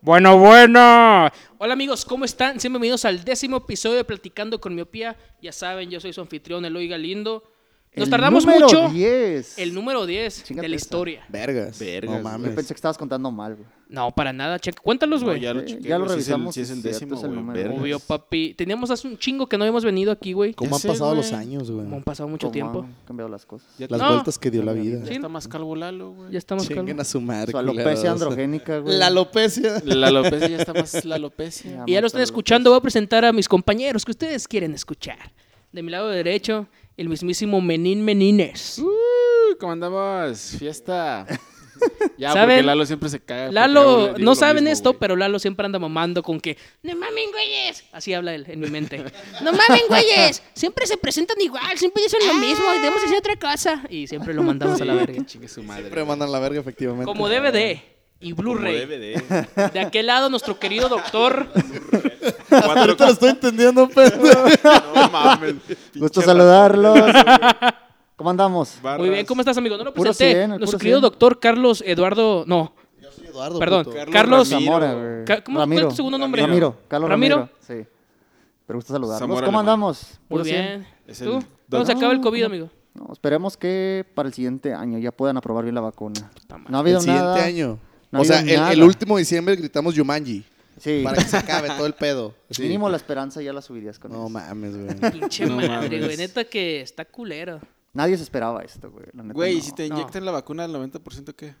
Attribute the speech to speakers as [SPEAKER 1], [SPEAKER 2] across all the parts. [SPEAKER 1] Bueno, bueno. Hola amigos, ¿cómo están? Sean bienvenidos al décimo episodio de Platicando con Miopía. Ya saben, yo soy su anfitrión, Eloy Galindo. Nos
[SPEAKER 2] El
[SPEAKER 1] tardamos
[SPEAKER 2] número
[SPEAKER 1] mucho.
[SPEAKER 2] 10.
[SPEAKER 1] El número 10
[SPEAKER 2] Chíngate
[SPEAKER 1] de la
[SPEAKER 2] esa.
[SPEAKER 1] historia.
[SPEAKER 3] Vergas.
[SPEAKER 4] Vergas,
[SPEAKER 3] No
[SPEAKER 2] Yo
[SPEAKER 3] mames.
[SPEAKER 2] pensé que estabas contando mal, güey.
[SPEAKER 1] No, para nada, checa. Cuéntalos,
[SPEAKER 4] No,
[SPEAKER 1] güey.
[SPEAKER 4] ya pues. lo
[SPEAKER 2] Eh,
[SPEAKER 4] chequé,
[SPEAKER 2] ya lo
[SPEAKER 4] güey, sí es el-
[SPEAKER 2] revisamos,
[SPEAKER 4] sí es el
[SPEAKER 2] cierto,
[SPEAKER 4] décimo,
[SPEAKER 2] es el
[SPEAKER 4] güey,
[SPEAKER 2] número.
[SPEAKER 4] vergas.
[SPEAKER 1] Obvio, papi. Teníamos hace un chingo que no habíamos venido aquí, güey.
[SPEAKER 3] ¿Cómo
[SPEAKER 4] Ya
[SPEAKER 3] han
[SPEAKER 4] sé,
[SPEAKER 3] pasado los
[SPEAKER 4] güey.
[SPEAKER 3] años, güey?
[SPEAKER 1] Como han pasado mucho
[SPEAKER 2] Cómo
[SPEAKER 1] tiempo.
[SPEAKER 2] Han cambiado las cosas.
[SPEAKER 4] Ya,
[SPEAKER 3] Las
[SPEAKER 1] No.
[SPEAKER 3] vueltas que dio la vida.
[SPEAKER 4] ya está más calvo Lalo, güey.
[SPEAKER 1] Ya estamos
[SPEAKER 3] Chinguen
[SPEAKER 1] calmos.
[SPEAKER 3] a su madre.
[SPEAKER 2] Su alopecia
[SPEAKER 3] culeros.
[SPEAKER 2] androgénica, güey.
[SPEAKER 3] La alopecia.
[SPEAKER 4] La alopecia ya está más la alopecia.
[SPEAKER 2] Ya
[SPEAKER 1] Y ya
[SPEAKER 2] más
[SPEAKER 1] lo están
[SPEAKER 2] tarde.
[SPEAKER 1] escuchando, voy a presentar a mis compañeros que ustedes quieren escuchar. De mi lado derecho, el mismísimo Menín Menines.
[SPEAKER 4] Uy, ¿Cómo andamos? Fiesta. Ya, porque
[SPEAKER 1] ¿Saben?
[SPEAKER 4] Lalo siempre se caga. porque luego le
[SPEAKER 1] Lalo,
[SPEAKER 4] digo
[SPEAKER 1] no
[SPEAKER 4] lo
[SPEAKER 1] saben
[SPEAKER 4] mismo,
[SPEAKER 1] esto,
[SPEAKER 4] güey.
[SPEAKER 1] pero Lalo siempre anda mamando con que ¡No mamen, güeyes! Así habla él en mi mente. ¡No mamen, güeyes! Siempre se presentan igual, siempre dicen lo mismo y debemos hacer otra cosa. Y siempre lo mandamos a la
[SPEAKER 4] Sí,
[SPEAKER 1] verga.
[SPEAKER 4] que chingue su madre.
[SPEAKER 3] Siempre mandan la verga, efectivamente.
[SPEAKER 1] Como DVD y Blu-ray. De aquel lado, nuestro querido doctor.
[SPEAKER 3] Ahorita lo estoy entendiendo, pendejo.
[SPEAKER 4] No mames.
[SPEAKER 2] Gusto saludarlos. ¿Cómo andamos?
[SPEAKER 1] Muy bien, ¿cómo estás, amigo? No lo
[SPEAKER 2] Puro
[SPEAKER 1] presenté.
[SPEAKER 2] 100, el
[SPEAKER 1] nuestro
[SPEAKER 2] puro
[SPEAKER 1] querido
[SPEAKER 2] 100.
[SPEAKER 1] doctor Carlos Eduardo. No,
[SPEAKER 3] Eduardo,
[SPEAKER 1] Perdón.
[SPEAKER 3] puto.
[SPEAKER 1] Carlos
[SPEAKER 2] Zamora,
[SPEAKER 4] güey.
[SPEAKER 2] güey.
[SPEAKER 1] Ca- ¿cómo- cuál es tu
[SPEAKER 2] Ramiro.
[SPEAKER 1] segundo nombre?
[SPEAKER 2] Ramiro. Carlos Ramiro.
[SPEAKER 1] Ramiro.
[SPEAKER 2] Sí. Pero gusto saludarlos.
[SPEAKER 4] Zamora
[SPEAKER 2] ¿Cómo
[SPEAKER 4] Alemán.
[SPEAKER 2] andamos?
[SPEAKER 1] Muy
[SPEAKER 2] Puro cien.
[SPEAKER 1] bien.
[SPEAKER 4] Es el
[SPEAKER 1] ¿Tú? ¿Cómo
[SPEAKER 4] doc-
[SPEAKER 1] se acaba el
[SPEAKER 2] No,
[SPEAKER 1] COVID,
[SPEAKER 2] no.
[SPEAKER 1] amigo?
[SPEAKER 2] No, esperemos que para el siguiente año ya puedan aprobar bien la vacuna.
[SPEAKER 1] madre.
[SPEAKER 2] No ha habido
[SPEAKER 3] El siguiente
[SPEAKER 2] nada.
[SPEAKER 3] año.
[SPEAKER 2] No ha
[SPEAKER 3] o sea, el,
[SPEAKER 2] habido nada.
[SPEAKER 3] el último diciembre gritamos Yumanji.
[SPEAKER 2] Sí.
[SPEAKER 3] Para que se acabe todo el pedo. Sí.
[SPEAKER 2] Mínimo la esperanza ya la subirías con
[SPEAKER 3] No
[SPEAKER 2] eso.
[SPEAKER 3] mames, güey.
[SPEAKER 1] Pinche
[SPEAKER 4] No
[SPEAKER 1] madre,
[SPEAKER 4] mames.
[SPEAKER 1] güey. Neta que está culero.
[SPEAKER 2] Nadie se esperaba esto, güey. la neta,
[SPEAKER 4] Güey, ¿y
[SPEAKER 2] no.
[SPEAKER 4] si te
[SPEAKER 1] no.
[SPEAKER 4] inyectan la vacuna al 90% qué?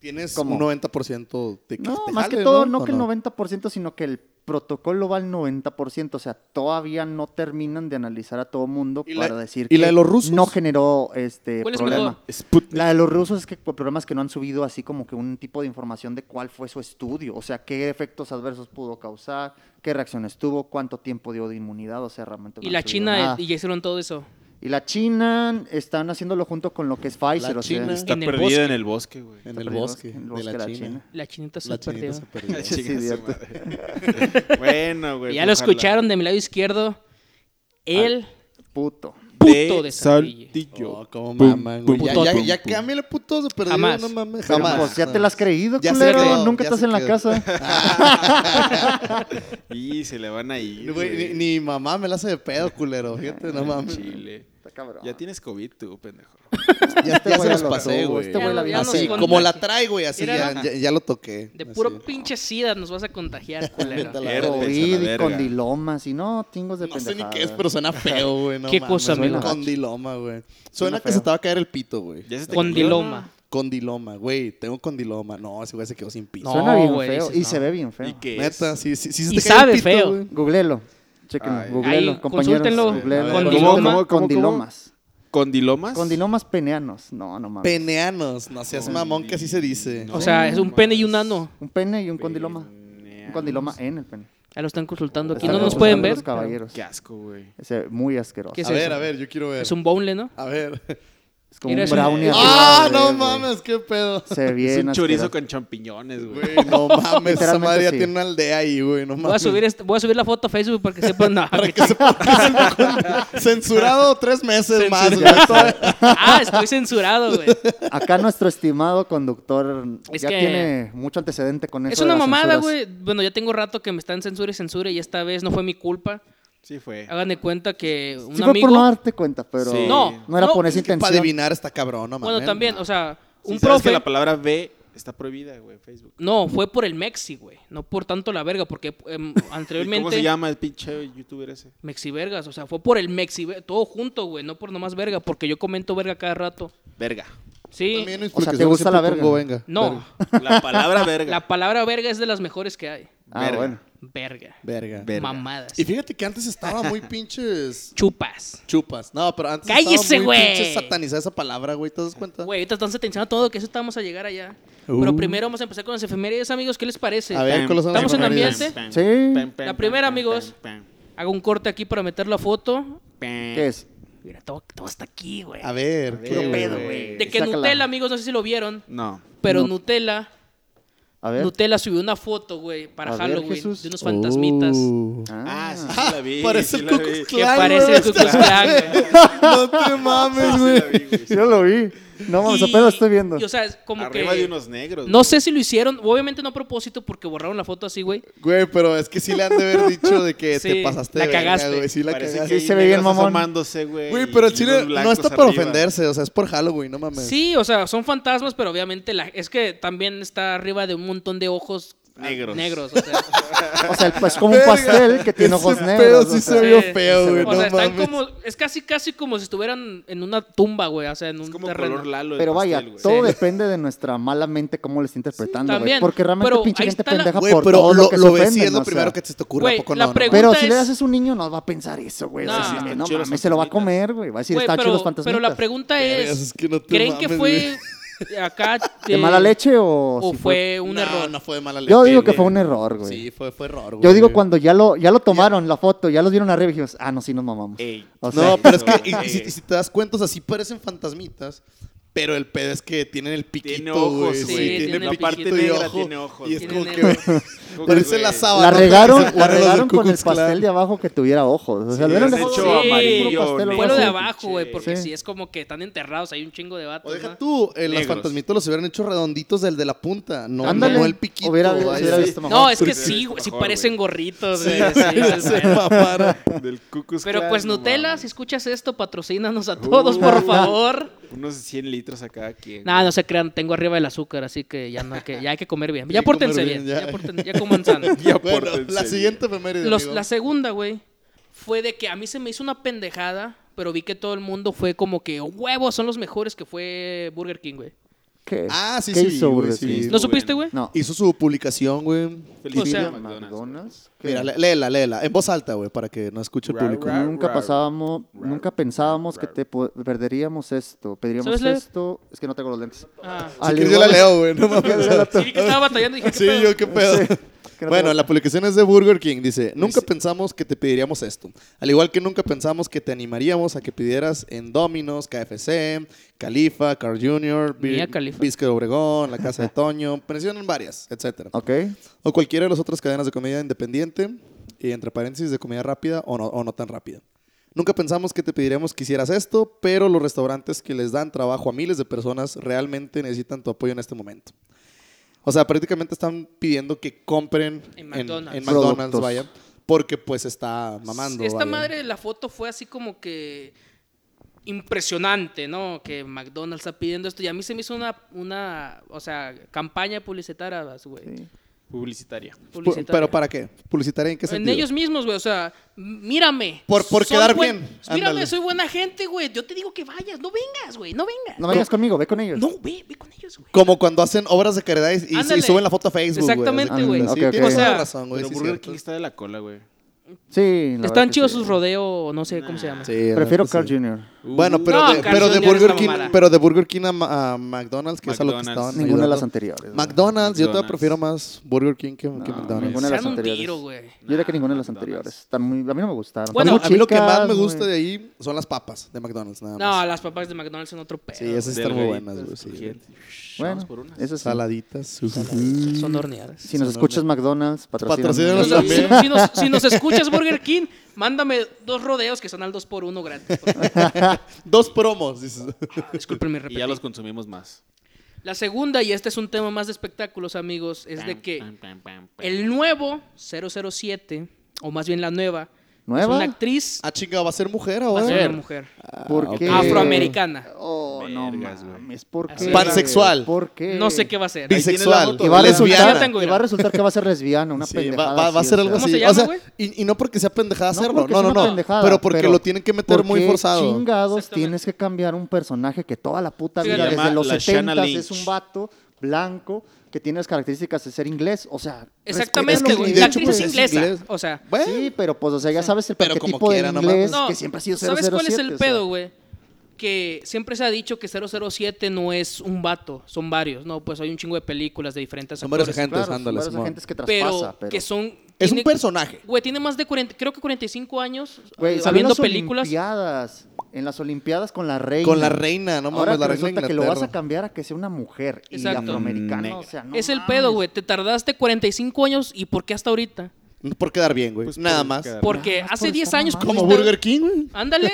[SPEAKER 3] Tienes
[SPEAKER 2] ¿Cómo?
[SPEAKER 3] un 90% de que
[SPEAKER 2] No,
[SPEAKER 3] te
[SPEAKER 2] más que
[SPEAKER 3] jale,
[SPEAKER 2] todo, no,
[SPEAKER 3] ¿O
[SPEAKER 2] que el 90%, sino que el protocolo va al 90%. O sea, todavía no terminan de analizar a todo mundo
[SPEAKER 3] ¿Y la-
[SPEAKER 2] para decir
[SPEAKER 3] y
[SPEAKER 2] que
[SPEAKER 3] la de los rusos?
[SPEAKER 2] no generó este
[SPEAKER 1] ¿Cuál es
[SPEAKER 2] problema.
[SPEAKER 1] mejor?
[SPEAKER 4] Sputnik.
[SPEAKER 2] La de los rusos es que por problemas que no han subido así como que un tipo de información de cuál fue su estudio, o sea, qué efectos adversos pudo causar, qué reacciones tuvo, cuánto tiempo dio de inmunidad, o sea, realmente no
[SPEAKER 1] Y
[SPEAKER 2] han
[SPEAKER 1] la
[SPEAKER 2] subido
[SPEAKER 1] China
[SPEAKER 2] nada.
[SPEAKER 1] y ya hicieron todo eso.
[SPEAKER 2] y la China están haciéndolo junto con lo que es Pfizer, o sea, está
[SPEAKER 3] China.
[SPEAKER 4] Está
[SPEAKER 1] en el
[SPEAKER 4] perdida
[SPEAKER 1] bosque.
[SPEAKER 4] en el bosque, güey.
[SPEAKER 3] En
[SPEAKER 2] perdido
[SPEAKER 3] el bosque,
[SPEAKER 2] en el
[SPEAKER 3] de la, China.
[SPEAKER 1] La chinita se
[SPEAKER 3] La China
[SPEAKER 1] perdió.
[SPEAKER 3] se perdió.
[SPEAKER 2] Sí,
[SPEAKER 4] Chingue
[SPEAKER 2] es
[SPEAKER 4] su
[SPEAKER 2] cierto.
[SPEAKER 4] madre. bueno, güey.
[SPEAKER 1] Y ya lo
[SPEAKER 4] pues, ojalá.
[SPEAKER 1] escucharon de mi lado izquierdo. El
[SPEAKER 2] Puto.
[SPEAKER 1] puto de Saltillo.
[SPEAKER 4] Saltillo.
[SPEAKER 3] Oh, cómo
[SPEAKER 4] Pum,
[SPEAKER 3] maman,
[SPEAKER 4] pum,
[SPEAKER 3] güey. Ya,
[SPEAKER 4] pum,
[SPEAKER 3] ya,
[SPEAKER 4] pum,
[SPEAKER 3] ya
[SPEAKER 4] pum.
[SPEAKER 3] cámbiale, puto, se perdió.
[SPEAKER 1] Jamás.
[SPEAKER 3] No mames,
[SPEAKER 2] Pero
[SPEAKER 3] jamás.
[SPEAKER 2] pues ya te las has creído,
[SPEAKER 3] Ya se
[SPEAKER 2] culero,
[SPEAKER 3] quedó,
[SPEAKER 2] nunca
[SPEAKER 3] ya
[SPEAKER 2] estás
[SPEAKER 3] se
[SPEAKER 2] en la
[SPEAKER 3] quedó. Ah,
[SPEAKER 2] casa.
[SPEAKER 4] Y se le van a ir,
[SPEAKER 3] Güey, ni,
[SPEAKER 4] güey.
[SPEAKER 3] ni mi mamá me la hace de pedo, culero. Fíjate, no mames.
[SPEAKER 4] Chile.
[SPEAKER 2] Está cabrón.
[SPEAKER 4] Ya tienes COVID tú, pendejo.
[SPEAKER 3] Ya,
[SPEAKER 2] Este
[SPEAKER 3] ya
[SPEAKER 2] güey
[SPEAKER 3] se los
[SPEAKER 2] lo
[SPEAKER 3] pasé,
[SPEAKER 2] tocó,
[SPEAKER 3] güey.
[SPEAKER 2] este güey
[SPEAKER 1] Ya
[SPEAKER 2] la
[SPEAKER 1] lo-
[SPEAKER 2] vio
[SPEAKER 1] ya nos
[SPEAKER 3] Así,
[SPEAKER 2] nacer.
[SPEAKER 1] contó.
[SPEAKER 3] como la trae, güey, así
[SPEAKER 1] Mira,
[SPEAKER 3] ya,
[SPEAKER 1] no.
[SPEAKER 3] ya, ya lo toqué.
[SPEAKER 1] De
[SPEAKER 3] así.
[SPEAKER 1] puro pinche sida nos vas a contagiar, culero.
[SPEAKER 3] Vete a la
[SPEAKER 4] Verde,
[SPEAKER 3] verga.
[SPEAKER 2] COVID
[SPEAKER 4] verga.
[SPEAKER 2] y condilomas y no, tingos de
[SPEAKER 3] No sé ni
[SPEAKER 2] pendejadas.
[SPEAKER 3] qué es, pero suena feo, güey. No
[SPEAKER 1] ¿Qué
[SPEAKER 3] mames,
[SPEAKER 1] cosa,
[SPEAKER 3] güey,
[SPEAKER 1] Milo?
[SPEAKER 3] Condiloma, güey. Suena que
[SPEAKER 2] feo.
[SPEAKER 3] se te va a caer el pito, güey.
[SPEAKER 4] Ya se te
[SPEAKER 1] Condiloma.
[SPEAKER 3] Condiloma, güey. Tengo condiloma. No, ese güey se quedó sin pito.
[SPEAKER 1] No,
[SPEAKER 2] Suena bien
[SPEAKER 1] güey,
[SPEAKER 2] feo
[SPEAKER 1] dices,
[SPEAKER 2] y
[SPEAKER 1] no.
[SPEAKER 2] se ve bien feo.
[SPEAKER 4] ¿Y qué
[SPEAKER 3] Neta, sí, sí, sí se
[SPEAKER 1] Y
[SPEAKER 3] te cae el
[SPEAKER 1] sabe
[SPEAKER 3] pito,
[SPEAKER 1] feo.
[SPEAKER 3] güey.
[SPEAKER 2] Googlelo. Chequenlo,
[SPEAKER 4] Ay.
[SPEAKER 2] googlelo,
[SPEAKER 1] Ahí,
[SPEAKER 2] compañeros.
[SPEAKER 1] consúltenlo.
[SPEAKER 2] googlelo.
[SPEAKER 1] Condiloma.
[SPEAKER 2] Condiloma-
[SPEAKER 4] ¿Cómo, cómo, cómo?
[SPEAKER 2] Condilomas.
[SPEAKER 4] es? ¿Condilomas?
[SPEAKER 2] Condilomas peneanos. No, no mames.
[SPEAKER 3] Peneanos. No seas mamón, que así se dice.
[SPEAKER 1] O sea, es un pene y un ano.
[SPEAKER 2] Un pene y un condiloma. Un condiloma en el pene.
[SPEAKER 1] Ya lo están consultando aquí.
[SPEAKER 2] Están
[SPEAKER 1] No nos
[SPEAKER 2] abusando
[SPEAKER 1] pueden
[SPEAKER 2] los
[SPEAKER 1] ver.
[SPEAKER 2] caballeros.
[SPEAKER 4] Qué asco, güey.
[SPEAKER 2] Ese, muy asqueroso.
[SPEAKER 1] ¿Qué
[SPEAKER 2] Es,
[SPEAKER 1] es
[SPEAKER 3] a ver,
[SPEAKER 1] eso?
[SPEAKER 3] a ver, yo quiero ver.
[SPEAKER 1] Es un bonle, ¿no?
[SPEAKER 3] A ver.
[SPEAKER 2] como
[SPEAKER 1] Mira,
[SPEAKER 2] un
[SPEAKER 1] es un-
[SPEAKER 2] brownie.
[SPEAKER 1] Eh,
[SPEAKER 3] ¡Ah,
[SPEAKER 2] asqueroso,
[SPEAKER 3] no
[SPEAKER 2] güey.
[SPEAKER 3] mames! ¡Qué pedo!
[SPEAKER 2] Se ve bien
[SPEAKER 4] es un chorizo
[SPEAKER 2] asqueroso.
[SPEAKER 4] con champiñones, güey.
[SPEAKER 3] Güey, no mames. Esa
[SPEAKER 2] Literalmente
[SPEAKER 3] madre ya
[SPEAKER 2] sí.
[SPEAKER 3] tiene una aldea ahí, güey. No mames.
[SPEAKER 1] Voy a subir, este- voy a subir la foto a Facebook para que sepan. No,
[SPEAKER 3] Para
[SPEAKER 1] qué
[SPEAKER 3] que sepa que es el con- Censurado tres meses más, güey.
[SPEAKER 1] chingada. Ah, estoy censurado, güey.
[SPEAKER 2] Acá nuestro estimado conductor
[SPEAKER 1] Es
[SPEAKER 2] ya
[SPEAKER 1] que-
[SPEAKER 2] tiene mucho antecedente con eso.
[SPEAKER 1] Es
[SPEAKER 2] de
[SPEAKER 1] una
[SPEAKER 2] las
[SPEAKER 1] mamada,
[SPEAKER 2] censuras.
[SPEAKER 1] güey. Bueno, ya tengo rato que me están censura y censura y esta vez no fue mi culpa.
[SPEAKER 4] Sí fue.
[SPEAKER 1] Hagan de cuenta que un
[SPEAKER 2] Sí fue
[SPEAKER 1] amigo...
[SPEAKER 2] por no darte cuenta, pero
[SPEAKER 4] Sí.
[SPEAKER 1] No,
[SPEAKER 2] no, era
[SPEAKER 1] no,
[SPEAKER 2] por esa
[SPEAKER 3] Es que para
[SPEAKER 2] intención.
[SPEAKER 3] adivinar está cabrón, no mames.
[SPEAKER 1] bueno, también, o sea,
[SPEAKER 4] Sí,
[SPEAKER 1] un
[SPEAKER 4] sabes que
[SPEAKER 1] profe...
[SPEAKER 4] la palabra B está prohibida, güey, en Facebook.
[SPEAKER 1] No, fue por el Mexi, güey. No por tanto la verga, porque em,
[SPEAKER 4] ¿Y
[SPEAKER 1] anteriormente...
[SPEAKER 4] ¿Cómo se llama el pinche youtuber ese?
[SPEAKER 1] Mexivergas, o sea, fue por el Mexi, ve- todo junto, güey, no por nomás verga, porque yo comento verga cada rato.
[SPEAKER 4] Verga.
[SPEAKER 1] Sí.
[SPEAKER 3] También no
[SPEAKER 2] O sea, ¿te
[SPEAKER 3] expliques,
[SPEAKER 2] gusta
[SPEAKER 3] siempre
[SPEAKER 2] la verga?
[SPEAKER 3] pongo venga.
[SPEAKER 1] no,
[SPEAKER 4] La palabra verga.
[SPEAKER 1] la palabra verga es de las mejores que hay.
[SPEAKER 2] Ah,
[SPEAKER 4] Verga.
[SPEAKER 2] bueno.
[SPEAKER 1] Verga.
[SPEAKER 3] Verga.
[SPEAKER 4] Verga.
[SPEAKER 1] Mamadas.
[SPEAKER 3] Y fíjate que antes estaba muy pinches
[SPEAKER 1] Chupas.
[SPEAKER 3] chupas. No, pero antes
[SPEAKER 1] ¡Cállese,
[SPEAKER 3] estaba muy
[SPEAKER 1] güey!
[SPEAKER 3] pinches satanizada esa palabra, güey. ¿Te das cuenta?
[SPEAKER 1] Güey, ahorita están sentenciando todo, que eso estábamos a llegar allá.
[SPEAKER 3] Uh.
[SPEAKER 1] Pero primero vamos a empezar con las efemérides, amigos, ¿qué les parece?
[SPEAKER 3] A ver, ¿cuáles son las
[SPEAKER 1] Estamos en
[SPEAKER 3] efemérides?
[SPEAKER 1] ambiente.
[SPEAKER 2] Sí.
[SPEAKER 1] La primera, amigos. Hago un corte aquí para meter la foto.
[SPEAKER 2] ¿Qué es? Eh,
[SPEAKER 1] Mira, todo, todo está aquí, güey.
[SPEAKER 3] A ver,
[SPEAKER 4] ver,
[SPEAKER 3] ¿qué,
[SPEAKER 4] puro
[SPEAKER 3] Eh, güey?
[SPEAKER 4] pedo, güey.
[SPEAKER 1] De que
[SPEAKER 2] Sácala.
[SPEAKER 1] Nutella, amigos, no sé si lo vieron,
[SPEAKER 4] No.
[SPEAKER 1] pero
[SPEAKER 2] No.
[SPEAKER 1] Nutella
[SPEAKER 2] A ver.
[SPEAKER 1] Nutella subió una foto, güey, para
[SPEAKER 2] A ver,
[SPEAKER 1] Halloween
[SPEAKER 2] Jesús.
[SPEAKER 1] de unos fantasmitas.
[SPEAKER 3] Uh.
[SPEAKER 4] Ah, sí, sí
[SPEAKER 3] Ah,
[SPEAKER 4] la vi.
[SPEAKER 3] parece
[SPEAKER 4] sí
[SPEAKER 3] el
[SPEAKER 4] la
[SPEAKER 3] Ku Klux
[SPEAKER 4] vi.
[SPEAKER 1] Que
[SPEAKER 3] Claro,
[SPEAKER 1] parece el Ku Klux Klan, güey.
[SPEAKER 2] Ah,
[SPEAKER 3] No te mames, güey.
[SPEAKER 4] Sí la vi, güey.
[SPEAKER 2] Yo lo vi. No mames,
[SPEAKER 1] Y-
[SPEAKER 2] apenas estoy viendo.
[SPEAKER 1] Y, o sea, es como
[SPEAKER 4] Arriba
[SPEAKER 1] que.
[SPEAKER 4] de unos negros.
[SPEAKER 1] No sé si lo hicieron, obviamente no a propósito porque borraron la foto así, güey.
[SPEAKER 3] Güey, pero es que sí le han de haber dicho de que
[SPEAKER 1] Sí,
[SPEAKER 3] te pasaste
[SPEAKER 1] la
[SPEAKER 3] de verga,
[SPEAKER 1] cagaste.
[SPEAKER 3] güey. Sí la
[SPEAKER 4] Parece
[SPEAKER 3] cagaste.
[SPEAKER 4] que
[SPEAKER 2] Sí,
[SPEAKER 4] hay
[SPEAKER 2] se ve bien
[SPEAKER 4] negros
[SPEAKER 2] mamón.
[SPEAKER 4] asomándose, güey.
[SPEAKER 3] Güey, pero
[SPEAKER 4] y
[SPEAKER 3] el chile
[SPEAKER 4] unos
[SPEAKER 3] no
[SPEAKER 4] blancos
[SPEAKER 3] está para
[SPEAKER 4] arriba.
[SPEAKER 3] ofenderse, o sea, es por Halloween, no mames.
[SPEAKER 1] Sí, o sea, son fantasmas, pero obviamente la, es que también está arriba de un montón de ojos ah,
[SPEAKER 4] Negros.
[SPEAKER 1] negros o sea.
[SPEAKER 2] O sea, pues como un pastel que tiene
[SPEAKER 3] Ese
[SPEAKER 2] ojos
[SPEAKER 3] pedo
[SPEAKER 2] negros.
[SPEAKER 3] sí
[SPEAKER 2] o
[SPEAKER 3] se
[SPEAKER 2] sea.
[SPEAKER 1] Sí.
[SPEAKER 3] vio feo,
[SPEAKER 2] Se
[SPEAKER 3] güey.
[SPEAKER 1] O
[SPEAKER 3] No
[SPEAKER 1] sea, están
[SPEAKER 3] mames.
[SPEAKER 1] como, es casi casi como si estuvieran en una tumba, güey, o sea, en un
[SPEAKER 4] Es como
[SPEAKER 1] terreno.
[SPEAKER 4] color lalo. de
[SPEAKER 2] Pero vaya,
[SPEAKER 4] pastel, güey.
[SPEAKER 2] todo
[SPEAKER 1] Sí.
[SPEAKER 2] depende de nuestra mala mente cómo lo está interpretando, güey.
[SPEAKER 1] también,
[SPEAKER 2] porque realmente
[SPEAKER 1] pero
[SPEAKER 2] pinche
[SPEAKER 1] ahí
[SPEAKER 2] gente
[SPEAKER 1] está la-
[SPEAKER 2] pendeja
[SPEAKER 3] Güey,
[SPEAKER 2] por
[SPEAKER 3] pero
[SPEAKER 2] todo lo,
[SPEAKER 3] lo,
[SPEAKER 2] que
[SPEAKER 3] lo
[SPEAKER 2] se
[SPEAKER 3] ves y
[SPEAKER 2] ofenden,
[SPEAKER 3] es lo
[SPEAKER 2] o sea.
[SPEAKER 3] primero que se te ocurre,
[SPEAKER 1] Güey,
[SPEAKER 3] ¿a poco
[SPEAKER 1] la
[SPEAKER 3] no? no?
[SPEAKER 1] pregunta-
[SPEAKER 2] Pero si le
[SPEAKER 1] es-
[SPEAKER 2] haces un niño, no va a pensar eso, güey. O sea,
[SPEAKER 1] No.
[SPEAKER 2] sí,
[SPEAKER 1] Sí,
[SPEAKER 2] no,
[SPEAKER 4] están chidos
[SPEAKER 2] mames,
[SPEAKER 4] los
[SPEAKER 2] se lo va a
[SPEAKER 4] fantasmitas.
[SPEAKER 2] comer, güey. Va a decir,
[SPEAKER 1] Güey,
[SPEAKER 2] está chido los
[SPEAKER 1] pero,
[SPEAKER 2] fantasmitas.
[SPEAKER 1] pero la pregunta
[SPEAKER 3] Vergas,
[SPEAKER 1] es,
[SPEAKER 3] es que no te
[SPEAKER 1] ¿creen que
[SPEAKER 3] mames,
[SPEAKER 1] fue acá
[SPEAKER 2] ¿De
[SPEAKER 1] eh,
[SPEAKER 2] mala leche o,
[SPEAKER 1] o
[SPEAKER 2] si
[SPEAKER 1] fue un
[SPEAKER 3] No,
[SPEAKER 1] error?
[SPEAKER 3] No fue de mala leche.
[SPEAKER 2] Yo digo que
[SPEAKER 3] güey.
[SPEAKER 2] fue un error, güey.
[SPEAKER 3] Sí, fue, fue error, güey.
[SPEAKER 2] Yo digo cuando ya lo, ya lo tomaron la foto, ya los vieron arriba y dijimos, ah, no, sí nos mamamos.
[SPEAKER 1] Eh,
[SPEAKER 4] Ey.
[SPEAKER 2] O sea,
[SPEAKER 3] No, pero es que y-
[SPEAKER 4] Ey.
[SPEAKER 3] y si, y si te das cuenta, o sea, sí parecen fantasmitas, pero el pedo es que tienen el piquito,
[SPEAKER 4] Tiene ojos,
[SPEAKER 3] güey.
[SPEAKER 1] sí, tiene
[SPEAKER 4] tiene la
[SPEAKER 1] piquito.
[SPEAKER 4] parte
[SPEAKER 1] Tiene
[SPEAKER 4] negra, tiene ojos.
[SPEAKER 3] Y es
[SPEAKER 1] Tiene
[SPEAKER 3] como
[SPEAKER 1] negro.
[SPEAKER 3] que parece la sábana.
[SPEAKER 4] sábana.
[SPEAKER 2] la regaron,
[SPEAKER 3] que se
[SPEAKER 2] la
[SPEAKER 3] ponen los del
[SPEAKER 2] regaron
[SPEAKER 3] Ku
[SPEAKER 2] con el
[SPEAKER 3] Klux Klan.
[SPEAKER 2] pastel de abajo que tuviera ojos. O sea,
[SPEAKER 4] Sí,
[SPEAKER 2] lo hubieran
[SPEAKER 4] es
[SPEAKER 2] dejado
[SPEAKER 4] hecho
[SPEAKER 2] puro
[SPEAKER 4] amarillo,
[SPEAKER 2] pastel,
[SPEAKER 4] negro.
[SPEAKER 1] fue lo
[SPEAKER 2] hubiera
[SPEAKER 1] de
[SPEAKER 2] sido-
[SPEAKER 1] abajo, güey, porque
[SPEAKER 2] Sí.
[SPEAKER 1] si es como que están enterrados, hay un chingo de
[SPEAKER 3] O
[SPEAKER 1] vatos,
[SPEAKER 3] deja
[SPEAKER 1] ¿no?
[SPEAKER 3] tú, eh, las
[SPEAKER 4] Negros.
[SPEAKER 3] fantasmitas los hubieran hecho redonditos del de la punta, no,
[SPEAKER 2] Ándale.
[SPEAKER 3] no el piquito.
[SPEAKER 2] Hubiera-
[SPEAKER 3] vaya.
[SPEAKER 2] se hubiera visto mejor.
[SPEAKER 1] No, es que
[SPEAKER 4] Porque-
[SPEAKER 1] sí, güey, sí
[SPEAKER 4] Mejor,
[SPEAKER 1] parecen
[SPEAKER 4] güey.
[SPEAKER 1] gorritos, güey. sí, es el
[SPEAKER 3] Se
[SPEAKER 1] pedo.
[SPEAKER 3] mamaron.
[SPEAKER 4] Del cucus
[SPEAKER 1] Pero pues Nutella, si
[SPEAKER 4] si
[SPEAKER 1] escuchas esto, patrocínanos a todos,
[SPEAKER 4] Uh.
[SPEAKER 1] por favor.
[SPEAKER 4] Unos 100 litros a cada quien.
[SPEAKER 1] Nada, no se crean, tengo arriba el azúcar, así que ya no hay que, ya hay que comer bien.
[SPEAKER 3] Hay
[SPEAKER 1] Ya
[SPEAKER 3] que comer
[SPEAKER 1] pórtense
[SPEAKER 3] bien,
[SPEAKER 1] bien,
[SPEAKER 3] ya.
[SPEAKER 1] ya, porten- ya coman sano.
[SPEAKER 4] Ya
[SPEAKER 3] Bueno,
[SPEAKER 4] pórtense
[SPEAKER 3] la
[SPEAKER 4] bien.
[SPEAKER 3] siguiente efeméride,
[SPEAKER 1] Los-
[SPEAKER 3] amigo.
[SPEAKER 1] la segunda, güey, fue de que a mí se me hizo una pendejada, pero vi que todo el mundo fue como que huevos, son los mejores que fue Burger King, güey.
[SPEAKER 2] ¿Qué?
[SPEAKER 3] Ah, sí,
[SPEAKER 2] ¿Qué
[SPEAKER 3] sí,
[SPEAKER 2] hizo
[SPEAKER 3] güey,
[SPEAKER 2] Burger
[SPEAKER 3] sí.
[SPEAKER 2] King?
[SPEAKER 1] ¿No
[SPEAKER 4] Estuvo
[SPEAKER 1] supiste, güey?
[SPEAKER 4] bueno.
[SPEAKER 2] No.
[SPEAKER 3] Hizo su publicación, güey.
[SPEAKER 1] O sea-
[SPEAKER 4] Felicidades,
[SPEAKER 2] McDonald's. ¿Qué?
[SPEAKER 3] Mira, lé- léela, léela. En voz alta, güey, para que no escuche el
[SPEAKER 4] Ra,
[SPEAKER 3] público.
[SPEAKER 4] ra.
[SPEAKER 2] Nunca
[SPEAKER 4] Rar,
[SPEAKER 2] pasábamos, nunca pensábamos que
[SPEAKER 4] rar.
[SPEAKER 2] te po- perderíamos esto, pediríamos
[SPEAKER 1] ¿Sabes leer?
[SPEAKER 2] esto. Es que no tengo los lentes.
[SPEAKER 1] Ah.
[SPEAKER 3] Si
[SPEAKER 2] Al
[SPEAKER 3] quieres, yo la
[SPEAKER 2] igual-
[SPEAKER 3] leo, güey. No mames.
[SPEAKER 1] Sí, vi que estaba batallando y dije, ¿qué
[SPEAKER 3] Sí,
[SPEAKER 1] pedo?
[SPEAKER 3] yo qué pedo.
[SPEAKER 2] que no
[SPEAKER 3] bueno,
[SPEAKER 2] te-
[SPEAKER 3] la publicación es de Burger King. Dice, nunca pensamos que te pediríamos esto. Al igual que nunca pensamos que te animaríamos a que pidieras en Domino's, KFC, Califa, Carl Jr.,
[SPEAKER 1] Mía
[SPEAKER 3] Bir-
[SPEAKER 1] Khalifa.
[SPEAKER 3] Biscuit Obregón, La Casa de Toño, mencionan varias, etcétera.
[SPEAKER 2] Ok.
[SPEAKER 3] O cualquiera de las otras cadenas de comida independiente, y entre paréntesis, de comida rápida o no, o no tan rápida. Nunca pensamos que te pediríamos que hicieras esto, pero los restaurantes que les dan trabajo a miles de personas realmente necesitan tu apoyo en este momento. O sea, prácticamente están pidiendo que compren
[SPEAKER 1] En McDonald's.
[SPEAKER 3] en McDonald's,
[SPEAKER 2] Productos.
[SPEAKER 3] vaya, porque pues está mamando.
[SPEAKER 1] Esta
[SPEAKER 3] vaya.
[SPEAKER 1] madre de la foto fue así como que impresionante, ¿no? Que McDonald's está pidiendo esto. Y a mí se me hizo una, una o sea, campaña publicitaria, güey.
[SPEAKER 2] Sí.
[SPEAKER 4] Publicitaria.
[SPEAKER 3] Pu-
[SPEAKER 1] Publicitaria.
[SPEAKER 3] ¿Pero para qué? ¿Publicitaria en qué
[SPEAKER 1] En
[SPEAKER 3] sentido?
[SPEAKER 1] ellos mismos, güey. O sea, m- mírame.
[SPEAKER 3] Por- por
[SPEAKER 1] Soy
[SPEAKER 3] quedar
[SPEAKER 1] buen-
[SPEAKER 3] bien,
[SPEAKER 1] Mírame,
[SPEAKER 3] ándale.
[SPEAKER 1] soy buena gente, güey. Yo te digo que vayas. No vengas, güey. No vengas.
[SPEAKER 2] No vayas conmigo, ve con ellos.
[SPEAKER 1] No, ve, ve con ellos, güey.
[SPEAKER 3] Como cuando hacen obras de caridad y- y, y
[SPEAKER 1] Ándale.
[SPEAKER 3] suben la foto a Facebook. güey.
[SPEAKER 1] Exactamente,
[SPEAKER 3] Ándale,
[SPEAKER 2] güey.
[SPEAKER 3] Sí,
[SPEAKER 2] Ok, ok.
[SPEAKER 3] tienes
[SPEAKER 1] O
[SPEAKER 3] toda la
[SPEAKER 1] sea,
[SPEAKER 3] razón, güey.
[SPEAKER 4] Pero
[SPEAKER 3] sí,
[SPEAKER 4] Burger
[SPEAKER 3] cierto.
[SPEAKER 4] King está de la cola, güey.
[SPEAKER 2] Sí, la verdad
[SPEAKER 1] Están
[SPEAKER 2] que
[SPEAKER 1] chidos
[SPEAKER 2] sí.
[SPEAKER 1] sus rodeos, no sé cómo se llama.
[SPEAKER 3] Sí, la
[SPEAKER 2] Prefiero
[SPEAKER 3] neta,
[SPEAKER 2] Carl
[SPEAKER 3] sí.
[SPEAKER 2] Jr.
[SPEAKER 3] Bueno, pero,
[SPEAKER 1] Uh, No,
[SPEAKER 3] de,
[SPEAKER 1] Carl
[SPEAKER 3] pero de
[SPEAKER 1] Jr. es
[SPEAKER 3] Burger
[SPEAKER 1] una
[SPEAKER 3] King,
[SPEAKER 1] mamada.
[SPEAKER 3] pero de Burger King a, Ma- a McDonald's, que es a lo que
[SPEAKER 4] McDonald's.
[SPEAKER 3] estaban
[SPEAKER 2] Ninguna de las
[SPEAKER 3] ayudando.
[SPEAKER 2] anteriores. güey.
[SPEAKER 3] McDonald's, yo te
[SPEAKER 4] McDonald's.
[SPEAKER 3] prefiero más Burger King que, que McDonald's.
[SPEAKER 2] ninguna de
[SPEAKER 1] Se
[SPEAKER 2] las
[SPEAKER 1] dan un
[SPEAKER 2] anteriores.
[SPEAKER 1] tiro, güey.
[SPEAKER 2] Yo diría que ninguna de las
[SPEAKER 4] McDonald's.
[SPEAKER 2] anteriores. Están muy- a mí no me gustaron.
[SPEAKER 1] Bueno,
[SPEAKER 3] Bueno,
[SPEAKER 2] Están
[SPEAKER 3] a
[SPEAKER 2] muy
[SPEAKER 3] mí lo que más me
[SPEAKER 2] chicas,
[SPEAKER 3] gusta
[SPEAKER 2] güey.
[SPEAKER 3] de ahí son las papas de McDonald's, nada
[SPEAKER 1] No,
[SPEAKER 3] más.
[SPEAKER 1] las papas de McDonald's son otro pedo.
[SPEAKER 3] Sí, esas están muy buenas, güey. sí.
[SPEAKER 2] Bueno, eso sí.
[SPEAKER 3] Saladitas. ujú.
[SPEAKER 1] Son horneadas.
[SPEAKER 2] Si nos escuchas McDonald's,
[SPEAKER 3] Patrocínanos
[SPEAKER 1] Si
[SPEAKER 2] patrocínanos.
[SPEAKER 1] nos-
[SPEAKER 3] también.
[SPEAKER 1] si- si nos- si nos escuchas, Burger King, mándame dos rodeos que son al 2 por 1 gratis. por favor.
[SPEAKER 3] Dos promos, dices.
[SPEAKER 1] Ah, Disculpen mi
[SPEAKER 4] Y ya
[SPEAKER 1] repetición.
[SPEAKER 4] los consumimos más.
[SPEAKER 1] La segunda, y este es un tema más de espectáculos, amigos, es
[SPEAKER 3] Ah,
[SPEAKER 1] de que el nuevo 007, o más bien la nueva,
[SPEAKER 2] ¿Nueva?
[SPEAKER 1] es una actriz
[SPEAKER 3] Ah, chinga, ¿va a ser Ah, mujer
[SPEAKER 1] va a
[SPEAKER 3] ahora?
[SPEAKER 1] ser una mujer
[SPEAKER 2] ¿Por qué?
[SPEAKER 1] afroamericana.
[SPEAKER 2] Oh, no
[SPEAKER 4] Vergas, güey.
[SPEAKER 2] mames. ¿Por
[SPEAKER 1] Así
[SPEAKER 2] qué?
[SPEAKER 1] es.
[SPEAKER 3] Pansexual.
[SPEAKER 2] ¿Por qué?
[SPEAKER 1] No sé qué va a ser.
[SPEAKER 4] Ahí tienes la
[SPEAKER 3] Bisexual.
[SPEAKER 4] foto,
[SPEAKER 2] Y va, a
[SPEAKER 4] Lesbiana.
[SPEAKER 1] Ya la
[SPEAKER 2] resultar,
[SPEAKER 1] tengo
[SPEAKER 2] y
[SPEAKER 1] ya.
[SPEAKER 2] va a resultar que va a ser lesbiana, una
[SPEAKER 3] Sí, va,
[SPEAKER 2] pendejada.
[SPEAKER 3] va- va a
[SPEAKER 2] así,
[SPEAKER 3] ser
[SPEAKER 2] o
[SPEAKER 3] algo
[SPEAKER 2] sea.
[SPEAKER 1] ¿Cómo
[SPEAKER 3] así.
[SPEAKER 1] se llama,
[SPEAKER 3] o sea,
[SPEAKER 1] güey?
[SPEAKER 3] y, y no porque sea pendejada
[SPEAKER 2] No,
[SPEAKER 3] hacerlo.
[SPEAKER 2] porque
[SPEAKER 3] No,
[SPEAKER 2] es
[SPEAKER 3] no,
[SPEAKER 2] una
[SPEAKER 3] no.
[SPEAKER 2] pendejada,
[SPEAKER 3] pero porque
[SPEAKER 2] pero
[SPEAKER 3] lo tienen que meter
[SPEAKER 2] ¿Por
[SPEAKER 3] muy
[SPEAKER 2] qué
[SPEAKER 3] forzado.
[SPEAKER 2] chingados
[SPEAKER 1] Exactamente.
[SPEAKER 2] tienes que cambiar un personaje que toda la puta
[SPEAKER 1] Sí,
[SPEAKER 2] vida,
[SPEAKER 1] la
[SPEAKER 2] desde
[SPEAKER 4] llama-
[SPEAKER 2] los
[SPEAKER 4] la Shanna
[SPEAKER 2] 70
[SPEAKER 4] Lynch.
[SPEAKER 2] es un vato blanco que tiene las características de ser inglés. O sea,
[SPEAKER 3] Es que
[SPEAKER 1] Exactamente,
[SPEAKER 2] respeta
[SPEAKER 1] güey.
[SPEAKER 2] los
[SPEAKER 3] de
[SPEAKER 1] La
[SPEAKER 3] hecho,
[SPEAKER 1] actriz
[SPEAKER 2] niveles.
[SPEAKER 3] pues,
[SPEAKER 1] es
[SPEAKER 3] es
[SPEAKER 1] inglesa.
[SPEAKER 3] inglés.
[SPEAKER 1] O sea,
[SPEAKER 3] Bueno,
[SPEAKER 2] Sí, pero pues, o sea, ya sabes el
[SPEAKER 3] Pero
[SPEAKER 2] paquetipo
[SPEAKER 3] como
[SPEAKER 2] de
[SPEAKER 3] quiera, pues. no
[SPEAKER 2] inglés
[SPEAKER 1] no,
[SPEAKER 2] que siempre ha sido 007.
[SPEAKER 1] ¿sabes cuál es el
[SPEAKER 2] o sea.
[SPEAKER 1] pedo, güey? Que siempre se ha dicho que 007 no es un vato, son varios, ¿no? Pues hay un chingo de películas de diferentes
[SPEAKER 3] Son varios
[SPEAKER 1] actores,
[SPEAKER 3] agentes,
[SPEAKER 2] Claro, son
[SPEAKER 3] ándale,
[SPEAKER 2] varios
[SPEAKER 3] Simón.
[SPEAKER 2] agentes que traspasa,
[SPEAKER 1] pero,
[SPEAKER 2] pero...
[SPEAKER 1] que son...
[SPEAKER 3] Es un
[SPEAKER 1] tiene-
[SPEAKER 3] personaje.
[SPEAKER 1] Güey, tiene más de 40, creo que 45 años
[SPEAKER 2] Güey,
[SPEAKER 1] eh,
[SPEAKER 2] salió en
[SPEAKER 1] habiendo
[SPEAKER 2] las
[SPEAKER 1] películas.
[SPEAKER 2] Olimpiadas, en las Olimpiadas con la reina.
[SPEAKER 3] Con la reina, no
[SPEAKER 2] Ahora
[SPEAKER 3] mames, la
[SPEAKER 2] que
[SPEAKER 3] reina de
[SPEAKER 2] resulta que lo vas a
[SPEAKER 3] Inglaterra.
[SPEAKER 2] cambiar a que sea una mujer y
[SPEAKER 1] Exacto.
[SPEAKER 2] afroamericana,
[SPEAKER 4] Negra.
[SPEAKER 2] o sea, no
[SPEAKER 1] es el
[SPEAKER 2] mames.
[SPEAKER 1] pedo, güey. Te tardaste 45 años y ¿por qué hasta ahorita?
[SPEAKER 3] Por quedar bien, güey.
[SPEAKER 4] Pues,
[SPEAKER 3] Nada
[SPEAKER 4] por
[SPEAKER 3] más.
[SPEAKER 4] quedar-
[SPEAKER 1] Porque hace 10 años.
[SPEAKER 3] Como
[SPEAKER 1] tuviste-
[SPEAKER 3] Burger King, güey.
[SPEAKER 1] Ándale.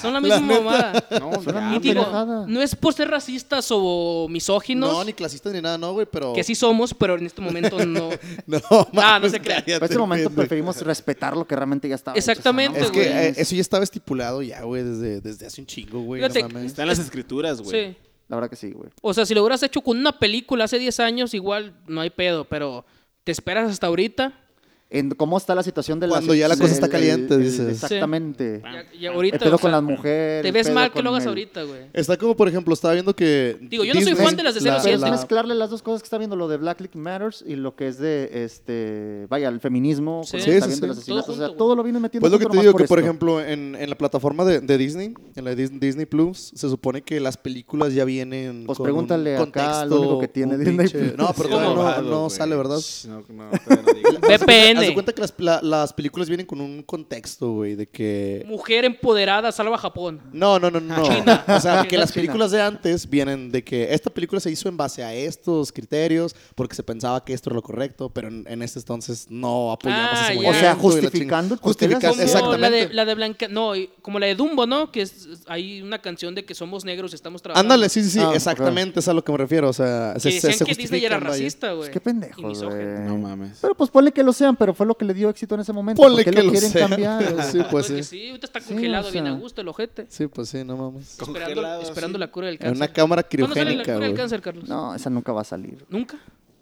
[SPEAKER 1] Son la misma
[SPEAKER 3] neta.
[SPEAKER 1] mamada.
[SPEAKER 4] No, ya,
[SPEAKER 1] Y
[SPEAKER 2] Ah,
[SPEAKER 1] digo,
[SPEAKER 2] pendejada.
[SPEAKER 1] no es por ser racistas o misóginos,
[SPEAKER 3] No, ni clasistas ni nada, no, güey, pero.
[SPEAKER 1] que sí somos, pero en este momento no.
[SPEAKER 3] No,
[SPEAKER 1] Ah, no
[SPEAKER 3] mames,
[SPEAKER 1] se crean.
[SPEAKER 3] cállate,
[SPEAKER 2] En este momento
[SPEAKER 3] pendejo.
[SPEAKER 2] preferimos respetar lo que realmente ya estaba. hecho,
[SPEAKER 1] Exactamente,
[SPEAKER 2] esa
[SPEAKER 3] Es
[SPEAKER 2] mamá.
[SPEAKER 3] que
[SPEAKER 1] güey.
[SPEAKER 3] eh, eso ya estaba estipulado ya, güey, desde, desde hace un chingo, güey. No
[SPEAKER 1] Fíjate,
[SPEAKER 3] mames.
[SPEAKER 4] Está en las escrituras, güey.
[SPEAKER 1] Sí.
[SPEAKER 2] La verdad que sí, güey.
[SPEAKER 1] O sea, si lo hubieras hecho con una película hace 10 años, igual no hay pedo, pero te esperas hasta ahorita.
[SPEAKER 2] En cómo está la situación de
[SPEAKER 3] Cuando ya la cosa está caliente,
[SPEAKER 2] dice
[SPEAKER 3] dices.
[SPEAKER 2] Exactamente.
[SPEAKER 1] Ya- ya ahorita,
[SPEAKER 2] el pedo
[SPEAKER 1] o
[SPEAKER 2] con
[SPEAKER 1] sea,
[SPEAKER 2] las mujeres.
[SPEAKER 1] Te
[SPEAKER 2] el
[SPEAKER 1] ves
[SPEAKER 2] pedo
[SPEAKER 1] mal que
[SPEAKER 2] con
[SPEAKER 1] lo hagas
[SPEAKER 2] el-
[SPEAKER 1] ahorita, güey.
[SPEAKER 3] Está como, por ejemplo, estaba viendo que.
[SPEAKER 1] Digo, yo no soy fan de las de
[SPEAKER 3] la-
[SPEAKER 1] 07.
[SPEAKER 2] Pero es
[SPEAKER 1] la-
[SPEAKER 2] mezclarle las dos cosas que está viendo, lo de Black Lives Matters y lo que es de, este, vaya, el feminismo,
[SPEAKER 1] Sí.
[SPEAKER 2] con lo
[SPEAKER 1] Sí,
[SPEAKER 2] que está
[SPEAKER 3] sí,
[SPEAKER 2] viendo
[SPEAKER 3] sí.
[SPEAKER 2] el asesinato,
[SPEAKER 1] Todo
[SPEAKER 2] o sea,
[SPEAKER 1] junto,
[SPEAKER 2] todo
[SPEAKER 1] güey.
[SPEAKER 2] lo viene metiendo.
[SPEAKER 3] Pues lo que
[SPEAKER 2] junto nomás
[SPEAKER 3] te digo,
[SPEAKER 2] por
[SPEAKER 3] que por
[SPEAKER 2] esto.
[SPEAKER 3] ejemplo, en, en la plataforma de, de Disney, en la de Dis- Disney Plus, se supone que las películas ya vienen.
[SPEAKER 2] Pues
[SPEAKER 3] con
[SPEAKER 2] pregúntale
[SPEAKER 3] un
[SPEAKER 2] acá al
[SPEAKER 3] contexto,
[SPEAKER 2] único que tiene
[SPEAKER 3] un
[SPEAKER 2] Disney
[SPEAKER 3] pinche-
[SPEAKER 2] Plus.
[SPEAKER 3] No, pero
[SPEAKER 4] Sí,
[SPEAKER 3] todavía no,
[SPEAKER 4] abogado,
[SPEAKER 3] no
[SPEAKER 4] güey.
[SPEAKER 3] sale, ¿verdad?
[SPEAKER 4] Shh, No, no, todavía no digo.
[SPEAKER 1] VPN.
[SPEAKER 3] Haz de cuenta que las, la- las películas vienen con un contexto, güey, de que.
[SPEAKER 1] Mujer empoderada salva a Japón.
[SPEAKER 3] No, no, no, no. O sea, que las
[SPEAKER 2] China.
[SPEAKER 3] películas de antes vienen de que esta película se hizo en base a estos criterios porque se pensaba que esto era lo correcto, pero en, en este entonces no apoyamos
[SPEAKER 1] Ah,
[SPEAKER 3] ese
[SPEAKER 1] ya.
[SPEAKER 2] O sea,
[SPEAKER 3] movimiento y la
[SPEAKER 2] justificando
[SPEAKER 3] chingada.
[SPEAKER 2] el por qué las-
[SPEAKER 3] Justifica-
[SPEAKER 1] Como
[SPEAKER 2] Como
[SPEAKER 1] la
[SPEAKER 3] exactamente.
[SPEAKER 1] de, la de Blanca, no, y como la de Dumbo, ¿no? Que es- es- hay una canción de que somos negros y estamos trabajando.
[SPEAKER 3] Ándale, sí, sí, sí,
[SPEAKER 2] Ah,
[SPEAKER 3] exactamente, es a lo que me refiero. O sea,
[SPEAKER 1] Que
[SPEAKER 3] se, se,
[SPEAKER 1] decían
[SPEAKER 3] se
[SPEAKER 1] que Disney era
[SPEAKER 3] justifican, vaya.
[SPEAKER 1] racista, güey.
[SPEAKER 2] Pues qué pendejo,
[SPEAKER 1] Y misógino.
[SPEAKER 2] güey.
[SPEAKER 4] No mames.
[SPEAKER 2] Pero pues ponle que lo sean, pero fue lo que le dio éxito en ese momento.
[SPEAKER 3] Ponle
[SPEAKER 2] ¿Por qué
[SPEAKER 3] que lo
[SPEAKER 2] quieren
[SPEAKER 3] sea.
[SPEAKER 2] cambiar? O sea,
[SPEAKER 3] Sí, pues
[SPEAKER 1] Pues que
[SPEAKER 3] sí.
[SPEAKER 1] sí, ahorita está
[SPEAKER 2] Sí,
[SPEAKER 1] congelado
[SPEAKER 2] o
[SPEAKER 1] bien a
[SPEAKER 2] sea.
[SPEAKER 1] gusto el ojete.
[SPEAKER 3] Sí, pues sí, no mames.
[SPEAKER 1] Esperando,
[SPEAKER 4] Congelado,
[SPEAKER 1] esperando
[SPEAKER 4] sí.
[SPEAKER 1] la cura del
[SPEAKER 3] En
[SPEAKER 1] cáncer.
[SPEAKER 3] una cámara
[SPEAKER 1] ¿Cuándo sale la
[SPEAKER 3] criogénica,
[SPEAKER 1] cura del
[SPEAKER 3] güey.
[SPEAKER 1] cáncer, Carlos?
[SPEAKER 2] No, esa nunca va a salir.
[SPEAKER 1] ¿Nunca?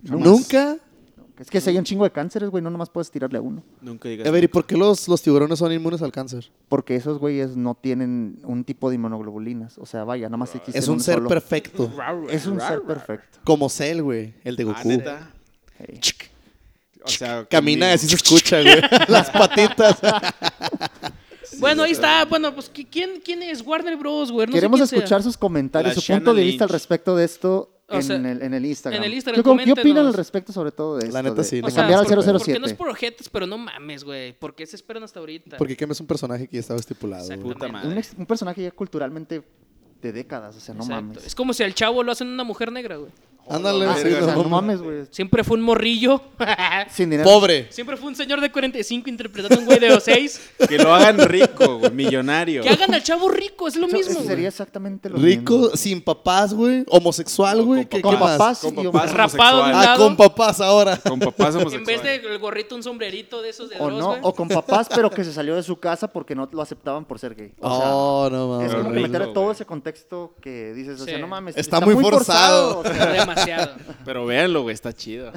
[SPEAKER 2] Jamás.
[SPEAKER 3] Nunca.
[SPEAKER 2] Es que si hay un chingo de cánceres, güey, no nomás puedes tirarle a uno.
[SPEAKER 4] Nunca digas.
[SPEAKER 3] A ver, ¿y por qué los, los tiburones son inmunes al cáncer?
[SPEAKER 2] Porque esos güeyes no tienen un tipo de inmunoglobulinas. O sea, vaya, nomás existe
[SPEAKER 3] Es un
[SPEAKER 2] uno
[SPEAKER 3] ser
[SPEAKER 2] solo.
[SPEAKER 3] perfecto.
[SPEAKER 2] Es un ser perfecto.
[SPEAKER 3] Como Cell, güey, el de
[SPEAKER 4] Ah,
[SPEAKER 3] Goku.
[SPEAKER 4] neta.
[SPEAKER 2] Hey.
[SPEAKER 4] O sea,
[SPEAKER 3] Camina y
[SPEAKER 4] conmigo.
[SPEAKER 3] así se escucha, güey. Las patitas.
[SPEAKER 1] bueno, ahí está. Bueno, pues ¿qui- ¿quién, quién es Warner Bros, güey? No sé
[SPEAKER 2] Queremos
[SPEAKER 1] quién sea.
[SPEAKER 2] escuchar sus comentarios,
[SPEAKER 4] La
[SPEAKER 2] su punto de
[SPEAKER 4] Shanna
[SPEAKER 2] vista al
[SPEAKER 4] Lynch.
[SPEAKER 2] respecto de esto
[SPEAKER 1] O
[SPEAKER 2] en,
[SPEAKER 1] sea,
[SPEAKER 2] el, en el Instagram.
[SPEAKER 1] en el Instagram,
[SPEAKER 2] ¿Qué, cómo- qué opinan
[SPEAKER 1] coméntenos.
[SPEAKER 2] al respecto sobre todo de esto?
[SPEAKER 3] La neta
[SPEAKER 2] de-
[SPEAKER 3] sí,
[SPEAKER 2] de
[SPEAKER 3] no
[SPEAKER 2] cambiar al
[SPEAKER 1] porque- Porque
[SPEAKER 2] 007.
[SPEAKER 1] no es por ojetes, pero no mames, güey. ¿Por qué se esperan hasta ahorita?
[SPEAKER 3] Porque Kemes es un personaje que ya estaba estipulado. güey.
[SPEAKER 1] Exactamente.
[SPEAKER 4] Puta
[SPEAKER 2] un,
[SPEAKER 4] madre.
[SPEAKER 2] ex- un personaje ya culturalmente de décadas, o sea, no
[SPEAKER 1] Exacto.
[SPEAKER 2] mames.
[SPEAKER 1] Es como si al chavo lo hacen una mujer negra, güey.
[SPEAKER 3] Ándale,
[SPEAKER 2] Ah,
[SPEAKER 3] sí,
[SPEAKER 2] o sea,
[SPEAKER 3] no
[SPEAKER 2] no mames,
[SPEAKER 3] mames.
[SPEAKER 2] güey.
[SPEAKER 1] Siempre fue un morrillo.
[SPEAKER 2] Sin dinero.
[SPEAKER 3] Pobre.
[SPEAKER 1] Siempre fue un señor de 45 interpretando a un güey de 06.
[SPEAKER 4] Que lo hagan rico, güey, millonario.
[SPEAKER 1] Que hagan al chavo rico, es lo
[SPEAKER 2] Eso-
[SPEAKER 1] mismo.
[SPEAKER 2] eso
[SPEAKER 1] güey.
[SPEAKER 2] sería exactamente lo mismo.
[SPEAKER 3] Rico, sin papás, güey. Homosexual,
[SPEAKER 4] Con
[SPEAKER 3] güey. ¿Qué,
[SPEAKER 2] Con
[SPEAKER 3] qué más?
[SPEAKER 2] papás
[SPEAKER 4] Con
[SPEAKER 2] y
[SPEAKER 4] papás
[SPEAKER 2] homosexuales.
[SPEAKER 1] Rapado de un
[SPEAKER 4] homosexuales.
[SPEAKER 3] Ah, con papás ahora.
[SPEAKER 4] Con papás
[SPEAKER 1] En
[SPEAKER 4] homosexuales.
[SPEAKER 1] vez del gorrito, un sombrerito de esos de
[SPEAKER 2] O
[SPEAKER 1] Dross,
[SPEAKER 2] no,
[SPEAKER 1] güey.
[SPEAKER 2] o con papás, pero que se salió de su casa porque no lo aceptaban por ser gay. O sea,
[SPEAKER 3] oh, no mames.
[SPEAKER 2] es como que
[SPEAKER 4] horrible,
[SPEAKER 2] meter
[SPEAKER 4] güey.
[SPEAKER 2] todo ese contexto que dices, o sea,
[SPEAKER 1] Sí.
[SPEAKER 2] no mames.
[SPEAKER 3] Está muy forzado.
[SPEAKER 2] o sea,
[SPEAKER 1] Demasiado.
[SPEAKER 4] Pero véanlo, güey, está chido.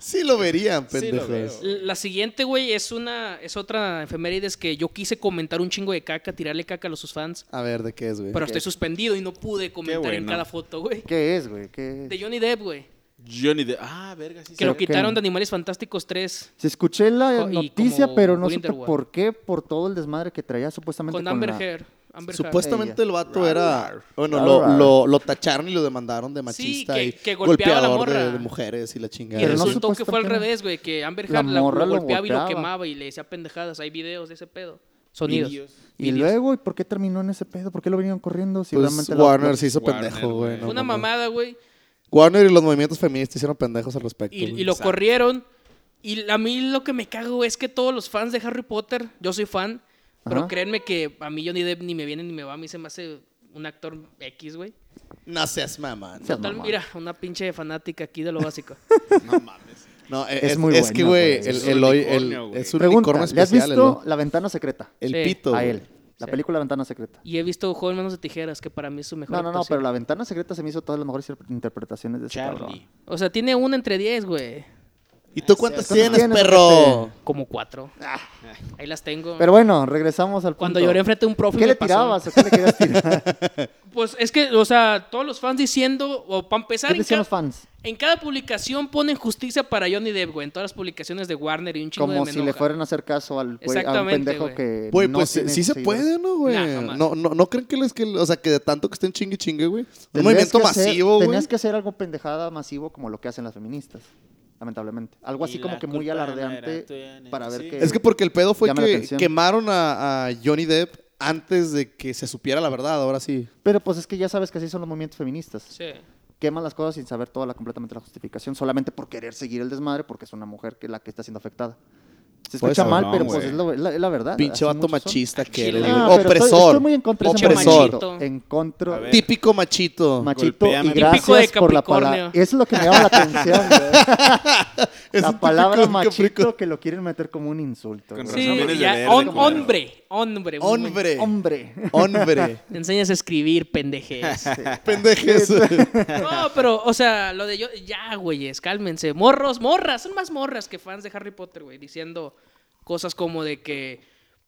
[SPEAKER 3] Sí lo verían,
[SPEAKER 4] Sí lo
[SPEAKER 3] pendejos.
[SPEAKER 4] veo.
[SPEAKER 1] La siguiente, güey, es una es otra efemérides que yo quise comentar un chingo de caca, tirarle caca a los sus fans,
[SPEAKER 3] A ver, ¿de qué es, güey?
[SPEAKER 1] pero estoy suspendido y no pude comentar en
[SPEAKER 4] bueno.
[SPEAKER 1] cada foto, güey.
[SPEAKER 2] ¿Qué es, güey? ¿Qué es?
[SPEAKER 1] De Johnny Depp, güey,
[SPEAKER 4] Johnny de. Ah, verga, sí.
[SPEAKER 1] que lo
[SPEAKER 2] Creo que-
[SPEAKER 1] quitaron de Animales Fantásticos 3
[SPEAKER 2] Se escuché la
[SPEAKER 1] Co- y
[SPEAKER 2] noticia,
[SPEAKER 1] como
[SPEAKER 2] pero no supe
[SPEAKER 1] Grindelwald.
[SPEAKER 2] por qué, por todo el desmadre que traía supuestamente
[SPEAKER 1] con
[SPEAKER 2] con,
[SPEAKER 1] Amber
[SPEAKER 2] la-
[SPEAKER 1] Heard. Amber Heard.
[SPEAKER 3] Supuestamente
[SPEAKER 2] Ella.
[SPEAKER 3] el vato era. Bueno,
[SPEAKER 2] Rar,
[SPEAKER 3] lo,
[SPEAKER 2] rar.
[SPEAKER 3] lo, lo tacharon y lo demandaron de machista
[SPEAKER 1] que-
[SPEAKER 3] y
[SPEAKER 1] que golpeaba a la
[SPEAKER 3] golpeador
[SPEAKER 1] morra.
[SPEAKER 3] de, de mujeres y la
[SPEAKER 1] Y
[SPEAKER 3] chingada.
[SPEAKER 2] Pero no
[SPEAKER 1] resultó que fue al
[SPEAKER 2] supuestamente-
[SPEAKER 1] revés, güey, que Amber
[SPEAKER 2] La
[SPEAKER 1] Heard la, lo
[SPEAKER 2] morra lo
[SPEAKER 1] golpeaba y lo
[SPEAKER 2] golpeaba.
[SPEAKER 1] quemaba y le decía pendejadas, hay videos de ese pedo. Sonidos.
[SPEAKER 4] Videos.
[SPEAKER 2] Y luego, ¿y por qué terminó en ese pedo? ¿Por qué lo vinieron corriendo? Si
[SPEAKER 3] Pues
[SPEAKER 2] realmente la-
[SPEAKER 3] Warner se hizo
[SPEAKER 4] Warner,
[SPEAKER 3] pendejo,
[SPEAKER 4] güey.
[SPEAKER 3] güey. no
[SPEAKER 1] Fue una
[SPEAKER 3] mames.
[SPEAKER 1] mamada, güey.
[SPEAKER 3] Warner y los movimientos feministas hicieron pendejos al respecto.
[SPEAKER 1] y,
[SPEAKER 3] güey.
[SPEAKER 1] y lo
[SPEAKER 3] Exacto.
[SPEAKER 1] corrieron. Y a mí lo que me cago es que todos los fans de Harry Potter, yo soy fan, pero
[SPEAKER 2] Ajá.
[SPEAKER 1] créanme que a mí Johnny Depp ni me viene ni me va, a mí se me hace un actor X, güey.
[SPEAKER 3] No seas mamá.
[SPEAKER 2] Seas
[SPEAKER 1] Total,
[SPEAKER 2] mamá.
[SPEAKER 1] mira, una pinche fanática aquí de lo básico.
[SPEAKER 3] No, eh, es,
[SPEAKER 2] Es muy
[SPEAKER 3] Es que,
[SPEAKER 2] bueno,
[SPEAKER 3] güey,
[SPEAKER 2] güey.
[SPEAKER 3] el,
[SPEAKER 4] Es
[SPEAKER 3] el,
[SPEAKER 4] un
[SPEAKER 3] hoy-
[SPEAKER 4] unicornio,
[SPEAKER 3] el-
[SPEAKER 4] güey.
[SPEAKER 3] es un unicornio
[SPEAKER 2] Pregunta, ¿le has
[SPEAKER 3] especial. el-
[SPEAKER 2] visto La Ventana Secreta?
[SPEAKER 3] El,
[SPEAKER 1] Sí.
[SPEAKER 3] pito.
[SPEAKER 2] A
[SPEAKER 3] güey.
[SPEAKER 2] él. La
[SPEAKER 1] Sí.
[SPEAKER 2] película Ventana Secreta.
[SPEAKER 1] y he visto Joven Manos de Tijeras, que para mí es su mejor
[SPEAKER 2] No, no, no,
[SPEAKER 1] actuación.
[SPEAKER 2] pero La Ventana Secreta se me hizo todas las mejores interpretaciones de ese cabrón.
[SPEAKER 4] Charlie.
[SPEAKER 1] O sea, tiene una entre diez, güey.
[SPEAKER 3] ¿Y tú cuántas
[SPEAKER 2] ¿Cuántas
[SPEAKER 3] tienes,
[SPEAKER 2] tienes,
[SPEAKER 3] perro?
[SPEAKER 1] Como cuatro. Ahí las tengo.
[SPEAKER 2] Ah. Pero bueno, regresamos al
[SPEAKER 1] Cuando
[SPEAKER 2] punto.
[SPEAKER 1] lloré enfrente de un profe
[SPEAKER 2] ¿Qué
[SPEAKER 1] me
[SPEAKER 2] le
[SPEAKER 1] pasó.
[SPEAKER 2] tirabas? ¿O qué le querías tirar?
[SPEAKER 1] Pues es que, o sea, todos los fans diciendo, o para empezar,
[SPEAKER 2] ¿Qué
[SPEAKER 1] en,
[SPEAKER 2] decían
[SPEAKER 1] ca-
[SPEAKER 2] los fans?
[SPEAKER 1] en cada publicación ponen justicia para Johnny Depp, güey, en todas las publicaciones de Warner y un chingo
[SPEAKER 2] Como
[SPEAKER 1] de
[SPEAKER 2] si le
[SPEAKER 1] enoja.
[SPEAKER 2] fueran a hacer caso al güey, a un
[SPEAKER 1] Exactamente,
[SPEAKER 2] pendejo
[SPEAKER 1] güey.
[SPEAKER 2] que
[SPEAKER 3] Güey,
[SPEAKER 2] no
[SPEAKER 3] pues sí
[SPEAKER 2] tiene
[SPEAKER 3] sí se
[SPEAKER 2] seguidores.
[SPEAKER 3] puede, ¿no, güey?
[SPEAKER 1] Nah, jamás.
[SPEAKER 3] no, no, no creen que les que, o sea, que de tanto que estén chingue chingue, güey. Un
[SPEAKER 2] Tendrías
[SPEAKER 3] movimiento
[SPEAKER 2] que hacer-
[SPEAKER 3] masivo, güey.
[SPEAKER 2] Tenías que hacer algo pendejada masivo como lo que hacen las feministas, lamentablemente. Algo así
[SPEAKER 4] Y
[SPEAKER 2] como
[SPEAKER 4] la
[SPEAKER 2] que muy
[SPEAKER 4] culpa no
[SPEAKER 2] alardeante
[SPEAKER 4] era tuya, ni-
[SPEAKER 2] para ver
[SPEAKER 4] sí.
[SPEAKER 2] que...
[SPEAKER 3] Es que pues, porque el pedo fue
[SPEAKER 2] Llama la
[SPEAKER 3] que
[SPEAKER 2] atención.
[SPEAKER 3] quemaron a, a Johnny Depp antes de que se supiera la verdad, ahora sí.
[SPEAKER 2] Pero pues es que ya sabes que así son los movimientos feministas.
[SPEAKER 1] Sí.
[SPEAKER 2] quema las cosas sin saber toda la completamente la justificación, solamente por querer seguir el desmadre porque es una mujer que la que está siendo afectada. Se
[SPEAKER 3] Pues,
[SPEAKER 2] escucha mal,
[SPEAKER 4] no,
[SPEAKER 2] pero
[SPEAKER 4] güey.
[SPEAKER 2] pues es, lo- es la, es la verdad.
[SPEAKER 3] Pinche
[SPEAKER 2] Así
[SPEAKER 3] vato
[SPEAKER 2] muchos son.
[SPEAKER 3] machista que
[SPEAKER 1] Chile.
[SPEAKER 3] eres.
[SPEAKER 1] Ah,
[SPEAKER 3] güey.
[SPEAKER 2] No, pero estoy-
[SPEAKER 3] Opresor.
[SPEAKER 2] Estoy, muy en contra de ese
[SPEAKER 3] Opresor.
[SPEAKER 2] machito. En
[SPEAKER 4] A
[SPEAKER 2] contra.
[SPEAKER 4] ver.
[SPEAKER 3] Típico machito.
[SPEAKER 2] Machito y
[SPEAKER 4] Golpéame.
[SPEAKER 1] de
[SPEAKER 4] Típico
[SPEAKER 2] gracias por la
[SPEAKER 1] Capricornio.
[SPEAKER 2] palabra. Eso es lo que me llama la atención, güey.
[SPEAKER 3] Es un
[SPEAKER 2] La
[SPEAKER 3] típico
[SPEAKER 2] palabra
[SPEAKER 3] de
[SPEAKER 2] machito
[SPEAKER 3] Capricornio.
[SPEAKER 2] que lo quieren meter como un insulto.
[SPEAKER 4] Con
[SPEAKER 2] güey.
[SPEAKER 1] Sí,
[SPEAKER 4] razón vienes de
[SPEAKER 1] ya,
[SPEAKER 4] verde,
[SPEAKER 1] hon-
[SPEAKER 4] culero.
[SPEAKER 1] hombre, hombre. muy buen-
[SPEAKER 3] Hombre.
[SPEAKER 2] Hombre.
[SPEAKER 3] Hombre.
[SPEAKER 1] Te enseñas a escribir, pendejes.
[SPEAKER 3] Pendejes.
[SPEAKER 1] No, pero, o sea, lo de yo. Ya, güeyes, cálmense. Morros, morras, son más morras que fans de Harry Potter, güey. Diciendo cosas como de que.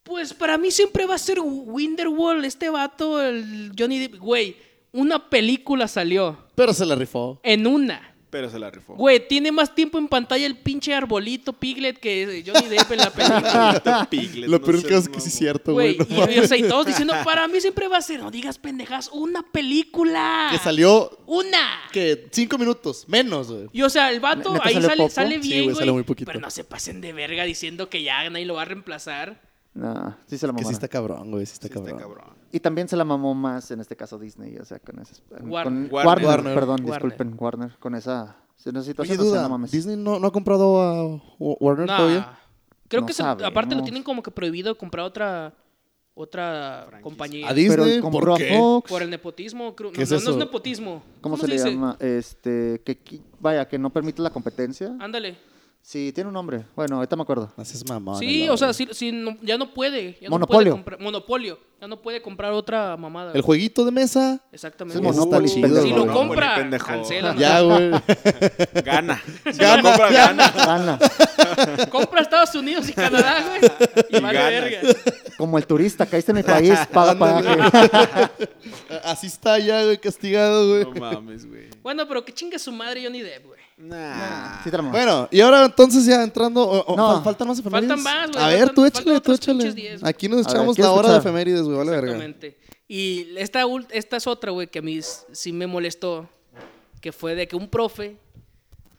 [SPEAKER 1] Pues para mí siempre va a ser Winterwall, este vato, el Johnny Depp. Güey, una película salió.
[SPEAKER 3] pero se la rifó.
[SPEAKER 1] En una.
[SPEAKER 4] Pero se la rifó.
[SPEAKER 1] Güey, tiene más tiempo en pantalla el pinche arbolito Piglet que Johnny Depp en la película.
[SPEAKER 4] Piglet,
[SPEAKER 3] Lo
[SPEAKER 4] no
[SPEAKER 3] peor
[SPEAKER 4] seas
[SPEAKER 3] que es que sí
[SPEAKER 4] mamón.
[SPEAKER 3] es cierto,
[SPEAKER 1] Güey,
[SPEAKER 3] güey.
[SPEAKER 1] y, y, o sea, y todos diciendo, para mí siempre va a ser, no digas pendejas, una película.
[SPEAKER 3] Que salió
[SPEAKER 1] Una.
[SPEAKER 3] que cinco minutos, menos, güey.
[SPEAKER 1] Y o sea, el vato
[SPEAKER 2] ¿Neta
[SPEAKER 1] ahí
[SPEAKER 2] salió
[SPEAKER 1] sale,
[SPEAKER 2] poco?
[SPEAKER 1] sale
[SPEAKER 3] Sí,
[SPEAKER 1] bien,
[SPEAKER 3] güey,
[SPEAKER 1] güey.
[SPEAKER 3] sale muy poquito.
[SPEAKER 1] Pero no se pasen de verga diciendo que ya nadie lo va a reemplazar.
[SPEAKER 2] No, sí se la
[SPEAKER 3] Que
[SPEAKER 2] mamó.
[SPEAKER 3] sí está cabrón, güey. Sí está
[SPEAKER 4] Sí,
[SPEAKER 3] cabrón.
[SPEAKER 4] está cabrón.
[SPEAKER 2] Y también se la mamó más, en este caso Disney, o sea, con esas... con-
[SPEAKER 1] Warner.
[SPEAKER 2] Warner,
[SPEAKER 3] Warner.
[SPEAKER 2] perdón,
[SPEAKER 1] Warner.
[SPEAKER 2] disculpen, Warner, con esa... Si no
[SPEAKER 3] Oye,
[SPEAKER 2] situación, o sea,
[SPEAKER 3] duda,
[SPEAKER 2] no mames.
[SPEAKER 3] ¿Disney no, no ha comprado a Wa- Warner
[SPEAKER 1] Nah.
[SPEAKER 3] todavía?
[SPEAKER 1] Creo
[SPEAKER 2] No
[SPEAKER 1] que se- aparte lo
[SPEAKER 2] sabemos.
[SPEAKER 1] tienen como que prohibido comprar otra otra compañía.
[SPEAKER 3] ¿A Disney?
[SPEAKER 2] Pero
[SPEAKER 3] ¿Por
[SPEAKER 2] compró a
[SPEAKER 3] qué?
[SPEAKER 2] Fox.
[SPEAKER 1] Por el nepotismo, creo. No,
[SPEAKER 3] ¿Qué es
[SPEAKER 1] no, no
[SPEAKER 3] eso?
[SPEAKER 1] nepotismo.
[SPEAKER 2] ¿Cómo, se, le
[SPEAKER 1] dice?
[SPEAKER 2] llama? Este, que, qui- vaya, que no permite la competencia.
[SPEAKER 1] Ándale.
[SPEAKER 2] Sí, tiene un nombre. Bueno, ahorita me acuerdo.
[SPEAKER 3] Haces mamón.
[SPEAKER 1] Sí,
[SPEAKER 3] el
[SPEAKER 1] o sea,
[SPEAKER 3] lado.
[SPEAKER 1] sí, sí, no- ya no puede. ya no
[SPEAKER 2] Monopolio.
[SPEAKER 1] puede comprar- monopolio. Ya no puede comprar otra mamada.
[SPEAKER 3] El jueguito de mesa.
[SPEAKER 1] Exactamente.
[SPEAKER 2] Es Monopoly,
[SPEAKER 3] Sí,
[SPEAKER 2] pendejo.
[SPEAKER 1] si lo
[SPEAKER 4] Monopoly,
[SPEAKER 1] compra,
[SPEAKER 4] pendejo.
[SPEAKER 1] cancela. ¿no?
[SPEAKER 3] Ya, güey.
[SPEAKER 4] Gana. Si
[SPEAKER 3] Gana,
[SPEAKER 4] la compra,
[SPEAKER 3] gana.
[SPEAKER 4] gana.
[SPEAKER 2] Gana.
[SPEAKER 1] Compra Estados Unidos y Canadá, güey. Y
[SPEAKER 4] Y
[SPEAKER 1] vale
[SPEAKER 4] ganas.
[SPEAKER 1] verga.
[SPEAKER 2] Como el turista, caíste en mi país, paga
[SPEAKER 3] Ándale.
[SPEAKER 2] paga.
[SPEAKER 3] Así está ya, güey, castigado, güey.
[SPEAKER 4] No mames, güey.
[SPEAKER 1] Bueno, pero que chingue su madre Johnny Depp, güey.
[SPEAKER 4] Nah.
[SPEAKER 2] Sí te la mamó.
[SPEAKER 3] Bueno, y ahora entonces ya entrando. o- o-
[SPEAKER 2] No.
[SPEAKER 3] fal- Faltan más efemérides.
[SPEAKER 1] Faltan más, güey,
[SPEAKER 3] A ver,
[SPEAKER 1] faltan-
[SPEAKER 3] tú
[SPEAKER 1] faltan
[SPEAKER 3] échale, tú
[SPEAKER 1] otros
[SPEAKER 3] échale.
[SPEAKER 1] pinches diez, güey.
[SPEAKER 3] Aquí nos
[SPEAKER 2] A ver,
[SPEAKER 3] echamos
[SPEAKER 2] ¿quieres
[SPEAKER 3] la hora de
[SPEAKER 2] escuchar?
[SPEAKER 3] efemérides, güey, vale verga.
[SPEAKER 1] Exactamente. Y esta, ul- esta es otra, güey, que a mí s- sí me molestó, que fue de que un profe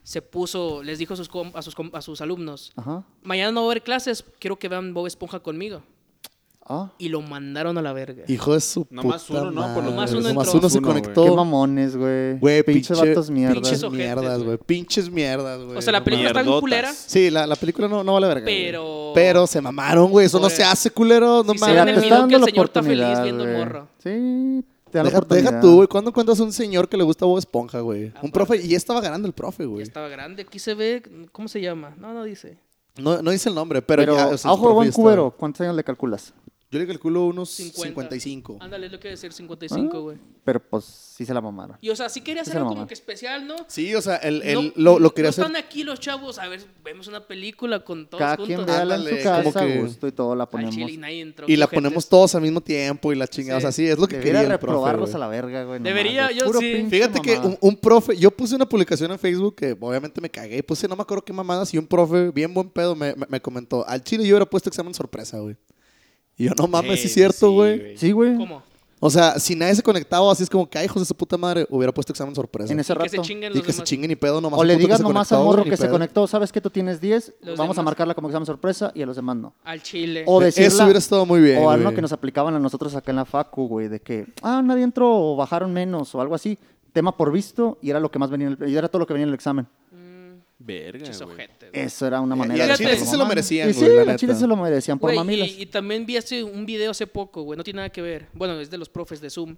[SPEAKER 1] se puso, les dijo a sus, com- a sus, com- a sus alumnos,
[SPEAKER 2] Ajá.
[SPEAKER 1] mañana no va a haber clases, quiero que vean Bob Esponja conmigo.
[SPEAKER 2] Ah.
[SPEAKER 1] Y lo mandaron a la verga.
[SPEAKER 3] Hijo de su
[SPEAKER 4] Nomás
[SPEAKER 3] puta
[SPEAKER 4] uno, ¿no? Por lo
[SPEAKER 1] menos
[SPEAKER 3] madre.
[SPEAKER 1] uno
[SPEAKER 3] Nomás
[SPEAKER 1] entró.
[SPEAKER 3] uno se
[SPEAKER 4] Uno, güey.
[SPEAKER 2] Ah. Qué
[SPEAKER 3] conectó.
[SPEAKER 2] mamones, güey.
[SPEAKER 3] Güey,
[SPEAKER 2] pinche,
[SPEAKER 3] pinche-
[SPEAKER 2] vatos mierda.
[SPEAKER 1] pinches
[SPEAKER 3] Pinches
[SPEAKER 1] ojetes,
[SPEAKER 3] mierdas,
[SPEAKER 1] güey.
[SPEAKER 3] güey. Pinches mierdas, güey.
[SPEAKER 1] o sea, la película está bien
[SPEAKER 4] Mierdotas.
[SPEAKER 1] culera.
[SPEAKER 3] Sí, la, la película no, no vale verga. güey.
[SPEAKER 1] Pero-
[SPEAKER 3] Pero se mamaron, güey. Eso no
[SPEAKER 1] Oye,
[SPEAKER 3] se hace, culero. No
[SPEAKER 1] sí se Mira,
[SPEAKER 2] Mira,
[SPEAKER 3] mames.
[SPEAKER 1] en
[SPEAKER 2] te
[SPEAKER 1] el
[SPEAKER 2] está
[SPEAKER 1] video que el
[SPEAKER 2] dando la
[SPEAKER 1] señor está feliz
[SPEAKER 2] oportunidad,
[SPEAKER 1] viendo el
[SPEAKER 2] güey.
[SPEAKER 1] morro.
[SPEAKER 2] Sí, te da la
[SPEAKER 3] Deja,
[SPEAKER 2] oportunidad.
[SPEAKER 3] deja tú, güey. ¿Cuándo encuentras un señor que le gusta Bob Esponja, güey?
[SPEAKER 1] Aparte.
[SPEAKER 3] Un profe. Y ya estaba ganando el profe,
[SPEAKER 1] Ya
[SPEAKER 3] güey.
[SPEAKER 1] estaba grande. Aquí se ve, ¿cómo se llama? No, no dice.
[SPEAKER 3] No, no dice el nombre, pero,
[SPEAKER 2] Pero,
[SPEAKER 3] ya. o sea,
[SPEAKER 2] a
[SPEAKER 3] el
[SPEAKER 2] ojo de
[SPEAKER 3] profe
[SPEAKER 2] buen
[SPEAKER 3] ya estaba-
[SPEAKER 2] cubero, ¿cuántos años le calculas?
[SPEAKER 3] Yo le calculo unos
[SPEAKER 1] 50.
[SPEAKER 3] 55.
[SPEAKER 1] Ándale, es lo que decir, 55, güey.
[SPEAKER 2] Pero pues sí se la mamaron.
[SPEAKER 1] Y o sea, sí quería hacer
[SPEAKER 2] Esa
[SPEAKER 1] algo
[SPEAKER 2] mamá.
[SPEAKER 1] como que especial, ¿no?
[SPEAKER 3] Sí, o sea, el,
[SPEAKER 1] No-
[SPEAKER 3] el- lo, lo quería
[SPEAKER 1] no
[SPEAKER 3] hacer.
[SPEAKER 1] Están aquí los chavos, a ver, vemos una película con todos
[SPEAKER 2] Cada
[SPEAKER 1] juntos.
[SPEAKER 2] quien véala en
[SPEAKER 3] Ándale,
[SPEAKER 2] su casa,
[SPEAKER 3] como que-
[SPEAKER 2] a gusto y todo, la
[SPEAKER 1] Al
[SPEAKER 2] ponemos.
[SPEAKER 1] chile y nadie entró,
[SPEAKER 3] Y la
[SPEAKER 1] ojetes.
[SPEAKER 3] ponemos todos al mismo tiempo y la chingada. O sea,
[SPEAKER 1] Sí.
[SPEAKER 3] sí, es lo que
[SPEAKER 2] Debería
[SPEAKER 3] quería el profe,
[SPEAKER 2] reprobarlos
[SPEAKER 3] güey.
[SPEAKER 2] a la verga, güey. no
[SPEAKER 1] Debería,
[SPEAKER 2] mames,
[SPEAKER 1] yo
[SPEAKER 2] puro
[SPEAKER 1] sí.
[SPEAKER 2] pinche
[SPEAKER 3] Fíjate que
[SPEAKER 2] mamada.
[SPEAKER 3] un, un profe, yo puse una publicación en Facebook que obviamente me cagué, puse no me acuerdo qué mamadas y un profe bien buen pedo me, me- me comentó, al chile yo hubiera puesto examen sorpresa, güey. Y yo, no mames, sí es cierto, güey.
[SPEAKER 2] Sí, güey.
[SPEAKER 1] ¿Cómo?
[SPEAKER 3] o sea, si nadie se conectaba, así es como que, ay, hijos de su puta madre, hubiera puesto examen sorpresa.
[SPEAKER 2] En ese
[SPEAKER 1] Y que se
[SPEAKER 2] rato.
[SPEAKER 1] chinguen
[SPEAKER 3] y
[SPEAKER 1] los
[SPEAKER 3] que se
[SPEAKER 1] demás.
[SPEAKER 3] chinguen y pedo nomás.
[SPEAKER 2] O
[SPEAKER 3] al
[SPEAKER 2] le
[SPEAKER 3] puto
[SPEAKER 2] digas
[SPEAKER 3] se
[SPEAKER 2] nomás al
[SPEAKER 3] conectó,
[SPEAKER 2] morro
[SPEAKER 3] ni
[SPEAKER 2] que se
[SPEAKER 3] pedo.
[SPEAKER 2] conectó, sabes que tú tienes 10,
[SPEAKER 1] Los
[SPEAKER 2] vamos a
[SPEAKER 1] demás.
[SPEAKER 2] marcarla como examen sorpresa y a los demás no.
[SPEAKER 1] Al chile.
[SPEAKER 2] O decirla,
[SPEAKER 3] Eh, Eso hubiera estado muy bien.
[SPEAKER 2] o algo
[SPEAKER 3] güey.
[SPEAKER 2] que nos aplicaban a nosotros acá en la facu, güey, de que, ah, nadie entró o bajaron menos o algo así. Tema por visto y era lo que más venía, en el- y era todo lo que venía en el examen.
[SPEAKER 4] Verga,
[SPEAKER 1] Pinches
[SPEAKER 4] güey.
[SPEAKER 1] ojetes, güey.
[SPEAKER 2] Eso era una
[SPEAKER 3] Y- y
[SPEAKER 2] manera.
[SPEAKER 1] al
[SPEAKER 2] de
[SPEAKER 1] chile
[SPEAKER 2] hacerlo,
[SPEAKER 1] sí
[SPEAKER 3] se lo
[SPEAKER 2] mamá.
[SPEAKER 3] merecían,
[SPEAKER 2] Y
[SPEAKER 3] güey,
[SPEAKER 2] sí,
[SPEAKER 3] la
[SPEAKER 2] al chile
[SPEAKER 3] neta.
[SPEAKER 2] se lo merecían por
[SPEAKER 1] Güey,
[SPEAKER 2] mamilas.
[SPEAKER 1] y, y también vi hace un video hace poco, güey, no tiene nada que ver. Bueno, es de los profes de Zoom.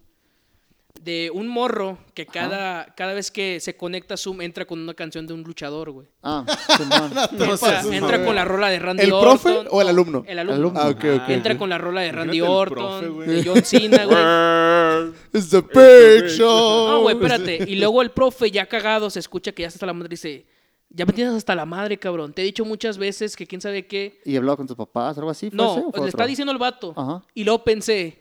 [SPEAKER 1] De un morro que cada, cada vez que se conecta a Zoom entra con una canción de un luchador, güey.
[SPEAKER 2] Ah, Simón.
[SPEAKER 1] Entra,
[SPEAKER 3] seas
[SPEAKER 1] entra
[SPEAKER 3] mamón.
[SPEAKER 1] con la rola de Randy
[SPEAKER 3] ¿El
[SPEAKER 1] Orton.
[SPEAKER 3] profe o el alumno?
[SPEAKER 1] El alumno.
[SPEAKER 2] Alumno.
[SPEAKER 3] Ah, ok, ok.
[SPEAKER 1] Entra con la rola de Randy
[SPEAKER 4] Imagínate el
[SPEAKER 1] Orton,
[SPEAKER 4] profe,
[SPEAKER 1] de
[SPEAKER 4] güey.
[SPEAKER 1] John Cena, güey.
[SPEAKER 3] It's the big show.
[SPEAKER 1] Eh, No, güey, espérate. Y luego el profe, ya cagado, se escucha que ya está hasta la madre y dice: Ya me tienes hasta la madre, cabrón. Te he dicho muchas veces que quién sabe qué.
[SPEAKER 2] y hablaba con tus papás, algo así. ¿fue ese
[SPEAKER 1] No,
[SPEAKER 2] o fue
[SPEAKER 1] le
[SPEAKER 2] otro?
[SPEAKER 1] está diciendo el vato.
[SPEAKER 2] Ajá.
[SPEAKER 1] Y luego pensé: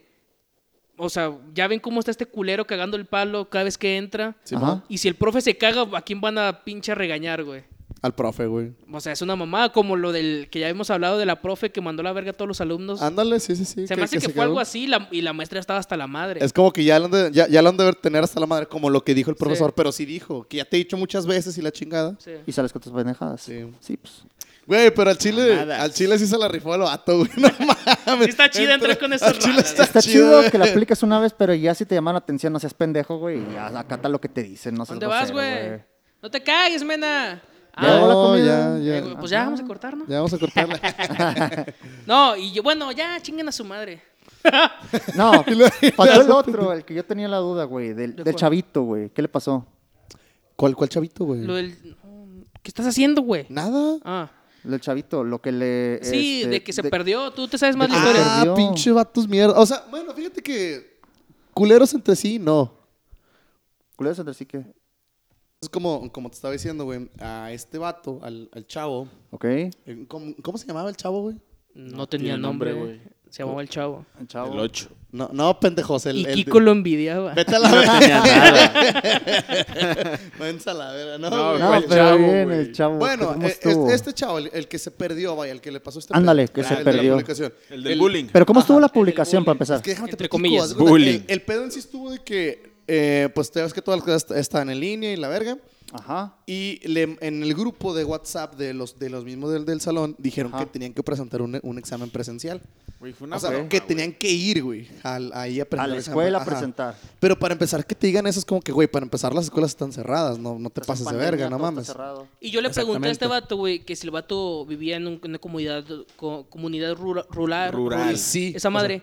[SPEAKER 1] O sea, ya ven cómo está este culero cagando el palo cada vez que entra.
[SPEAKER 3] Sí,
[SPEAKER 2] Ajá.
[SPEAKER 3] ma.
[SPEAKER 1] Y si el profe se caga, ¿a quién van a pinche regañar, güey?
[SPEAKER 3] Al profe, güey.
[SPEAKER 1] O sea, es una mamada como lo del que ya hemos hablado de la profe que mandó la verga a todos los alumnos.
[SPEAKER 2] Ah,
[SPEAKER 3] Ándale, sí, sí, sí.
[SPEAKER 1] se me hace que, fue
[SPEAKER 3] quedó.
[SPEAKER 1] algo así la- y la maestra estaba hasta la madre.
[SPEAKER 3] Es como que ya lo han de, ya, ya lo han de ver- tener hasta la madre, como lo que dijo el profesor, pero sí dijo, que ya te he dicho muchas veces y la chingada.
[SPEAKER 1] Sí.
[SPEAKER 2] Y sales con tus pendejadas.
[SPEAKER 3] Sí.
[SPEAKER 2] pues.
[SPEAKER 3] Güey, pero al chile,
[SPEAKER 4] Mamadas.
[SPEAKER 3] al chile sí se la rifó el vato, güey. No mames.
[SPEAKER 1] Sí está chido
[SPEAKER 3] Entró-
[SPEAKER 1] entrar con esas
[SPEAKER 3] al chile
[SPEAKER 1] raras.
[SPEAKER 3] está,
[SPEAKER 2] Está
[SPEAKER 3] chido,
[SPEAKER 2] chido que la
[SPEAKER 3] güey.
[SPEAKER 2] apliques una vez, pero ya si te llama la atención, no seas pendejo, güey. y Ya acata lo que te dicen, no seas
[SPEAKER 1] ¿Dónde vas,
[SPEAKER 2] grosero,
[SPEAKER 1] güey? No te cagues, mena. Ah,
[SPEAKER 2] Ya,
[SPEAKER 3] No,
[SPEAKER 2] la comida.
[SPEAKER 3] ya,
[SPEAKER 1] eh,
[SPEAKER 3] ya.
[SPEAKER 1] güey, pues ya vamos a cortar, ¿no?
[SPEAKER 3] Ya vamos a cortarla.
[SPEAKER 1] No, y yo, bueno, ya chinguen a su madre.
[SPEAKER 2] No,
[SPEAKER 3] Y luego-
[SPEAKER 2] faltó el otro, el que yo tenía la duda, güey, del,
[SPEAKER 1] ¿De
[SPEAKER 2] del
[SPEAKER 1] cuál?
[SPEAKER 2] chavito, güey. ¿Qué le pasó?
[SPEAKER 3] ¿Cuál, cuál chavito, güey?
[SPEAKER 1] Lo del... ¿Qué estás haciendo, güey?
[SPEAKER 3] Nada.
[SPEAKER 1] Ah.
[SPEAKER 2] Del chavito, lo que le...
[SPEAKER 1] Sí,
[SPEAKER 2] este,
[SPEAKER 1] de que se perdió. Tú te sabes más
[SPEAKER 2] de
[SPEAKER 1] la
[SPEAKER 2] que
[SPEAKER 1] historia.
[SPEAKER 2] se
[SPEAKER 3] Ah,
[SPEAKER 2] perdió.
[SPEAKER 3] pinche vatos mierda. O sea, bueno, fíjate que culeros entre sí, no.
[SPEAKER 2] culeros entre sí que...
[SPEAKER 3] Es como, como te estaba diciendo, güey, a este vato, al, al chavo.
[SPEAKER 2] ¿Ok? El
[SPEAKER 3] eh, ¿Cómo, cómo se llamaba el chavo, güey?
[SPEAKER 1] No tenía
[SPEAKER 4] tiene
[SPEAKER 1] nombre,
[SPEAKER 4] nombre,
[SPEAKER 1] güey. Se llamaba el chavo.
[SPEAKER 2] chavo.
[SPEAKER 4] El 8.
[SPEAKER 3] No, no, pendejos. El,
[SPEAKER 1] y
[SPEAKER 3] el-
[SPEAKER 1] Kiko lo envidiaba.
[SPEAKER 3] Vete a la verga.
[SPEAKER 4] nada.
[SPEAKER 3] Vete a la verga, no,
[SPEAKER 4] No,
[SPEAKER 3] güey.
[SPEAKER 2] No,
[SPEAKER 4] Fue el
[SPEAKER 2] pero
[SPEAKER 4] chavo,
[SPEAKER 2] bien,
[SPEAKER 4] güey.
[SPEAKER 2] el chavo.
[SPEAKER 3] Bueno,
[SPEAKER 2] ¿cómo
[SPEAKER 3] eh,
[SPEAKER 2] estuvo?
[SPEAKER 3] este, este chavo, el, el que se perdió, vaya, el que le pasó este
[SPEAKER 2] Ándale,
[SPEAKER 3] pedo.
[SPEAKER 2] que se
[SPEAKER 3] el de la
[SPEAKER 2] perdió.
[SPEAKER 3] publicación.
[SPEAKER 4] El del bullying.
[SPEAKER 2] Pero ¿cómo estuvo la
[SPEAKER 1] bullying.
[SPEAKER 2] publicación para empezar?
[SPEAKER 3] Es que déjame te
[SPEAKER 1] Entre
[SPEAKER 3] platico,
[SPEAKER 1] comillas,
[SPEAKER 3] haz de cuenta,
[SPEAKER 4] bullying.
[SPEAKER 3] El, el pedo en sí estuvo de que, eh, pues te ves que todas las cosas están en línea y la verga.
[SPEAKER 2] Ajá.
[SPEAKER 3] Y le- en el grupo de WhatsApp de los, de los mismos del, del salón dijeron
[SPEAKER 2] Ajá.
[SPEAKER 3] que tenían que presentar un, un examen presencial.
[SPEAKER 4] Güey, fue una
[SPEAKER 3] o sea,
[SPEAKER 4] broma,
[SPEAKER 3] que
[SPEAKER 4] güey.
[SPEAKER 3] tenían que ir, güey, al- ahí a presentar.
[SPEAKER 2] A la
[SPEAKER 3] el examen.
[SPEAKER 2] escuela a
[SPEAKER 3] Ajá.
[SPEAKER 2] presentar.
[SPEAKER 3] Pero para empezar, que te digan eso es como que, güey, para empezar las escuelas están cerradas, no, no
[SPEAKER 2] Pues
[SPEAKER 3] te
[SPEAKER 2] en
[SPEAKER 3] pases de
[SPEAKER 2] pandemia
[SPEAKER 3] verga,
[SPEAKER 2] todo
[SPEAKER 3] no
[SPEAKER 2] está
[SPEAKER 3] mames.
[SPEAKER 2] cerrado.
[SPEAKER 1] Y yo le pregunté a este
[SPEAKER 3] Exactamente.
[SPEAKER 1] vato, güey, que si el vato vivía en un- una comunidad, co- comunidad rura- rural.
[SPEAKER 4] Rural.
[SPEAKER 3] Sí,
[SPEAKER 1] Esa
[SPEAKER 3] o sea-
[SPEAKER 1] madre.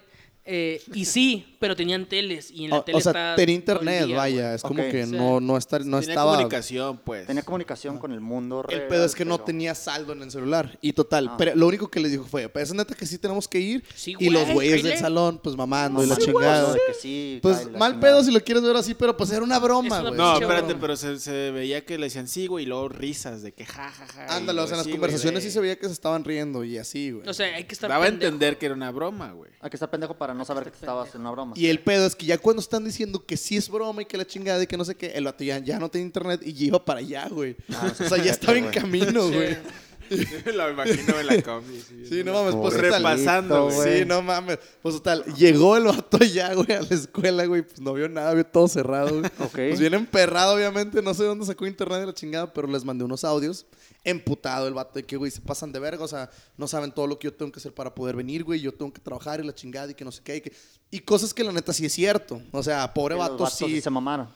[SPEAKER 1] Eh, y sí, pero tenían teles. Y en la
[SPEAKER 3] O,
[SPEAKER 1] tele
[SPEAKER 3] o sea,
[SPEAKER 1] está
[SPEAKER 3] tenía
[SPEAKER 1] todo el
[SPEAKER 3] internet,
[SPEAKER 1] día,
[SPEAKER 3] vaya,
[SPEAKER 1] güey.
[SPEAKER 3] es como
[SPEAKER 2] Ok.
[SPEAKER 3] que
[SPEAKER 1] Sí.
[SPEAKER 3] no, no, estar, no
[SPEAKER 4] Tenía
[SPEAKER 3] estaba...
[SPEAKER 4] comunicación, pues.
[SPEAKER 2] Tenía comunicación con el mundo
[SPEAKER 3] El
[SPEAKER 2] real,
[SPEAKER 3] pedo es que no
[SPEAKER 2] pero-
[SPEAKER 3] tenía saldo en el celular. Y total,
[SPEAKER 2] Ah.
[SPEAKER 3] pero lo único que les dijo fue, pues es neta que sí tenemos que ir.
[SPEAKER 1] Sí,
[SPEAKER 3] y los
[SPEAKER 1] güey,
[SPEAKER 3] güeyes del
[SPEAKER 1] cáele.
[SPEAKER 3] salón, pues mamando y la
[SPEAKER 2] Sí, güey,
[SPEAKER 3] chingada.
[SPEAKER 2] de que sí,
[SPEAKER 3] Pues
[SPEAKER 2] ay, la
[SPEAKER 3] mal
[SPEAKER 2] chingada.
[SPEAKER 3] pedo si lo quieres ver así, pero pues era una broma,
[SPEAKER 1] Es una
[SPEAKER 3] güey.
[SPEAKER 4] No,
[SPEAKER 1] Sí,
[SPEAKER 4] espérate,
[SPEAKER 1] güey.
[SPEAKER 4] pero se, se veía que le decían sí, güey, y luego risas de que ja, ja, ja. y
[SPEAKER 3] Ándalo, o sea, en las
[SPEAKER 4] así, güey,
[SPEAKER 3] conversaciones
[SPEAKER 4] de-
[SPEAKER 3] sí se veía que se estaban riendo y así, güey.
[SPEAKER 1] O sea, hay que estar.
[SPEAKER 4] Daba a
[SPEAKER 1] pendejo.
[SPEAKER 4] entender que era una broma, güey.
[SPEAKER 2] Hay que estar pendejo para no saber que estabas en una broma.
[SPEAKER 3] y el pedo es que ya cuando están diciendo que sí es broma y que la chingada y que no sé qué, el vato ya, ya no tiene internet y ya iba para allá, güey. o sea, ya estaba en camino,
[SPEAKER 1] Sí.
[SPEAKER 3] güey.
[SPEAKER 4] Lo imagino en la combi. Sí,
[SPEAKER 3] Sí, no mames, pues
[SPEAKER 4] Pobrecito,
[SPEAKER 3] total.
[SPEAKER 4] Repasando,
[SPEAKER 3] Sí,
[SPEAKER 2] güey.
[SPEAKER 3] no mames. Pues total, llegó el vato allá, güey, a la escuela, güey. Pues no vio nada, vio todo cerrado, güey.
[SPEAKER 2] Ok.
[SPEAKER 3] Pues bien emperrado, obviamente. No sé dónde sacó internet de la chingada, pero les mandé unos audios. Emputado el vato de que, güey, se pasan de verga. O sea, no saben todo lo que yo tengo que hacer para poder venir, güey. Yo tengo que trabajar y la chingada y que no sé qué. Y, que- y cosas que la neta sí es cierto. O sea, pobre
[SPEAKER 2] Que los
[SPEAKER 3] vato
[SPEAKER 2] vatos
[SPEAKER 3] sí.
[SPEAKER 2] se mamaron.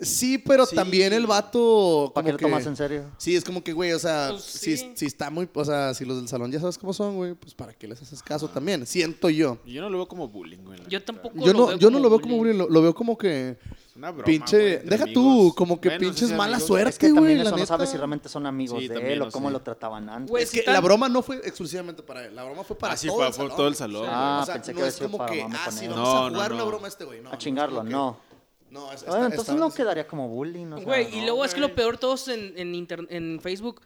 [SPEAKER 3] Sí, pero
[SPEAKER 4] Sí.
[SPEAKER 3] también el vato.
[SPEAKER 2] ¿Para
[SPEAKER 3] como
[SPEAKER 2] qué lo tomas en serio?
[SPEAKER 3] Sí, es como que, güey, o sea,
[SPEAKER 1] Pues,
[SPEAKER 3] si,
[SPEAKER 1] sí.
[SPEAKER 3] si está muy. O sea, si los del salón ya sabes cómo son, güey, pues para qué les haces caso también. Siento yo.
[SPEAKER 4] Yo no lo veo como bullying, güey. la
[SPEAKER 1] Yo
[SPEAKER 4] neta.
[SPEAKER 1] tampoco.
[SPEAKER 3] Yo no, yo no lo veo como
[SPEAKER 1] bullying.
[SPEAKER 3] bullying, lo, lo veo como que.
[SPEAKER 4] Es una broma, güey,
[SPEAKER 3] pinche.
[SPEAKER 4] entre
[SPEAKER 3] deja tú,
[SPEAKER 4] amigos.
[SPEAKER 3] como que
[SPEAKER 4] Bueno, no sé
[SPEAKER 3] pinches
[SPEAKER 4] si
[SPEAKER 3] mala
[SPEAKER 4] amigos.
[SPEAKER 3] suerte,
[SPEAKER 2] Es que
[SPEAKER 3] güey.
[SPEAKER 2] también
[SPEAKER 3] la
[SPEAKER 2] eso no
[SPEAKER 3] neta.
[SPEAKER 2] sabes si realmente son amigos
[SPEAKER 4] Sí,
[SPEAKER 2] de
[SPEAKER 4] también,
[SPEAKER 2] él
[SPEAKER 4] no
[SPEAKER 2] o cómo
[SPEAKER 4] sé.
[SPEAKER 2] lo trataban antes.
[SPEAKER 1] Güey,
[SPEAKER 3] Es que
[SPEAKER 1] están-
[SPEAKER 3] la broma no fue exclusivamente para él. La broma fue para
[SPEAKER 4] Ah, sí,
[SPEAKER 3] todo
[SPEAKER 4] fue
[SPEAKER 3] el
[SPEAKER 4] por
[SPEAKER 3] salón.
[SPEAKER 4] todo el salón.
[SPEAKER 2] Ah,
[SPEAKER 3] güey. o sea,
[SPEAKER 2] pensé que
[SPEAKER 3] no
[SPEAKER 2] había
[SPEAKER 3] es
[SPEAKER 2] sido
[SPEAKER 3] como
[SPEAKER 2] para
[SPEAKER 3] que,
[SPEAKER 2] mamá
[SPEAKER 3] ah,
[SPEAKER 2] con
[SPEAKER 3] sí,
[SPEAKER 2] él.
[SPEAKER 3] vamos
[SPEAKER 4] No,
[SPEAKER 3] a
[SPEAKER 4] no,
[SPEAKER 3] jugar una
[SPEAKER 4] no.
[SPEAKER 3] broma a este güey. No,
[SPEAKER 2] a chingarlo,
[SPEAKER 3] como que-
[SPEAKER 2] no.
[SPEAKER 3] No, es-
[SPEAKER 2] Ah,
[SPEAKER 3] está-
[SPEAKER 2] entonces
[SPEAKER 3] está-
[SPEAKER 2] no quedaría como bullying. o sea,
[SPEAKER 1] Güey, y
[SPEAKER 2] no,
[SPEAKER 1] luego es que lo
[SPEAKER 4] güey.
[SPEAKER 1] peor, todos en, en, inter- en Facebook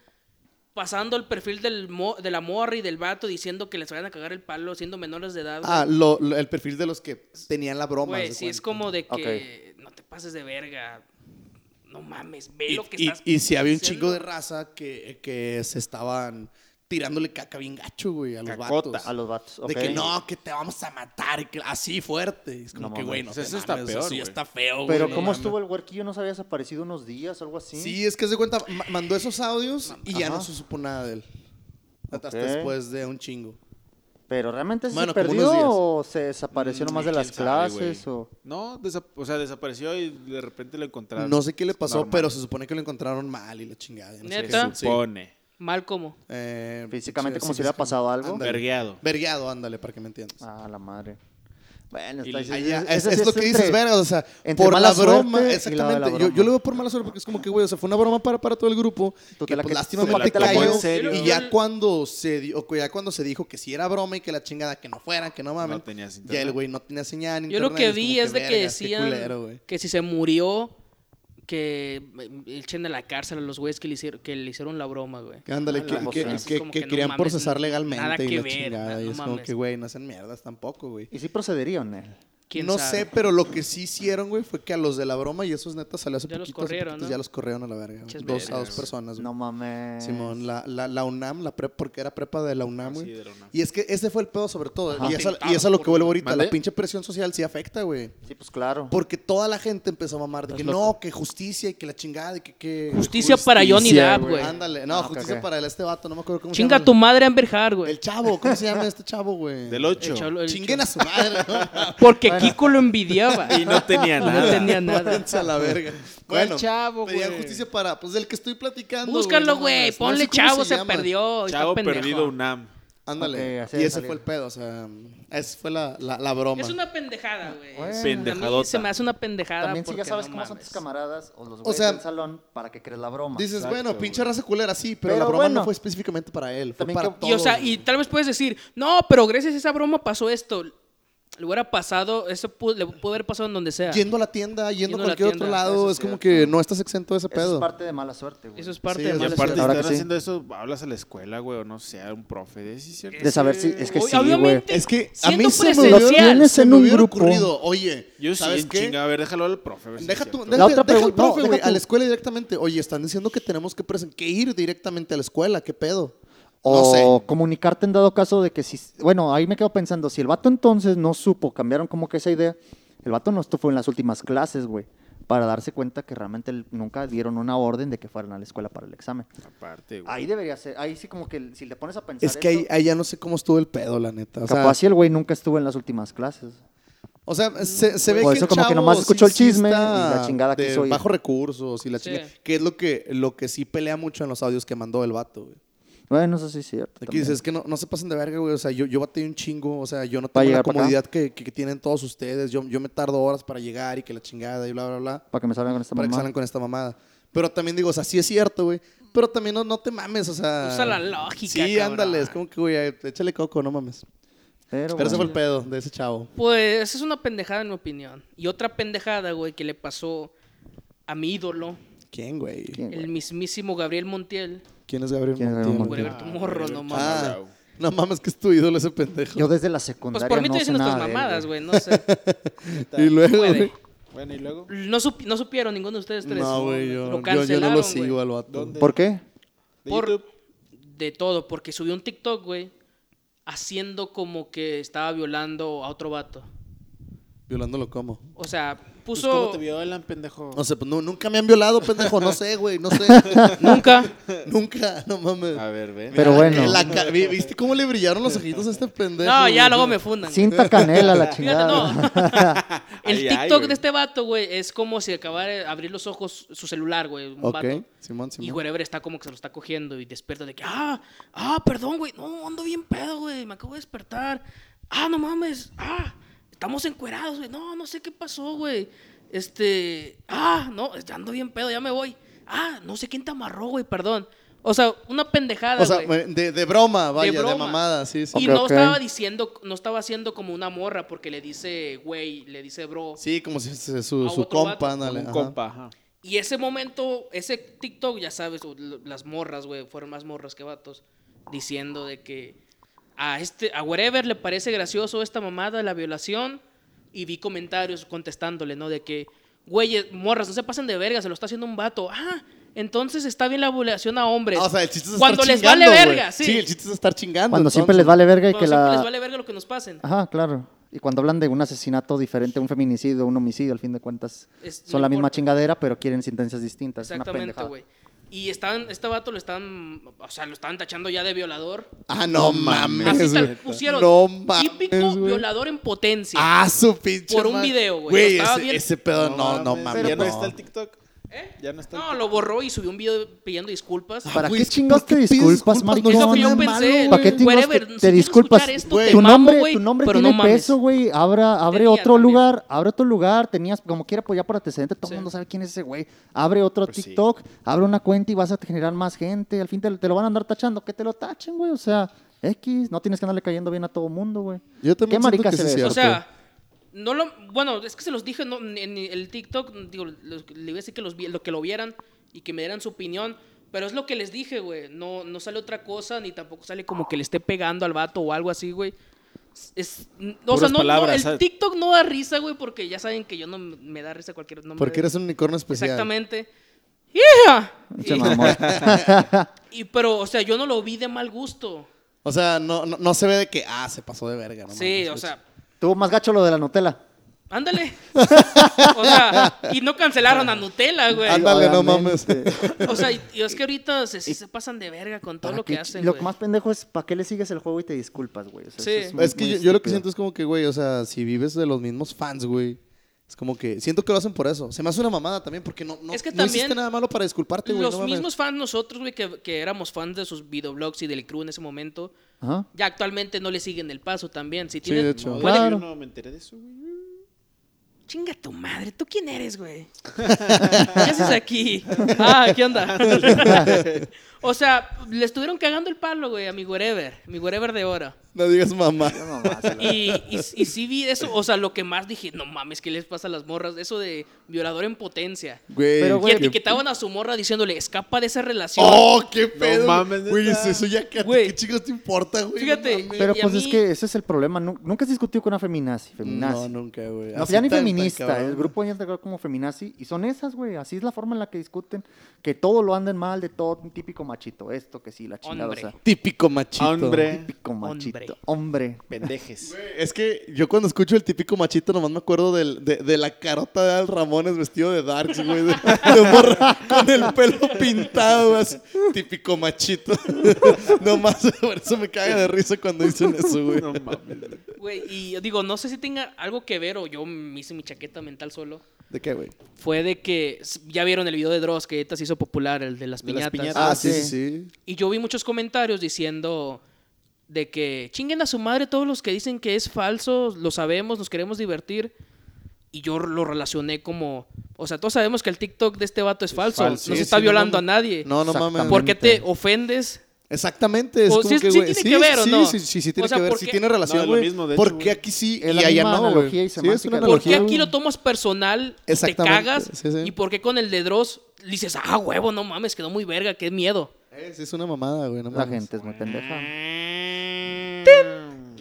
[SPEAKER 1] pasando el perfil del mo- de la morra y del vato diciendo que les vayan a cagar el palo siendo menores de edad. güey.
[SPEAKER 3] Ah, lo- lo- el perfil de los que tenían la broma. haz
[SPEAKER 1] Güey,
[SPEAKER 3] de
[SPEAKER 1] sí, es
[SPEAKER 3] cuenta.
[SPEAKER 1] como de que no te pases de verga. No mames, ve
[SPEAKER 3] Y,
[SPEAKER 1] lo que
[SPEAKER 3] y-
[SPEAKER 1] estás.
[SPEAKER 3] y si había un
[SPEAKER 1] haciendo.
[SPEAKER 3] chingo de raza que, que se estaban tirándole caca bien gacho, güey, a los
[SPEAKER 4] Cacota.
[SPEAKER 3] vatos.
[SPEAKER 2] A los vatos.
[SPEAKER 3] De
[SPEAKER 2] ok.
[SPEAKER 3] que no, que te vamos a matar, y que así fuerte. Y Es como
[SPEAKER 2] No
[SPEAKER 3] que,
[SPEAKER 2] mames.
[SPEAKER 3] güey, no
[SPEAKER 4] O sea,
[SPEAKER 3] te
[SPEAKER 4] eso está
[SPEAKER 3] mames,
[SPEAKER 4] peor,
[SPEAKER 3] Pues eso ya
[SPEAKER 4] güey.
[SPEAKER 3] está feo, Oh, güey.
[SPEAKER 2] Pero
[SPEAKER 3] no
[SPEAKER 2] ¿cómo
[SPEAKER 3] mames.
[SPEAKER 2] estuvo el huerquillo? ¿No se había desaparecido unos días algo así?
[SPEAKER 3] Sí, es que se cuenta, ma- mandó esos audios y ya
[SPEAKER 2] Ajá.
[SPEAKER 3] no se supo nada de él. Hasta
[SPEAKER 2] Ok.
[SPEAKER 3] después de un chingo.
[SPEAKER 2] Pero realmente sí
[SPEAKER 3] Bueno,
[SPEAKER 2] se
[SPEAKER 3] como unos
[SPEAKER 2] perdió
[SPEAKER 3] días. Mm,
[SPEAKER 2] o se desapareció nomás de
[SPEAKER 4] Mm, ¿Quién
[SPEAKER 2] las
[SPEAKER 4] sabe, güey?
[SPEAKER 2] clases o...
[SPEAKER 4] No, desa- o sea, desapareció y de repente lo encontraron.
[SPEAKER 3] No sé qué le pasó,
[SPEAKER 4] Normal.
[SPEAKER 3] pero se supone que lo encontraron mal y la chingada. ya no sé qué.
[SPEAKER 1] ¿Neta?
[SPEAKER 3] Sí.
[SPEAKER 4] Supone.
[SPEAKER 1] Mal como.
[SPEAKER 3] Eh,
[SPEAKER 2] Físicamente
[SPEAKER 3] sí,
[SPEAKER 2] como
[SPEAKER 3] sí,
[SPEAKER 2] si hubiera
[SPEAKER 3] sí,
[SPEAKER 2] pasado algo.
[SPEAKER 3] Ándale.
[SPEAKER 4] Vergueado.
[SPEAKER 3] Vergueado, ándale, para que me entiendas.
[SPEAKER 2] Ah, la madre. Bueno,
[SPEAKER 4] Y
[SPEAKER 2] está-
[SPEAKER 4] la-
[SPEAKER 2] ese-
[SPEAKER 3] Allá,
[SPEAKER 2] ese
[SPEAKER 3] es,
[SPEAKER 2] sí
[SPEAKER 3] es lo que dices,
[SPEAKER 2] entre-
[SPEAKER 3] verga, o sea,
[SPEAKER 2] entre
[SPEAKER 3] por
[SPEAKER 2] mala
[SPEAKER 3] la broma,
[SPEAKER 2] suerte y la de
[SPEAKER 3] exactamente.
[SPEAKER 2] la
[SPEAKER 3] Yo- Yo,
[SPEAKER 2] broma.
[SPEAKER 3] lo veo por mala suerte porque es como que, güey, o sea, fue una broma para, para todo el grupo.
[SPEAKER 2] Tú
[SPEAKER 3] que,
[SPEAKER 2] te la
[SPEAKER 3] pues,
[SPEAKER 2] que-
[SPEAKER 3] lástima
[SPEAKER 2] tú
[SPEAKER 3] que
[SPEAKER 2] te la
[SPEAKER 3] te
[SPEAKER 2] que te la
[SPEAKER 3] cayó,
[SPEAKER 2] pones
[SPEAKER 4] serio.
[SPEAKER 3] Y ya cuando se dio, o ya cuando se dijo que si era broma y que la chingada que no fuera, que no mames.
[SPEAKER 4] No tenías
[SPEAKER 3] ya
[SPEAKER 4] internet.
[SPEAKER 3] el güey no tenía señal. ni
[SPEAKER 1] Yo lo
[SPEAKER 3] internet,
[SPEAKER 1] que
[SPEAKER 3] es como
[SPEAKER 1] vi es de que
[SPEAKER 3] vergas, qué
[SPEAKER 1] decían
[SPEAKER 3] culero, güey.
[SPEAKER 1] que si se murió, que eh, echen a la cárcel a los güeyes que le hicieron, que le hicieron la broma, güey.
[SPEAKER 3] Que ándale,
[SPEAKER 2] Ah,
[SPEAKER 3] que,
[SPEAKER 2] la
[SPEAKER 3] que-
[SPEAKER 2] voz,
[SPEAKER 3] que-
[SPEAKER 1] es como
[SPEAKER 3] que
[SPEAKER 1] que no
[SPEAKER 3] querían
[SPEAKER 1] mames,
[SPEAKER 3] procesar
[SPEAKER 1] nada
[SPEAKER 3] legalmente y
[SPEAKER 1] que
[SPEAKER 3] la
[SPEAKER 1] ver,
[SPEAKER 3] chingada.
[SPEAKER 1] no
[SPEAKER 3] y es como
[SPEAKER 1] mames.
[SPEAKER 3] que, güey, no hacen mierdas tampoco, güey.
[SPEAKER 2] ¿Y si procederían él?
[SPEAKER 1] ¿Quién
[SPEAKER 3] no
[SPEAKER 1] sabe?
[SPEAKER 3] sé, pero lo que sí hicieron, güey, fue que a los de la broma y esos netas salió hace
[SPEAKER 1] Ya los
[SPEAKER 3] poquito, hace
[SPEAKER 1] corrieron,
[SPEAKER 3] poquitos,
[SPEAKER 1] ¿no?
[SPEAKER 3] ya los corrieron a la verga. güey.
[SPEAKER 1] Muchas
[SPEAKER 3] Dos a
[SPEAKER 1] vergas.
[SPEAKER 3] dos personas, güey.
[SPEAKER 2] No mames.
[SPEAKER 3] Simón, la, la, la UNAM, la prep, porque era prepa de la UNAM, güey.
[SPEAKER 4] Ah, Sí, de la UNAM.
[SPEAKER 3] Y es que ese fue el pedo sobre todo.
[SPEAKER 2] Ajá.
[SPEAKER 3] Y esa, y esa es lo que vuelvo ahorita.
[SPEAKER 4] ¿Mande?
[SPEAKER 3] La pinche presión social sí afecta, güey.
[SPEAKER 2] Sí, pues claro.
[SPEAKER 3] Porque toda la gente empezó a mamar de
[SPEAKER 4] Estás
[SPEAKER 3] que
[SPEAKER 4] loco.
[SPEAKER 3] no, que justicia y que la chingada y que... que
[SPEAKER 1] Justicia para Johnny
[SPEAKER 4] Justicia,
[SPEAKER 1] Depp,
[SPEAKER 4] güey.
[SPEAKER 1] güey.
[SPEAKER 3] Ándale. No,
[SPEAKER 2] Ah,
[SPEAKER 3] justicia
[SPEAKER 2] ok, ok.
[SPEAKER 3] para el, este vato, no me acuerdo cómo se
[SPEAKER 1] Chinga
[SPEAKER 3] llama.
[SPEAKER 1] tu madre Amber Heard, güey.
[SPEAKER 3] El chavo, ¿cómo se llama este chavo, güey?
[SPEAKER 4] Del 8.
[SPEAKER 1] El cholo- el
[SPEAKER 3] Chinguen
[SPEAKER 1] cholo.
[SPEAKER 3] a su madre, ¿no?
[SPEAKER 1] Porque Kiko lo envidiaba.
[SPEAKER 4] Y no tenía
[SPEAKER 1] No
[SPEAKER 4] nada.
[SPEAKER 1] tenía nada.
[SPEAKER 3] Váyanse a la verga.
[SPEAKER 4] ¿Cuál
[SPEAKER 3] Bueno,
[SPEAKER 4] chavo,
[SPEAKER 3] pedían
[SPEAKER 4] güey?
[SPEAKER 3] justicia para... Pues del que estoy platicando, güey,
[SPEAKER 1] Búscalo,
[SPEAKER 3] no
[SPEAKER 1] güey.
[SPEAKER 3] mames. No
[SPEAKER 1] Ponle
[SPEAKER 3] sé cómo
[SPEAKER 1] chavo, se,
[SPEAKER 3] llama.
[SPEAKER 1] perdió. está
[SPEAKER 4] Chavo
[SPEAKER 1] pendejo.
[SPEAKER 4] perdido UNAM.
[SPEAKER 3] Ándale.
[SPEAKER 2] Ok, así
[SPEAKER 3] y
[SPEAKER 2] de
[SPEAKER 3] ese
[SPEAKER 2] salir.
[SPEAKER 3] fue el pedo, o sea... Esa fue la, la, la broma.
[SPEAKER 1] Es una pendejada, güey.
[SPEAKER 2] Bueno.
[SPEAKER 1] A mí
[SPEAKER 4] Pendejadota.
[SPEAKER 1] Se me hace una pendejada.
[SPEAKER 2] También si
[SPEAKER 1] porque
[SPEAKER 2] ya sabes
[SPEAKER 1] no
[SPEAKER 2] cómo son
[SPEAKER 1] mames.
[SPEAKER 2] tus camaradas o los
[SPEAKER 3] O
[SPEAKER 2] güeyes
[SPEAKER 3] sea,
[SPEAKER 2] del salón para que crees la broma.
[SPEAKER 3] Dices,
[SPEAKER 4] Exacto,
[SPEAKER 3] bueno, pinche
[SPEAKER 4] güey.
[SPEAKER 3] raza culera, sí, pero, la
[SPEAKER 2] Pero
[SPEAKER 3] broma
[SPEAKER 2] bueno.
[SPEAKER 3] no fue específicamente para él, fue
[SPEAKER 2] También
[SPEAKER 3] para
[SPEAKER 2] que-
[SPEAKER 3] todos.
[SPEAKER 1] Y, o sea, y tal vez puedes decir, no, pero gracias a esa broma pasó esto. Le hubiera pasado, eso pu- le pudo haber pasado en donde sea.
[SPEAKER 3] Yendo a la tienda,
[SPEAKER 1] Yendo a
[SPEAKER 3] yendo,
[SPEAKER 1] la
[SPEAKER 3] a cualquier
[SPEAKER 1] tienda,
[SPEAKER 3] otro
[SPEAKER 2] eso
[SPEAKER 3] lado,
[SPEAKER 2] es
[SPEAKER 3] es como
[SPEAKER 2] cierto.
[SPEAKER 3] que no estás exento de ese
[SPEAKER 2] Eso
[SPEAKER 3] pedo.
[SPEAKER 2] es parte de mala suerte, güey.
[SPEAKER 1] Eso es parte
[SPEAKER 3] Sí,
[SPEAKER 1] de
[SPEAKER 3] es
[SPEAKER 4] Y
[SPEAKER 1] mala
[SPEAKER 3] Ahora
[SPEAKER 4] aparte,
[SPEAKER 1] suerte.
[SPEAKER 4] si
[SPEAKER 2] que
[SPEAKER 4] están
[SPEAKER 2] sí.
[SPEAKER 4] haciendo eso, hablas a la escuela, güey, o no sé, a un profe. De, sí, cierto.
[SPEAKER 2] De saber si es que
[SPEAKER 1] Oye,
[SPEAKER 2] sí, güey.
[SPEAKER 1] obviamente,
[SPEAKER 3] Es que a
[SPEAKER 1] siendo
[SPEAKER 3] mí se me
[SPEAKER 1] presencial,
[SPEAKER 3] hubiera-
[SPEAKER 2] Tienes
[SPEAKER 3] se
[SPEAKER 2] en
[SPEAKER 3] me
[SPEAKER 2] un
[SPEAKER 3] hubiera
[SPEAKER 2] grupo.
[SPEAKER 3] ocurrido, oye,
[SPEAKER 4] Yo sí,
[SPEAKER 3] ¿sabes
[SPEAKER 4] en
[SPEAKER 3] qué?
[SPEAKER 4] chinga, a ver, déjalo al profe.
[SPEAKER 2] Pues
[SPEAKER 4] a ver si
[SPEAKER 3] Deja,
[SPEAKER 4] es
[SPEAKER 3] tu,
[SPEAKER 4] cierto.
[SPEAKER 3] deja-
[SPEAKER 2] La otra
[SPEAKER 3] deja al
[SPEAKER 2] pregunta- no,
[SPEAKER 3] profe,
[SPEAKER 2] deja
[SPEAKER 3] güey,
[SPEAKER 2] tú.
[SPEAKER 3] a la escuela directamente. Oye, están diciendo que tenemos que, presen- que ir directamente a la escuela, ¿qué pedo?
[SPEAKER 2] O
[SPEAKER 3] no sé.
[SPEAKER 2] comunicarte en dado caso de que si... Bueno, ahí me quedo pensando, si el vato entonces no supo, cambiaron como que esa idea, el vato no estuvo en las últimas clases, güey, para darse cuenta que realmente el- nunca dieron una orden de que fueran a la escuela para el examen.
[SPEAKER 4] Aparte, güey.
[SPEAKER 2] Ahí debería ser, ahí sí como que si le pones a pensar
[SPEAKER 3] Es que ahí,
[SPEAKER 2] eso,
[SPEAKER 3] ahí ya no sé cómo estuvo el pedo, la neta. O sea,
[SPEAKER 2] capaz si el güey nunca estuvo en las últimas clases.
[SPEAKER 3] o sea, se, se ve
[SPEAKER 2] Por
[SPEAKER 3] que
[SPEAKER 2] eso
[SPEAKER 3] el
[SPEAKER 2] como que
[SPEAKER 3] chavo
[SPEAKER 2] nomás escuchó el
[SPEAKER 3] sí- sí
[SPEAKER 2] chisme y la
[SPEAKER 3] está
[SPEAKER 2] chingada
[SPEAKER 3] de
[SPEAKER 2] quiso ir.
[SPEAKER 3] Bajo recursos y la
[SPEAKER 1] Sí.
[SPEAKER 3] chingada. Que es lo que, lo que sí pelea mucho en los audios que mandó el vato, güey.
[SPEAKER 2] Bueno, eso sí es cierto.
[SPEAKER 3] Aquí
[SPEAKER 2] también.
[SPEAKER 3] dices, es que no, no se pasen de verga, güey. O sea, yo, yo bateo un chingo. O sea, yo no
[SPEAKER 2] ¿Para
[SPEAKER 3] tengo la
[SPEAKER 2] llegar para acá?
[SPEAKER 3] comodidad que, que- que tienen todos ustedes. Yo, yo me tardo horas para llegar y que la chingada y bla, bla, bla.
[SPEAKER 2] Para que me salgan con esta
[SPEAKER 3] Para que
[SPEAKER 2] mamá.
[SPEAKER 3] salgan con esta mamada. Pero también digo, o sea, sí es cierto, güey. Pero también no, no te mames, o sea.
[SPEAKER 1] Usa la lógica,
[SPEAKER 3] Sí,
[SPEAKER 1] cabrón.
[SPEAKER 3] ándale. Es como que, güey, eh, échale coco, no mames.
[SPEAKER 2] Pero,
[SPEAKER 3] Pero ese fue
[SPEAKER 2] bueno.
[SPEAKER 3] el pedo de ese chavo.
[SPEAKER 1] Pues es una pendejada en mi opinión. Y otra pendejada, güey, que le pasó a mi ídolo,
[SPEAKER 3] ¿Quién, güey?
[SPEAKER 2] ¿Quién?
[SPEAKER 1] el mismísimo Gabriel Montiel.
[SPEAKER 3] ¿Quién es Gabriel
[SPEAKER 2] ¿Quién es Gabriel
[SPEAKER 3] Montiel?
[SPEAKER 1] Por
[SPEAKER 2] Montiel?
[SPEAKER 1] haber tu morro
[SPEAKER 4] Gabriel
[SPEAKER 1] nomás.
[SPEAKER 3] Ah,
[SPEAKER 4] Montiel.
[SPEAKER 3] no mames, que es tu ídolo ese pendejo.
[SPEAKER 2] Yo desde la
[SPEAKER 1] Pues
[SPEAKER 2] secundaria
[SPEAKER 1] por mí
[SPEAKER 2] no
[SPEAKER 1] estoy
[SPEAKER 2] sé
[SPEAKER 1] diciendo tus
[SPEAKER 2] nada de él,
[SPEAKER 1] mamadas, güey, no sé.
[SPEAKER 3] y luego,
[SPEAKER 1] Puede.
[SPEAKER 3] güey.
[SPEAKER 4] Bueno, y luego.
[SPEAKER 1] No, supi- no supieron ninguno de ustedes tres.
[SPEAKER 3] No, güey,
[SPEAKER 1] Lo
[SPEAKER 3] yo, yo, yo no
[SPEAKER 1] cancelaron,
[SPEAKER 3] lo
[SPEAKER 1] güey.
[SPEAKER 3] sigo al vato.
[SPEAKER 4] ¿Dónde?
[SPEAKER 2] ¿Por qué?
[SPEAKER 4] ¿De
[SPEAKER 1] Por-
[SPEAKER 4] YouTube?
[SPEAKER 1] de todo, porque subió un TikTok, güey, haciendo como que estaba violando a otro vato.
[SPEAKER 3] Violándolo como.
[SPEAKER 1] O sea,
[SPEAKER 4] Pues,
[SPEAKER 1] puso
[SPEAKER 4] ¿Cómo te violan, pendejo?
[SPEAKER 3] No sé, pues no, nunca me han violado, pendejo. No sé, güey, no sé.
[SPEAKER 1] nunca
[SPEAKER 3] nunca, no mames.
[SPEAKER 4] A ver, ven.
[SPEAKER 2] Pero bueno.
[SPEAKER 3] La ca- vi- ¿Viste cómo le brillaron los ojitos a este pendejo?
[SPEAKER 1] No,
[SPEAKER 3] güey?
[SPEAKER 1] ya luego me fundan. güey.
[SPEAKER 2] Cinta canela, la
[SPEAKER 1] Fíjate,
[SPEAKER 2] chingada.
[SPEAKER 1] no. El
[SPEAKER 4] Ay, ay,
[SPEAKER 1] TikTok
[SPEAKER 4] güey.
[SPEAKER 1] de este vato, güey, es como si acabara de abrir los ojos su celular, güey. Un
[SPEAKER 3] Ok,
[SPEAKER 1] vato.
[SPEAKER 3] Simón,
[SPEAKER 1] Y
[SPEAKER 3] Simón.
[SPEAKER 1] wherever está como que se lo está cogiendo y despierta de que, ah, ah, perdón, güey, no, ando bien pedo, güey, me acabo de despertar. Ah, no mames, ah, estamos encuerados, güey, no, no sé qué pasó, güey. Este, ah, no, este, ando bien pedo, ya me voy. Ah, no sé quién te amarró, güey, perdón. O sea, una pendejada,
[SPEAKER 3] O sea,
[SPEAKER 1] güey.
[SPEAKER 3] de, de broma, vaya, de,
[SPEAKER 1] broma.
[SPEAKER 3] mamada, sí, sí.
[SPEAKER 1] Y
[SPEAKER 2] Ok,
[SPEAKER 1] no
[SPEAKER 2] ok.
[SPEAKER 1] estaba diciendo, no estaba haciendo como una morra porque le dice, güey, le dice, bro.
[SPEAKER 3] Sí, como si se- su,
[SPEAKER 1] A
[SPEAKER 3] su
[SPEAKER 1] otro vato.
[SPEAKER 3] compa, ándale.
[SPEAKER 4] un
[SPEAKER 3] ajá.
[SPEAKER 4] compa, ajá.
[SPEAKER 1] Y ese momento, ese TikTok, ya sabes, o l- las morras, güey, fueron más morras que vatos, diciendo de que a este, a wherever le parece gracioso esta mamada de la violación, y vi comentarios contestándole, ¿no? De que, güey, eh, morras, no se pasen de verga, se lo está haciendo un vato. Ah, entonces está bien la violación a hombres.
[SPEAKER 3] Ah, o sea, el chiste es
[SPEAKER 1] Cuando
[SPEAKER 3] estar
[SPEAKER 1] les
[SPEAKER 3] chingando,
[SPEAKER 1] vale
[SPEAKER 3] güey.
[SPEAKER 1] verga, sí.
[SPEAKER 3] el chiste es estar chingando.
[SPEAKER 2] Cuando siempre les
[SPEAKER 3] entonces.
[SPEAKER 2] vale verga y
[SPEAKER 1] Cuando
[SPEAKER 2] que
[SPEAKER 1] siempre
[SPEAKER 2] la...
[SPEAKER 1] les vale verga lo que nos pasen.
[SPEAKER 2] Ajá, claro. Y cuando hablan de un asesinato diferente, un feminicidio, un homicidio, al fin de cuentas,
[SPEAKER 1] Es-
[SPEAKER 2] son
[SPEAKER 1] no
[SPEAKER 2] la misma
[SPEAKER 1] importa.
[SPEAKER 2] chingadera, pero quieren sentencias distintas. Es una
[SPEAKER 1] Exactamente,
[SPEAKER 2] pendejada.
[SPEAKER 1] güey. Y estaban, este vato lo estaban, o sea, lo estaban tachando ya de violador.
[SPEAKER 3] Ah, no,
[SPEAKER 4] No
[SPEAKER 3] mames.
[SPEAKER 4] mames,
[SPEAKER 1] Así
[SPEAKER 3] güey.
[SPEAKER 1] tal, pusieron
[SPEAKER 3] No mames,
[SPEAKER 1] típico
[SPEAKER 3] güey.
[SPEAKER 1] violador en potencia.
[SPEAKER 3] Ah, su pinche.
[SPEAKER 1] Por un
[SPEAKER 3] madre.
[SPEAKER 1] video, güey.
[SPEAKER 3] Güey,
[SPEAKER 1] Estaba
[SPEAKER 3] ese,
[SPEAKER 1] bien-
[SPEAKER 3] ese pedo, no, no mames.
[SPEAKER 4] Ya no
[SPEAKER 3] no.
[SPEAKER 2] pues
[SPEAKER 4] está el TikTok.
[SPEAKER 1] ¿Eh?
[SPEAKER 4] Ya no está.
[SPEAKER 1] No, lo borró y subió un video pidiendo disculpas.
[SPEAKER 2] ¿Para
[SPEAKER 3] Ah, Güey,
[SPEAKER 2] qué
[SPEAKER 3] es que
[SPEAKER 2] chingados
[SPEAKER 3] ¿por
[SPEAKER 2] te
[SPEAKER 3] qué pides
[SPEAKER 2] disculpas,
[SPEAKER 3] disculpas? No
[SPEAKER 2] maricón?
[SPEAKER 1] es lo que
[SPEAKER 3] no,
[SPEAKER 1] yo
[SPEAKER 3] no,
[SPEAKER 1] pensé.
[SPEAKER 3] malo,
[SPEAKER 2] ¿Para qué
[SPEAKER 1] güey.
[SPEAKER 2] chingados
[SPEAKER 1] Whatever,
[SPEAKER 2] te,
[SPEAKER 1] si
[SPEAKER 2] te
[SPEAKER 1] quieres
[SPEAKER 2] disculpas?
[SPEAKER 1] escuchar esto,
[SPEAKER 3] güey.
[SPEAKER 1] te
[SPEAKER 2] tu,
[SPEAKER 1] mamo,
[SPEAKER 2] nombre,
[SPEAKER 1] güey,
[SPEAKER 2] tu nombre
[SPEAKER 1] pero
[SPEAKER 2] tiene
[SPEAKER 1] no mames.
[SPEAKER 2] peso, güey. Abra, abre
[SPEAKER 1] Tenía
[SPEAKER 2] otro
[SPEAKER 1] también.
[SPEAKER 2] lugar, abre otro lugar. Tenías, como quiera, pues ya por antecedente, todo el
[SPEAKER 1] Sí.
[SPEAKER 2] mundo sabe quién es ese güey. Abre otro
[SPEAKER 4] Pues sí.
[SPEAKER 2] TikTok, abre una cuenta y vas a generar más gente. Al fin te, te lo van a andar tachando. Que te lo tachen, güey. O sea, X, no tienes que andarle cayendo bien a todo mundo, güey.
[SPEAKER 3] Yo
[SPEAKER 2] ¿Qué
[SPEAKER 3] también siento
[SPEAKER 2] marica
[SPEAKER 3] que
[SPEAKER 2] se
[SPEAKER 3] sí es
[SPEAKER 2] ve?
[SPEAKER 1] O
[SPEAKER 3] cierto.
[SPEAKER 1] sea, no lo. Bueno, es que se los dije ¿no? en en el TikTok. Digo, los- le iba a decir que, los, vi- lo que lo vieran y que me dieran su opinión. Pero es lo que les dije, güey. No, no sale otra cosa, ni tampoco sale como que le esté pegando al vato o algo así, güey. Es, o sea, no- no,
[SPEAKER 4] palabras,
[SPEAKER 1] el
[SPEAKER 4] ¿sabes?
[SPEAKER 1] TikTok no da risa, güey, porque ya saben que yo no me da risa cualquier nombre.
[SPEAKER 3] Porque eres un unicornio especial.
[SPEAKER 1] Exactamente. ¡Hija!
[SPEAKER 2] Se
[SPEAKER 1] Y-
[SPEAKER 2] mamó.
[SPEAKER 1] Y, pero, o sea, yo no lo vi de mal gusto.
[SPEAKER 3] O sea, no, no, no se ve de que, ah, se pasó de verga. No
[SPEAKER 1] sí,
[SPEAKER 3] mames, pues.
[SPEAKER 1] o
[SPEAKER 3] güey.
[SPEAKER 1] sea,
[SPEAKER 2] Tuvo más gacho lo de la Nutella.
[SPEAKER 1] ándale. o sea, y no cancelaron a Nutella, güey.
[SPEAKER 3] Ándale, no mames.
[SPEAKER 2] Obviamente.
[SPEAKER 1] O sea, y, y es que ahorita se, sí se pasan de verga con todo
[SPEAKER 2] ¿Para
[SPEAKER 1] lo que
[SPEAKER 2] qué ch-
[SPEAKER 1] hacen.
[SPEAKER 2] Lo
[SPEAKER 1] güey.
[SPEAKER 2] más pendejo es, ¿para qué le sigues el juego y te disculpas, güey? O sea,
[SPEAKER 1] Sí.
[SPEAKER 2] eso muy-
[SPEAKER 3] Es que
[SPEAKER 2] muy
[SPEAKER 3] yo, yo lo que
[SPEAKER 2] estúpido.
[SPEAKER 3] siento es como que, güey, o sea, si vives de los mismos fans, güey. Es como que siento que lo hacen por eso. Se me hace una mamada también porque no, no,
[SPEAKER 1] Es que
[SPEAKER 3] no
[SPEAKER 1] también
[SPEAKER 3] hiciste nada malo para disculparte, güey.
[SPEAKER 1] Los
[SPEAKER 3] no mames.
[SPEAKER 1] mismos fans nosotros, güey, que, que éramos fans de sus videoblogs y del crew en ese momento,
[SPEAKER 2] Ajá.
[SPEAKER 1] ya actualmente no le siguen el paso también. Si
[SPEAKER 3] Sí,
[SPEAKER 1] tienen,
[SPEAKER 3] de hecho.
[SPEAKER 4] No,
[SPEAKER 1] pueden-
[SPEAKER 2] Claro.
[SPEAKER 4] Yo no me enteré de eso, güey.
[SPEAKER 1] Chinga tu madre, ¿tú quién eres, güey? ¿Qué haces aquí? Ah, ¿qué onda? o sea, le estuvieron cagando el palo, güey, a mi wherever, mi wherever de hora.
[SPEAKER 3] No digas mamá.
[SPEAKER 2] No mames, la-
[SPEAKER 1] Y, y, y sí vi eso, o sea, lo que más dije, no mames, ¿qué les pasa a las morras? Eso de violador en potencia.
[SPEAKER 3] Güey.
[SPEAKER 2] Pero,
[SPEAKER 1] Y
[SPEAKER 2] güey,
[SPEAKER 1] etiquetaban a su morra diciéndole, escapa de esa relación.
[SPEAKER 3] ¡Oh, qué pedo! güey.
[SPEAKER 4] mames,
[SPEAKER 3] Güey,
[SPEAKER 4] neta.
[SPEAKER 3] eso ya... que-
[SPEAKER 1] Güey.
[SPEAKER 3] ¿Qué chicos te importa, güey?
[SPEAKER 1] Fíjate,
[SPEAKER 3] No mames.
[SPEAKER 2] Pero
[SPEAKER 1] y a
[SPEAKER 2] pues es
[SPEAKER 1] mí-
[SPEAKER 2] que ese es el problema. Nu- Nunca se discutió con una feminazi. feminazi.
[SPEAKER 3] No, nunca, güey.
[SPEAKER 2] No,
[SPEAKER 3] Así
[SPEAKER 2] ya ni
[SPEAKER 3] tan- tan
[SPEAKER 2] feminista,
[SPEAKER 3] cabrón.
[SPEAKER 2] el grupo ya integrado como feminazi y son esas, güey, así es la forma en la que discuten que todo lo anden mal de todo, un típico machito, esto que sí, la chingada,
[SPEAKER 1] Hombre.
[SPEAKER 2] o sea,
[SPEAKER 3] Típico machito.
[SPEAKER 2] Ah,
[SPEAKER 4] Hombre,
[SPEAKER 2] típico machito, hombre.
[SPEAKER 4] pendejes.
[SPEAKER 3] Güey, Es que yo cuando escucho el típico machito nomás me acuerdo del- de, de la carota de Al Ramones vestido de Darks, güey. De, de morra con el pelo pintado, güey, así, Típico machito. nomás por eso me caga de risa cuando dicen eso, güey.
[SPEAKER 4] No mames.
[SPEAKER 1] Güey, y digo, no sé si tenga algo que ver o yo me hice mi chaqueta mental solo.
[SPEAKER 3] ¿De qué, güey?
[SPEAKER 1] Fue de que s- ya vieron el video de Dross que ahorita se hizo popular, el de las
[SPEAKER 4] De las
[SPEAKER 1] piñatas.
[SPEAKER 4] piñatas.
[SPEAKER 3] Ah,
[SPEAKER 2] Ah,
[SPEAKER 3] sí, sí,
[SPEAKER 2] sí.
[SPEAKER 3] sí.
[SPEAKER 1] Y yo vi muchos comentarios diciendo de que chinguen a su madre todos los que dicen que es falso, lo sabemos, nos queremos divertir. Y yo lo relacioné como, o sea, todos sabemos que el TikTok de este vato es falso,
[SPEAKER 3] falso.
[SPEAKER 1] no
[SPEAKER 3] Sí,
[SPEAKER 1] se está
[SPEAKER 3] sí, no
[SPEAKER 1] violando
[SPEAKER 3] mames.
[SPEAKER 1] a nadie.
[SPEAKER 3] No, no mames.
[SPEAKER 1] ¿Por qué te ofendes?
[SPEAKER 3] Exactamente. Es
[SPEAKER 1] O
[SPEAKER 3] como
[SPEAKER 1] sí-
[SPEAKER 3] que,
[SPEAKER 1] sí
[SPEAKER 3] güey,
[SPEAKER 1] tiene que ver, ¿o
[SPEAKER 3] sí,
[SPEAKER 1] no?
[SPEAKER 3] Sí, sí, sí tiene
[SPEAKER 1] O sea,
[SPEAKER 3] que ver.
[SPEAKER 1] ¿por
[SPEAKER 3] Sí
[SPEAKER 1] qué-
[SPEAKER 3] tiene
[SPEAKER 4] No,
[SPEAKER 3] relación,
[SPEAKER 4] es lo
[SPEAKER 3] güey.
[SPEAKER 4] mismo, de hecho,
[SPEAKER 3] porque
[SPEAKER 4] güey.
[SPEAKER 3] aquí sí y
[SPEAKER 2] Es la
[SPEAKER 3] allá
[SPEAKER 2] misma
[SPEAKER 3] no, güey.
[SPEAKER 2] analogía y
[SPEAKER 3] Sí, es
[SPEAKER 2] semántica.
[SPEAKER 3] una
[SPEAKER 2] ¿Por
[SPEAKER 1] ¿Por qué
[SPEAKER 3] analogía,
[SPEAKER 1] aquí
[SPEAKER 3] güey.
[SPEAKER 1] lo tomas personal, te
[SPEAKER 3] Exactamente,
[SPEAKER 1] cagas?
[SPEAKER 3] sí, sí.
[SPEAKER 1] ¿Y por qué con el de Dross dices, ah, huevo, no mames, quedó muy verga, qué miedo?
[SPEAKER 3] Es, es una mamada, güey. No
[SPEAKER 2] La
[SPEAKER 3] mames.
[SPEAKER 2] gente es
[SPEAKER 1] Mm,
[SPEAKER 2] muy pendeja.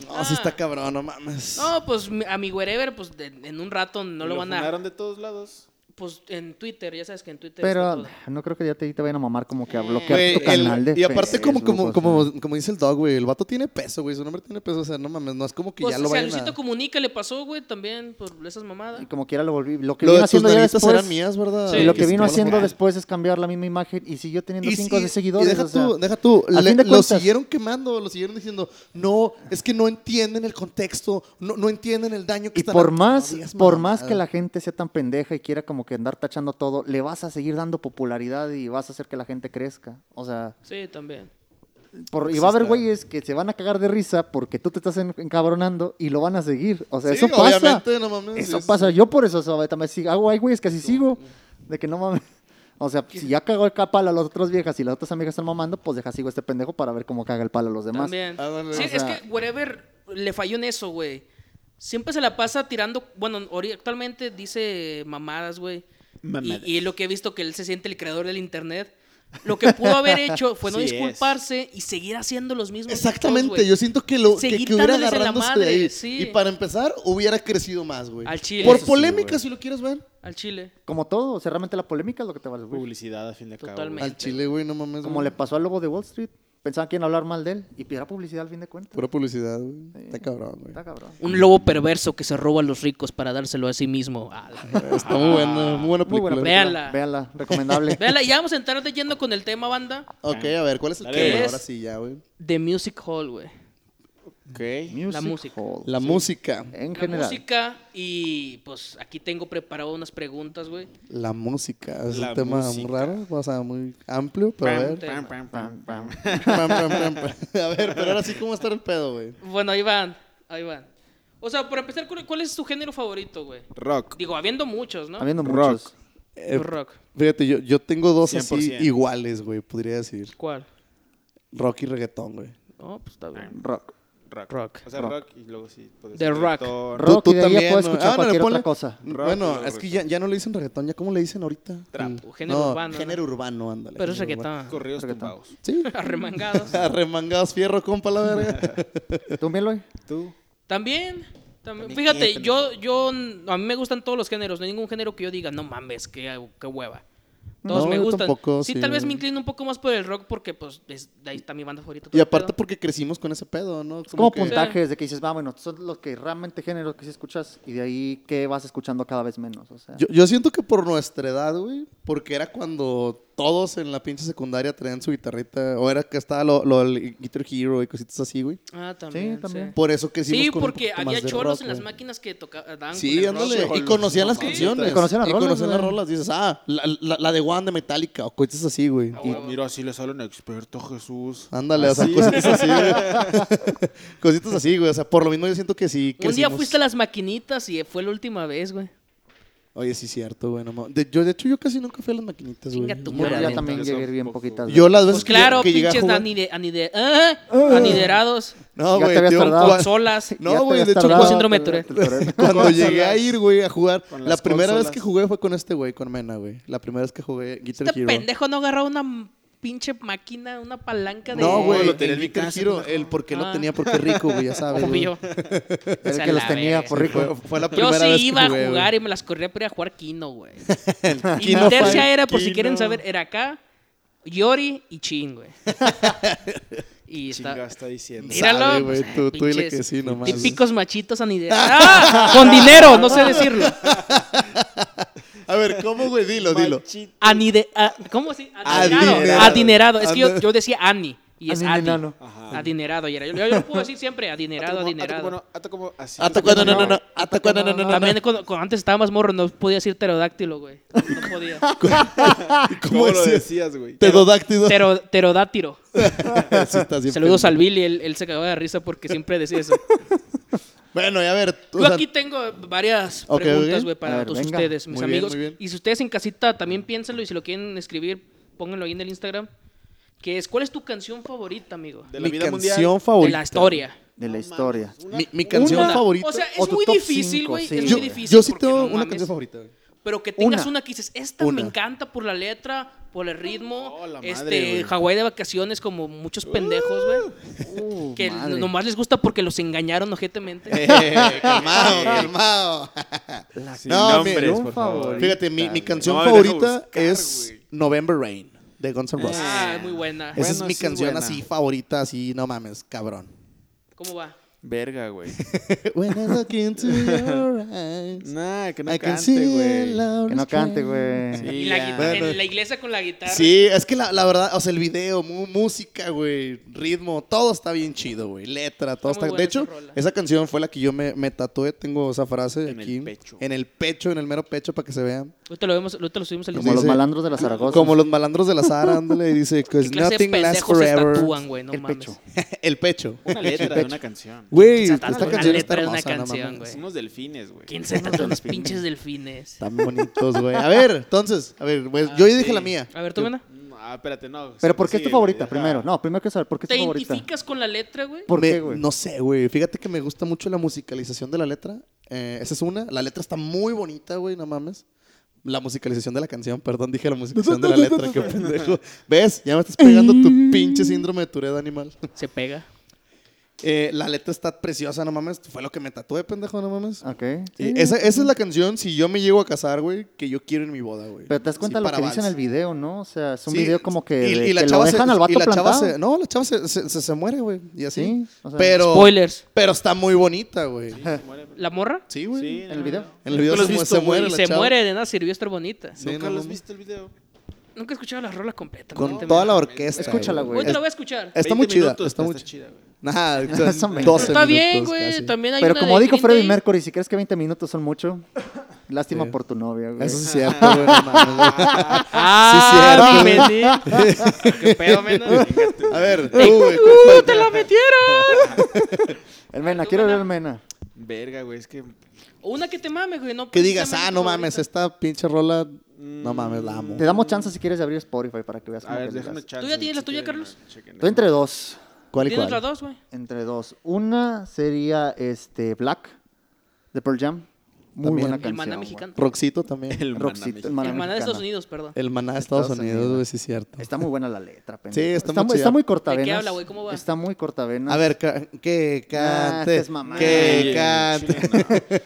[SPEAKER 3] No, sí está cabrón, no mames.
[SPEAKER 1] No, pues mi- a mi wherever, pues de- en un rato no lo, van a...
[SPEAKER 4] funaron de todos lados.
[SPEAKER 1] Pues en Twitter, ya sabes que en Twitter... está
[SPEAKER 2] Pero
[SPEAKER 1] todo. Mm.
[SPEAKER 2] no creo que ya te, te vayan a mamar como que a bloquear
[SPEAKER 3] Güey,
[SPEAKER 2] tu canal
[SPEAKER 3] el-
[SPEAKER 2] de
[SPEAKER 3] y aparte como,
[SPEAKER 2] Facebook,
[SPEAKER 3] como,
[SPEAKER 2] o sea.
[SPEAKER 3] como, como dice el dog, güey, el vato tiene peso, güey, su nombre tiene peso, o sea, no mames, no es como que
[SPEAKER 1] Pues,
[SPEAKER 3] ya lo
[SPEAKER 1] o sea,
[SPEAKER 3] vayan a...
[SPEAKER 1] Luisito Comunica le pasó, güey, también por esas mamadas.
[SPEAKER 2] Y como quiera lo volví, lo que
[SPEAKER 3] Lo
[SPEAKER 2] vino
[SPEAKER 3] de tus
[SPEAKER 2] haciendo ya
[SPEAKER 3] narices
[SPEAKER 2] después,
[SPEAKER 3] eran mías, Este, ¿verdad?
[SPEAKER 1] Sí.
[SPEAKER 2] y lo que
[SPEAKER 1] Es
[SPEAKER 2] vino
[SPEAKER 1] que-
[SPEAKER 2] haciendo después es cambiar la misma imagen y siguió teniendo
[SPEAKER 3] Y
[SPEAKER 2] cinco
[SPEAKER 3] sí,
[SPEAKER 2] seguidores,
[SPEAKER 3] y deja
[SPEAKER 2] o sea,
[SPEAKER 3] tú, deja tú,
[SPEAKER 2] al
[SPEAKER 3] le-
[SPEAKER 2] fin de
[SPEAKER 3] lo
[SPEAKER 2] cuentas-
[SPEAKER 3] siguieron quemando, lo siguieron diciendo, no, es que no entienden el contexto, no, no entienden el daño
[SPEAKER 2] Y
[SPEAKER 3] que están
[SPEAKER 2] por
[SPEAKER 3] ha-
[SPEAKER 2] más,
[SPEAKER 3] No digas
[SPEAKER 2] por más
[SPEAKER 3] mamada.
[SPEAKER 2] que la gente sea tan pendeja y quiera como que andar tachando todo, le vas a seguir dando popularidad y vas a hacer que la gente crezca. O sea,
[SPEAKER 1] Sí, también.
[SPEAKER 2] por- y
[SPEAKER 3] Sí
[SPEAKER 2] va a haber
[SPEAKER 3] está.
[SPEAKER 2] güeyes que se van a cagar de risa porque tú te estás en- encabronando y lo van a seguir. O sea,
[SPEAKER 3] Sí,
[SPEAKER 2] eso pasa.
[SPEAKER 3] obviamente, no mames,
[SPEAKER 2] Eso
[SPEAKER 3] es-
[SPEAKER 2] pasa. Yo por eso o sea, también sí, hago, hay güeyes que así sigo. De que no mames. O sea, si ya cagó el palo a las otras viejas y las otras amigas están mamando, pues deja sigo a este pendejo para ver cómo caga el palo a los demás.
[SPEAKER 1] También.
[SPEAKER 3] Ah, bueno,
[SPEAKER 1] sí,
[SPEAKER 2] o
[SPEAKER 1] es
[SPEAKER 2] sea-
[SPEAKER 1] que Wherever le falló en eso, güey. Siempre se la pasa tirando. Bueno, ori- actualmente dice mamadas, güey.
[SPEAKER 4] Mamadas.
[SPEAKER 1] Y, y lo que he visto que él se siente el creador del internet. Lo que pudo haber hecho fue no
[SPEAKER 4] Sí es.
[SPEAKER 1] disculparse y seguir haciendo los mismos. TikToks,
[SPEAKER 3] Exactamente,
[SPEAKER 1] Pues, güey.
[SPEAKER 3] yo siento que lo que,
[SPEAKER 1] Seguir
[SPEAKER 3] que hubiera
[SPEAKER 1] dándoles en la
[SPEAKER 3] agarrándose
[SPEAKER 1] madre,
[SPEAKER 3] de ahí.
[SPEAKER 1] sí.
[SPEAKER 3] Y para empezar, hubiera crecido más, güey.
[SPEAKER 1] Al chile.
[SPEAKER 3] Por
[SPEAKER 1] Eso sí,
[SPEAKER 3] polémica,
[SPEAKER 4] güey.
[SPEAKER 3] si lo quieres ver.
[SPEAKER 1] Al chile.
[SPEAKER 2] Como todo, o sea, realmente la polémica es lo que te va a servir.
[SPEAKER 4] Publicidad a fin de cabo.
[SPEAKER 1] Totalmente.
[SPEAKER 4] güey.
[SPEAKER 3] Al chile, güey, no mames.
[SPEAKER 2] Como
[SPEAKER 3] güey.
[SPEAKER 2] le pasó al lobo de Wall Street. Pensaban que iban a hablar mal de él y pidiera publicidad al fin de cuentas.
[SPEAKER 3] Pura publicidad, güey. Está cabrón, güey.
[SPEAKER 2] Está cabrón.
[SPEAKER 1] Un lobo perverso que se roba a los ricos para dárselo a sí mismo. Ah, la verga.
[SPEAKER 3] Está muy buena, muy buena
[SPEAKER 2] Muy buena
[SPEAKER 3] película.
[SPEAKER 2] película.
[SPEAKER 1] Véanla.
[SPEAKER 2] Véanla, recomendable.
[SPEAKER 1] Véanla, y ya vamos a entrar de lleno con el tema, banda.
[SPEAKER 3] Ok, a ver, ¿cuál es el
[SPEAKER 4] Dale.
[SPEAKER 3] tema?
[SPEAKER 1] ¿Qué
[SPEAKER 3] Ahora
[SPEAKER 1] es?
[SPEAKER 3] Pues, sí, ya, güey.
[SPEAKER 1] The Music Hall, güey.
[SPEAKER 4] Ok.
[SPEAKER 2] Music
[SPEAKER 1] música.
[SPEAKER 2] Hall.
[SPEAKER 3] La música.
[SPEAKER 2] En
[SPEAKER 1] La
[SPEAKER 2] general.
[SPEAKER 1] música y pues aquí tengo preparado unas preguntas, güey.
[SPEAKER 3] La música. Es
[SPEAKER 4] La
[SPEAKER 3] un tema
[SPEAKER 4] música.
[SPEAKER 3] muy raro, o sea, muy amplio, pero a
[SPEAKER 4] Pam,
[SPEAKER 3] ver.
[SPEAKER 4] pam, pam, pam, pam.
[SPEAKER 3] Pam, pam, pam, pam. A ver, pero ahora sí, ¿cómo va a estar el pedo, güey?
[SPEAKER 1] Bueno, ahí van, ahí van. O sea, para empezar, ¿cuál cuál es tu género favorito, güey?
[SPEAKER 4] Rock.
[SPEAKER 1] Digo, habiendo muchos, ¿no?
[SPEAKER 2] Habiendo
[SPEAKER 4] Rock.
[SPEAKER 2] muchos.
[SPEAKER 3] Eh,
[SPEAKER 1] Rock.
[SPEAKER 3] fíjate, yo, yo tengo dos así
[SPEAKER 4] 100%.
[SPEAKER 3] iguales, güey, podría decir.
[SPEAKER 1] pues, ¿Cuál?
[SPEAKER 3] Rock y reggaetón, güey.
[SPEAKER 1] No, pues está bien.
[SPEAKER 2] Rock.
[SPEAKER 4] Rock.
[SPEAKER 1] Rock.
[SPEAKER 4] O sea, rock, y luego sí. puede
[SPEAKER 1] The
[SPEAKER 4] ser
[SPEAKER 1] Rock.
[SPEAKER 4] reggaetón,
[SPEAKER 2] Rock. y de ahí ya puedo escuchar
[SPEAKER 3] le
[SPEAKER 2] cualquier
[SPEAKER 3] ponle-
[SPEAKER 2] otra cosa.
[SPEAKER 4] Rock y
[SPEAKER 3] Bueno,
[SPEAKER 4] luego
[SPEAKER 3] es que ya, ya no le dicen reggaetón, ¿ya cómo le dicen ahorita?
[SPEAKER 4] Trap,
[SPEAKER 3] Mm.
[SPEAKER 1] género urbano, ¿no?
[SPEAKER 3] Género urbano, ándale.
[SPEAKER 1] Pero es
[SPEAKER 3] género urbano.
[SPEAKER 1] reggaetón.
[SPEAKER 4] Correos
[SPEAKER 2] Reggaetón.
[SPEAKER 4] tumbados.
[SPEAKER 3] Sí.
[SPEAKER 1] Arremangados.
[SPEAKER 3] Arremangados fierro, compa, la verga.
[SPEAKER 2] ¿Tú, Miloy?
[SPEAKER 4] ¿Tú?
[SPEAKER 1] También, también.
[SPEAKER 5] También
[SPEAKER 1] Fíjate,
[SPEAKER 5] qué
[SPEAKER 1] yo, yo, a mí me gustan todos los géneros. No hay ningún género que yo diga, no mames, qué, qué hueva. Todos
[SPEAKER 3] No,
[SPEAKER 1] me
[SPEAKER 3] yo
[SPEAKER 1] gustan.
[SPEAKER 3] tampoco,
[SPEAKER 1] sí,
[SPEAKER 3] sí.
[SPEAKER 1] tal vez me inclino un poco más por el rock porque, pues, es- ahí está mi banda favorita. todo
[SPEAKER 3] Y
[SPEAKER 1] el
[SPEAKER 3] aparte
[SPEAKER 1] pedo.
[SPEAKER 3] porque crecimos con ese pedo, ¿no?
[SPEAKER 2] Es como
[SPEAKER 3] que-
[SPEAKER 2] puntajes de que dices, ah, bueno, son los que realmente géneros que sí escuchas y de ahí que vas escuchando cada vez menos. O sea,
[SPEAKER 3] Yo, yo siento que por nuestra edad, güey, porque era cuando todos en la pinche secundaria traían su guitarrita, o era que estaba lo, lo del Guitar Hero y cositas así, güey.
[SPEAKER 1] Ah, también. Sí,
[SPEAKER 2] también.
[SPEAKER 3] Por eso crecimos
[SPEAKER 1] Sí,
[SPEAKER 3] con un
[SPEAKER 1] porque
[SPEAKER 3] poquito
[SPEAKER 1] había
[SPEAKER 3] más de
[SPEAKER 1] choros
[SPEAKER 3] rock,
[SPEAKER 1] en las
[SPEAKER 3] güey.
[SPEAKER 1] máquinas que tocaban.
[SPEAKER 3] Sí, ándale. Y
[SPEAKER 4] Cholos,
[SPEAKER 3] conocían
[SPEAKER 4] no
[SPEAKER 3] las
[SPEAKER 4] mames.
[SPEAKER 3] canciones.
[SPEAKER 2] Y conocían las rolas,
[SPEAKER 3] conocían las
[SPEAKER 2] güey.
[SPEAKER 3] rolas. Dices, ah, la, la- la de One de Metallica o cosas así, güey.
[SPEAKER 1] Ah,
[SPEAKER 3] Y-
[SPEAKER 1] huevo.
[SPEAKER 4] Mira, así le sale un experto, Jesús.
[SPEAKER 3] Ándale, o sea,
[SPEAKER 4] Así.
[SPEAKER 3] cositas así, güey. cositas así, güey. O sea, por lo mismo yo siento que sí
[SPEAKER 1] Ah, Un día
[SPEAKER 3] crecimos.
[SPEAKER 1] fuiste a las maquinitas y fue la última vez, güey.
[SPEAKER 3] Oye, sí, cierto, güey. no mames. De, yo, de hecho, yo casi nunca fui a las maquinitas, güey.
[SPEAKER 1] Chinga tu
[SPEAKER 2] Yo
[SPEAKER 1] madre.
[SPEAKER 2] ya también
[SPEAKER 4] Yo
[SPEAKER 2] llegué bien
[SPEAKER 4] tampoco.
[SPEAKER 2] poquitas.
[SPEAKER 3] Yo las veces
[SPEAKER 1] Pues claro,
[SPEAKER 3] que, que llegué a
[SPEAKER 1] pinches
[SPEAKER 3] jugar-
[SPEAKER 1] anide- anide- ah,
[SPEAKER 2] Ah.
[SPEAKER 1] aniderados.
[SPEAKER 2] Ya
[SPEAKER 3] No,
[SPEAKER 2] te
[SPEAKER 3] güey,
[SPEAKER 2] habías
[SPEAKER 3] tío,
[SPEAKER 2] tardado.
[SPEAKER 3] cua-
[SPEAKER 1] Solas.
[SPEAKER 3] No,
[SPEAKER 2] Ya te
[SPEAKER 3] güey,
[SPEAKER 2] habías
[SPEAKER 3] de hecho,
[SPEAKER 2] tardado,
[SPEAKER 1] con síndrome de
[SPEAKER 2] te- te- te- te-
[SPEAKER 3] Cuando
[SPEAKER 2] Cosas.
[SPEAKER 3] llegué a ir, güey, a jugar,
[SPEAKER 4] Con
[SPEAKER 3] la
[SPEAKER 4] las
[SPEAKER 3] primera vez
[SPEAKER 4] consolas.
[SPEAKER 3] que jugué fue con este güey, con Mena, güey. La primera vez que jugué Guitar
[SPEAKER 1] Este
[SPEAKER 3] Hero.
[SPEAKER 1] pendejo no agarró una m- pinche máquina, una palanca de.
[SPEAKER 3] No, güey,
[SPEAKER 4] lo
[SPEAKER 3] lo
[SPEAKER 4] tenía en mi
[SPEAKER 3] Guitar
[SPEAKER 4] casa,
[SPEAKER 3] Hero,
[SPEAKER 4] pendejo.
[SPEAKER 3] el por qué lo
[SPEAKER 1] Ah.
[SPEAKER 3] tenía, porque rico, güey, ya sabes. güey.
[SPEAKER 1] Obvio.
[SPEAKER 2] El
[SPEAKER 1] Esa
[SPEAKER 2] que los
[SPEAKER 1] la
[SPEAKER 2] tenía
[SPEAKER 1] verga.
[SPEAKER 2] por rico.
[SPEAKER 3] Fue, fue la
[SPEAKER 1] Yo
[SPEAKER 3] primera vez
[SPEAKER 1] sí
[SPEAKER 3] que
[SPEAKER 1] iba
[SPEAKER 3] jugué,
[SPEAKER 1] a
[SPEAKER 3] güey.
[SPEAKER 1] jugar y me las corría para ir a jugar Kino, güey. y
[SPEAKER 3] Kino
[SPEAKER 1] mi tercia
[SPEAKER 3] fue-
[SPEAKER 1] era, por si
[SPEAKER 4] Kino.
[SPEAKER 1] quieren saber, era acá, Yori y Chin, güey. y
[SPEAKER 4] Chinga,
[SPEAKER 1] está.
[SPEAKER 4] está diciendo.
[SPEAKER 1] Míralo,
[SPEAKER 3] Sabe,
[SPEAKER 1] pues,
[SPEAKER 3] güey,
[SPEAKER 1] ay,
[SPEAKER 3] tú, tú dile
[SPEAKER 1] pinches
[SPEAKER 3] que sí nomás.
[SPEAKER 1] Típicos machitos aniderados. ¡Ah! Con dinero, no sé decirlo.
[SPEAKER 3] A ver, ¿cómo, güey? Dilo, dilo.
[SPEAKER 4] Machito.
[SPEAKER 1] Anide... a- ¿Cómo se Adinerado.
[SPEAKER 3] Adinerado.
[SPEAKER 1] Adinerado. Es que yo, yo decía Ani. Y es Adi.
[SPEAKER 2] Adinerado.
[SPEAKER 4] Ajá.
[SPEAKER 1] Adinerado. Y era. Yo, yo lo puedo decir siempre. Adinerado,
[SPEAKER 4] Ata como- ata como-
[SPEAKER 1] adinerado.
[SPEAKER 4] no, ata como así.
[SPEAKER 3] Hasta cuando no, no, no. Hasta cuando no, no, no.
[SPEAKER 1] También cuando, cuando antes estaba más morro no podía decir pterodáctilo, güey. No podía.
[SPEAKER 4] ¿Cómo
[SPEAKER 3] ¿Cómo
[SPEAKER 4] lo
[SPEAKER 3] decías?
[SPEAKER 4] decías, güey?
[SPEAKER 3] Tedodáctido.
[SPEAKER 1] Ptero, pterodátiro.
[SPEAKER 3] Sí, estás bien
[SPEAKER 1] Saludos
[SPEAKER 3] pendejo.
[SPEAKER 1] al Billy. Él, él se cagaba de risa porque siempre decía eso.
[SPEAKER 3] Bueno, y a ver. tú, o
[SPEAKER 1] Yo
[SPEAKER 3] sea,
[SPEAKER 1] aquí tengo varias
[SPEAKER 3] Ok,
[SPEAKER 1] preguntas,
[SPEAKER 3] ok.
[SPEAKER 1] güey,
[SPEAKER 2] A
[SPEAKER 1] para
[SPEAKER 2] ver,
[SPEAKER 1] todos
[SPEAKER 2] venga.
[SPEAKER 1] ustedes, mis
[SPEAKER 3] Muy bien,
[SPEAKER 1] amigos.
[SPEAKER 3] muy bien.
[SPEAKER 1] Y si ustedes en casita también piénsenlo y si lo quieren escribir, pónganlo ahí en el Instagram. Que es, ¿cuál es tu canción favorita, amigo?
[SPEAKER 4] De la
[SPEAKER 3] Mi
[SPEAKER 4] vida mundial.
[SPEAKER 3] canción favorita.
[SPEAKER 1] De la historia.
[SPEAKER 2] De la historia.
[SPEAKER 3] Mi, mi canción
[SPEAKER 1] Una.
[SPEAKER 3] favorita.
[SPEAKER 1] O sea, es
[SPEAKER 2] o tu
[SPEAKER 1] muy
[SPEAKER 2] top
[SPEAKER 1] difícil,
[SPEAKER 2] cinco,
[SPEAKER 1] güey.
[SPEAKER 2] sí,
[SPEAKER 1] es
[SPEAKER 3] yo,
[SPEAKER 1] muy difícil.
[SPEAKER 3] yo sí
[SPEAKER 1] porque
[SPEAKER 3] tengo
[SPEAKER 1] no
[SPEAKER 3] una
[SPEAKER 1] mames,
[SPEAKER 3] canción favorita. güey.
[SPEAKER 1] Pero que tengas
[SPEAKER 2] Una.
[SPEAKER 1] una, que dices, esta
[SPEAKER 3] Una.
[SPEAKER 1] me encanta por la letra, por el ritmo.
[SPEAKER 4] Oh, la madre, güey.
[SPEAKER 1] este, Hawái de vacaciones, como muchos pendejos, güey.
[SPEAKER 2] Uh,
[SPEAKER 1] que
[SPEAKER 2] madre.
[SPEAKER 1] nomás les gusta porque los engañaron ojetemente.
[SPEAKER 3] Eh, calmado, calmado.
[SPEAKER 4] Sin
[SPEAKER 3] No,
[SPEAKER 4] nombres,
[SPEAKER 3] mira,
[SPEAKER 2] un
[SPEAKER 4] por favor.
[SPEAKER 2] favorito.
[SPEAKER 3] Fíjate, mi, mi
[SPEAKER 2] güey.
[SPEAKER 3] canción
[SPEAKER 4] No, deja
[SPEAKER 3] favorita
[SPEAKER 4] buscar,
[SPEAKER 3] es
[SPEAKER 4] güey.
[SPEAKER 3] November Rain de Guns N' Roses.
[SPEAKER 1] ah, muy buena.
[SPEAKER 3] Esa es
[SPEAKER 4] bueno,
[SPEAKER 3] mi
[SPEAKER 4] sí,
[SPEAKER 3] canción
[SPEAKER 4] buena.
[SPEAKER 3] así favorita, así, no mames, cabrón.
[SPEAKER 1] ¿Cómo va?
[SPEAKER 4] Verga, güey.
[SPEAKER 3] When I look into your eyes,
[SPEAKER 4] Nah, que no
[SPEAKER 3] I can
[SPEAKER 4] cante,
[SPEAKER 3] see
[SPEAKER 4] güey.
[SPEAKER 3] la
[SPEAKER 2] Que no cante, güey.
[SPEAKER 4] Sí.
[SPEAKER 1] Y la,
[SPEAKER 4] ya.
[SPEAKER 1] guita-
[SPEAKER 3] Bueno.
[SPEAKER 1] en la iglesia con la guitarra.
[SPEAKER 3] Sí, es que la, la verdad, o sea, el video, mu- música, güey, ritmo, todo está bien chido, güey. Letra, todo
[SPEAKER 1] Está muy
[SPEAKER 3] está. de
[SPEAKER 1] buena
[SPEAKER 3] hecho,
[SPEAKER 1] esa rola.
[SPEAKER 3] esa canción fue la que yo me, me tatué. Tengo esa frase
[SPEAKER 4] En el
[SPEAKER 3] aquí.
[SPEAKER 4] pecho.
[SPEAKER 3] En el pecho, en el mero pecho, para que se vean.
[SPEAKER 1] Ahorita lo vemos, ahorita lo subimos al
[SPEAKER 2] Como
[SPEAKER 1] Instagram.
[SPEAKER 2] los
[SPEAKER 3] sí.
[SPEAKER 2] malandros de la Zaragoza.
[SPEAKER 3] Como los malandros de la Zara, ándale, y dice,
[SPEAKER 1] ¿Qué
[SPEAKER 3] because
[SPEAKER 1] clase de
[SPEAKER 3] nothing lasts
[SPEAKER 1] pendejos se
[SPEAKER 3] forever.
[SPEAKER 1] tatúan, güey? No
[SPEAKER 2] el
[SPEAKER 1] mames.
[SPEAKER 2] pecho.
[SPEAKER 3] El pecho.
[SPEAKER 4] Una letra de una canción.
[SPEAKER 3] Güey,
[SPEAKER 1] Se
[SPEAKER 3] esta
[SPEAKER 1] tatúan
[SPEAKER 3] canción
[SPEAKER 1] una letra
[SPEAKER 3] está
[SPEAKER 1] de
[SPEAKER 3] hermosa,
[SPEAKER 1] una
[SPEAKER 3] no
[SPEAKER 1] canción,
[SPEAKER 3] mames.
[SPEAKER 1] güey.
[SPEAKER 4] Unos delfines, güey.
[SPEAKER 1] ¿Quién se tatuó los pinches delfines?
[SPEAKER 3] Tan bonitos, güey. A ver, entonces, a ver, güey, yo ya dije
[SPEAKER 4] sí.
[SPEAKER 3] la mía.
[SPEAKER 1] A ver, tú, Mena.
[SPEAKER 4] Mm, Ah, espérate, no.
[SPEAKER 2] Pero ¿por qué es
[SPEAKER 4] sigue,
[SPEAKER 2] tu favorita?
[SPEAKER 4] güey,
[SPEAKER 2] Primero,
[SPEAKER 4] ajá.
[SPEAKER 2] no, primero que saber, ¿por qué es
[SPEAKER 1] ¿Te
[SPEAKER 2] tu favorita?
[SPEAKER 1] identificas con la letra, güey?
[SPEAKER 2] ¿Por
[SPEAKER 3] Me-
[SPEAKER 2] qué, güey?
[SPEAKER 3] No sé, güey. Fíjate que me gusta mucho la musicalización de la letra. Eh, esa es una. La letra está muy bonita, güey, no mames. La musicalización de la canción, perdón, dije la musicalización de la letra, qué pendejo. ¿Ves? Ya me estás pegando tu pinche síndrome de Tourette animal.
[SPEAKER 1] Se pega.
[SPEAKER 3] Eh, la letra está preciosa, no mames. Fue lo que me tatué, pendejo, no mames.
[SPEAKER 2] Ok.
[SPEAKER 3] Sí, esa, esa es la canción, si yo me llego a casar, güey, que yo quiero en mi boda, güey.
[SPEAKER 2] Pero te das cuenta
[SPEAKER 3] Sí,
[SPEAKER 2] lo
[SPEAKER 3] para
[SPEAKER 2] que dice en el
[SPEAKER 3] Vals.
[SPEAKER 2] video, ¿no? O sea, es un
[SPEAKER 3] Sí,
[SPEAKER 2] video como que,
[SPEAKER 3] y-
[SPEAKER 2] de-
[SPEAKER 3] y la
[SPEAKER 2] que lo
[SPEAKER 3] chava se-
[SPEAKER 2] dejan al vato
[SPEAKER 3] y la chava
[SPEAKER 2] plantado.
[SPEAKER 3] se- no, la chava se, se, se- se muere, güey. Y así.
[SPEAKER 2] Sí, o sea,
[SPEAKER 3] pero,
[SPEAKER 1] Spoilers.
[SPEAKER 3] pero está muy bonita, güey.
[SPEAKER 4] Se muere, güey.
[SPEAKER 1] ¿La morra?
[SPEAKER 3] Sí, güey.
[SPEAKER 4] Sí,
[SPEAKER 2] el video.
[SPEAKER 3] En el video
[SPEAKER 4] ¿No lo
[SPEAKER 3] se,
[SPEAKER 4] has
[SPEAKER 3] mu-
[SPEAKER 4] visto,
[SPEAKER 3] se
[SPEAKER 4] güey?
[SPEAKER 3] muere
[SPEAKER 1] Y
[SPEAKER 3] la
[SPEAKER 1] se
[SPEAKER 3] chava.
[SPEAKER 1] muere, de nada sirvió estar bonita.
[SPEAKER 3] Sí,
[SPEAKER 4] Nunca
[SPEAKER 3] no
[SPEAKER 4] lo has
[SPEAKER 3] mames.
[SPEAKER 4] visto el video.
[SPEAKER 1] Nunca he escuchado la rola completa.
[SPEAKER 3] Con
[SPEAKER 1] no te
[SPEAKER 3] toda la
[SPEAKER 1] miento.
[SPEAKER 3] orquesta.
[SPEAKER 2] Escúchala, güey.
[SPEAKER 1] Hoy te la
[SPEAKER 3] Es-
[SPEAKER 1] voy a escuchar.
[SPEAKER 3] Está muy
[SPEAKER 4] 20
[SPEAKER 3] chida.
[SPEAKER 4] minutos,
[SPEAKER 3] está muy chida.
[SPEAKER 4] chida, güey.
[SPEAKER 3] Nah,
[SPEAKER 2] Son
[SPEAKER 3] son
[SPEAKER 2] veinte.
[SPEAKER 3] 12
[SPEAKER 1] Está bien,
[SPEAKER 3] minutos
[SPEAKER 1] güey.
[SPEAKER 3] casi.
[SPEAKER 1] También hay
[SPEAKER 2] Pero
[SPEAKER 1] una
[SPEAKER 2] como
[SPEAKER 1] de
[SPEAKER 2] dijo
[SPEAKER 1] Green
[SPEAKER 2] Freddie
[SPEAKER 1] Day.
[SPEAKER 2] Mercury, si crees que 20 minutos son mucho, lástima por tu novia, güey.
[SPEAKER 3] Eso sí es cierto, güey. no mames.
[SPEAKER 1] Ah, me
[SPEAKER 4] Ah,
[SPEAKER 1] metí. Qué pedo, Mena.
[SPEAKER 3] A ver, tú, güey. ¿cuál-
[SPEAKER 1] ¡Uh,
[SPEAKER 3] cuál-
[SPEAKER 1] te la metieron!
[SPEAKER 2] El Mena, quiero ver el Mena.
[SPEAKER 4] Verga, güey, es que.
[SPEAKER 1] O Una que te mames, güey. No
[SPEAKER 3] Que digas, ah,
[SPEAKER 1] precisamente
[SPEAKER 3] no
[SPEAKER 1] tu
[SPEAKER 3] mames,
[SPEAKER 1] favorita.
[SPEAKER 3] esta pinche rola,
[SPEAKER 1] Mm,
[SPEAKER 3] no mames, la amo.
[SPEAKER 2] Te damos chance si quieres de abrir Spotify para que veas
[SPEAKER 4] A
[SPEAKER 2] como
[SPEAKER 4] ver,
[SPEAKER 2] que le
[SPEAKER 4] déjame
[SPEAKER 2] das.
[SPEAKER 4] chance.
[SPEAKER 1] ¿Tú ya tienes la
[SPEAKER 4] si
[SPEAKER 1] tuya,
[SPEAKER 4] quieren,
[SPEAKER 1] Carlos?
[SPEAKER 4] no, chequen,
[SPEAKER 2] Tú entre dos,
[SPEAKER 3] ¿Cuál y
[SPEAKER 1] ¿Tienes las
[SPEAKER 3] cuál?
[SPEAKER 1] dos, güey?
[SPEAKER 2] entre dos. Una sería este Black de Pearl Jam. Muy
[SPEAKER 3] También.
[SPEAKER 2] buena
[SPEAKER 3] El
[SPEAKER 1] El
[SPEAKER 2] canción.
[SPEAKER 1] maná
[SPEAKER 2] güey.
[SPEAKER 1] mexicano.
[SPEAKER 3] Roxito también. El,
[SPEAKER 4] El
[SPEAKER 2] Roxito, el maná,
[SPEAKER 4] Manami.
[SPEAKER 1] maná de
[SPEAKER 2] mexicano.
[SPEAKER 1] Estados Unidos, perdón.
[SPEAKER 3] maná de Estados,
[SPEAKER 2] Estados
[SPEAKER 3] Unidos,
[SPEAKER 2] Unidos.
[SPEAKER 3] güey, sí es cierto.
[SPEAKER 2] Está muy buena la letra, pendejo.
[SPEAKER 3] Sí, está muy
[SPEAKER 2] muy,
[SPEAKER 3] chida.
[SPEAKER 2] está muy cortavenas.
[SPEAKER 1] ¿De qué habla, güey? ¿Cómo va?
[SPEAKER 2] Está muy cortavenas.
[SPEAKER 3] A ver, ca- que
[SPEAKER 2] Ah,
[SPEAKER 3] cante.
[SPEAKER 2] estás mamando.
[SPEAKER 3] que
[SPEAKER 2] Ey,
[SPEAKER 3] cante.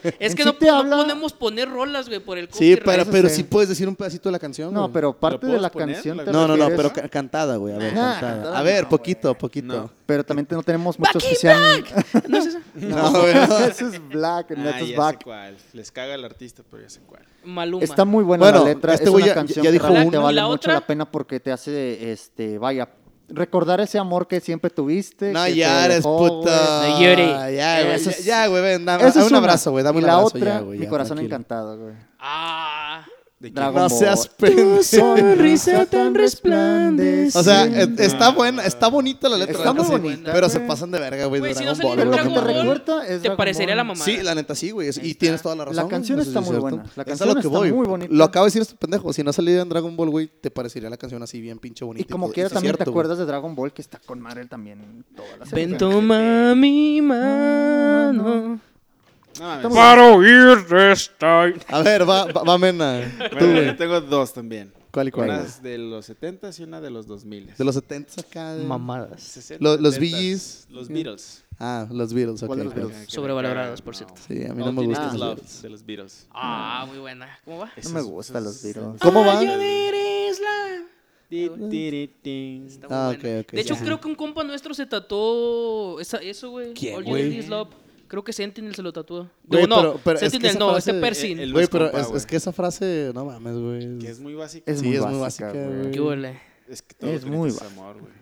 [SPEAKER 1] Es que
[SPEAKER 2] sí
[SPEAKER 1] no,
[SPEAKER 2] te
[SPEAKER 1] no
[SPEAKER 2] habla-
[SPEAKER 1] podemos poner rolas, güey, por el
[SPEAKER 3] Sí,
[SPEAKER 1] copyright.
[SPEAKER 3] pero,
[SPEAKER 2] eso
[SPEAKER 3] pero
[SPEAKER 2] sí.
[SPEAKER 3] sí puedes decir un pedacito de la canción.
[SPEAKER 2] No,
[SPEAKER 3] güey.
[SPEAKER 2] pero parte
[SPEAKER 4] ¿Lo
[SPEAKER 2] de la
[SPEAKER 4] puedes poner?
[SPEAKER 2] canción.
[SPEAKER 4] La-
[SPEAKER 2] te
[SPEAKER 3] No, no, no,
[SPEAKER 2] refieres-
[SPEAKER 3] pero ca- cantada, güey. A ver,
[SPEAKER 2] Nah,
[SPEAKER 3] cantada.
[SPEAKER 2] cantada
[SPEAKER 3] A ver,
[SPEAKER 2] no,
[SPEAKER 3] poquito, poquito.
[SPEAKER 4] No.
[SPEAKER 2] Pero también te- no tenemos
[SPEAKER 1] Back
[SPEAKER 2] muchos que
[SPEAKER 1] in
[SPEAKER 2] sean.
[SPEAKER 1] black. No es esa.
[SPEAKER 2] No,
[SPEAKER 3] No, güey, no.
[SPEAKER 2] eso es black,
[SPEAKER 4] Ah,
[SPEAKER 2] neta
[SPEAKER 4] ya
[SPEAKER 2] es
[SPEAKER 4] sé
[SPEAKER 2] back.
[SPEAKER 4] cuál. Les caga el artista, pero ya sé cuál.
[SPEAKER 1] Maluma.
[SPEAKER 2] Está muy buena
[SPEAKER 3] Bueno,
[SPEAKER 2] la letra.
[SPEAKER 3] este
[SPEAKER 2] es
[SPEAKER 3] güey
[SPEAKER 2] una
[SPEAKER 3] ya-
[SPEAKER 2] canción
[SPEAKER 3] ya
[SPEAKER 2] que
[SPEAKER 3] dijo
[SPEAKER 2] realmente
[SPEAKER 1] uno.
[SPEAKER 2] vale
[SPEAKER 1] ¿La
[SPEAKER 2] mucho
[SPEAKER 1] otra?
[SPEAKER 2] la pena porque te hace, este, vaya, recordar ese amor que siempre tuviste.
[SPEAKER 3] No
[SPEAKER 2] que te
[SPEAKER 3] llores,
[SPEAKER 2] dejó,
[SPEAKER 3] puta.
[SPEAKER 1] No llores.
[SPEAKER 3] Ya, güey,
[SPEAKER 2] Eso
[SPEAKER 3] ya-
[SPEAKER 2] es-
[SPEAKER 3] ya, güey, ven,
[SPEAKER 2] güey.
[SPEAKER 3] dame
[SPEAKER 2] Esa
[SPEAKER 3] dame
[SPEAKER 2] es
[SPEAKER 3] un
[SPEAKER 2] una.
[SPEAKER 3] abrazo, güey, dame
[SPEAKER 2] Y
[SPEAKER 3] un
[SPEAKER 2] la
[SPEAKER 3] abrazo
[SPEAKER 2] otra,
[SPEAKER 3] ya, güey.
[SPEAKER 2] mi
[SPEAKER 3] ya,
[SPEAKER 2] corazón
[SPEAKER 3] tranquilo.
[SPEAKER 2] encantado, güey.
[SPEAKER 1] Ah.
[SPEAKER 4] ¿De quién?
[SPEAKER 2] Dragon
[SPEAKER 3] No seas
[SPEAKER 2] Ball.
[SPEAKER 3] pendejo.
[SPEAKER 1] sonrisa tan resplandece.
[SPEAKER 3] O sea, eh,
[SPEAKER 2] Sí.
[SPEAKER 3] es- está buena, está bonita la letra.
[SPEAKER 2] Está
[SPEAKER 3] la neta,
[SPEAKER 2] muy
[SPEAKER 3] sí,
[SPEAKER 2] bonita,
[SPEAKER 3] Pero
[SPEAKER 2] güey.
[SPEAKER 3] se pasan de verga, güey, de
[SPEAKER 1] Güey, si no
[SPEAKER 3] Dragon
[SPEAKER 1] saliera
[SPEAKER 3] Ball.
[SPEAKER 2] Pero lo
[SPEAKER 3] güey.
[SPEAKER 2] que te
[SPEAKER 1] Dragon Ball,
[SPEAKER 2] recuerda es
[SPEAKER 1] te
[SPEAKER 2] Dragon
[SPEAKER 1] parecería
[SPEAKER 2] Ball.
[SPEAKER 1] la mamá.
[SPEAKER 3] Sí, la neta sí, güey. es-
[SPEAKER 1] Ahí
[SPEAKER 3] Y
[SPEAKER 1] está.
[SPEAKER 3] tienes toda la razón.
[SPEAKER 2] La canción
[SPEAKER 3] güey, eso
[SPEAKER 2] está
[SPEAKER 3] sí
[SPEAKER 2] muy
[SPEAKER 3] es
[SPEAKER 2] buena.
[SPEAKER 3] cierto.
[SPEAKER 2] La
[SPEAKER 3] Eso es
[SPEAKER 2] canción
[SPEAKER 3] lo que
[SPEAKER 2] está
[SPEAKER 3] voy,
[SPEAKER 2] muy
[SPEAKER 3] güey.
[SPEAKER 2] bonita.
[SPEAKER 3] Lo acabo de decir este pendejo. Si no saliera en Dragon Ball, güey, te parecería la canción así bien pinche
[SPEAKER 2] Y
[SPEAKER 3] bonita.
[SPEAKER 2] como
[SPEAKER 3] todo.
[SPEAKER 2] quiera
[SPEAKER 3] Eso es
[SPEAKER 2] también te
[SPEAKER 3] cierto, güey.
[SPEAKER 2] acuerdas de Dragon Ball que está con madre también toda la serie.
[SPEAKER 1] Ven, toma mi mano.
[SPEAKER 4] No mames.
[SPEAKER 2] Estamos-
[SPEAKER 5] Para oír esta
[SPEAKER 3] A ver, va, va, va, Mena. Tú,
[SPEAKER 4] Bueno,
[SPEAKER 3] güey.
[SPEAKER 4] yo tengo dos también.
[SPEAKER 3] ¿Cuál y cuál? güey?
[SPEAKER 4] Unas de los 70s y una de los 2000.
[SPEAKER 3] De los 70 acá. de-
[SPEAKER 1] Mamadas.
[SPEAKER 4] 60s,
[SPEAKER 3] Lo- los
[SPEAKER 4] 70s,
[SPEAKER 3] Bee Gees.
[SPEAKER 4] Los Beatles.
[SPEAKER 3] Ah, los Beatles, ok.
[SPEAKER 2] ¿Cuál de los
[SPEAKER 3] ok.
[SPEAKER 2] Beatles?
[SPEAKER 1] Sobrevalorados, por cierto.
[SPEAKER 3] Sí, a mí no
[SPEAKER 4] All
[SPEAKER 3] me
[SPEAKER 4] You Need
[SPEAKER 3] gustan
[SPEAKER 4] Is
[SPEAKER 3] los
[SPEAKER 4] Love,
[SPEAKER 3] Beatles.
[SPEAKER 4] de los Beatles.
[SPEAKER 1] Ah, muy buena. ¿Cómo va?
[SPEAKER 2] No me gustan los Beatles.
[SPEAKER 3] ¿Cómo
[SPEAKER 1] Ah,
[SPEAKER 3] va?
[SPEAKER 1] yo eres la-
[SPEAKER 4] Ti, ti, ti, ti.
[SPEAKER 1] Está muy
[SPEAKER 3] Ah,
[SPEAKER 1] buena.
[SPEAKER 3] ok, ok,
[SPEAKER 1] de hecho,
[SPEAKER 3] sí.
[SPEAKER 1] creo que un compa nuestro se tatuó esa- eso, güey.
[SPEAKER 4] ¿Quién,
[SPEAKER 1] All You
[SPEAKER 4] güey?
[SPEAKER 1] Need Is Love. Creo que Sentinel se lo tatuó.
[SPEAKER 3] Güey,
[SPEAKER 1] Digo, no,
[SPEAKER 3] pero- pero es que
[SPEAKER 1] Sentinel
[SPEAKER 3] esa
[SPEAKER 1] no,
[SPEAKER 3] frase-
[SPEAKER 1] este Persin.
[SPEAKER 4] el-
[SPEAKER 3] Güey, pero
[SPEAKER 4] Compa,
[SPEAKER 3] es,
[SPEAKER 4] güey.
[SPEAKER 3] es que esa frase, no mames, güey.
[SPEAKER 4] Que es muy básico.
[SPEAKER 2] Es
[SPEAKER 3] Sí,
[SPEAKER 2] muy
[SPEAKER 3] es muy
[SPEAKER 2] básica,
[SPEAKER 3] básica,
[SPEAKER 2] güey.
[SPEAKER 1] ¿Qué huele?
[SPEAKER 4] Es que todo
[SPEAKER 2] Es
[SPEAKER 4] lo que
[SPEAKER 2] muy
[SPEAKER 4] necesitas es amor, güey.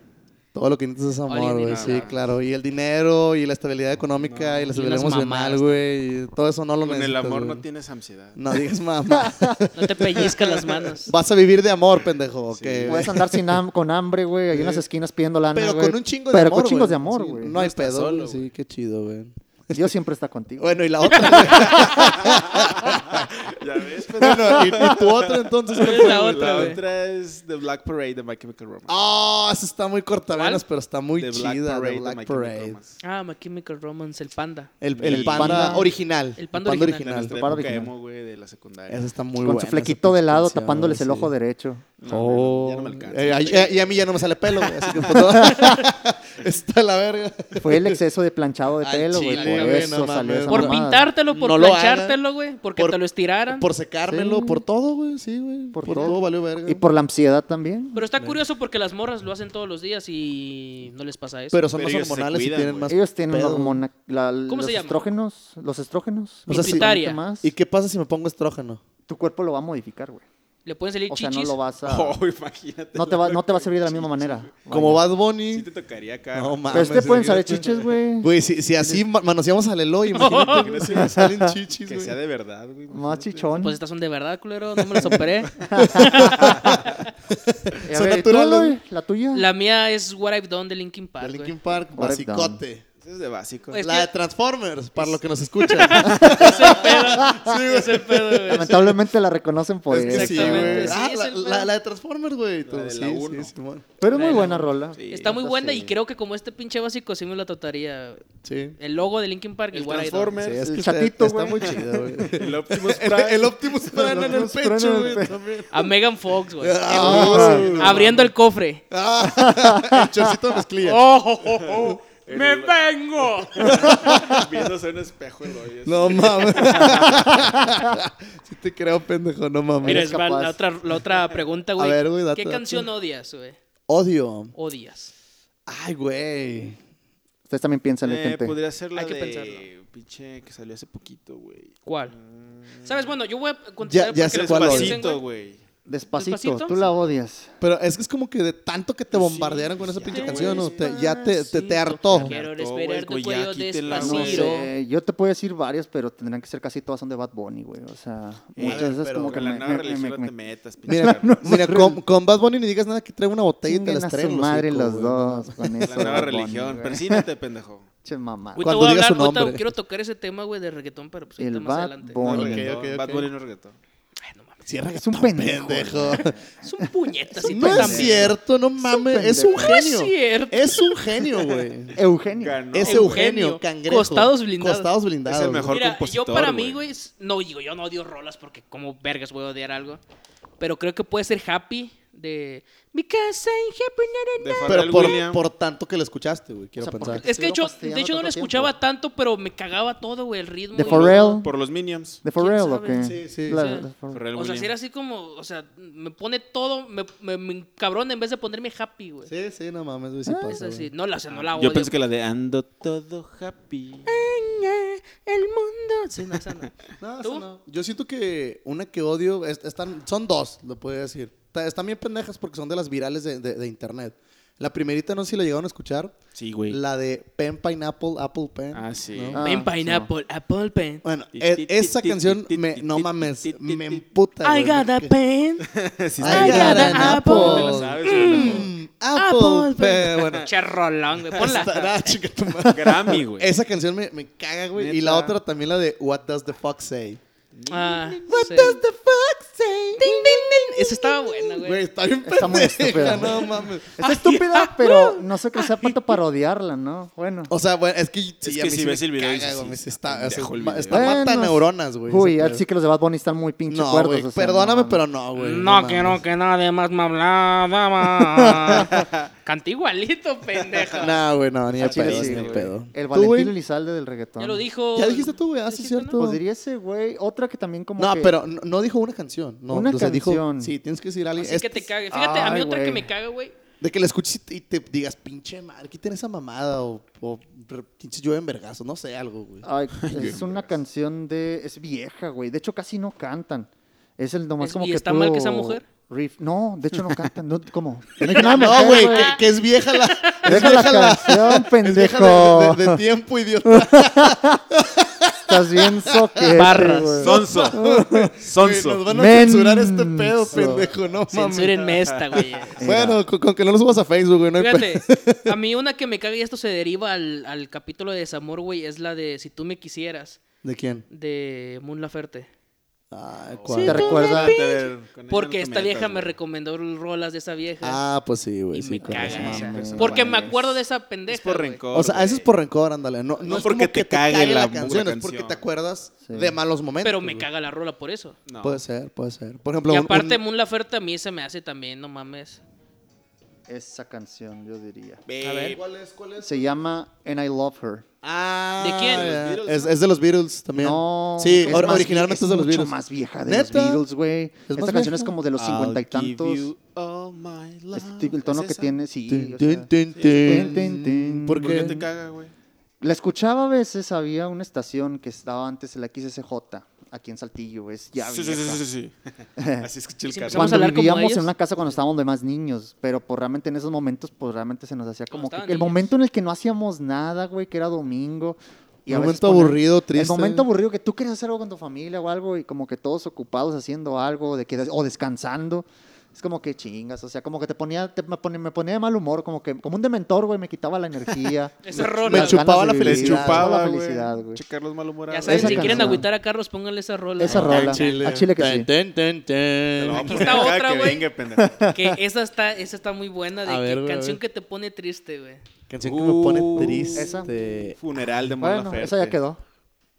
[SPEAKER 3] Todo lo que necesitas es
[SPEAKER 1] All you
[SPEAKER 3] amor,
[SPEAKER 1] need
[SPEAKER 3] güey.
[SPEAKER 1] is
[SPEAKER 3] Sí,
[SPEAKER 4] love.
[SPEAKER 3] claro. Y el dinero, y la estabilidad económica, y la
[SPEAKER 1] unas
[SPEAKER 3] estabilidad emocional,
[SPEAKER 1] mamadas
[SPEAKER 3] güey. y Todo eso no lo
[SPEAKER 4] Con el
[SPEAKER 3] necesitas.
[SPEAKER 4] amor no
[SPEAKER 3] güey.
[SPEAKER 4] tienes ansiedad.
[SPEAKER 3] No digas mamá.
[SPEAKER 1] No te pellizcas las manos.
[SPEAKER 3] Vas a vivir de amor, pendejo. ok,
[SPEAKER 4] Sí.
[SPEAKER 3] güey.
[SPEAKER 2] Puedes andar sin ham- con hambre, güey, ahí en las esquinas pidiendo lana,
[SPEAKER 3] Pero
[SPEAKER 2] güey.
[SPEAKER 3] con un chingo de
[SPEAKER 2] Pero
[SPEAKER 3] amor.
[SPEAKER 2] con chingos
[SPEAKER 3] güey.
[SPEAKER 2] de amor,
[SPEAKER 3] Sí,
[SPEAKER 2] güey.
[SPEAKER 3] No hay
[SPEAKER 4] estás
[SPEAKER 3] pedo.
[SPEAKER 4] solo,
[SPEAKER 3] güey. sí,
[SPEAKER 4] güey.
[SPEAKER 3] qué chido, güey.
[SPEAKER 2] Dios siempre está contigo.
[SPEAKER 3] Bueno, y la otra. güey?
[SPEAKER 4] Ya ves, pero
[SPEAKER 3] bueno, y, y tu otra entonces. ¿cuál
[SPEAKER 1] Es
[SPEAKER 3] fue,
[SPEAKER 1] la
[SPEAKER 3] güey?
[SPEAKER 1] otra, güey.
[SPEAKER 4] otra es The Black Parade de My Chemical Romance.
[SPEAKER 3] Ah, esa está muy cortavenas, pero está muy
[SPEAKER 4] The Black
[SPEAKER 3] chida.
[SPEAKER 4] Parade
[SPEAKER 3] The
[SPEAKER 4] de
[SPEAKER 3] Black
[SPEAKER 4] My Chemical
[SPEAKER 3] Parade.
[SPEAKER 4] Romance.
[SPEAKER 1] Ah, My Chemical Romance, el panda.
[SPEAKER 3] El,
[SPEAKER 4] El Este
[SPEAKER 3] el panda,
[SPEAKER 2] panda-
[SPEAKER 3] original.
[SPEAKER 1] el panda
[SPEAKER 4] De
[SPEAKER 1] original.
[SPEAKER 4] nuestra
[SPEAKER 2] Para
[SPEAKER 4] época
[SPEAKER 2] original.
[SPEAKER 4] emo, güey, de la secundaria.
[SPEAKER 3] Esa está muy
[SPEAKER 2] con
[SPEAKER 3] buena.
[SPEAKER 2] su
[SPEAKER 3] esa
[SPEAKER 2] flequito de
[SPEAKER 3] pinche
[SPEAKER 2] lado
[SPEAKER 3] canción,
[SPEAKER 2] tapándoles el
[SPEAKER 3] sí.
[SPEAKER 2] ojo derecho.
[SPEAKER 3] Oh.
[SPEAKER 4] Ya no me alcanza.
[SPEAKER 3] Eh, ay- eh, y a mí ya no me sale pelo, güey. Así que pues, no. Está la verga.
[SPEAKER 2] Fue el exceso de planchado de
[SPEAKER 3] Al
[SPEAKER 2] pelo, güey.
[SPEAKER 3] chile,
[SPEAKER 2] Por
[SPEAKER 3] güey,
[SPEAKER 2] eso
[SPEAKER 3] no
[SPEAKER 2] salió
[SPEAKER 3] mames.
[SPEAKER 2] esa
[SPEAKER 1] Por
[SPEAKER 2] mamada.
[SPEAKER 1] pintártelo, por
[SPEAKER 3] No lo hagan.
[SPEAKER 1] planchártelo, güey. Porque
[SPEAKER 3] Por-
[SPEAKER 1] te lo estiraran.
[SPEAKER 3] Por secármelo,
[SPEAKER 2] Sí.
[SPEAKER 3] por todo, güey. Sí, güey. Por, todo. valió verga.
[SPEAKER 2] Y por la ansiedad también.
[SPEAKER 1] Pero está curioso porque las morras lo hacen todos los días y no les pasa eso.
[SPEAKER 3] Pero son
[SPEAKER 4] Pero
[SPEAKER 3] más
[SPEAKER 4] ellos se
[SPEAKER 3] hormonales y
[SPEAKER 4] cuidan,
[SPEAKER 3] tienen
[SPEAKER 4] güey.
[SPEAKER 3] más.
[SPEAKER 2] Ellos tienen
[SPEAKER 3] pedo.
[SPEAKER 2] la hormona. la-
[SPEAKER 1] ¿Cómo
[SPEAKER 2] los
[SPEAKER 1] se llama?
[SPEAKER 2] estrógenos. Los estrógenos.
[SPEAKER 3] O sea, sí.
[SPEAKER 1] Pituitaria.
[SPEAKER 2] más,
[SPEAKER 3] ¿Y qué pasa si me pongo estrógeno?
[SPEAKER 2] tu cuerpo lo va a modificar, güey.
[SPEAKER 1] Le pueden salir
[SPEAKER 2] O sea,
[SPEAKER 1] chichis.
[SPEAKER 2] no lo vas a.
[SPEAKER 4] Oh, imagínate.
[SPEAKER 2] no, te va, no te va a servir de la misma manera.
[SPEAKER 3] Como
[SPEAKER 2] Vaya.
[SPEAKER 3] Bad Bunny.
[SPEAKER 4] Sí te tocaría acá.
[SPEAKER 3] No
[SPEAKER 2] Pero
[SPEAKER 3] mames.
[SPEAKER 2] este pueden
[SPEAKER 3] güey.
[SPEAKER 2] salir chiches, güey.
[SPEAKER 3] Güey, si, si así ma- manoseamos al Eloy, imagínate que si me salen chichis,
[SPEAKER 4] Que
[SPEAKER 3] güey.
[SPEAKER 4] sea de verdad, güey.
[SPEAKER 2] Más chichón.
[SPEAKER 1] Pues estas son de verdad, culero. No me las operé.
[SPEAKER 2] Y a
[SPEAKER 3] son
[SPEAKER 2] ver, ¿y tú,
[SPEAKER 3] naturales.
[SPEAKER 2] güey? ¿La tuya?
[SPEAKER 1] La mía es What I've Done de Linkin Park.
[SPEAKER 3] De
[SPEAKER 1] güey.
[SPEAKER 3] Linkin Park,
[SPEAKER 2] What I've done.
[SPEAKER 3] basicote.
[SPEAKER 4] Eso es de básico.
[SPEAKER 1] Pues- Es
[SPEAKER 3] La
[SPEAKER 1] que-
[SPEAKER 3] de Transformers, para lo que nos escuchan.
[SPEAKER 1] Es el pedo, güey.
[SPEAKER 2] Lamentablemente la reconocen por
[SPEAKER 3] Es que
[SPEAKER 2] eso.
[SPEAKER 3] sí,
[SPEAKER 1] Exactamente,
[SPEAKER 3] güey.
[SPEAKER 1] sí,
[SPEAKER 3] Ah,
[SPEAKER 1] es
[SPEAKER 3] la,
[SPEAKER 1] el
[SPEAKER 3] la- la de Transformers, güey. Tú,
[SPEAKER 4] de
[SPEAKER 3] sí,
[SPEAKER 4] la
[SPEAKER 3] sí,
[SPEAKER 4] uno.
[SPEAKER 3] Simón.
[SPEAKER 2] Pero es muy
[SPEAKER 1] Bueno,
[SPEAKER 2] buena rola.
[SPEAKER 4] Sí.
[SPEAKER 1] Está muy
[SPEAKER 2] Neta,
[SPEAKER 1] buena y
[SPEAKER 2] sí.
[SPEAKER 1] creo que como este pinche básico sí me lo trataría.
[SPEAKER 3] Sí.
[SPEAKER 1] El logo de Linkin Park y
[SPEAKER 4] El
[SPEAKER 1] What I've Done.
[SPEAKER 3] Sí,
[SPEAKER 4] Transformers.
[SPEAKER 3] es
[SPEAKER 2] El
[SPEAKER 3] que está-
[SPEAKER 2] chatito,
[SPEAKER 3] está
[SPEAKER 2] güey.
[SPEAKER 3] muy chido, güey.
[SPEAKER 4] El Optimus
[SPEAKER 3] El,
[SPEAKER 4] Prime.
[SPEAKER 3] el Optimus Prime en el
[SPEAKER 2] Optimus Prime en
[SPEAKER 3] pecho,
[SPEAKER 2] el
[SPEAKER 3] güey.
[SPEAKER 2] pecho.
[SPEAKER 3] también.
[SPEAKER 1] A Megan Fox, güey.
[SPEAKER 3] Ah, sí, no.
[SPEAKER 1] Abriendo el cofre.
[SPEAKER 3] Ah, el chorcito de mezclilla.
[SPEAKER 1] ¡Oh, oh, oh, oh! me vengo!
[SPEAKER 4] Viéndose en un espejo, el hoyo.
[SPEAKER 3] No mames. Si te creo, pendejo, no mames.
[SPEAKER 1] Mira,
[SPEAKER 2] Eres
[SPEAKER 1] Ismael,
[SPEAKER 2] capaz.
[SPEAKER 1] la otra, la otra pregunta,
[SPEAKER 3] A
[SPEAKER 1] güey.
[SPEAKER 3] ver, güey, date,
[SPEAKER 1] ¿Qué
[SPEAKER 3] date.
[SPEAKER 1] canción odias, güey?
[SPEAKER 3] Odio.
[SPEAKER 1] Odias.
[SPEAKER 3] Ay, güey.
[SPEAKER 2] Ustedes también piensan en
[SPEAKER 4] Eh,
[SPEAKER 2] gente.
[SPEAKER 4] podría ser la
[SPEAKER 1] Hay que
[SPEAKER 4] de
[SPEAKER 1] pensarlo.
[SPEAKER 4] pinche que salió hace poquito, güey.
[SPEAKER 1] ¿Cuál? ¿Sabes? Bueno, yo voy a contestar
[SPEAKER 3] Mm. ya
[SPEAKER 1] porque
[SPEAKER 3] sé
[SPEAKER 1] les
[SPEAKER 3] cuál
[SPEAKER 1] parecen,
[SPEAKER 3] odio.
[SPEAKER 4] Despacito,
[SPEAKER 1] güey.
[SPEAKER 4] güey.
[SPEAKER 2] Despacito,
[SPEAKER 1] Despacito.
[SPEAKER 2] tú la odias.
[SPEAKER 3] Pero es que es como que de tanto que te bombardearon con esa
[SPEAKER 4] ya,
[SPEAKER 3] pinche
[SPEAKER 4] güey,
[SPEAKER 3] canción, ¿no? Te-
[SPEAKER 1] Despacito.
[SPEAKER 3] ya te, te, te hartó.
[SPEAKER 1] Quiero
[SPEAKER 4] hartó,
[SPEAKER 1] respirar
[SPEAKER 4] güey,
[SPEAKER 1] tu cuello
[SPEAKER 4] ya quítela,
[SPEAKER 2] No
[SPEAKER 1] despacito.
[SPEAKER 4] güey.
[SPEAKER 2] sé, yo te puedo decir varias, pero tendrán que ser casi todas son de Bad Bunny, güey. O sea, muchas
[SPEAKER 3] ver,
[SPEAKER 2] de esas
[SPEAKER 3] pero
[SPEAKER 2] como que
[SPEAKER 4] Con
[SPEAKER 2] me,
[SPEAKER 4] Eh, la nueva
[SPEAKER 2] me- me-
[SPEAKER 4] religión no
[SPEAKER 2] me-
[SPEAKER 4] te metas, pinche.
[SPEAKER 3] Mira,
[SPEAKER 4] carnal.
[SPEAKER 3] mira con, con Bad Bunny ni digas nada que trae una botella y te
[SPEAKER 2] Chinguen
[SPEAKER 3] la
[SPEAKER 2] a
[SPEAKER 3] traen
[SPEAKER 2] su madre los dos con eso.
[SPEAKER 4] La
[SPEAKER 2] de
[SPEAKER 4] nueva
[SPEAKER 2] Bad
[SPEAKER 4] religión.
[SPEAKER 2] Bunny, güey.
[SPEAKER 4] Persínate, pendejo.
[SPEAKER 2] Che, mamá.
[SPEAKER 1] Güey, te
[SPEAKER 3] Cuando
[SPEAKER 1] voy a
[SPEAKER 3] digas
[SPEAKER 1] hablar,
[SPEAKER 3] su
[SPEAKER 1] ahorita
[SPEAKER 3] nombre.
[SPEAKER 1] quiero tocar ese tema, güey, de reggaetón, pero pues ahorita
[SPEAKER 2] El
[SPEAKER 1] más
[SPEAKER 2] Bad
[SPEAKER 1] adelante.
[SPEAKER 2] Bunny.
[SPEAKER 3] Ok,
[SPEAKER 4] Reggaetón.
[SPEAKER 3] ok, ok.
[SPEAKER 4] Bad Bunny no es reggaetón.
[SPEAKER 1] Ay, no mames.
[SPEAKER 3] Cierra
[SPEAKER 2] Es un pendejo.
[SPEAKER 1] Es un puñeta. sí,
[SPEAKER 3] No es
[SPEAKER 1] pésame.
[SPEAKER 3] cierto, no mames. Es un
[SPEAKER 1] pendejo. No es
[SPEAKER 3] genio.
[SPEAKER 1] cierto.
[SPEAKER 3] Es un genio, güey.
[SPEAKER 2] Eugenio.
[SPEAKER 4] Ganó.
[SPEAKER 3] Es
[SPEAKER 1] Eugenio.
[SPEAKER 3] Eugenio, cangrejo.
[SPEAKER 1] Costados blindados.
[SPEAKER 3] Costados blindados.
[SPEAKER 4] Es el mejor.
[SPEAKER 1] Mira, yo
[SPEAKER 4] compositor,
[SPEAKER 1] para mí,
[SPEAKER 4] güey.
[SPEAKER 1] güey, es- no digo, yo no odio rolas porque como vergas voy a odiar algo. Pero creo que puede ser Happy de... Because I'm happy, na, na,
[SPEAKER 4] De
[SPEAKER 1] na.
[SPEAKER 4] Pharrell
[SPEAKER 3] Pero por,
[SPEAKER 4] Williams.
[SPEAKER 3] por tanto que lo escuchaste, güey. Quiero
[SPEAKER 2] O sea,
[SPEAKER 3] pensar.
[SPEAKER 2] porque-
[SPEAKER 1] Es que de hecho,
[SPEAKER 2] Estuvieron
[SPEAKER 1] de hecho no
[SPEAKER 2] tanto
[SPEAKER 1] la escuchaba
[SPEAKER 2] tiempo.
[SPEAKER 1] tanto, pero me cagaba todo, güey, el ritmo.
[SPEAKER 2] De
[SPEAKER 1] y-
[SPEAKER 2] Pharrell.
[SPEAKER 4] Por los Minions.
[SPEAKER 2] ¿De Pharrell o
[SPEAKER 1] sabe?
[SPEAKER 2] qué?
[SPEAKER 3] Sí, sí,
[SPEAKER 2] La-
[SPEAKER 1] sí.
[SPEAKER 2] la- Pharrell.
[SPEAKER 4] Pharrell
[SPEAKER 1] O sea,
[SPEAKER 4] Williams.
[SPEAKER 1] si era así como, o sea, me pone todo, me, me, me encabrona en vez de ponerme happy, güey.
[SPEAKER 3] Sí, sí, no mames, güey. Sí
[SPEAKER 1] Es
[SPEAKER 3] pasa,
[SPEAKER 1] así,
[SPEAKER 3] güey.
[SPEAKER 1] no la, o sea, no la odio.
[SPEAKER 4] Yo pensé que la de Ando todo happy.
[SPEAKER 1] Eh, El mundo. Sí, no, esa no.
[SPEAKER 3] No,
[SPEAKER 1] ¿Tú?
[SPEAKER 3] eso no. Yo siento que una que odio, es- están, son dos, lo puedo decir. Ta- Están bien pendejas porque son de las virales de, de- de internet. La primerita, no sé si la llegaron a escuchar.
[SPEAKER 4] Sí, güey.
[SPEAKER 3] La de Pen Pineapple, Apple Pen.
[SPEAKER 4] Ah, sí.
[SPEAKER 3] ¿no?
[SPEAKER 2] Ah,
[SPEAKER 1] Pen Pineapple, Apple Pen.
[SPEAKER 3] Bueno, e- esa canción me, no mames, me emputa.
[SPEAKER 1] I
[SPEAKER 3] güey.
[SPEAKER 1] got a pen.
[SPEAKER 4] Sí,
[SPEAKER 1] I
[SPEAKER 4] sí.
[SPEAKER 1] got
[SPEAKER 3] an
[SPEAKER 1] a
[SPEAKER 3] apple.
[SPEAKER 4] Te la sabes, güey.
[SPEAKER 3] Mm, Apple Pen. Bueno,
[SPEAKER 1] Che rolón, güey.
[SPEAKER 3] Está-
[SPEAKER 1] Ponla.
[SPEAKER 3] nah, chinga tu madre.
[SPEAKER 4] Grammy, güey.
[SPEAKER 3] Esa canción me, me caga, güey. Y
[SPEAKER 4] Neta.
[SPEAKER 3] la otra también, la de What Does the Fuck Say.
[SPEAKER 1] Ah, sí.
[SPEAKER 3] the Fuck Say?
[SPEAKER 1] Esa estaba buena, güey.
[SPEAKER 3] Güey, está bien
[SPEAKER 2] Está muy
[SPEAKER 3] pendeja,
[SPEAKER 2] estúpida.
[SPEAKER 3] No mames.
[SPEAKER 2] Está
[SPEAKER 4] Ah,
[SPEAKER 2] estúpida, pero no sé qué sea para parodiarla, ¿no? Bueno.
[SPEAKER 3] O sea, bueno, es que,
[SPEAKER 4] Es
[SPEAKER 3] a
[SPEAKER 4] que
[SPEAKER 3] mí
[SPEAKER 4] si
[SPEAKER 3] sí
[SPEAKER 4] ves
[SPEAKER 3] me
[SPEAKER 4] el video
[SPEAKER 3] caga,
[SPEAKER 4] dices,
[SPEAKER 3] güey,
[SPEAKER 4] sí,
[SPEAKER 3] sí
[SPEAKER 4] está
[SPEAKER 3] está, está-
[SPEAKER 4] pendejo el video.
[SPEAKER 3] está mata
[SPEAKER 2] Bueno,
[SPEAKER 3] neuronas, güey.
[SPEAKER 2] Uy,
[SPEAKER 3] ese
[SPEAKER 2] así
[SPEAKER 3] pedo.
[SPEAKER 2] que los de Bad Bunny están muy pinche
[SPEAKER 3] No,
[SPEAKER 2] cuerdos.
[SPEAKER 3] güey,
[SPEAKER 2] o sea,
[SPEAKER 3] perdóname,
[SPEAKER 2] no,
[SPEAKER 3] pero no, güey.
[SPEAKER 5] No quiero
[SPEAKER 3] mames.
[SPEAKER 5] que nadie más me hablara más.
[SPEAKER 1] Canta igualito, pendejo.
[SPEAKER 3] No, güey, no, ni de
[SPEAKER 2] Al chile
[SPEAKER 3] pedo,
[SPEAKER 2] Ah, sí,
[SPEAKER 3] ni de
[SPEAKER 2] güey.
[SPEAKER 3] pedo.
[SPEAKER 2] El
[SPEAKER 3] ¿Tú, güey?
[SPEAKER 2] Valentín Elizalde del reggaetón.
[SPEAKER 1] Ya lo dijo.
[SPEAKER 3] Ya dijiste tú, güey, ah, sí,
[SPEAKER 1] ¿Dijiste,
[SPEAKER 3] cierto.
[SPEAKER 2] Pues diría ese güey. Otra que también como
[SPEAKER 3] No,
[SPEAKER 2] que-
[SPEAKER 3] pero no, no dijo una canción. No,
[SPEAKER 2] Una
[SPEAKER 3] o sea, dijo-
[SPEAKER 2] canción.
[SPEAKER 3] sí, tienes que decir a
[SPEAKER 1] no?
[SPEAKER 3] alguien.
[SPEAKER 1] Así que
[SPEAKER 3] este-
[SPEAKER 1] te cague. Fíjate, a mí
[SPEAKER 2] Ay,
[SPEAKER 1] otra que
[SPEAKER 2] güey.
[SPEAKER 1] me caga, güey.
[SPEAKER 3] De que la escuches y te, y te digas, pinche madre, quiten esa mamada o, o re- pinche llueve en vergazo, no sé, algo, güey.
[SPEAKER 2] Ay, es una canción de... Es vieja, güey. De hecho, casi no cantan. Es el nomás
[SPEAKER 1] Es-
[SPEAKER 2] como
[SPEAKER 1] ¿y
[SPEAKER 2] que
[SPEAKER 1] está mal que
[SPEAKER 2] puro
[SPEAKER 1] sea mujer?
[SPEAKER 2] riff. No, de hecho no cantan. No, ¿Cómo? No,
[SPEAKER 3] no, güey, que, que es vieja la. Es
[SPEAKER 2] Deja la
[SPEAKER 3] vieja la.
[SPEAKER 2] canción,
[SPEAKER 3] Es vieja
[SPEAKER 2] pendejo.
[SPEAKER 3] de, de- de tiempo, idiota.
[SPEAKER 2] Estás bien soquete,
[SPEAKER 1] Barras.
[SPEAKER 2] güey.
[SPEAKER 4] Sonso.
[SPEAKER 3] Güey, Nos
[SPEAKER 4] Sonso.
[SPEAKER 3] van a
[SPEAKER 2] Menso.
[SPEAKER 3] censurar este pedo, pendejo, no mames.
[SPEAKER 1] Censúrenme esta, güey.
[SPEAKER 3] Bueno, con, con que no lo subas a Facebook, güey, no hay pedo.
[SPEAKER 1] Fíjate, a mí una que me caga y esto se deriva al, al capítulo de desamor, güey, es la de Si tú me quisieras,
[SPEAKER 3] ¿De quién?
[SPEAKER 1] de Moon Laferte.
[SPEAKER 3] Ah,
[SPEAKER 2] Te
[SPEAKER 3] ¿cuál?
[SPEAKER 4] Pues,
[SPEAKER 2] recuerda...
[SPEAKER 1] Porque esta vieja me recomendó rolas de esa vieja.
[SPEAKER 3] Ah, pues sí, güey.
[SPEAKER 1] y
[SPEAKER 3] sí,
[SPEAKER 1] me
[SPEAKER 3] con
[SPEAKER 1] caga
[SPEAKER 3] razón.
[SPEAKER 1] esa.
[SPEAKER 4] mames, no
[SPEAKER 1] Porque me
[SPEAKER 4] mames.
[SPEAKER 1] acuerdo de esa pendeja.
[SPEAKER 4] Es por
[SPEAKER 1] güey.
[SPEAKER 4] rencor.
[SPEAKER 3] O sea, eso es
[SPEAKER 4] güey.
[SPEAKER 3] por rencor, ándale. No, no,
[SPEAKER 4] No
[SPEAKER 3] es
[SPEAKER 4] porque
[SPEAKER 3] como
[SPEAKER 4] te cague la
[SPEAKER 3] la canción, es porque
[SPEAKER 4] canción.
[SPEAKER 3] te acuerdas
[SPEAKER 2] Sí.
[SPEAKER 3] de malos momentos.
[SPEAKER 1] Pero me
[SPEAKER 3] güey.
[SPEAKER 1] caga la rola por eso.
[SPEAKER 4] No.
[SPEAKER 3] Puede ser, puede ser. Por ejemplo,
[SPEAKER 1] y
[SPEAKER 3] un-
[SPEAKER 1] aparte,
[SPEAKER 3] un-
[SPEAKER 1] Moon Laferte a mí se me hace también, no mames.
[SPEAKER 2] Esa canción, yo diría.
[SPEAKER 4] Ve,
[SPEAKER 1] A ver.
[SPEAKER 3] ¿Cuál es? ¿Cuál es?
[SPEAKER 2] Se llama And I Love Her.
[SPEAKER 3] Ah,
[SPEAKER 1] ¿De quién?
[SPEAKER 3] ya.
[SPEAKER 4] ¿Los Beatles,
[SPEAKER 3] es, es de los Beatles también.
[SPEAKER 2] No.
[SPEAKER 3] Sí,
[SPEAKER 2] es
[SPEAKER 3] or-
[SPEAKER 2] más-
[SPEAKER 3] originalmente es, de los
[SPEAKER 2] mucho
[SPEAKER 3] Beatles.
[SPEAKER 2] más vieja de
[SPEAKER 3] ¿Neta?
[SPEAKER 2] los Beatles, güey.
[SPEAKER 3] más
[SPEAKER 2] Esta canción
[SPEAKER 3] vieja?
[SPEAKER 2] es como de los cincuenta y
[SPEAKER 4] I'll give
[SPEAKER 2] tantos.
[SPEAKER 4] you all my love.
[SPEAKER 2] Este- el tono
[SPEAKER 4] ¿Es
[SPEAKER 2] que
[SPEAKER 4] esa?
[SPEAKER 2] tiene, sí.
[SPEAKER 3] Tin,
[SPEAKER 2] o
[SPEAKER 3] tin,
[SPEAKER 2] sea. tin,
[SPEAKER 3] tin, tin.
[SPEAKER 2] tin, tin.
[SPEAKER 3] ¿Por
[SPEAKER 4] ¿Por qué
[SPEAKER 3] qué?
[SPEAKER 4] te caga, güey?
[SPEAKER 2] La escuchaba a veces, había una estación que estaba antes la XSJ, aquí en Saltillo, es ya
[SPEAKER 4] Sí, sí, sí,
[SPEAKER 2] vieja.
[SPEAKER 4] sí, sí. Así escuché el
[SPEAKER 1] Sí,
[SPEAKER 4] carro.
[SPEAKER 1] empezamos a
[SPEAKER 2] Cuando
[SPEAKER 1] hablar como
[SPEAKER 2] vivíamos
[SPEAKER 1] ellos.
[SPEAKER 2] en una casa cuando estábamos de más niños, pero pues realmente en esos momentos, pues realmente se nos hacía
[SPEAKER 1] Cuando
[SPEAKER 2] como que
[SPEAKER 1] estaban
[SPEAKER 2] el
[SPEAKER 1] niños.
[SPEAKER 2] momento en el que no hacíamos nada, güey, que era domingo. Y a
[SPEAKER 3] Un
[SPEAKER 2] veces
[SPEAKER 3] momento
[SPEAKER 2] poner-
[SPEAKER 3] aburrido, triste.
[SPEAKER 2] El momento aburrido que tú querías hacer algo con tu familia o algo y como que todos ocupados haciendo algo de que, o descansando. Es como que chingas, o sea, como que te ponía, te- me, ponía, me ponía de mal humor, como que como un dementor, güey, me quitaba la energía.
[SPEAKER 1] Esa
[SPEAKER 3] Me
[SPEAKER 1] rola.
[SPEAKER 2] Las
[SPEAKER 3] chupaba
[SPEAKER 2] ganas
[SPEAKER 3] la
[SPEAKER 2] de
[SPEAKER 4] Les
[SPEAKER 2] vivir,
[SPEAKER 3] felicidad,
[SPEAKER 2] chupaba
[SPEAKER 4] chupaba,
[SPEAKER 2] la felicidad,
[SPEAKER 4] güey.
[SPEAKER 2] güey.
[SPEAKER 4] Checar los malhumorados.
[SPEAKER 1] Ya saben,
[SPEAKER 2] Esa
[SPEAKER 1] si quieren
[SPEAKER 2] canción.
[SPEAKER 1] agüitar a Carlos, pónganle esa rola.
[SPEAKER 2] Esa
[SPEAKER 1] güey.
[SPEAKER 2] rola,
[SPEAKER 3] Al chile.
[SPEAKER 2] al chile que sí.
[SPEAKER 3] Ten, ten, ten,
[SPEAKER 4] Te
[SPEAKER 3] ten.
[SPEAKER 4] lo vamos a
[SPEAKER 1] Aquí está
[SPEAKER 4] poner cada
[SPEAKER 1] otra,
[SPEAKER 4] pues, que
[SPEAKER 1] güey.
[SPEAKER 4] venga, pendejo.
[SPEAKER 1] Que esa está, esa está muy buena de
[SPEAKER 3] A
[SPEAKER 1] que
[SPEAKER 3] ver, güey, a
[SPEAKER 1] canción
[SPEAKER 3] ver.
[SPEAKER 1] que te pone triste, güey.
[SPEAKER 3] Canción que me pone
[SPEAKER 4] Uh,
[SPEAKER 2] esa.
[SPEAKER 3] triste.
[SPEAKER 4] Funeral de Mon
[SPEAKER 2] Bueno,
[SPEAKER 4] Laferte.
[SPEAKER 2] esa ya quedó.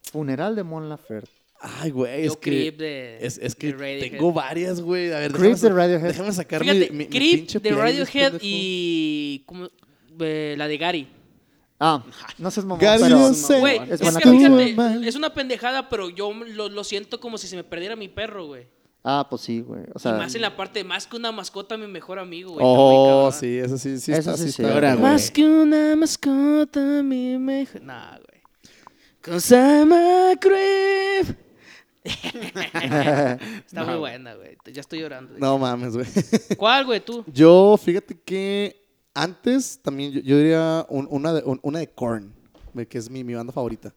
[SPEAKER 2] Funeral de Mon Laferte.
[SPEAKER 3] Ay, güey,
[SPEAKER 1] Yo
[SPEAKER 3] es que...
[SPEAKER 1] Creep de
[SPEAKER 3] Es, es que
[SPEAKER 1] de Radiohead.
[SPEAKER 3] tengo varias, güey. A ver,
[SPEAKER 2] Creep
[SPEAKER 3] déjame sa-
[SPEAKER 2] de Radiohead.
[SPEAKER 3] Déjame sacar mi-
[SPEAKER 1] Fíjate,
[SPEAKER 3] mi, mi
[SPEAKER 1] Creep
[SPEAKER 3] pinche
[SPEAKER 1] de
[SPEAKER 3] playlist,
[SPEAKER 1] Radiohead
[SPEAKER 3] pendejo.
[SPEAKER 1] y ¿cómo? Eh, la de Gary.
[SPEAKER 2] Ah, no seas mamón,
[SPEAKER 3] Gary
[SPEAKER 2] pero...
[SPEAKER 3] Olsen.
[SPEAKER 1] Güey,
[SPEAKER 2] Es
[SPEAKER 1] es,
[SPEAKER 2] buena
[SPEAKER 1] que
[SPEAKER 2] canción.
[SPEAKER 1] fíjate, es una pendejada, pero yo lo, lo siento como si se me perdiera mi perro, güey.
[SPEAKER 2] Ah, pues sí, güey.
[SPEAKER 1] Y
[SPEAKER 2] O sea,
[SPEAKER 1] más en la parte de más que una mascota, mi mejor amigo, güey.
[SPEAKER 3] Oh,
[SPEAKER 1] Está muy cabrón.
[SPEAKER 3] sí, eso sí, sí
[SPEAKER 2] Eso
[SPEAKER 3] está,
[SPEAKER 2] sí,
[SPEAKER 3] sí
[SPEAKER 2] sí.
[SPEAKER 3] está.
[SPEAKER 2] Ahora,
[SPEAKER 3] güey.
[SPEAKER 1] Más que una mascota, mi mejor. Nah, güey. Cause I'm a creep. Está muy buena, güey. Ya estoy llorando. güey.
[SPEAKER 3] No mames, güey.
[SPEAKER 1] ¿Cuál, güey, tú?
[SPEAKER 3] Yo, fíjate que antes también yo, yo diría un- una, de, un- una de Korn, güey, que es mi, mi banda favorita.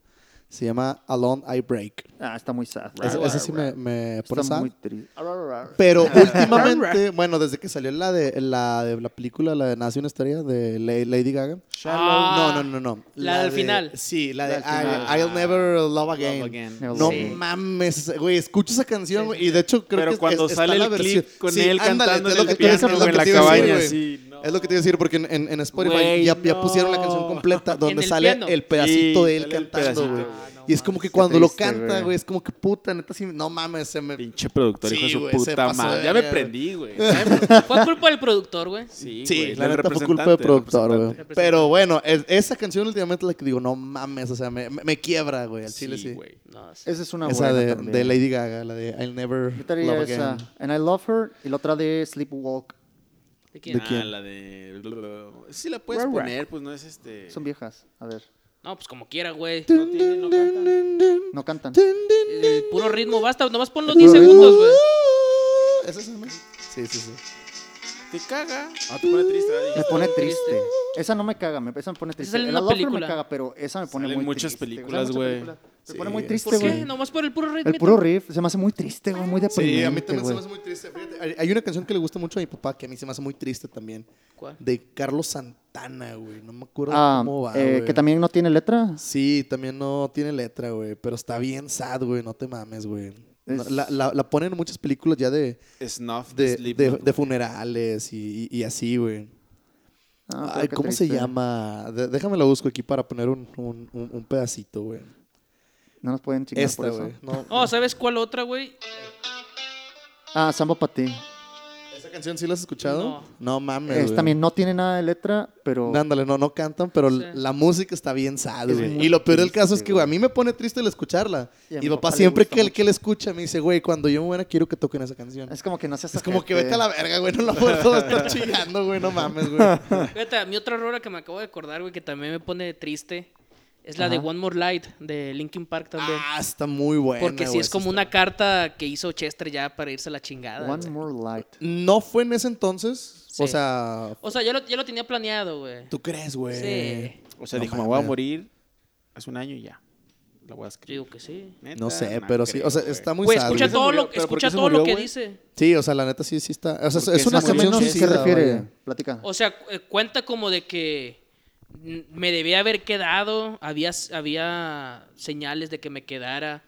[SPEAKER 3] Se llama Alone I Break.
[SPEAKER 2] Ah, está muy sad.
[SPEAKER 3] Ese, ese sí me, me pone
[SPEAKER 2] está
[SPEAKER 3] sad.
[SPEAKER 2] muy triste.
[SPEAKER 3] Pero últimamente, bueno, desde que salió la de la, de la película, la de Nace una estrella de La- Lady Gaga.
[SPEAKER 1] Ah,
[SPEAKER 3] no, no, no, no.
[SPEAKER 1] la del
[SPEAKER 3] de-
[SPEAKER 1] final.
[SPEAKER 3] Sí, la de
[SPEAKER 4] La del
[SPEAKER 3] I-
[SPEAKER 4] final. Ah,
[SPEAKER 3] I'll Never Love Again.
[SPEAKER 4] again.
[SPEAKER 3] No
[SPEAKER 1] Sí.
[SPEAKER 3] mames, güey, escucho esa canción güey, y de hecho creo
[SPEAKER 4] Pero
[SPEAKER 3] que es-
[SPEAKER 4] cuando
[SPEAKER 3] es-
[SPEAKER 4] sale
[SPEAKER 3] está
[SPEAKER 4] el
[SPEAKER 3] la
[SPEAKER 4] clip
[SPEAKER 3] versión-
[SPEAKER 4] con
[SPEAKER 3] Sí,
[SPEAKER 4] él
[SPEAKER 3] ándale,
[SPEAKER 4] cantando
[SPEAKER 3] es
[SPEAKER 4] en
[SPEAKER 3] lo
[SPEAKER 4] el
[SPEAKER 3] que te iba a decir,
[SPEAKER 4] piano
[SPEAKER 3] es lo
[SPEAKER 4] en
[SPEAKER 3] que
[SPEAKER 4] la
[SPEAKER 3] te iba a decir,
[SPEAKER 4] cabaña,
[SPEAKER 3] güey.
[SPEAKER 4] sí, no.
[SPEAKER 3] Es lo que te iba a decir, porque en, en- en Spotify
[SPEAKER 4] Güey,
[SPEAKER 3] ya, ya
[SPEAKER 4] no.
[SPEAKER 3] pusieron la canción completa donde
[SPEAKER 1] el
[SPEAKER 3] sale
[SPEAKER 1] piano.
[SPEAKER 3] el pedacito
[SPEAKER 4] Sí,
[SPEAKER 3] de él
[SPEAKER 4] sale el
[SPEAKER 3] cantando,
[SPEAKER 4] pedacito.
[SPEAKER 3] güey.
[SPEAKER 1] Ah, no
[SPEAKER 3] y es como
[SPEAKER 2] mames,
[SPEAKER 3] que
[SPEAKER 2] qué
[SPEAKER 3] cuando lo
[SPEAKER 2] triste,
[SPEAKER 3] canta,
[SPEAKER 2] güey.
[SPEAKER 3] güey, es como que puta, neta, sí, no mames, se me...
[SPEAKER 4] Pinche productor, hijo de
[SPEAKER 3] Sí,
[SPEAKER 4] su
[SPEAKER 3] güey, se
[SPEAKER 4] puta
[SPEAKER 3] pasó de
[SPEAKER 4] madre. Ya me
[SPEAKER 3] verga.
[SPEAKER 4] prendí, güey.
[SPEAKER 1] Fue culpa del productor, güey.
[SPEAKER 4] Sí,
[SPEAKER 3] Sí,
[SPEAKER 4] güey,
[SPEAKER 3] la
[SPEAKER 4] del
[SPEAKER 3] neta fue culpa
[SPEAKER 4] representante,
[SPEAKER 3] del
[SPEAKER 4] del
[SPEAKER 3] productor, güey.
[SPEAKER 4] representante.
[SPEAKER 3] Pero bueno, es- esa canción últimamente es la que digo, no mames, o sea, me, me- me quiebra, güey, al chile sí.
[SPEAKER 4] güey.
[SPEAKER 1] No, sí.
[SPEAKER 2] Esa es una
[SPEAKER 3] Esa
[SPEAKER 2] buena
[SPEAKER 3] de,
[SPEAKER 2] también.
[SPEAKER 3] de Lady Gaga, la de I'll Never
[SPEAKER 2] Yo traía
[SPEAKER 3] Love
[SPEAKER 2] esa.
[SPEAKER 3] Again.
[SPEAKER 2] ah, And I Love Her y la otra de Sleepwalk.
[SPEAKER 1] ¿De
[SPEAKER 3] ¿De
[SPEAKER 1] quién?
[SPEAKER 4] Ah,
[SPEAKER 3] quién?
[SPEAKER 4] la de... Sí la puedes
[SPEAKER 2] Rah, rah.
[SPEAKER 4] poner, pues no es este...
[SPEAKER 2] Son viejas. A ver.
[SPEAKER 1] No, pues como quiera, güey.
[SPEAKER 4] No tiene, no canta.
[SPEAKER 2] No cantan.
[SPEAKER 1] El puro ritmo basta. Nomás pon los 10 segundos, güey.
[SPEAKER 3] ¿Esa es esa más? Sí, sí, sí.
[SPEAKER 4] Te caga. No, Ah, te pone triste. ¿verdad?
[SPEAKER 2] Me pone triste. Esa no me caga, me, esa me pone triste.
[SPEAKER 1] sale en
[SPEAKER 2] El
[SPEAKER 1] una
[SPEAKER 2] Love Her
[SPEAKER 1] película.
[SPEAKER 2] me caga, pero esa me pone
[SPEAKER 4] Sale en
[SPEAKER 2] muy
[SPEAKER 4] muchas
[SPEAKER 2] triste, güey.
[SPEAKER 4] películas,
[SPEAKER 2] Sale en
[SPEAKER 4] güey.
[SPEAKER 2] muchas películas. Me
[SPEAKER 3] Sí,
[SPEAKER 2] pone muy
[SPEAKER 3] es-
[SPEAKER 2] triste,
[SPEAKER 1] ¿Por
[SPEAKER 2] güey.
[SPEAKER 1] qué? Nomás por el puro ritmo.
[SPEAKER 2] El puro riff se me hace muy triste, güey, muy deprimente,
[SPEAKER 3] Pues Sí, a mí también se me
[SPEAKER 2] güey.
[SPEAKER 3] hace muy triste. Fíjate, hay- hay una canción que le gusta mucho a mi papá que a mí se me hace muy triste también.
[SPEAKER 1] ¿Cuál?
[SPEAKER 3] De Carlos Santana, güey. No me acuerdo
[SPEAKER 2] Ah,
[SPEAKER 3] cómo va.
[SPEAKER 2] eh,
[SPEAKER 3] güey.
[SPEAKER 2] que también no tiene letra.
[SPEAKER 3] Sí, también no tiene letra, güey. Pero está bien sad, güey. No te mames, güey. No,
[SPEAKER 2] Es-
[SPEAKER 3] La, la- la ponen en muchas películas ya de,
[SPEAKER 4] Snuff
[SPEAKER 3] de,
[SPEAKER 4] de,
[SPEAKER 3] de, de funerales y, y- y así, güey.
[SPEAKER 2] Ah, pero
[SPEAKER 3] Ay,
[SPEAKER 2] qué
[SPEAKER 3] ¿cómo se
[SPEAKER 2] triste.
[SPEAKER 3] llama? De- déjame la busco aquí para poner un, un- un- un pedacito, güey.
[SPEAKER 2] No nos pueden chingar por
[SPEAKER 3] Esta,
[SPEAKER 2] eso.
[SPEAKER 3] güey. No,
[SPEAKER 1] Oh, ¿sabes cuál otra, güey?
[SPEAKER 2] Ah, Samba para ti.
[SPEAKER 3] ¿Esa canción sí la has escuchado?
[SPEAKER 1] No.
[SPEAKER 3] No, mames,
[SPEAKER 2] Es
[SPEAKER 3] güey.
[SPEAKER 2] también no tiene nada de letra, pero
[SPEAKER 3] Ándale, no, no cantan, pero
[SPEAKER 1] Sí.
[SPEAKER 3] la música está bien sad,
[SPEAKER 2] Es
[SPEAKER 3] güey.
[SPEAKER 2] muy
[SPEAKER 3] Y lo peor del caso es
[SPEAKER 2] triste,
[SPEAKER 3] que, güey, a
[SPEAKER 2] güey.
[SPEAKER 3] mí me pone triste el escucharla.
[SPEAKER 2] Y a
[SPEAKER 3] Y
[SPEAKER 2] mi
[SPEAKER 3] mi papá
[SPEAKER 2] papá le
[SPEAKER 3] siempre
[SPEAKER 2] gusta
[SPEAKER 3] que, el
[SPEAKER 2] mucho.
[SPEAKER 3] que la escucha me dice, güey, cuando yo muera quiero que toquen esa canción. Es,
[SPEAKER 2] es como que no se hace.
[SPEAKER 3] como que vete a la verga, güey, no la puedo estar chillando, güey, no mames, güey.
[SPEAKER 1] Fíjate, a mí otra rola que me acabo de acordar, güey, que también me pone triste. Es la de
[SPEAKER 2] Ajá.
[SPEAKER 1] One More Light de Linkin Park también.
[SPEAKER 3] ah, está muy buena,
[SPEAKER 1] Porque sí
[SPEAKER 3] güey,
[SPEAKER 1] es como
[SPEAKER 3] está-
[SPEAKER 1] una carta que hizo Chester ya para irse a la chingada.
[SPEAKER 2] One
[SPEAKER 1] güey.
[SPEAKER 2] more light.
[SPEAKER 3] No fue en ese entonces,
[SPEAKER 1] Sí.
[SPEAKER 3] o sea,
[SPEAKER 1] O sea, ya lo, ya lo tenía planeado, güey.
[SPEAKER 3] ¿tú crees, güey?
[SPEAKER 1] Sí.
[SPEAKER 4] O sea,
[SPEAKER 3] No
[SPEAKER 4] dijo, me voy a
[SPEAKER 3] mames.
[SPEAKER 4] morir hace un año y ya. La voy a
[SPEAKER 1] Yo
[SPEAKER 4] escribir.
[SPEAKER 1] digo que sí.
[SPEAKER 4] Neta,
[SPEAKER 3] No sé,
[SPEAKER 4] no
[SPEAKER 3] pero sí,
[SPEAKER 4] creo,
[SPEAKER 3] o sea,
[SPEAKER 4] güey.
[SPEAKER 3] está muy
[SPEAKER 1] Güey,
[SPEAKER 3] sad.
[SPEAKER 1] escucha
[SPEAKER 3] güey.
[SPEAKER 4] se
[SPEAKER 1] todo,
[SPEAKER 4] murió?
[SPEAKER 1] lo,
[SPEAKER 4] ¿Pero por qué
[SPEAKER 1] escucha
[SPEAKER 4] se
[SPEAKER 1] todo lo
[SPEAKER 4] murió,
[SPEAKER 1] que
[SPEAKER 4] güey?
[SPEAKER 1] dice.
[SPEAKER 3] Sí, o sea, la neta sí, sí está. O sea,
[SPEAKER 4] ¿Por
[SPEAKER 3] es
[SPEAKER 4] qué
[SPEAKER 3] una
[SPEAKER 4] se murió?
[SPEAKER 3] canción
[SPEAKER 2] menos
[SPEAKER 3] suicida.
[SPEAKER 2] se refiere?
[SPEAKER 3] vaya.
[SPEAKER 2] Platica.
[SPEAKER 1] O sea, cu- eh, cuenta como de que mm, me debía haber quedado, había, s- había señales de que me quedara.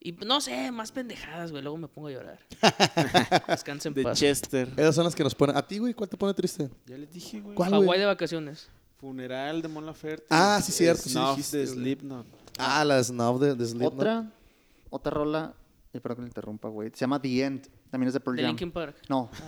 [SPEAKER 1] Y no sé, más pendejadas, güey. Luego me pongo a llorar. Descansen en
[SPEAKER 4] De
[SPEAKER 1] paz.
[SPEAKER 4] Chester.
[SPEAKER 3] Esas son las que nos ponen. ¿A ti, güey, cuál te pone triste?
[SPEAKER 4] Ya les dije, güey.
[SPEAKER 3] ¿Cuál,
[SPEAKER 1] Hawái
[SPEAKER 3] güey?
[SPEAKER 1] de vacaciones.
[SPEAKER 4] Funeral de Mon Laferte.
[SPEAKER 3] Ah, sí, cierto, sí
[SPEAKER 4] Snuff
[SPEAKER 3] dijiste,
[SPEAKER 4] de
[SPEAKER 3] güey.
[SPEAKER 4] Slipknot.
[SPEAKER 3] Ah, la Snob de, de Slipknot.
[SPEAKER 2] Otra, otra rola. Espero que me interrumpa, güey. Se llama The End. También es de Pearl
[SPEAKER 1] De
[SPEAKER 2] Jam.
[SPEAKER 1] Linkin Park.
[SPEAKER 2] No.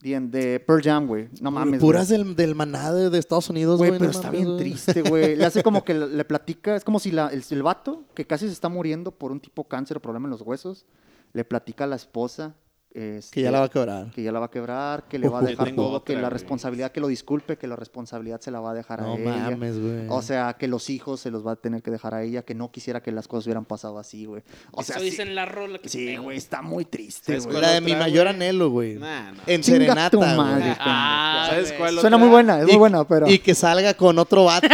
[SPEAKER 2] The End de Pearl Jam, güey. No mames.
[SPEAKER 3] Puras
[SPEAKER 2] güey.
[SPEAKER 3] del, del maná de, de Estados Unidos,
[SPEAKER 2] Güey,
[SPEAKER 3] güey.
[SPEAKER 2] pero
[SPEAKER 3] no
[SPEAKER 2] está
[SPEAKER 3] mames,
[SPEAKER 2] bien
[SPEAKER 3] güey.
[SPEAKER 2] triste, güey. Le hace como que le, le platica. Es como si la- el, el vato, que casi se está muriendo por un tipo cáncer o problema en los huesos, le platica a la esposa. este,
[SPEAKER 3] Que ya la va a quebrar.
[SPEAKER 2] que ya la va a quebrar, que le va a
[SPEAKER 4] Yo
[SPEAKER 2] dejar
[SPEAKER 4] tengo
[SPEAKER 2] todo, que
[SPEAKER 4] otra,
[SPEAKER 2] la
[SPEAKER 4] güey.
[SPEAKER 2] responsabilidad, que lo disculpe, que la responsabilidad se la va a dejar a
[SPEAKER 3] No
[SPEAKER 2] ella.
[SPEAKER 3] mames, güey.
[SPEAKER 2] O sea, que los hijos se los va a tener que dejar a ella, que no quisiera que las cosas hubieran pasado así, güey. O sea,
[SPEAKER 1] Eso
[SPEAKER 2] sí,
[SPEAKER 1] dicen la rola que
[SPEAKER 2] sí,
[SPEAKER 1] tengo.
[SPEAKER 2] güey, está muy triste,
[SPEAKER 4] ¿Sabes
[SPEAKER 2] güey.
[SPEAKER 4] cuál
[SPEAKER 3] La de mi
[SPEAKER 4] otra,
[SPEAKER 3] mayor
[SPEAKER 4] güey?
[SPEAKER 3] anhelo, güey.
[SPEAKER 4] Nah, no.
[SPEAKER 3] En
[SPEAKER 2] Chinga
[SPEAKER 3] Serenata,
[SPEAKER 2] tu
[SPEAKER 3] güey.
[SPEAKER 2] madre.
[SPEAKER 1] Ah,
[SPEAKER 4] ¿Sabes
[SPEAKER 1] güey.
[SPEAKER 4] cuál
[SPEAKER 2] Suena
[SPEAKER 4] otra?
[SPEAKER 2] muy buena, es
[SPEAKER 3] Y-
[SPEAKER 2] muy buena, pero
[SPEAKER 3] Y que salga con otro vato,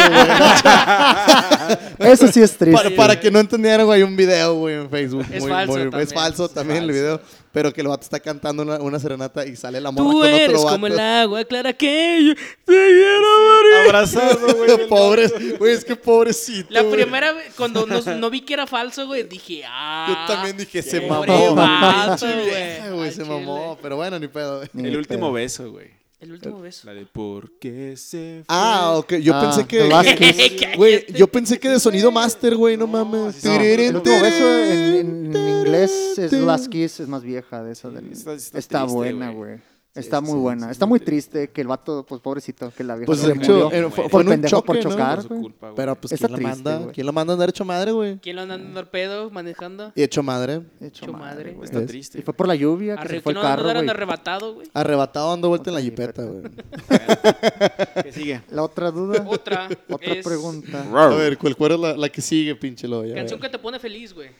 [SPEAKER 3] güey.
[SPEAKER 2] eso sí es triste.
[SPEAKER 3] para, para que no entendieran, güey, hay un video, güey, en Facebook.
[SPEAKER 1] Es
[SPEAKER 3] muy-
[SPEAKER 1] falso
[SPEAKER 3] muy-
[SPEAKER 1] también.
[SPEAKER 3] Es falso también el video. Pero que el vato está cantando una, una serenata y sale la morra
[SPEAKER 1] Tú
[SPEAKER 3] con otro
[SPEAKER 1] eres
[SPEAKER 3] vato. Ah,
[SPEAKER 1] como el agua clara que yo te quiero morir.
[SPEAKER 4] Abrazado, güey. del-
[SPEAKER 3] Pobres, güey, es que pobrecito.
[SPEAKER 1] La
[SPEAKER 3] güey.
[SPEAKER 1] primera vez, cuando no, no vi que era falso, güey, dije,
[SPEAKER 3] Yo
[SPEAKER 1] ah.
[SPEAKER 3] también dije, se
[SPEAKER 1] qué
[SPEAKER 3] mamó.
[SPEAKER 1] pobre vato,
[SPEAKER 3] pinche
[SPEAKER 1] güey.
[SPEAKER 3] vieja, güey,
[SPEAKER 1] Al
[SPEAKER 3] se mamó.
[SPEAKER 1] chile.
[SPEAKER 3] Pero bueno, ni pedo, güey.
[SPEAKER 2] Ni
[SPEAKER 4] El último
[SPEAKER 2] pedo.
[SPEAKER 4] beso, güey.
[SPEAKER 1] El último beso.
[SPEAKER 4] La de ¿Por qué se fue?
[SPEAKER 3] Ah, ok. Yo
[SPEAKER 2] Ah,
[SPEAKER 3] pensé que.
[SPEAKER 2] The Last
[SPEAKER 1] Kiss.
[SPEAKER 3] Güey, yo pensé que de sonido master, güey, no, mames.
[SPEAKER 2] No, el último beso en, en- en inglés es Last Kiss, es más vieja de esa. del-
[SPEAKER 4] está-
[SPEAKER 2] está
[SPEAKER 4] está triste,
[SPEAKER 2] buena,
[SPEAKER 4] güey.
[SPEAKER 2] güey. Está
[SPEAKER 4] sí,
[SPEAKER 2] muy
[SPEAKER 4] sí,
[SPEAKER 2] buena.
[SPEAKER 4] sí,
[SPEAKER 2] está muy
[SPEAKER 4] muy triste.
[SPEAKER 2] triste que el vato, pues pobrecito, que la vieja
[SPEAKER 3] Pues,
[SPEAKER 2] se
[SPEAKER 3] de
[SPEAKER 2] le
[SPEAKER 3] hecho,
[SPEAKER 2] murió.
[SPEAKER 3] eh, fue-
[SPEAKER 2] por
[SPEAKER 3] fue en un
[SPEAKER 2] pendejo, por
[SPEAKER 3] choque, ¿no?
[SPEAKER 2] chocar,
[SPEAKER 4] Por su
[SPEAKER 2] güey.
[SPEAKER 4] culpa, güey.
[SPEAKER 3] Pero pues,
[SPEAKER 2] Está
[SPEAKER 3] ¿quién la
[SPEAKER 2] triste,
[SPEAKER 3] manda?
[SPEAKER 2] güey.
[SPEAKER 3] ¿Quién la manda a andar hecho madre, güey?
[SPEAKER 1] ¿Quién lo anda dando pedo manejando?
[SPEAKER 3] Y hecho madre.
[SPEAKER 2] Hecho
[SPEAKER 1] Hecho
[SPEAKER 2] madre,
[SPEAKER 1] madre.
[SPEAKER 2] güey.
[SPEAKER 4] Está
[SPEAKER 3] Es-
[SPEAKER 4] triste.
[SPEAKER 2] Y fue por la lluvia que
[SPEAKER 1] Arre,
[SPEAKER 2] se
[SPEAKER 1] que
[SPEAKER 2] fue el
[SPEAKER 1] no, no
[SPEAKER 2] carro,
[SPEAKER 1] eran
[SPEAKER 2] güey.
[SPEAKER 1] arrebatado, güey.
[SPEAKER 3] Arrebatado dando vuelta en la
[SPEAKER 2] Otra
[SPEAKER 3] jipeta, güey.
[SPEAKER 4] güey. ¿Qué sigue?
[SPEAKER 2] La otra duda,
[SPEAKER 1] Otra.
[SPEAKER 2] otra
[SPEAKER 1] es
[SPEAKER 2] pregunta.
[SPEAKER 3] pues, A ver, ¿cuál cuál es la, la que sigue, pinche lobo? Ya,
[SPEAKER 1] Canción
[SPEAKER 3] güey.
[SPEAKER 1] que te pone feliz, güey.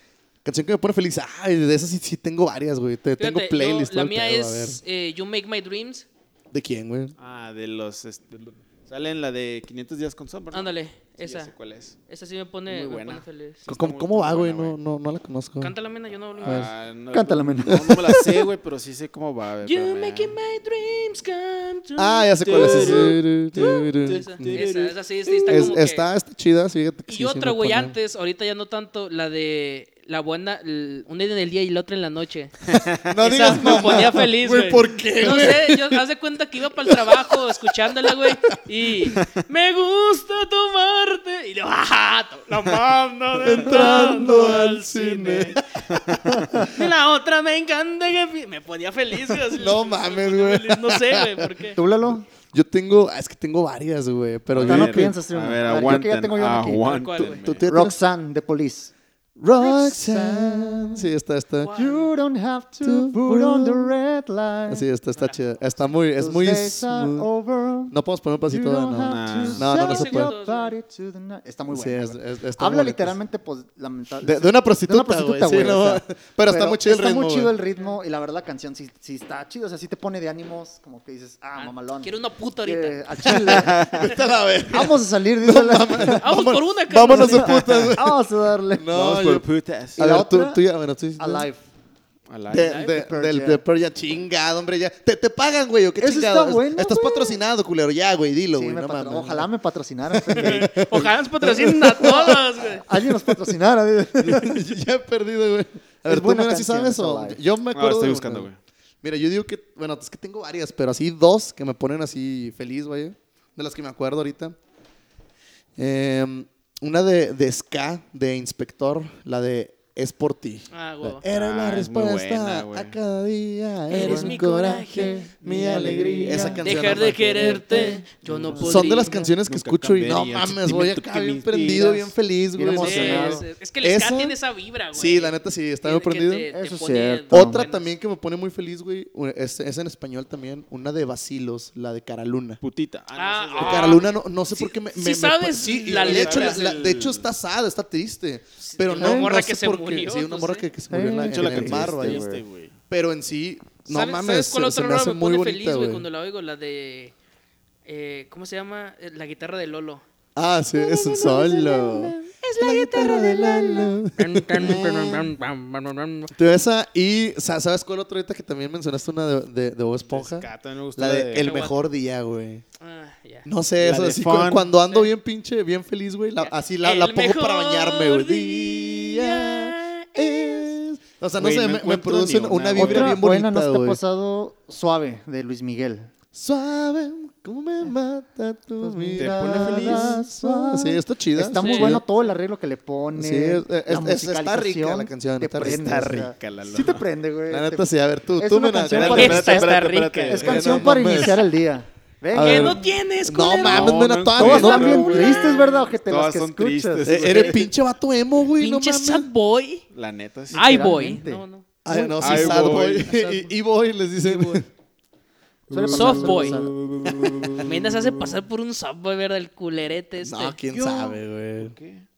[SPEAKER 3] Canción que me pone feliz. Ay, de esas sí, sí tengo varias, güey. Te-
[SPEAKER 1] Fíjate,
[SPEAKER 3] Tengo
[SPEAKER 1] yo-
[SPEAKER 3] playlist. todo
[SPEAKER 1] la
[SPEAKER 3] el
[SPEAKER 1] mía
[SPEAKER 3] pedo, a
[SPEAKER 1] es eh, You Make My Dreams.
[SPEAKER 3] ver. ¿De quién, güey?
[SPEAKER 4] Ah, de los. este, lo- Sale en la de 500 días con sombra. ¿no?
[SPEAKER 1] Ándale,
[SPEAKER 4] Sí, ya
[SPEAKER 1] esa.
[SPEAKER 4] sé cuál es.
[SPEAKER 1] Esa sí me pone,
[SPEAKER 4] Muy
[SPEAKER 1] me
[SPEAKER 4] buena.
[SPEAKER 1] pone feliz.
[SPEAKER 4] Sí, está
[SPEAKER 3] ¿Cómo,
[SPEAKER 4] muy-
[SPEAKER 3] cómo va,
[SPEAKER 4] muy
[SPEAKER 3] güey?
[SPEAKER 4] buena,
[SPEAKER 3] No, no, no la conozco.
[SPEAKER 1] Canta la mena, yo no hablo inglés.
[SPEAKER 4] Ah, no,
[SPEAKER 2] Cántala,
[SPEAKER 4] no,
[SPEAKER 2] men.
[SPEAKER 4] No, no me la sé, güey, pero sí sé cómo va. güey, pero
[SPEAKER 1] You're
[SPEAKER 4] me-
[SPEAKER 1] making my dreams come true.
[SPEAKER 3] Ah, ya sé cuál es.
[SPEAKER 1] Esa,
[SPEAKER 3] Es-
[SPEAKER 1] esa, esa sí, sí está como que-
[SPEAKER 3] Está, está chida, fíjate que
[SPEAKER 1] Y
[SPEAKER 3] sí, sí
[SPEAKER 1] otra,
[SPEAKER 3] me
[SPEAKER 1] güey,
[SPEAKER 3] pone-
[SPEAKER 1] antes, ahorita ya no tanto, la de la buena, l- una en el día y la otra en la noche.
[SPEAKER 3] No
[SPEAKER 1] Esa
[SPEAKER 3] digas
[SPEAKER 1] me
[SPEAKER 3] mamá.
[SPEAKER 1] ponía feliz, güey.
[SPEAKER 3] ¿por qué,
[SPEAKER 1] No
[SPEAKER 3] güey?
[SPEAKER 1] sé, yo haz de cuenta que iba para el trabajo escuchándola, güey, y me gusta tomarte. Y yo, ajá, to- la mano de entrando al cine. Y la otra me encanta que fi- me ponía feliz, güey. así,
[SPEAKER 3] No
[SPEAKER 1] me
[SPEAKER 3] mames,
[SPEAKER 1] ponía
[SPEAKER 3] güey.
[SPEAKER 1] feliz, No sé, güey, por qué.
[SPEAKER 2] ¿Tú, Lalo?
[SPEAKER 3] Yo tengo, ah, es que tengo varias, güey, pero
[SPEAKER 2] No,
[SPEAKER 3] yo-
[SPEAKER 2] no piensas.
[SPEAKER 4] A
[SPEAKER 2] una.
[SPEAKER 4] ver,
[SPEAKER 2] creo que ya
[SPEAKER 4] aguanten.
[SPEAKER 2] tengo yo una aquí.
[SPEAKER 4] Aguanten.
[SPEAKER 3] Tú tienes-
[SPEAKER 2] Roxanne, de Police.
[SPEAKER 3] Roxanne. Sí, está, está.
[SPEAKER 1] ¿Cuál?
[SPEAKER 2] You don't have to put on the red light.
[SPEAKER 3] Sí, está, está chida. Está muy, es
[SPEAKER 2] Those
[SPEAKER 3] muy.
[SPEAKER 2] days are
[SPEAKER 3] smooth.
[SPEAKER 2] over.
[SPEAKER 3] No podemos poner un pasito,
[SPEAKER 2] You don't
[SPEAKER 3] no.
[SPEAKER 4] have-
[SPEAKER 2] have to
[SPEAKER 3] No, no, no
[SPEAKER 2] sell
[SPEAKER 3] se
[SPEAKER 1] puede.
[SPEAKER 2] your body to the night. Está muy
[SPEAKER 3] Sí,
[SPEAKER 2] buena.
[SPEAKER 3] es-
[SPEAKER 2] güey.
[SPEAKER 3] es- está
[SPEAKER 2] Habla
[SPEAKER 3] muy bonita.
[SPEAKER 2] literalmente, pues, lamentablemente.
[SPEAKER 3] De, de una prostituta,
[SPEAKER 2] una prostituta,
[SPEAKER 3] güey,
[SPEAKER 2] güey.
[SPEAKER 3] sí,
[SPEAKER 2] o
[SPEAKER 3] no,
[SPEAKER 2] sea,
[SPEAKER 3] pero, está muy chido el ritmo.
[SPEAKER 2] Está muy chido
[SPEAKER 3] güey.
[SPEAKER 2] el ritmo y la verdad la canción sí, sí está chido. O sea, sí te pone de ánimos, como que dices, ah, mamalón.
[SPEAKER 1] Quiero una puta ahorita.
[SPEAKER 2] Eh, a Chile.
[SPEAKER 3] Vete a la verga.
[SPEAKER 2] Vamos a salir, dice la-
[SPEAKER 1] Vamos por una, Carlos.
[SPEAKER 3] Vámonos de
[SPEAKER 1] ahorita.
[SPEAKER 3] putas, güey.
[SPEAKER 2] Vamos a darle.
[SPEAKER 3] No,
[SPEAKER 4] Vamos
[SPEAKER 3] yo-
[SPEAKER 4] por putas.
[SPEAKER 2] ¿Y
[SPEAKER 3] A
[SPEAKER 2] la
[SPEAKER 3] ver, tú,
[SPEAKER 2] otra?
[SPEAKER 3] tú ya, bueno, tú.
[SPEAKER 2] Alive.
[SPEAKER 4] Alive.
[SPEAKER 3] De,
[SPEAKER 1] Alive
[SPEAKER 3] de,
[SPEAKER 2] de Pearl
[SPEAKER 3] del
[SPEAKER 2] Jam.
[SPEAKER 3] de Pearl Jam, chingado, hombre, ya. Te, te pagan, güey, o qué
[SPEAKER 2] Eso está
[SPEAKER 3] chingado. Es-
[SPEAKER 2] bueno,
[SPEAKER 3] Estás
[SPEAKER 2] güey.
[SPEAKER 3] patrocinado, culero, ya, güey, dilo,
[SPEAKER 2] Sí,
[SPEAKER 3] güey,
[SPEAKER 2] me
[SPEAKER 3] no
[SPEAKER 2] patro-
[SPEAKER 3] mames.
[SPEAKER 2] Ojalá me patrocinaran.
[SPEAKER 1] Ojalá nos patrocinen a todos, güey.
[SPEAKER 2] Alguien nos patrocinara.
[SPEAKER 3] ya he perdido, güey. A
[SPEAKER 2] Es
[SPEAKER 3] ver, tú
[SPEAKER 2] buena
[SPEAKER 3] mira si
[SPEAKER 2] canción,
[SPEAKER 3] sabes
[SPEAKER 2] esa
[SPEAKER 3] o.
[SPEAKER 2] live.
[SPEAKER 3] Yo me
[SPEAKER 4] Ahora
[SPEAKER 3] acuerdo.
[SPEAKER 4] estoy
[SPEAKER 3] de una.
[SPEAKER 4] buscando, güey.
[SPEAKER 3] Mira, yo digo que. Bueno, es que tengo varias, pero así dos que me ponen así feliz, güey. De las que me acuerdo ahorita. Eh, una de, de Ska, de Inspector, la de Es por ti.
[SPEAKER 1] Ah, huevo.
[SPEAKER 3] Era la
[SPEAKER 4] Ah, es muy buena,
[SPEAKER 3] respuesta
[SPEAKER 4] güey.
[SPEAKER 3] a cada día.
[SPEAKER 1] Eres
[SPEAKER 3] Eres
[SPEAKER 1] mi
[SPEAKER 3] mi coraje, mi alegría. Esa canción.
[SPEAKER 1] Dejar de
[SPEAKER 3] aparte.
[SPEAKER 1] quererte, yo no podría.
[SPEAKER 3] eh. Son de las canciones que
[SPEAKER 4] Nunca
[SPEAKER 3] escucho y no
[SPEAKER 4] cambiaría.
[SPEAKER 3] mames,
[SPEAKER 4] Sentimiento
[SPEAKER 3] voy
[SPEAKER 4] que
[SPEAKER 3] acá
[SPEAKER 4] me
[SPEAKER 3] bien
[SPEAKER 4] inspiras.
[SPEAKER 3] prendido, bien feliz,
[SPEAKER 2] Bien
[SPEAKER 3] güey.
[SPEAKER 1] Sí,
[SPEAKER 2] emocionado.
[SPEAKER 1] es, es que el ska
[SPEAKER 3] Esa-
[SPEAKER 1] tiene esa vibra, güey.
[SPEAKER 3] Sí, la neta sí, está
[SPEAKER 1] Que-
[SPEAKER 3] muy
[SPEAKER 1] que
[SPEAKER 3] prendido.
[SPEAKER 1] te- te
[SPEAKER 2] Eso es
[SPEAKER 1] pone
[SPEAKER 2] cierto.
[SPEAKER 1] de
[SPEAKER 3] Otra
[SPEAKER 1] buenas.
[SPEAKER 3] también que me pone muy feliz, güey, es, es en español también, una de Basilos, la de Caraluna.
[SPEAKER 4] Putita.
[SPEAKER 1] Ah,
[SPEAKER 4] no,
[SPEAKER 3] De
[SPEAKER 4] eso es-
[SPEAKER 3] Caraluna, no, no sé por qué me...
[SPEAKER 1] sí
[SPEAKER 3] me- me-
[SPEAKER 1] sabes
[SPEAKER 3] sí,
[SPEAKER 1] la
[SPEAKER 3] la de, hecho,
[SPEAKER 1] letra.
[SPEAKER 3] la- la- de hecho está asada, está triste. Pero
[SPEAKER 1] una
[SPEAKER 3] no,
[SPEAKER 1] morra
[SPEAKER 3] no
[SPEAKER 1] que
[SPEAKER 3] sé
[SPEAKER 1] se
[SPEAKER 3] por qué.
[SPEAKER 1] murió, pues
[SPEAKER 3] Sí, una
[SPEAKER 1] no
[SPEAKER 3] morra
[SPEAKER 1] sé.
[SPEAKER 3] que, que se murió en, la-
[SPEAKER 2] Eh,
[SPEAKER 3] en
[SPEAKER 4] Mucho la
[SPEAKER 3] el mar,
[SPEAKER 4] cantaste,
[SPEAKER 3] güey.
[SPEAKER 2] güey.
[SPEAKER 4] güey.
[SPEAKER 3] Pero en sí, no
[SPEAKER 1] ¿Sabes,
[SPEAKER 3] mames,
[SPEAKER 1] ¿sabes cuál
[SPEAKER 3] se-
[SPEAKER 1] otra
[SPEAKER 3] se me
[SPEAKER 1] rola
[SPEAKER 3] hace
[SPEAKER 1] me
[SPEAKER 3] muy
[SPEAKER 1] pone
[SPEAKER 3] bonita,
[SPEAKER 1] feliz, güey,
[SPEAKER 3] güey.
[SPEAKER 1] cuando la oigo? La de. eh, ¿Cómo se llama? Eh, La guitarra de Lolo.
[SPEAKER 3] Ah, sí, es un solo. Es la guitarra de Lalo. Tú esa y sa- ¿sabes cuál otra ahorita que también mencionaste una de, de, de Bob
[SPEAKER 1] Pues,
[SPEAKER 3] Esponja?
[SPEAKER 4] Ska, también me gusta
[SPEAKER 3] La de El
[SPEAKER 1] Cacahuate.
[SPEAKER 3] Mejor Día, güey.
[SPEAKER 1] Ah, ya.
[SPEAKER 3] No sé,
[SPEAKER 4] La
[SPEAKER 3] eso
[SPEAKER 4] de
[SPEAKER 3] así
[SPEAKER 4] Fun.
[SPEAKER 3] cu- cuando ando bien pinche, bien feliz, güey, la-
[SPEAKER 1] Ya.
[SPEAKER 3] así la,
[SPEAKER 1] El
[SPEAKER 3] la pongo para
[SPEAKER 1] mejor
[SPEAKER 3] bañarme, güey.
[SPEAKER 1] día
[SPEAKER 3] Día es- O sea, no
[SPEAKER 4] Güey,
[SPEAKER 3] sé,
[SPEAKER 4] no
[SPEAKER 3] me- me,
[SPEAKER 4] encuentro
[SPEAKER 3] produce
[SPEAKER 4] ni
[SPEAKER 3] una,
[SPEAKER 4] una, güey.
[SPEAKER 3] vibra
[SPEAKER 2] Otra
[SPEAKER 3] bien
[SPEAKER 2] buena
[SPEAKER 3] bonita,
[SPEAKER 2] nos te ha
[SPEAKER 3] güey.
[SPEAKER 2] pasado Suave, de Luis Miguel.
[SPEAKER 3] Suave, cómo me mata tu
[SPEAKER 2] Pues mira,
[SPEAKER 3] mirada
[SPEAKER 4] pone feliz.
[SPEAKER 3] suave. Sí, está chida.
[SPEAKER 2] Está muy
[SPEAKER 1] Sí.
[SPEAKER 2] bueno todo el arreglo que le pone.
[SPEAKER 3] Sí, es-
[SPEAKER 2] la
[SPEAKER 3] es- es- está rica la
[SPEAKER 2] musicalización,
[SPEAKER 3] canción,
[SPEAKER 2] te
[SPEAKER 3] está
[SPEAKER 2] prende,
[SPEAKER 3] rica.
[SPEAKER 2] o sea,
[SPEAKER 4] Está rica la
[SPEAKER 2] Sí te prende, güey.
[SPEAKER 3] La
[SPEAKER 2] Te-
[SPEAKER 3] neta sí, a ver, tú,
[SPEAKER 2] Es
[SPEAKER 3] tú
[SPEAKER 2] una
[SPEAKER 3] me la-
[SPEAKER 2] canción
[SPEAKER 3] espérate,
[SPEAKER 2] para-
[SPEAKER 3] espérate,
[SPEAKER 1] Está
[SPEAKER 4] espérate,
[SPEAKER 1] rica.
[SPEAKER 4] espérate.
[SPEAKER 2] Es
[SPEAKER 1] Eh,
[SPEAKER 2] canción
[SPEAKER 3] no
[SPEAKER 2] para
[SPEAKER 3] mames.
[SPEAKER 2] iniciar el día. Venga.
[SPEAKER 3] A
[SPEAKER 1] ¿Qué
[SPEAKER 3] ver.
[SPEAKER 1] no tienes,
[SPEAKER 3] No
[SPEAKER 1] culero?
[SPEAKER 3] mames,
[SPEAKER 4] No,
[SPEAKER 3] me la
[SPEAKER 4] no
[SPEAKER 3] todas
[SPEAKER 2] Todos
[SPEAKER 4] entiendo,
[SPEAKER 2] están bien
[SPEAKER 4] güey.
[SPEAKER 2] tristes, ¿verdad? Ojete, los
[SPEAKER 4] Todas
[SPEAKER 2] que
[SPEAKER 4] son
[SPEAKER 2] escuchas.
[SPEAKER 4] tristes.
[SPEAKER 3] Eh, Eres pinche vato emo, güey. no
[SPEAKER 1] Pinche
[SPEAKER 3] mames.
[SPEAKER 1] sad boy.
[SPEAKER 4] La neta, sí.
[SPEAKER 1] Ay, boy.
[SPEAKER 2] Literalmente.
[SPEAKER 1] No, no.
[SPEAKER 3] Ay, no, sí,
[SPEAKER 4] Ay,
[SPEAKER 3] sad
[SPEAKER 4] boy.
[SPEAKER 3] boy. Y, y boy, les dicen.
[SPEAKER 2] Suele pasar,
[SPEAKER 1] Soft
[SPEAKER 2] suele
[SPEAKER 1] boy.
[SPEAKER 2] pasar.
[SPEAKER 1] Menda se hace pasar por un sad boy, ¿verdad? El culerete este.
[SPEAKER 3] No, quién
[SPEAKER 1] Yo-
[SPEAKER 3] sabe, güey.
[SPEAKER 4] ¿Qué?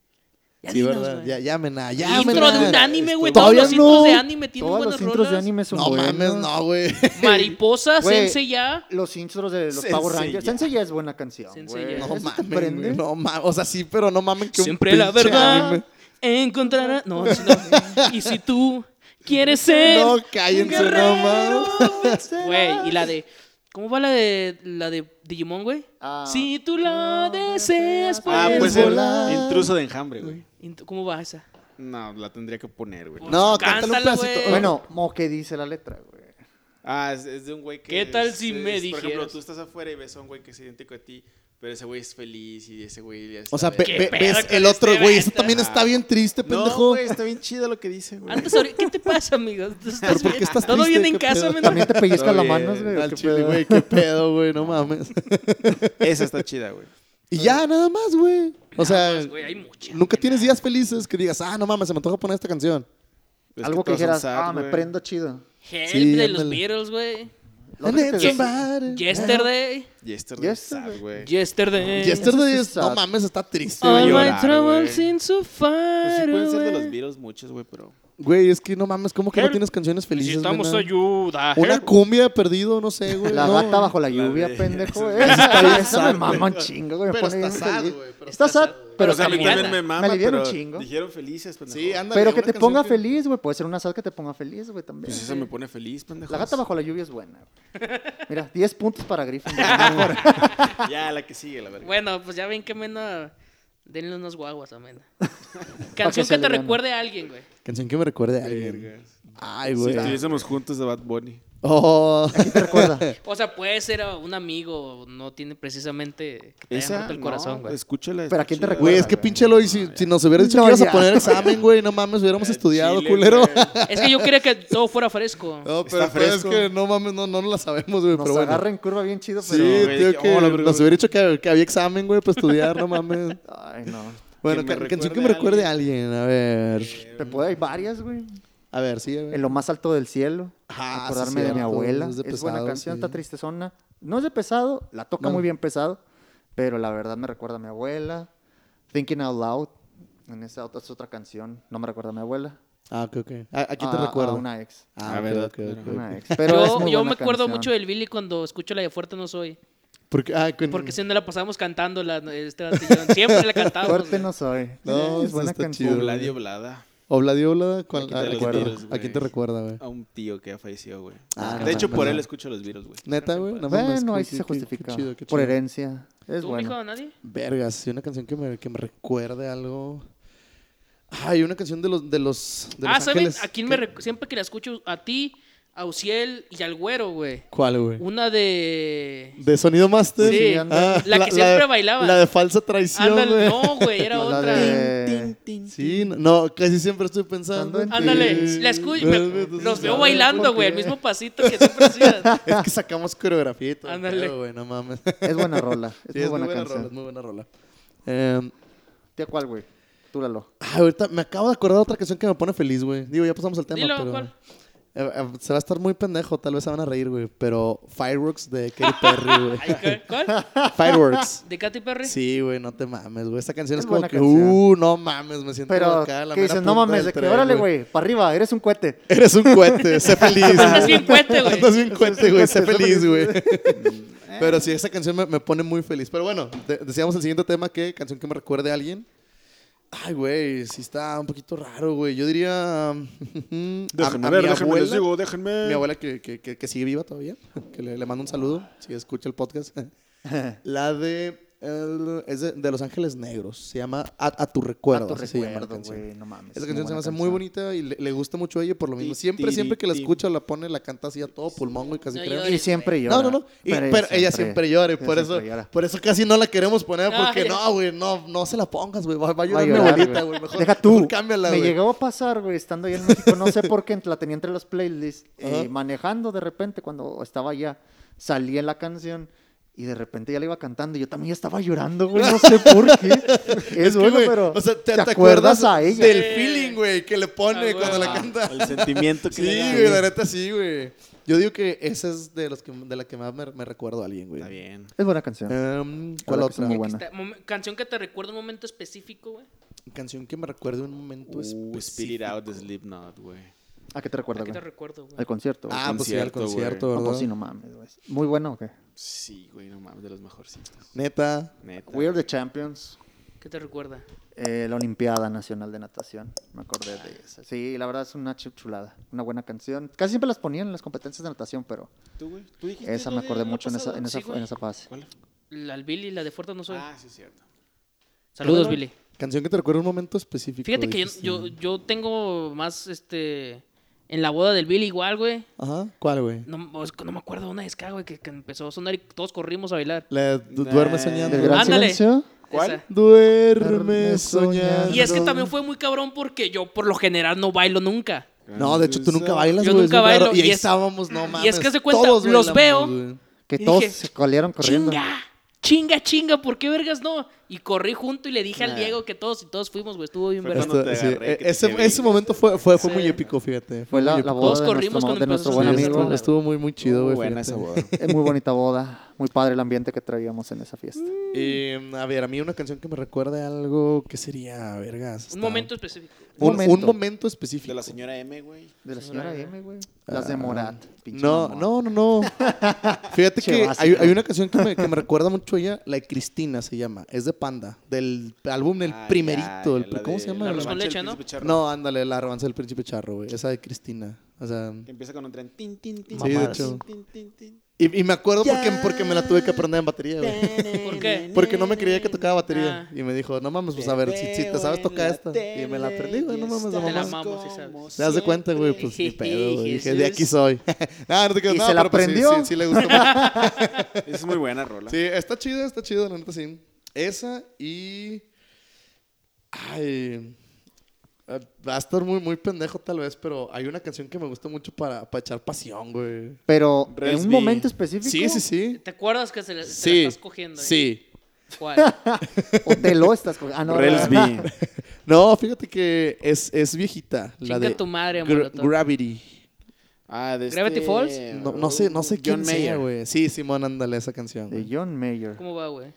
[SPEAKER 1] Ya
[SPEAKER 3] Sí,
[SPEAKER 1] dinos,
[SPEAKER 3] verdad.
[SPEAKER 1] güey.
[SPEAKER 3] Ya, llamen a.
[SPEAKER 1] Intro de un anime, güey. Todos
[SPEAKER 3] Todavía
[SPEAKER 1] los intros
[SPEAKER 3] no.
[SPEAKER 1] de anime tienen
[SPEAKER 2] Todos
[SPEAKER 1] buenas
[SPEAKER 2] los intros
[SPEAKER 1] rolas.
[SPEAKER 2] de anime son
[SPEAKER 3] No
[SPEAKER 2] buenos.
[SPEAKER 3] mames, no, güey.
[SPEAKER 1] Mariposa,
[SPEAKER 2] Güey.
[SPEAKER 1] Sensei ya.
[SPEAKER 2] Los intros de los
[SPEAKER 4] Sensei
[SPEAKER 2] Power Rangers.
[SPEAKER 4] ya.
[SPEAKER 2] Sensei ya es buena canción.
[SPEAKER 1] Sensei ya.
[SPEAKER 2] güey. Eso
[SPEAKER 3] No
[SPEAKER 2] te
[SPEAKER 3] mames,
[SPEAKER 2] prende.
[SPEAKER 3] güey. No mames. O sea, sí, pero no mamen que un
[SPEAKER 1] Siempre la
[SPEAKER 3] pinche
[SPEAKER 1] verdad
[SPEAKER 3] anime.
[SPEAKER 1] encontrará. No, no. Y si tú quieres ser.
[SPEAKER 3] No, cállense,
[SPEAKER 1] un
[SPEAKER 3] no mames.
[SPEAKER 1] guerrero, Güey, y la de. ¿Cómo va la de la de Digimon, güey?
[SPEAKER 2] Ah.
[SPEAKER 1] si tú la deseas, pues.
[SPEAKER 4] Ah, pues el
[SPEAKER 3] volar.
[SPEAKER 4] intruso de enjambre, güey.
[SPEAKER 1] Int- ¿Cómo va esa?
[SPEAKER 4] No, la tendría que poner, güey.
[SPEAKER 3] No, cántale un
[SPEAKER 1] Cántala,
[SPEAKER 3] pedacito.
[SPEAKER 1] güey.
[SPEAKER 2] Bueno, mo que dice la letra, güey.
[SPEAKER 4] Ah, es, es de un güey que.
[SPEAKER 1] ¿Qué tal
[SPEAKER 4] es-
[SPEAKER 1] si
[SPEAKER 4] es-
[SPEAKER 1] me
[SPEAKER 4] Por ejemplo,
[SPEAKER 1] dijeras?
[SPEAKER 4] tú estás afuera y ves a un güey que es idéntico a ti, pero ese güey es feliz y ese güey. ya está
[SPEAKER 3] O sea,
[SPEAKER 4] de-
[SPEAKER 3] ve-
[SPEAKER 1] ¿Qué
[SPEAKER 3] ve-
[SPEAKER 1] pedo
[SPEAKER 3] ves
[SPEAKER 1] con
[SPEAKER 3] el otro,
[SPEAKER 1] este
[SPEAKER 3] güey.
[SPEAKER 1] vato?
[SPEAKER 3] Eso también está bien triste,
[SPEAKER 4] No,
[SPEAKER 3] pendejo.
[SPEAKER 4] güey, está bien chido lo que dice, güey.
[SPEAKER 1] Antes, ahorita- ¿qué te pasa, amigo? ¿Estás
[SPEAKER 3] por qué
[SPEAKER 1] bien?
[SPEAKER 3] estás
[SPEAKER 1] ¿Todo bien
[SPEAKER 3] triste?
[SPEAKER 1] en
[SPEAKER 3] ¿Qué
[SPEAKER 1] casa,
[SPEAKER 3] pedo?
[SPEAKER 1] men?
[SPEAKER 2] También te pellizcas
[SPEAKER 4] Todo
[SPEAKER 2] las
[SPEAKER 4] bien.
[SPEAKER 2] manos, güey.
[SPEAKER 3] Al
[SPEAKER 2] qué
[SPEAKER 3] chile,
[SPEAKER 2] pedo.
[SPEAKER 3] güey. Qué pedo, güey. No mames.
[SPEAKER 4] Esa está chida, güey.
[SPEAKER 3] Y ya, nada más, güey. O sea,
[SPEAKER 1] Güey, hay muchas.
[SPEAKER 3] nunca tienes días felices que digas, ah, no mames, se me antoja poner esta canción.
[SPEAKER 4] Es
[SPEAKER 2] Algo que
[SPEAKER 4] todas son
[SPEAKER 2] dijeras,
[SPEAKER 4] sad,
[SPEAKER 2] ah, me
[SPEAKER 4] güey.
[SPEAKER 2] prendo chido.
[SPEAKER 1] Help
[SPEAKER 3] Sí,
[SPEAKER 1] de los
[SPEAKER 3] ándale.
[SPEAKER 1] Beatles, güey.
[SPEAKER 2] Lo otro que te-
[SPEAKER 1] Yes- Yesterday.
[SPEAKER 4] Yesterday. is
[SPEAKER 2] Yesterday.
[SPEAKER 4] sad, güey.
[SPEAKER 1] Yesterday.
[SPEAKER 3] Yesterday
[SPEAKER 2] es
[SPEAKER 3] is- no
[SPEAKER 2] sad.
[SPEAKER 3] mames, está triste.
[SPEAKER 1] All
[SPEAKER 4] voy a
[SPEAKER 1] my
[SPEAKER 4] llorar,
[SPEAKER 1] troubles
[SPEAKER 4] güey.
[SPEAKER 1] seems so far
[SPEAKER 4] Pues sí pueden ser de
[SPEAKER 1] away.
[SPEAKER 4] los Beatles muchos, güey, pero...
[SPEAKER 3] Güey, es que no mames, ¿cómo que no
[SPEAKER 5] Help.
[SPEAKER 3] tienes canciones
[SPEAKER 1] Pues
[SPEAKER 3] felices?
[SPEAKER 5] Necesitamos
[SPEAKER 3] nena?
[SPEAKER 5] ayuda.
[SPEAKER 3] Una
[SPEAKER 5] help.
[SPEAKER 3] cumbia perdido, no sé, güey.
[SPEAKER 2] La
[SPEAKER 3] no.
[SPEAKER 2] gata bajo la
[SPEAKER 4] La
[SPEAKER 2] lluvia,
[SPEAKER 4] de-
[SPEAKER 2] pendejo. eh.
[SPEAKER 4] Eso
[SPEAKER 2] Esa,
[SPEAKER 3] bien
[SPEAKER 2] esa
[SPEAKER 3] sad,
[SPEAKER 2] me mama un chingo, güey. Me
[SPEAKER 3] Pero
[SPEAKER 2] pone bien
[SPEAKER 3] está sad,
[SPEAKER 2] feliz.
[SPEAKER 3] güey, pero
[SPEAKER 2] Está
[SPEAKER 3] está
[SPEAKER 2] sad,
[SPEAKER 3] sad, güey.
[SPEAKER 2] pero
[SPEAKER 4] o sea, a mí
[SPEAKER 2] también-
[SPEAKER 4] también me mama,
[SPEAKER 2] me alivian
[SPEAKER 4] pero
[SPEAKER 2] un chingo.
[SPEAKER 4] Dijeron felices, pendejo.
[SPEAKER 3] Sí, ándale.
[SPEAKER 2] Pero
[SPEAKER 3] una
[SPEAKER 2] que te
[SPEAKER 3] canción
[SPEAKER 2] ponga feliz, güey. Puede ser una sad que te ponga feliz, güey, también.
[SPEAKER 4] Pues eso me pone feliz, pendejo.
[SPEAKER 2] La gata bajo la lluvia es buena, güey. Mira, 10 puntos para Griffin.
[SPEAKER 4] Ya, la que sigue, la verdad.
[SPEAKER 1] Bueno, pues ya ven que Mena. Denle unos guaguas a Mena.
[SPEAKER 2] Pa' que
[SPEAKER 1] Canción
[SPEAKER 2] se
[SPEAKER 1] que te
[SPEAKER 2] aliviane.
[SPEAKER 1] recuerde a alguien, güey.
[SPEAKER 3] Canción que me recuerde a alguien.
[SPEAKER 4] Si
[SPEAKER 3] Ay, güey.
[SPEAKER 4] estuviésemos juntos de Bad Bunny.
[SPEAKER 3] Oh.
[SPEAKER 2] ¿Te recuerda?
[SPEAKER 1] O sea, puede ser a un amigo, no tiene precisamente que haya roto el
[SPEAKER 4] no,
[SPEAKER 1] corazón, güey.
[SPEAKER 4] Escúchala.
[SPEAKER 2] Pero ¿a quién te
[SPEAKER 4] escúchala.
[SPEAKER 2] recuerda,
[SPEAKER 3] Güey, es que pinche Eloy, si, si nos hubieras dicho
[SPEAKER 2] No,
[SPEAKER 3] que ibas
[SPEAKER 2] ya.
[SPEAKER 3] a poner examen, güey, no mames, hubiéramos
[SPEAKER 4] Eh,
[SPEAKER 3] estudiado,
[SPEAKER 4] chile,
[SPEAKER 3] culero.
[SPEAKER 4] güey.
[SPEAKER 1] Es que yo quería que todo fuera fresco.
[SPEAKER 3] No,
[SPEAKER 4] Está
[SPEAKER 3] pero pues, es
[SPEAKER 4] fresco.
[SPEAKER 3] que no mames, no, no la sabemos, güey.
[SPEAKER 2] Nos
[SPEAKER 3] Pero bueno.
[SPEAKER 2] agarra en curva bien chido,
[SPEAKER 3] Sí,
[SPEAKER 2] pero...
[SPEAKER 4] güey, de
[SPEAKER 3] tío,
[SPEAKER 4] que,
[SPEAKER 3] que
[SPEAKER 4] oh, la verga,
[SPEAKER 3] nos
[SPEAKER 4] güey.
[SPEAKER 3] hubiera dicho que, que había examen, güey, para estudiar, no mames.
[SPEAKER 2] Ay, no.
[SPEAKER 3] Bueno,
[SPEAKER 4] me
[SPEAKER 3] ca- canción
[SPEAKER 4] recuerde Eh,
[SPEAKER 3] que
[SPEAKER 4] a
[SPEAKER 3] me recuerde a alguien, a ver.
[SPEAKER 2] Te puede, hay varias, güey.
[SPEAKER 3] A ver, sí, a ver.
[SPEAKER 2] En lo más alto del cielo.
[SPEAKER 3] Ah, sí,
[SPEAKER 2] acordarme de mi
[SPEAKER 3] cierto,
[SPEAKER 2] abuela. Es,
[SPEAKER 3] es de
[SPEAKER 2] buena
[SPEAKER 3] pesado,
[SPEAKER 2] canción,
[SPEAKER 3] sí.
[SPEAKER 2] está tristezona. No es de pesado, la toca
[SPEAKER 3] No.
[SPEAKER 2] muy bien pesado, pero la verdad me recuerda a mi abuela. Thinking Out Loud, en esa otra, es otra canción, no me recuerda a mi abuela.
[SPEAKER 3] Ah, ok, ok. ¿A, a quién te
[SPEAKER 2] A-
[SPEAKER 3] recuerda?
[SPEAKER 2] A una ex.
[SPEAKER 3] Ah,
[SPEAKER 4] A
[SPEAKER 3] ok,
[SPEAKER 4] ver,
[SPEAKER 3] ok, ok, ok.
[SPEAKER 2] Una ex. Pero es
[SPEAKER 1] yo
[SPEAKER 2] muy
[SPEAKER 1] yo
[SPEAKER 2] buena
[SPEAKER 1] me acuerdo
[SPEAKER 2] canción.
[SPEAKER 1] mucho del Billy cuando escucho la de Fuerte No Soy.
[SPEAKER 3] Porque, ah, con-
[SPEAKER 1] Porque si no la pasábamos cantándola, este batallón. Siempre la cantábamos.
[SPEAKER 2] Fuerte
[SPEAKER 1] güey.
[SPEAKER 2] no soy.
[SPEAKER 3] No,
[SPEAKER 2] es buena
[SPEAKER 3] está
[SPEAKER 2] canción.
[SPEAKER 3] chido.
[SPEAKER 4] Vladio Blada.
[SPEAKER 3] Obladio, Oblada, ¿cuál-
[SPEAKER 4] Aquí te
[SPEAKER 3] a,
[SPEAKER 4] los
[SPEAKER 3] a quién te-
[SPEAKER 4] tiros,
[SPEAKER 3] a quién te
[SPEAKER 4] güey.
[SPEAKER 3] recuerda, güey?
[SPEAKER 4] A un tío que falleció, güey.
[SPEAKER 3] Ah,
[SPEAKER 4] de
[SPEAKER 3] no,
[SPEAKER 4] hecho,
[SPEAKER 3] no,
[SPEAKER 4] por
[SPEAKER 3] no.
[SPEAKER 4] él escucho los virus, güey.
[SPEAKER 3] Neta, güey. No mames,
[SPEAKER 2] Bueno, ahí
[SPEAKER 3] qué-
[SPEAKER 2] sí
[SPEAKER 3] qué-
[SPEAKER 2] se
[SPEAKER 3] qué- qué
[SPEAKER 2] justifica.
[SPEAKER 3] chido, qué
[SPEAKER 2] Por
[SPEAKER 3] chido.
[SPEAKER 2] herencia. Es
[SPEAKER 1] ¿Tú,
[SPEAKER 2] bueno.
[SPEAKER 1] mijo, nadie?
[SPEAKER 3] Vergas, sí, una canción que me, que me recuerde algo. Ay, una canción de los de los de
[SPEAKER 1] Ah,
[SPEAKER 3] los
[SPEAKER 1] ¿saben?
[SPEAKER 3] Ángeles.
[SPEAKER 1] ¿A quién me rec- Siempre que la escucho, a ti, a Uciel y al güero, güey.
[SPEAKER 3] ¿Cuál, güey?
[SPEAKER 1] Una de.
[SPEAKER 3] De Sonido Master.
[SPEAKER 1] Sí,
[SPEAKER 3] Ah,
[SPEAKER 1] la que siempre bailaba.
[SPEAKER 3] La de falsa traición,
[SPEAKER 1] Ándale,
[SPEAKER 3] güey.
[SPEAKER 1] no, güey, era
[SPEAKER 2] La
[SPEAKER 1] otra.
[SPEAKER 2] de-
[SPEAKER 3] Sí, no, no, casi siempre estoy pensando. en ti.
[SPEAKER 1] Ándale, la escucho. me-
[SPEAKER 3] Entonces,
[SPEAKER 1] los veo
[SPEAKER 3] ¿sabes
[SPEAKER 1] bailando,
[SPEAKER 3] por
[SPEAKER 1] güey,
[SPEAKER 3] qué?
[SPEAKER 1] el mismo pasito que siempre hacían.
[SPEAKER 3] Es que sacamos coreografía y todo. el
[SPEAKER 1] Ándale.
[SPEAKER 3] pedo, güey, no mames.
[SPEAKER 2] Es buena rola. Es
[SPEAKER 3] Sí,
[SPEAKER 2] muy buena,
[SPEAKER 3] rola, es
[SPEAKER 2] canción.
[SPEAKER 3] muy buena rola. Eh,
[SPEAKER 2] ¿Tía cuál, güey? Túralo.
[SPEAKER 3] ah, ahorita me acabo de acordar de otra canción que me pone feliz, güey. Digo, ya pasamos al tema,
[SPEAKER 1] Dilo,
[SPEAKER 3] pero.
[SPEAKER 1] ¿cuál?
[SPEAKER 3] Eh, eh, se va a estar muy pendejo, tal vez se van a reír, güey. Pero Fireworks de Katy Perry, güey.
[SPEAKER 1] Ay, ¿cu- ¿Cuál?
[SPEAKER 3] Fireworks.
[SPEAKER 1] ¿De Katy Perry?
[SPEAKER 3] Sí, güey, no te mames, güey. Esta canción
[SPEAKER 2] Es
[SPEAKER 3] es, como
[SPEAKER 2] buena
[SPEAKER 3] que,
[SPEAKER 2] canción.
[SPEAKER 3] uh, no mames, me siento
[SPEAKER 2] Pero,
[SPEAKER 3] acá. la
[SPEAKER 2] ¿qué
[SPEAKER 3] mera
[SPEAKER 2] dices? No
[SPEAKER 3] punta
[SPEAKER 2] mames,
[SPEAKER 3] del
[SPEAKER 2] de que
[SPEAKER 3] tren,
[SPEAKER 2] órale, güey, para arriba, eres un cohete.
[SPEAKER 3] Eres un cohete, sé feliz.
[SPEAKER 1] Andas bien cohete, güey.
[SPEAKER 3] Andas bien cohete, güey, sé
[SPEAKER 2] Sé
[SPEAKER 3] feliz,
[SPEAKER 2] feliz,
[SPEAKER 3] güey.
[SPEAKER 2] Eh.
[SPEAKER 3] Pero sí, esa canción me, me pone muy feliz. Pero bueno, de- decíamos el siguiente tema, que canción que me recuerde a alguien. Ay, güey, sí está un poquito raro, güey. Yo diría... mm, a-
[SPEAKER 4] Déjenme
[SPEAKER 3] a
[SPEAKER 4] ver,
[SPEAKER 3] mi
[SPEAKER 4] déjenme les
[SPEAKER 3] abuela.
[SPEAKER 4] digo, déjenme.
[SPEAKER 3] Mi abuela que, que- que- que sigue viva todavía, que le, le mando un saludo, si escucha el podcast. La de... el- es de, de Los Ángeles Negros, se llama A, A tu recuerdo.
[SPEAKER 2] A tu
[SPEAKER 3] así se llama la
[SPEAKER 2] recuerdo,
[SPEAKER 3] canción.
[SPEAKER 2] güey, no mames.
[SPEAKER 3] Esa
[SPEAKER 2] muy
[SPEAKER 3] canción se me
[SPEAKER 2] buena
[SPEAKER 3] hace muy bonita y le, le gusta mucho a ella por lo mismo.
[SPEAKER 4] Ti,
[SPEAKER 3] Siempre,
[SPEAKER 4] ti,
[SPEAKER 3] siempre
[SPEAKER 4] ti,
[SPEAKER 3] que la
[SPEAKER 4] ti.
[SPEAKER 3] escucho, la pone, la canta así a todo pulmón, güey, casi
[SPEAKER 1] No
[SPEAKER 3] creo.
[SPEAKER 1] llores.
[SPEAKER 2] Y siempre llora.
[SPEAKER 3] No, no, no. Y- pero ella siempre llora y
[SPEAKER 2] ella
[SPEAKER 3] por eso,
[SPEAKER 2] siempre llora.
[SPEAKER 3] por eso casi no la queremos poner
[SPEAKER 1] Ah,
[SPEAKER 3] porque
[SPEAKER 1] ya.
[SPEAKER 3] no, güey, no, no se la pongas, güey. Va, va a
[SPEAKER 2] Va a
[SPEAKER 3] llorar mi
[SPEAKER 2] llorar,
[SPEAKER 3] abuelita,
[SPEAKER 2] güey.
[SPEAKER 3] güey. Mejor,
[SPEAKER 2] Deja tú.
[SPEAKER 3] mejor cámbiala,
[SPEAKER 2] me
[SPEAKER 3] güey.
[SPEAKER 2] llegó a pasar, güey, estando allá en México, no sé por qué la tenía entre los playlists y
[SPEAKER 3] Ajá.
[SPEAKER 2] manejando de repente cuando estaba allá, salía la canción y de repente ya la iba cantando y yo también estaba llorando, güey, no sé por qué. Es,
[SPEAKER 3] que,
[SPEAKER 2] bueno,
[SPEAKER 3] güey,
[SPEAKER 2] pero
[SPEAKER 3] o sea, te,
[SPEAKER 2] te
[SPEAKER 3] te acuerdas
[SPEAKER 2] a ella.
[SPEAKER 3] del
[SPEAKER 1] Sí.
[SPEAKER 3] feeling, güey, que le pone
[SPEAKER 1] Ah,
[SPEAKER 3] cuando
[SPEAKER 1] güey.
[SPEAKER 3] la canta.
[SPEAKER 4] El sentimiento que
[SPEAKER 3] Sí,
[SPEAKER 4] le da.
[SPEAKER 3] güey, la neta sí, güey. Yo digo que esa es de los que de la que más me, me recuerdo a alguien, güey.
[SPEAKER 4] Está bien.
[SPEAKER 2] Es buena canción.
[SPEAKER 3] Em, ¿Cuál
[SPEAKER 2] La verdad que es
[SPEAKER 3] otra?
[SPEAKER 2] muy buena.
[SPEAKER 1] Esta mom- Canción que te recuerda un momento específico, güey.
[SPEAKER 3] Canción que me recuerde un momento
[SPEAKER 4] Uh,
[SPEAKER 2] pues,
[SPEAKER 4] Spirit
[SPEAKER 3] específico.
[SPEAKER 4] Out de Slipknot, güey.
[SPEAKER 2] ¿A qué te
[SPEAKER 1] ¿A
[SPEAKER 2] recuerda,
[SPEAKER 1] qué Ah, te
[SPEAKER 2] güey?
[SPEAKER 1] recuerdo, güey?
[SPEAKER 2] Al concierto. güey.
[SPEAKER 3] Ah, pues sí, al
[SPEAKER 4] concierto,
[SPEAKER 3] concierto,
[SPEAKER 2] No,
[SPEAKER 3] ¿verdad?
[SPEAKER 2] pues sí, no mames, güey. Muy bueno, ¿o qué?
[SPEAKER 4] Sí, güey, no mames, de los mejorcitos.
[SPEAKER 3] Neta.
[SPEAKER 4] Neta.
[SPEAKER 2] We are the champions.
[SPEAKER 1] ¿Qué te recuerda?
[SPEAKER 2] Eh, la Olimpiada Nacional de Natación. Me acordé de esa. Sí, la verdad es una chu- chulada. Una buena canción. Casi siempre las ponían en las competencias de natación, pero
[SPEAKER 4] ¿Tú, güey? ¿Tú dijiste
[SPEAKER 2] esa
[SPEAKER 4] lo
[SPEAKER 2] me
[SPEAKER 4] de
[SPEAKER 2] acordé
[SPEAKER 4] lo
[SPEAKER 2] mucho en esa,
[SPEAKER 4] pasado?
[SPEAKER 2] en, esa,
[SPEAKER 1] Sí, güey.
[SPEAKER 2] en esa fase.
[SPEAKER 4] ¿Cuál?
[SPEAKER 1] La, al Billy, la de Fuerte No Soy.
[SPEAKER 4] Ah, sí, es cierto.
[SPEAKER 1] Saludos,
[SPEAKER 3] Bueno,
[SPEAKER 1] Billy.
[SPEAKER 3] Canción que te recuerda un momento específico.
[SPEAKER 1] Fíjate que yo,
[SPEAKER 3] dijiste.
[SPEAKER 1] yo, yo tengo más, este... En la boda del Billy igual, güey.
[SPEAKER 3] Ajá. ¿Cuál, güey?
[SPEAKER 1] No, es que no me acuerdo una descarga, güey, que, que empezó a sonar y todos corrimos a bailar.
[SPEAKER 3] La du-
[SPEAKER 4] Nah.
[SPEAKER 3] duerme soñando.
[SPEAKER 2] ¿El gran
[SPEAKER 1] Ándale.
[SPEAKER 2] silencio?
[SPEAKER 4] ¿Cuál?
[SPEAKER 1] Esa.
[SPEAKER 3] Duerme soñando.
[SPEAKER 1] Y es que también fue muy cabrón porque yo por lo general no bailo nunca.
[SPEAKER 3] No, de hecho tú nunca bailas,
[SPEAKER 1] Yo
[SPEAKER 3] güey, es
[SPEAKER 1] nunca
[SPEAKER 3] muy raro.
[SPEAKER 1] bailo,
[SPEAKER 3] Y,
[SPEAKER 1] y
[SPEAKER 3] ahí
[SPEAKER 1] es-
[SPEAKER 3] estábamos, no mames.
[SPEAKER 1] es que haz de cuenta,
[SPEAKER 3] todos
[SPEAKER 1] los
[SPEAKER 3] bailamos,
[SPEAKER 1] veo.
[SPEAKER 3] güey.
[SPEAKER 2] Que
[SPEAKER 1] Y
[SPEAKER 2] todos
[SPEAKER 1] dije,
[SPEAKER 2] se colieron corriendo.
[SPEAKER 1] ¡Chinga! ¡Chinga, chinga! ¿Por qué vergas no? y corrí junto y le dije al
[SPEAKER 3] Nah.
[SPEAKER 1] Diego que todos y todos fuimos, güey. Estuvo bien
[SPEAKER 4] Fue
[SPEAKER 1] verga.
[SPEAKER 4] cuando te
[SPEAKER 3] Esto- sí,
[SPEAKER 4] agarré, que te
[SPEAKER 3] ese,
[SPEAKER 4] vi.
[SPEAKER 3] ese momento fue, fue, fue muy
[SPEAKER 1] Sí.
[SPEAKER 3] épico, fíjate.
[SPEAKER 2] Fue la, la
[SPEAKER 3] épico.
[SPEAKER 2] boda
[SPEAKER 1] Todos
[SPEAKER 2] de
[SPEAKER 1] corrimos
[SPEAKER 2] nuestro,
[SPEAKER 1] cuando
[SPEAKER 2] de nuestro
[SPEAKER 1] empezó
[SPEAKER 2] buen
[SPEAKER 1] esa
[SPEAKER 3] Sí,
[SPEAKER 2] amigo.
[SPEAKER 3] estuvo,
[SPEAKER 1] rola.
[SPEAKER 3] estuvo muy, muy chido, güey.
[SPEAKER 4] buena
[SPEAKER 3] fíjate.
[SPEAKER 4] esa boda.
[SPEAKER 2] Es muy bonita boda. Muy padre el ambiente que traíamos en esa fiesta.
[SPEAKER 1] Mm.
[SPEAKER 3] Eh, a ver, a mí una canción que me recuerde algo, ¿qué sería? Vergas.
[SPEAKER 1] Un
[SPEAKER 3] está-
[SPEAKER 1] momento específico.
[SPEAKER 3] Un, un
[SPEAKER 2] momento.
[SPEAKER 3] momento. específico.
[SPEAKER 4] De la señora M, güey.
[SPEAKER 2] De la
[SPEAKER 1] señora
[SPEAKER 2] señora
[SPEAKER 1] M.
[SPEAKER 2] M, güey. Las de
[SPEAKER 3] Ah.
[SPEAKER 2] Morat. pinche
[SPEAKER 3] No,
[SPEAKER 2] mamón.
[SPEAKER 3] no, no, no. Fíjate
[SPEAKER 2] Che
[SPEAKER 3] que
[SPEAKER 2] básico.
[SPEAKER 3] hay, hay una canción que me, que me recuerda mucho a ella, la de Cristina se llama, es de Panda, del álbum El
[SPEAKER 4] Ah, ya,
[SPEAKER 3] Primerito,
[SPEAKER 4] ya,
[SPEAKER 3] el,
[SPEAKER 4] la
[SPEAKER 3] ¿cómo
[SPEAKER 4] de-
[SPEAKER 3] se llama?
[SPEAKER 4] la
[SPEAKER 1] Arroz con
[SPEAKER 4] revancha
[SPEAKER 1] leche,
[SPEAKER 4] del
[SPEAKER 1] ¿no?
[SPEAKER 4] príncipe charro.
[SPEAKER 3] No, ándale, la alabanza del príncipe charro, güey, esa de Cristina, o sea,
[SPEAKER 4] Que empieza con un tren. Tin, tin, tin,
[SPEAKER 3] Sí, de
[SPEAKER 4] tin,
[SPEAKER 3] hecho.
[SPEAKER 4] tin, tin, tin.
[SPEAKER 3] y, y me acuerdo porque, porque me la tuve que aprender en batería, güey.
[SPEAKER 1] ¿Por qué?
[SPEAKER 3] Porque no me creía que tocaba batería.
[SPEAKER 1] Ah.
[SPEAKER 3] Y me dijo, no mames, pues a ver, si, si te sabes tocar esta. Y me la aprendí, güey, no mames, no
[SPEAKER 1] Te la
[SPEAKER 3] mames.
[SPEAKER 1] mamo, sí sabes.
[SPEAKER 3] ¿Te das de cuenta, güey? Pues ni pedo, güey. Dije, de aquí
[SPEAKER 1] Jesús.
[SPEAKER 3] soy. ah, no te quedas
[SPEAKER 2] ¿Y
[SPEAKER 3] nada,
[SPEAKER 2] se la
[SPEAKER 3] pero pues sí,
[SPEAKER 2] aprendió?
[SPEAKER 3] sí, sí le gustó mucho.
[SPEAKER 4] Es muy buena rola.
[SPEAKER 3] Sí, está chida, está chida, la neta sí. Esa y. Ay. eh, Va a estar muy, muy pendejo tal vez, pero hay una canción que me gusta mucho para, para echar pasión, güey.
[SPEAKER 2] Pero en
[SPEAKER 4] Resby.
[SPEAKER 2] un momento específico.
[SPEAKER 3] Sí, sí, sí.
[SPEAKER 1] ¿Te acuerdas que se la, te la
[SPEAKER 3] Sí.
[SPEAKER 1] estás cogiendo? eh?
[SPEAKER 3] Sí.
[SPEAKER 1] ¿Cuál?
[SPEAKER 2] O te lo estás. co- Ah, no.
[SPEAKER 4] Relsby.
[SPEAKER 2] ¿verdad?
[SPEAKER 3] No, fíjate que es, es viejita.
[SPEAKER 1] Chinga
[SPEAKER 3] la de
[SPEAKER 1] tu madre,
[SPEAKER 3] Gra-
[SPEAKER 1] Molotov.
[SPEAKER 3] Gravity.
[SPEAKER 4] Ah, de
[SPEAKER 1] Gravity
[SPEAKER 4] este-
[SPEAKER 1] Falls.
[SPEAKER 3] No, no sé, no sé quién
[SPEAKER 4] John
[SPEAKER 3] sea,
[SPEAKER 4] Mayer.
[SPEAKER 3] güey. Sí, Simón, ándale esa canción.
[SPEAKER 2] De
[SPEAKER 3] güey.
[SPEAKER 2] John Mayer.
[SPEAKER 1] ¿Cómo va, güey?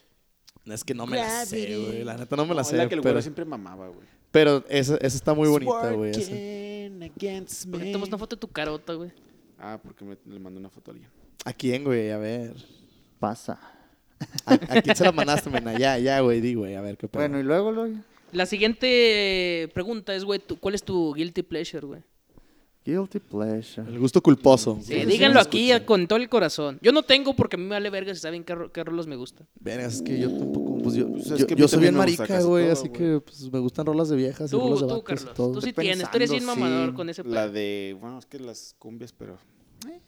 [SPEAKER 3] Es que no me la sé, güey. La neta no me la
[SPEAKER 4] No, es
[SPEAKER 3] sé.
[SPEAKER 4] la que el güero
[SPEAKER 3] pero
[SPEAKER 4] siempre mamaba, güey.
[SPEAKER 3] pero esa, esa está muy bonita,
[SPEAKER 4] It's
[SPEAKER 3] güey. esa.
[SPEAKER 4] working against me.
[SPEAKER 1] ¿Por qué tomas una foto de tu carota, güey?
[SPEAKER 4] Ah, porque me- le mandé una foto a alguien.
[SPEAKER 3] ¿A quién, güey? A ver.
[SPEAKER 2] Pasa.
[SPEAKER 3] ¿A, a quién se la mandaste, mena? Ya, ya, güey, di, güey, a ver qué pedo.
[SPEAKER 2] Bueno, y luego, Loy.
[SPEAKER 1] La siguiente pregunta es, güey, tú- ¿cuál es tu guilty pleasure, güey?
[SPEAKER 2] Guilty pleasure.
[SPEAKER 3] el gusto culposo. Pues,
[SPEAKER 1] Sí, díganlo aquí con todo el corazón. Yo no tengo porque a mí me vale verga si saben qué, ro- qué rolos me gustan.
[SPEAKER 3] Ven, es que yo tampoco, pues yo,
[SPEAKER 4] Pues es
[SPEAKER 3] yo,
[SPEAKER 4] que a mí
[SPEAKER 3] yo soy
[SPEAKER 4] también
[SPEAKER 3] bien
[SPEAKER 4] me gusta
[SPEAKER 3] marica,
[SPEAKER 4] casi
[SPEAKER 3] güey,
[SPEAKER 4] todo,
[SPEAKER 3] así
[SPEAKER 4] güey.
[SPEAKER 3] que pues me gustan rolas de viejas y rolas
[SPEAKER 1] Tú,
[SPEAKER 3] de
[SPEAKER 1] tú,
[SPEAKER 3] vatos y
[SPEAKER 1] Carlos.
[SPEAKER 3] todo.
[SPEAKER 1] Tú sí
[SPEAKER 2] Estoy
[SPEAKER 1] tienes. Tú eres bien
[SPEAKER 2] pensando,
[SPEAKER 1] mamador
[SPEAKER 2] sí.
[SPEAKER 1] con ese
[SPEAKER 4] La
[SPEAKER 1] pedo.
[SPEAKER 4] de, bueno, es que las cumbias, pero eh,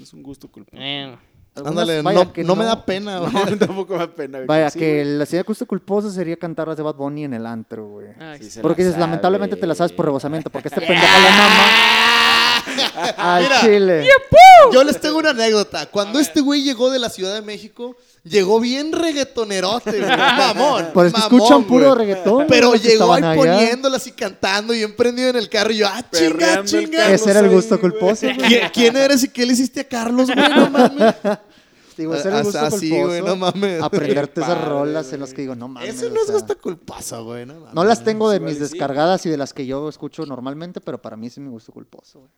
[SPEAKER 4] es un gusto culpable.
[SPEAKER 1] Eh,
[SPEAKER 2] Algunas-
[SPEAKER 3] Ándale,
[SPEAKER 2] vaya
[SPEAKER 3] no,
[SPEAKER 2] que
[SPEAKER 3] no me da pena, güey.
[SPEAKER 4] No, tampoco me da pena. güey,
[SPEAKER 2] Vaya,
[SPEAKER 4] sí,
[SPEAKER 2] que
[SPEAKER 4] güey.
[SPEAKER 2] la ciudad de gusto culposa sería cantar las de Bad Bunny en el antro, güey.
[SPEAKER 1] ay,
[SPEAKER 4] Sí se
[SPEAKER 2] Porque
[SPEAKER 4] la
[SPEAKER 2] dices, lamentablemente te la sabes por
[SPEAKER 4] sabe.
[SPEAKER 2] rebosamiento, porque este pendejo la mama. Al chile.
[SPEAKER 3] Yo les tengo una anécdota. Cuando este güey llegó de la Ciudad de México, llegó bien reggaetonerote, güey. Mamón.
[SPEAKER 2] Por eso que
[SPEAKER 3] mamón,
[SPEAKER 2] escuchan puro
[SPEAKER 3] güey.
[SPEAKER 2] reggaetón.
[SPEAKER 3] Pero
[SPEAKER 2] güey, que
[SPEAKER 3] llegó ahí
[SPEAKER 2] estaban allá.
[SPEAKER 3] poniéndolas y cantando y emprendido en el carro. Y yo, ah, chinga,
[SPEAKER 4] Perreando el
[SPEAKER 3] chinga.
[SPEAKER 4] carro.
[SPEAKER 2] Ese era el
[SPEAKER 4] Carlos
[SPEAKER 2] gusto
[SPEAKER 4] ahí, güey.
[SPEAKER 2] culposo, güey.
[SPEAKER 3] ¿Qui- ¿Quién eres y qué le hiciste a Carlos, güey? No mames.
[SPEAKER 2] Digo, ese era el gusto
[SPEAKER 3] Así,
[SPEAKER 2] culposo.
[SPEAKER 3] güey, no mames.
[SPEAKER 2] Aprenderte
[SPEAKER 4] Qué
[SPEAKER 2] esas
[SPEAKER 4] padre,
[SPEAKER 2] rolas en
[SPEAKER 4] güey.
[SPEAKER 2] las que digo, no mames.
[SPEAKER 3] Eso no
[SPEAKER 2] o
[SPEAKER 3] es
[SPEAKER 2] sea,
[SPEAKER 3] gusto culposo, güey. No, mames.
[SPEAKER 2] No las tengo de
[SPEAKER 4] Sí,
[SPEAKER 2] mis
[SPEAKER 4] vale, sí.
[SPEAKER 2] descargadas y de las que yo escucho normalmente, pero para mí sí me gusta culposo, güey.